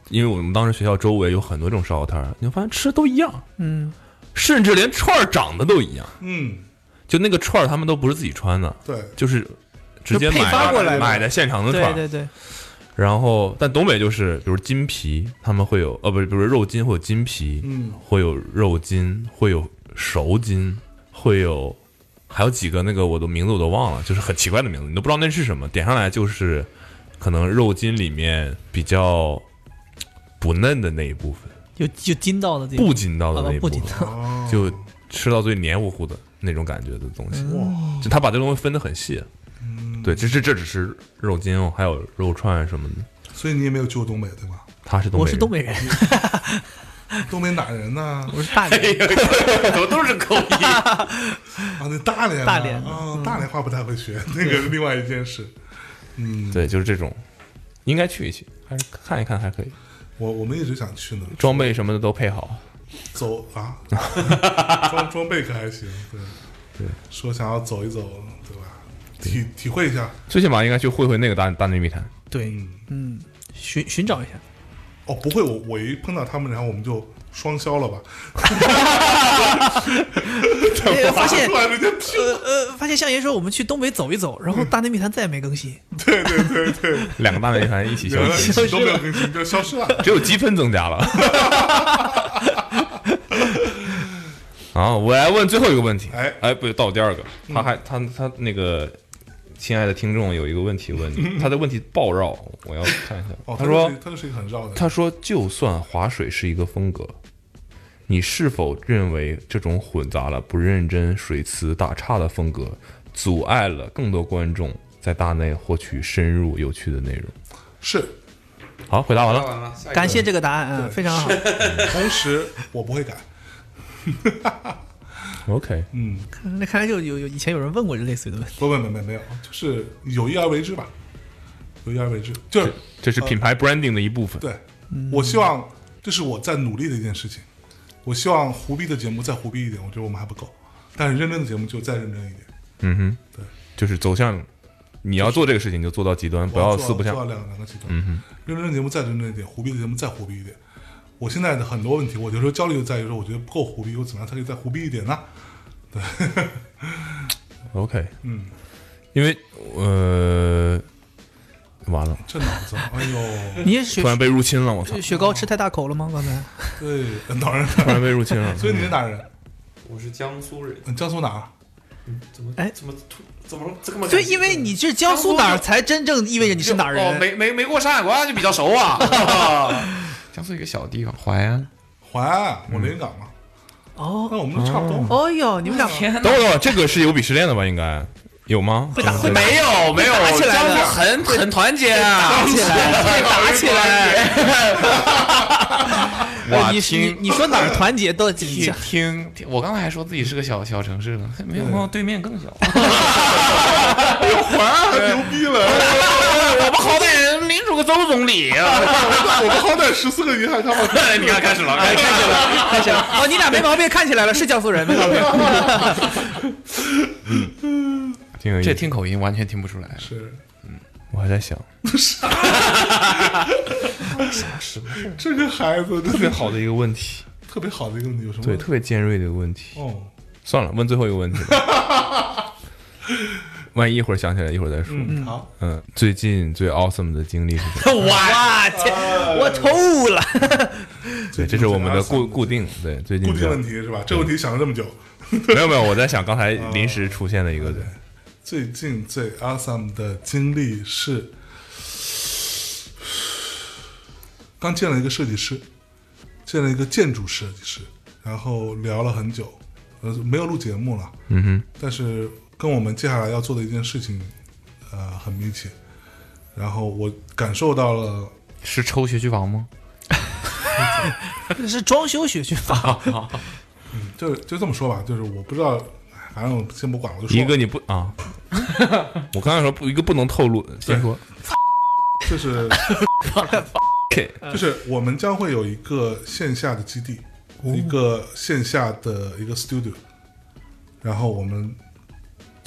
[SPEAKER 2] 因为我们当时学校周围有很多这种烧烤摊儿，你会发现吃的都一样，
[SPEAKER 4] 嗯，
[SPEAKER 2] 甚至连串儿长得都一样，
[SPEAKER 3] 嗯，
[SPEAKER 2] 就那个串儿他们都不是自己穿的，
[SPEAKER 3] 对。
[SPEAKER 2] 就是直接
[SPEAKER 4] 就配
[SPEAKER 2] 买
[SPEAKER 4] 发过来的
[SPEAKER 2] 买的现成的串
[SPEAKER 4] 对
[SPEAKER 2] 儿。
[SPEAKER 4] 对对，
[SPEAKER 2] 然后，但东北就是，比如筋皮，他们会有，呃，不是，比如肉筋会有筋皮，
[SPEAKER 3] 嗯
[SPEAKER 2] 会有肉筋，会有熟筋，会有，还有几个那个我都名字我都忘了，就是很奇怪的名字，你都不知道那是什么。点上来就是，可能肉筋里面比较不嫩的那一部分，
[SPEAKER 4] 有有筋道的地方，
[SPEAKER 2] 不筋道的那一部
[SPEAKER 4] 嗯啊不筋
[SPEAKER 2] 分，
[SPEAKER 4] 道
[SPEAKER 3] 哦
[SPEAKER 2] 就吃到最黏糊糊的那种感觉的东西。就他把这东西分得很细，对，这这这只是肉筋哦，还有肉串什么的。
[SPEAKER 3] 所以你也没有去过东北对吧？
[SPEAKER 2] 他是东北人，
[SPEAKER 4] 我是东北人，
[SPEAKER 3] 东北哪人呢？
[SPEAKER 4] 我是
[SPEAKER 2] [laughs]
[SPEAKER 4] 大
[SPEAKER 2] 哎
[SPEAKER 4] 连，
[SPEAKER 2] 怎么都是口音？
[SPEAKER 5] [laughs]
[SPEAKER 3] 啊，那大连啊，
[SPEAKER 4] 大连
[SPEAKER 3] 啊，大连话不太会学，那个是另外一件事。嗯，
[SPEAKER 2] 对，就是这种，应该去一去，还是看一看还可以，
[SPEAKER 3] 我我们一直想去呢，
[SPEAKER 2] 装备什么的都配好。
[SPEAKER 3] 走啊，装装备可还行，对
[SPEAKER 2] 对，
[SPEAKER 3] 说想要走一走，对吧？体体会一下，
[SPEAKER 2] 最起码应该去会会那个大大内密探，
[SPEAKER 4] 对，
[SPEAKER 3] 嗯，
[SPEAKER 4] 嗯，寻寻找一下，
[SPEAKER 3] 哦，不会，我我一碰到他们，然后我们就双消了吧？
[SPEAKER 4] 哎发
[SPEAKER 3] [laughs]
[SPEAKER 4] 现
[SPEAKER 3] 突然之间，噗
[SPEAKER 4] 呃呃，发现相爷说我们去东北走一走，然后
[SPEAKER 2] 嗯
[SPEAKER 4] 大内密谈再也没更新，
[SPEAKER 2] 两个大内密探一起消
[SPEAKER 3] 原来
[SPEAKER 2] 息，
[SPEAKER 3] [laughs] 你们都没有更新，就消失了。
[SPEAKER 2] 只有积分增加了。好，我来问最后一个问题。
[SPEAKER 3] 哎
[SPEAKER 2] 哎，不对，到第二个，他还他他那个亲爱的听众有一个问题问你，他的问题暴绕，我要看一下。
[SPEAKER 3] 哦，
[SPEAKER 2] 他
[SPEAKER 3] 这
[SPEAKER 2] 说
[SPEAKER 3] 是他这是一个很绕的，
[SPEAKER 2] 他说：“就算划水是一个风格，你是否认为这种混杂了不认真、水词打岔的风格，阻碍了更多观众在大内获取深入有趣的内容
[SPEAKER 3] 是，？”
[SPEAKER 2] 好，回答完了。
[SPEAKER 5] 完了，下一个
[SPEAKER 4] 感谢这个答案，嗯，非常好， [laughs]
[SPEAKER 3] 同时我不会改，
[SPEAKER 2] OK，
[SPEAKER 3] 嗯。
[SPEAKER 4] 那看来就有有以前有人问过这类似的
[SPEAKER 2] [laughs]
[SPEAKER 4] 问题，
[SPEAKER 3] 不不不不没有，就是有意而为之吧，有意而为之，就是
[SPEAKER 2] 这是品牌 branding 的一部分。
[SPEAKER 3] 对，我希望这是我在努力的一件事情，我希望胡逼的节目再胡逼一点，我觉得我们还不够，但是认真的节目就再认真一点，
[SPEAKER 2] 嗯哼，
[SPEAKER 3] 对，
[SPEAKER 2] 就是走向，你要做这个事情就做到极端，不要
[SPEAKER 3] 做
[SPEAKER 2] 四不像。
[SPEAKER 3] 做
[SPEAKER 2] 嗯
[SPEAKER 3] 到两两个极端，认真的节目再认真一点，胡逼的节目再胡逼一点。我现在的很多问题，我有时候焦虑就在于说，我觉得不够胡逼，我怎么样才可以再胡逼一点呢？
[SPEAKER 2] OK，
[SPEAKER 3] 嗯，
[SPEAKER 2] 因为呃，完了，
[SPEAKER 3] 这脑子，哎呦，
[SPEAKER 4] 你也是
[SPEAKER 2] 突然
[SPEAKER 4] 雪
[SPEAKER 2] 被入侵了，我操！
[SPEAKER 4] 雪糕吃太大口了吗？刚才
[SPEAKER 3] 对， [laughs] 脑人，
[SPEAKER 2] 突然被入侵了。
[SPEAKER 3] 所以你是哪人？
[SPEAKER 5] 我是江苏人，
[SPEAKER 3] 你江苏哪儿？
[SPEAKER 5] 怎么
[SPEAKER 4] 哎
[SPEAKER 5] 怎么突怎么这么
[SPEAKER 4] 对，因为你是江苏哪儿，才真正意味着你是哪儿
[SPEAKER 5] 哦，
[SPEAKER 4] 人。
[SPEAKER 5] 没没没过山海关就比较熟啊。 [laughs] 江苏一个小地方，淮安。
[SPEAKER 3] 淮安，啊我连云港嘛，
[SPEAKER 4] 哦，
[SPEAKER 3] 那我们差不多嘛。
[SPEAKER 4] 哦哟，你们俩
[SPEAKER 5] 天
[SPEAKER 2] 等会儿，等会儿，这个是有鄙视链的吧？应该有吗？嗯
[SPEAKER 4] 会打会打
[SPEAKER 5] 没有没有，
[SPEAKER 4] 打起来
[SPEAKER 5] 江
[SPEAKER 4] 了
[SPEAKER 5] 苏很很团结啊，
[SPEAKER 4] 打起来了
[SPEAKER 5] 打起 [laughs] 来。
[SPEAKER 4] 哎
[SPEAKER 5] 哇，
[SPEAKER 4] 你你
[SPEAKER 5] 听
[SPEAKER 4] 你说哪儿团结都你
[SPEAKER 5] [laughs] 听
[SPEAKER 4] 讲
[SPEAKER 5] 听听，我刚才还说自己是个小小城市呢，没有
[SPEAKER 3] 对
[SPEAKER 5] 朋友对面更 [laughs] 小。
[SPEAKER 3] 牛逼了！
[SPEAKER 5] [laughs] 我们好歹人民主做个周总理 [laughs] 啊！
[SPEAKER 3] 我们好歹十四个银海，他
[SPEAKER 2] [laughs]
[SPEAKER 3] 们
[SPEAKER 5] 你看开始了，开始了。
[SPEAKER 4] 看起来哦，你俩没毛病，看起来了，是江苏人，没
[SPEAKER 5] [laughs]
[SPEAKER 4] 毛病。
[SPEAKER 2] 挺有意
[SPEAKER 5] 这
[SPEAKER 2] 思。
[SPEAKER 5] 听口音完全听不出来，
[SPEAKER 3] 是
[SPEAKER 2] 我还在想，
[SPEAKER 3] 这个孩子
[SPEAKER 2] 特
[SPEAKER 3] 特
[SPEAKER 2] 别好的一个问题，
[SPEAKER 3] [laughs] 特别好的一个有什么？
[SPEAKER 2] 对，特别尖锐的一个问题。
[SPEAKER 3] 哦，
[SPEAKER 2] 算了，问最后一个问题吧。 [laughs] 万一一会儿想起来，一会儿再说。
[SPEAKER 3] 嗯，好，
[SPEAKER 2] 嗯，最近最 awesome 的经历是什么？
[SPEAKER 4] 哇，天，我吐了。
[SPEAKER 5] 哎
[SPEAKER 2] 对，这是我们的
[SPEAKER 3] 最
[SPEAKER 2] 固
[SPEAKER 3] 近
[SPEAKER 2] 固定。对，最近
[SPEAKER 3] 固定
[SPEAKER 2] 的
[SPEAKER 3] 问题是吧？这个问题想了这么久，
[SPEAKER 2] 没有没有，我在想刚才
[SPEAKER 3] 哦
[SPEAKER 2] 临时出现的一个对，
[SPEAKER 3] 最近最 awesome 的经历是， [sighs] 刚见了一个设计师，见了一个建筑设计师，然后聊了很久，呃，没有录节目了，
[SPEAKER 2] 嗯哼，
[SPEAKER 3] 但是跟我们接下来要做的一件事情，呃，很密切。然后我感受到了，
[SPEAKER 5] 是抽学区房吗？
[SPEAKER 4] 这 [laughs] 是装修学区房，
[SPEAKER 3] 嗯就就这么说吧，就是我不知道，哎反正我先不管，我就说
[SPEAKER 2] 一个你不
[SPEAKER 3] [laughs]
[SPEAKER 2] 啊，我刚才说不一个不能透露，先说
[SPEAKER 3] 就是
[SPEAKER 2] OK，
[SPEAKER 3] 就是我们将会有一个线下的基地，一个线下的一个 studio，然后我们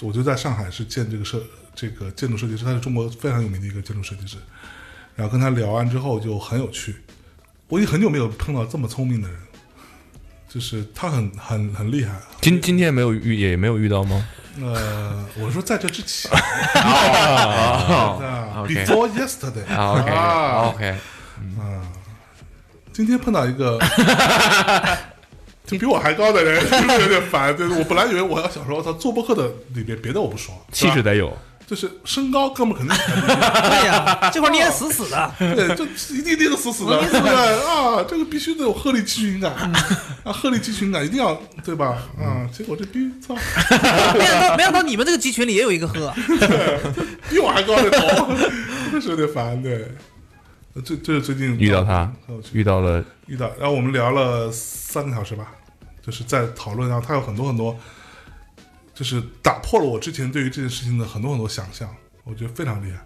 [SPEAKER 3] 我就在上海是见这个设这个建筑设计师，他是中国非常有名的一个建筑设计师，然后跟他聊完之后就很有趣，我已经很久没有碰到这么聪明的人，就是他很很很厉害，
[SPEAKER 2] 今今天没有遇也没有遇到吗？
[SPEAKER 3] 呃，我说在这之
[SPEAKER 5] [laughs]
[SPEAKER 3] 前
[SPEAKER 5] 哦
[SPEAKER 3] 啊
[SPEAKER 5] OK
[SPEAKER 3] ，before yesterday
[SPEAKER 5] 啊，OK
[SPEAKER 3] 啊
[SPEAKER 5] OK，
[SPEAKER 3] 今天碰到一个 [laughs] 就比我还高的人， [laughs] 是不是有点烦？对，我本来以为我要想说，我操，做播客的里边别的我不说，是
[SPEAKER 2] 气
[SPEAKER 3] 吧
[SPEAKER 2] 质得有，
[SPEAKER 3] 就是身高，哥们 [laughs] 儿肯定
[SPEAKER 4] 对哎呀，这会儿捏死死
[SPEAKER 5] [laughs]
[SPEAKER 4] 的。
[SPEAKER 3] 对，就一定定的死死的，对不对啊？这个必须得有鹤立鸡群感啊，鹤立鸡群感一定要对吧？啊，结果这逼操，
[SPEAKER 4] 没想到，没想到你们这个集群里也有一个喝，啊
[SPEAKER 3] 比我还高的头， [laughs] 真的是有点烦，对。最就是最近
[SPEAKER 2] 遇到他
[SPEAKER 3] 很有趣
[SPEAKER 2] 遇到了
[SPEAKER 3] 遇到，然后我们聊了三个小时吧，就是在讨论，然后他有很多很多，就是打破了我之前对于这件事情的很多很多想象，我觉得非常厉害，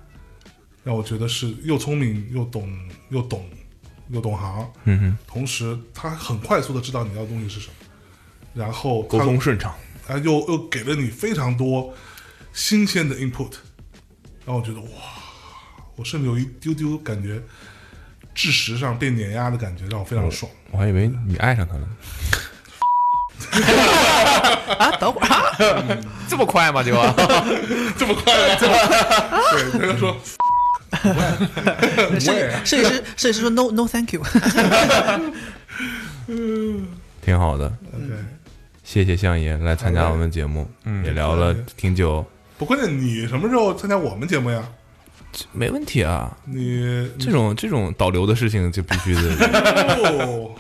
[SPEAKER 3] 让我觉得是又聪明又懂又懂又懂行，
[SPEAKER 2] 嗯哼，
[SPEAKER 3] 同时他很快速的知道你要的东西是什么，然后
[SPEAKER 2] 沟
[SPEAKER 3] 他
[SPEAKER 2] 通顺畅，
[SPEAKER 3] 啊，又又给了你非常多新鲜的 input，让我觉得哇，我甚至有一丢丢感觉，智识上被碾压的感觉，让我非常爽。
[SPEAKER 2] 我还以为你爱上他了。
[SPEAKER 4] 啊，等会儿啊，
[SPEAKER 5] 这么快吗？啊就
[SPEAKER 3] 这么快吗？这么快？对，他就说，
[SPEAKER 4] 设计设计师设计师说 no no thank
[SPEAKER 5] [laughs]
[SPEAKER 4] you，
[SPEAKER 2] 挺好的，
[SPEAKER 3] 对，
[SPEAKER 2] 谢谢相爷来参加我们节目，
[SPEAKER 3] 嗯
[SPEAKER 2] 也聊了挺久，
[SPEAKER 3] 不，关键你什么时候参加我们节目呀？
[SPEAKER 2] 没问题啊。
[SPEAKER 3] 你
[SPEAKER 2] [laughs] 这种这种导流的事情就必须得 [laughs]
[SPEAKER 3] 哦，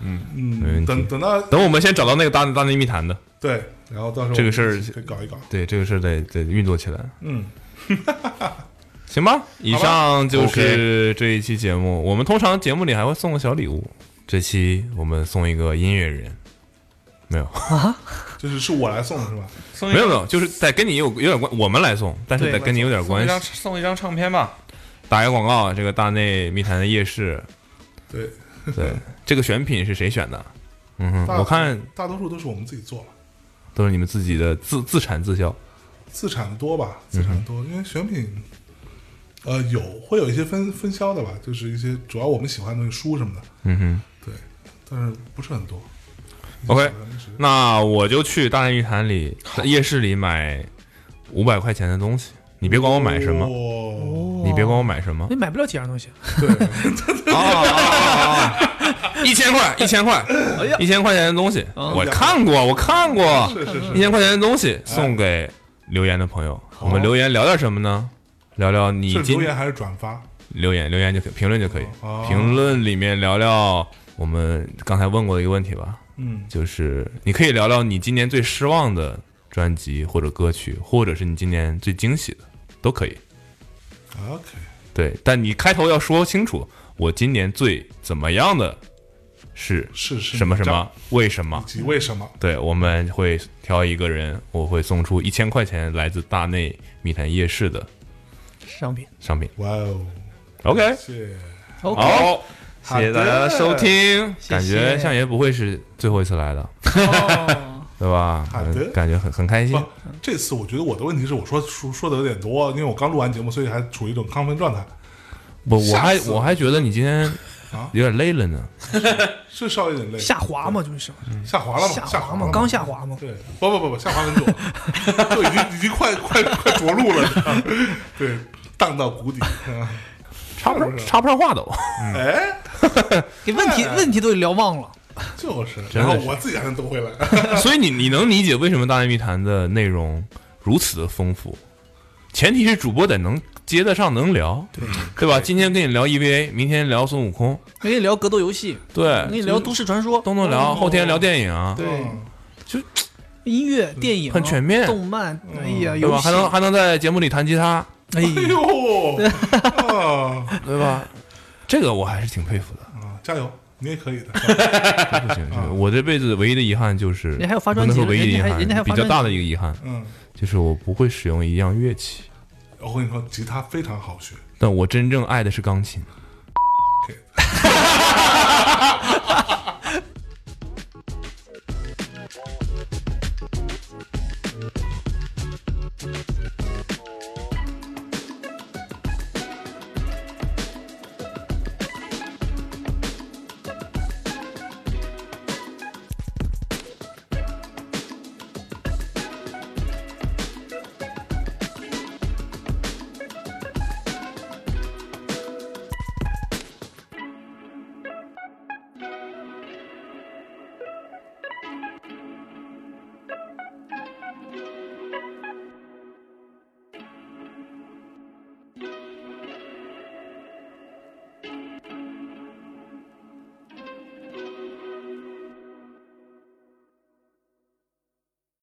[SPEAKER 3] 嗯
[SPEAKER 2] 没问
[SPEAKER 3] 嗯，
[SPEAKER 2] 题
[SPEAKER 3] 等等到
[SPEAKER 2] 等我们先找到那个大大内密谈的，
[SPEAKER 3] 对，然后到时候
[SPEAKER 2] 这个事儿
[SPEAKER 3] 可以搞一搞。
[SPEAKER 2] 对这个事儿得得运作起来，
[SPEAKER 3] 嗯，
[SPEAKER 2] [laughs] 行吧？以上就是这一期节目，我们通常节目里还会送个小礼物，这期我们送一个音乐人，没有
[SPEAKER 3] 就是是我来送的是吧？
[SPEAKER 5] 送一
[SPEAKER 2] 没有没
[SPEAKER 5] 张，
[SPEAKER 2] 有，就是得跟你有有点关，我们来送，但是
[SPEAKER 4] 对
[SPEAKER 2] 得跟你有点
[SPEAKER 5] [laughs] 送一
[SPEAKER 2] 关系
[SPEAKER 5] [laughs] 张，。送一张唱片吧。
[SPEAKER 2] 打一个广告啊，这个大内密谈的夜市，
[SPEAKER 3] 对，
[SPEAKER 2] 对，这个选品是谁选的？嗯哼，
[SPEAKER 3] 大
[SPEAKER 2] 我看
[SPEAKER 3] 大多数都是我们自己做了。
[SPEAKER 2] 都是你们自己的自自产自销。
[SPEAKER 3] 自产的多吧，
[SPEAKER 2] 嗯
[SPEAKER 3] 自产的多，因为选品，呃，有会有一些分分销的吧，就是一些主要我们喜欢的东西，书什么的，
[SPEAKER 2] 嗯哼。
[SPEAKER 3] 对，但是不是很多。
[SPEAKER 2] OK，
[SPEAKER 3] 一直
[SPEAKER 2] 那我就去大内密谈里在夜市里买五百块钱的东西，你别管我买什么，
[SPEAKER 3] 哦，
[SPEAKER 2] 你别管我买什
[SPEAKER 3] [laughs]
[SPEAKER 2] 么
[SPEAKER 4] 你买不了几样东西，
[SPEAKER 2] 啊
[SPEAKER 3] 哦
[SPEAKER 2] 啊啊！啊一千块，一千块，一千块钱的东西，我看过，我看过，
[SPEAKER 3] 哎哦是是是，哎
[SPEAKER 2] 一千块钱的东西送给留言的朋友。我们留言聊点什么呢？聊聊你
[SPEAKER 3] 是
[SPEAKER 2] 今
[SPEAKER 3] 留言还是转发？
[SPEAKER 2] 留言留言就可以，评论就可以
[SPEAKER 3] 哦，
[SPEAKER 2] 评论里面聊聊我们刚才问过的一个问题吧。
[SPEAKER 3] 嗯，
[SPEAKER 2] 就是你可以聊聊你今年最失望的专辑或者歌曲，或者是你今年最惊喜的，都可以。
[SPEAKER 3] 啊 OK，
[SPEAKER 2] 对，但你开头要说清楚，我今年最怎么样的是
[SPEAKER 3] 是是
[SPEAKER 2] 什么什么，为什么
[SPEAKER 3] 以？及为什么？
[SPEAKER 2] 对，我们会挑一个人，我会送出一千块钱来自大内密谈夜市的
[SPEAKER 4] 商品
[SPEAKER 2] 商品。
[SPEAKER 3] 哇哦，
[SPEAKER 2] OK，
[SPEAKER 3] 谢
[SPEAKER 4] ，OK，
[SPEAKER 5] 哦
[SPEAKER 2] 好，谢
[SPEAKER 3] 好
[SPEAKER 2] 谢大家
[SPEAKER 3] 的
[SPEAKER 2] 的收听，
[SPEAKER 4] 谢
[SPEAKER 2] 感
[SPEAKER 4] 谢
[SPEAKER 2] 觉相爷不会是最后一次来的，
[SPEAKER 4] 哦
[SPEAKER 2] [laughs] 对吧？
[SPEAKER 3] 好的
[SPEAKER 2] 嗯感觉很很开心
[SPEAKER 3] 不。，这次我觉得我的问题是我说说说的有点多，因为我刚录完节目，所以还处于一种亢奋状态。
[SPEAKER 2] 不，我
[SPEAKER 3] 下
[SPEAKER 2] 还
[SPEAKER 3] 次
[SPEAKER 2] 我还觉得你今天
[SPEAKER 3] 啊
[SPEAKER 2] 有点累了呢。
[SPEAKER 3] 是稍微有点累，
[SPEAKER 4] 下滑嘛，就是
[SPEAKER 2] 嗯
[SPEAKER 3] 下滑了嘛，
[SPEAKER 4] 下
[SPEAKER 3] 下滑
[SPEAKER 4] 滑
[SPEAKER 3] 了
[SPEAKER 4] 嘛，
[SPEAKER 3] 嘛，
[SPEAKER 4] 刚下滑嘛。
[SPEAKER 3] 对，不不不不，下滑很久，就已经已经快 [laughs] 快快着陆了， [laughs] 你知道吗对，荡到谷底。
[SPEAKER 2] 嗯
[SPEAKER 3] 啊
[SPEAKER 2] 插不
[SPEAKER 3] 是
[SPEAKER 2] 上
[SPEAKER 3] 不是
[SPEAKER 2] 插不上话都，
[SPEAKER 3] 哎，
[SPEAKER 4] 给问题
[SPEAKER 3] 哎
[SPEAKER 4] 问题都聊忘了，
[SPEAKER 3] 就是，
[SPEAKER 2] 真
[SPEAKER 3] 然后
[SPEAKER 2] 的是
[SPEAKER 3] 我自己还能兜回
[SPEAKER 2] [laughs]
[SPEAKER 3] 来，
[SPEAKER 2] 所以你你能理解为什么《大内密谈》的内容如此的丰富，前提是主播得能接得上，能聊，对对吧？今天跟你聊 EVA，明天聊孙悟空，
[SPEAKER 4] 给你聊格斗游戏，
[SPEAKER 2] 哎对，嗯
[SPEAKER 4] 给你聊都市传说，
[SPEAKER 2] 都能
[SPEAKER 3] 哦
[SPEAKER 2] 聊，后天聊电影啊，
[SPEAKER 4] 对
[SPEAKER 3] 嗯
[SPEAKER 4] 音乐、电影
[SPEAKER 2] 很全面嗯
[SPEAKER 4] 动漫，哎呀，
[SPEAKER 2] 对
[SPEAKER 4] 游
[SPEAKER 2] 吧？
[SPEAKER 4] 戏
[SPEAKER 2] 还能还能在节目里弹吉他，
[SPEAKER 3] [laughs]
[SPEAKER 4] 哎
[SPEAKER 3] 哎
[SPEAKER 4] 呀，
[SPEAKER 3] 呦，啊
[SPEAKER 2] 对吧？这个我还是挺佩
[SPEAKER 4] [laughs]
[SPEAKER 2] 服的。
[SPEAKER 3] 啊，加油，你也可以的。
[SPEAKER 2] 这不行，这
[SPEAKER 3] 嗯
[SPEAKER 2] 个我这辈子唯一的遗憾就是，
[SPEAKER 4] 人还有发
[SPEAKER 2] 不
[SPEAKER 4] 专
[SPEAKER 2] 能
[SPEAKER 4] 辑
[SPEAKER 2] 说唯一的遗
[SPEAKER 4] 人家还人家
[SPEAKER 2] 憾，
[SPEAKER 4] 还有
[SPEAKER 2] 比较
[SPEAKER 4] 发专辑
[SPEAKER 2] 大的一个遗憾
[SPEAKER 3] 嗯，
[SPEAKER 2] 就是我不会使用一样乐器，
[SPEAKER 3] 我跟你说，吉他非常好学，
[SPEAKER 2] 但我真正爱的是钢琴。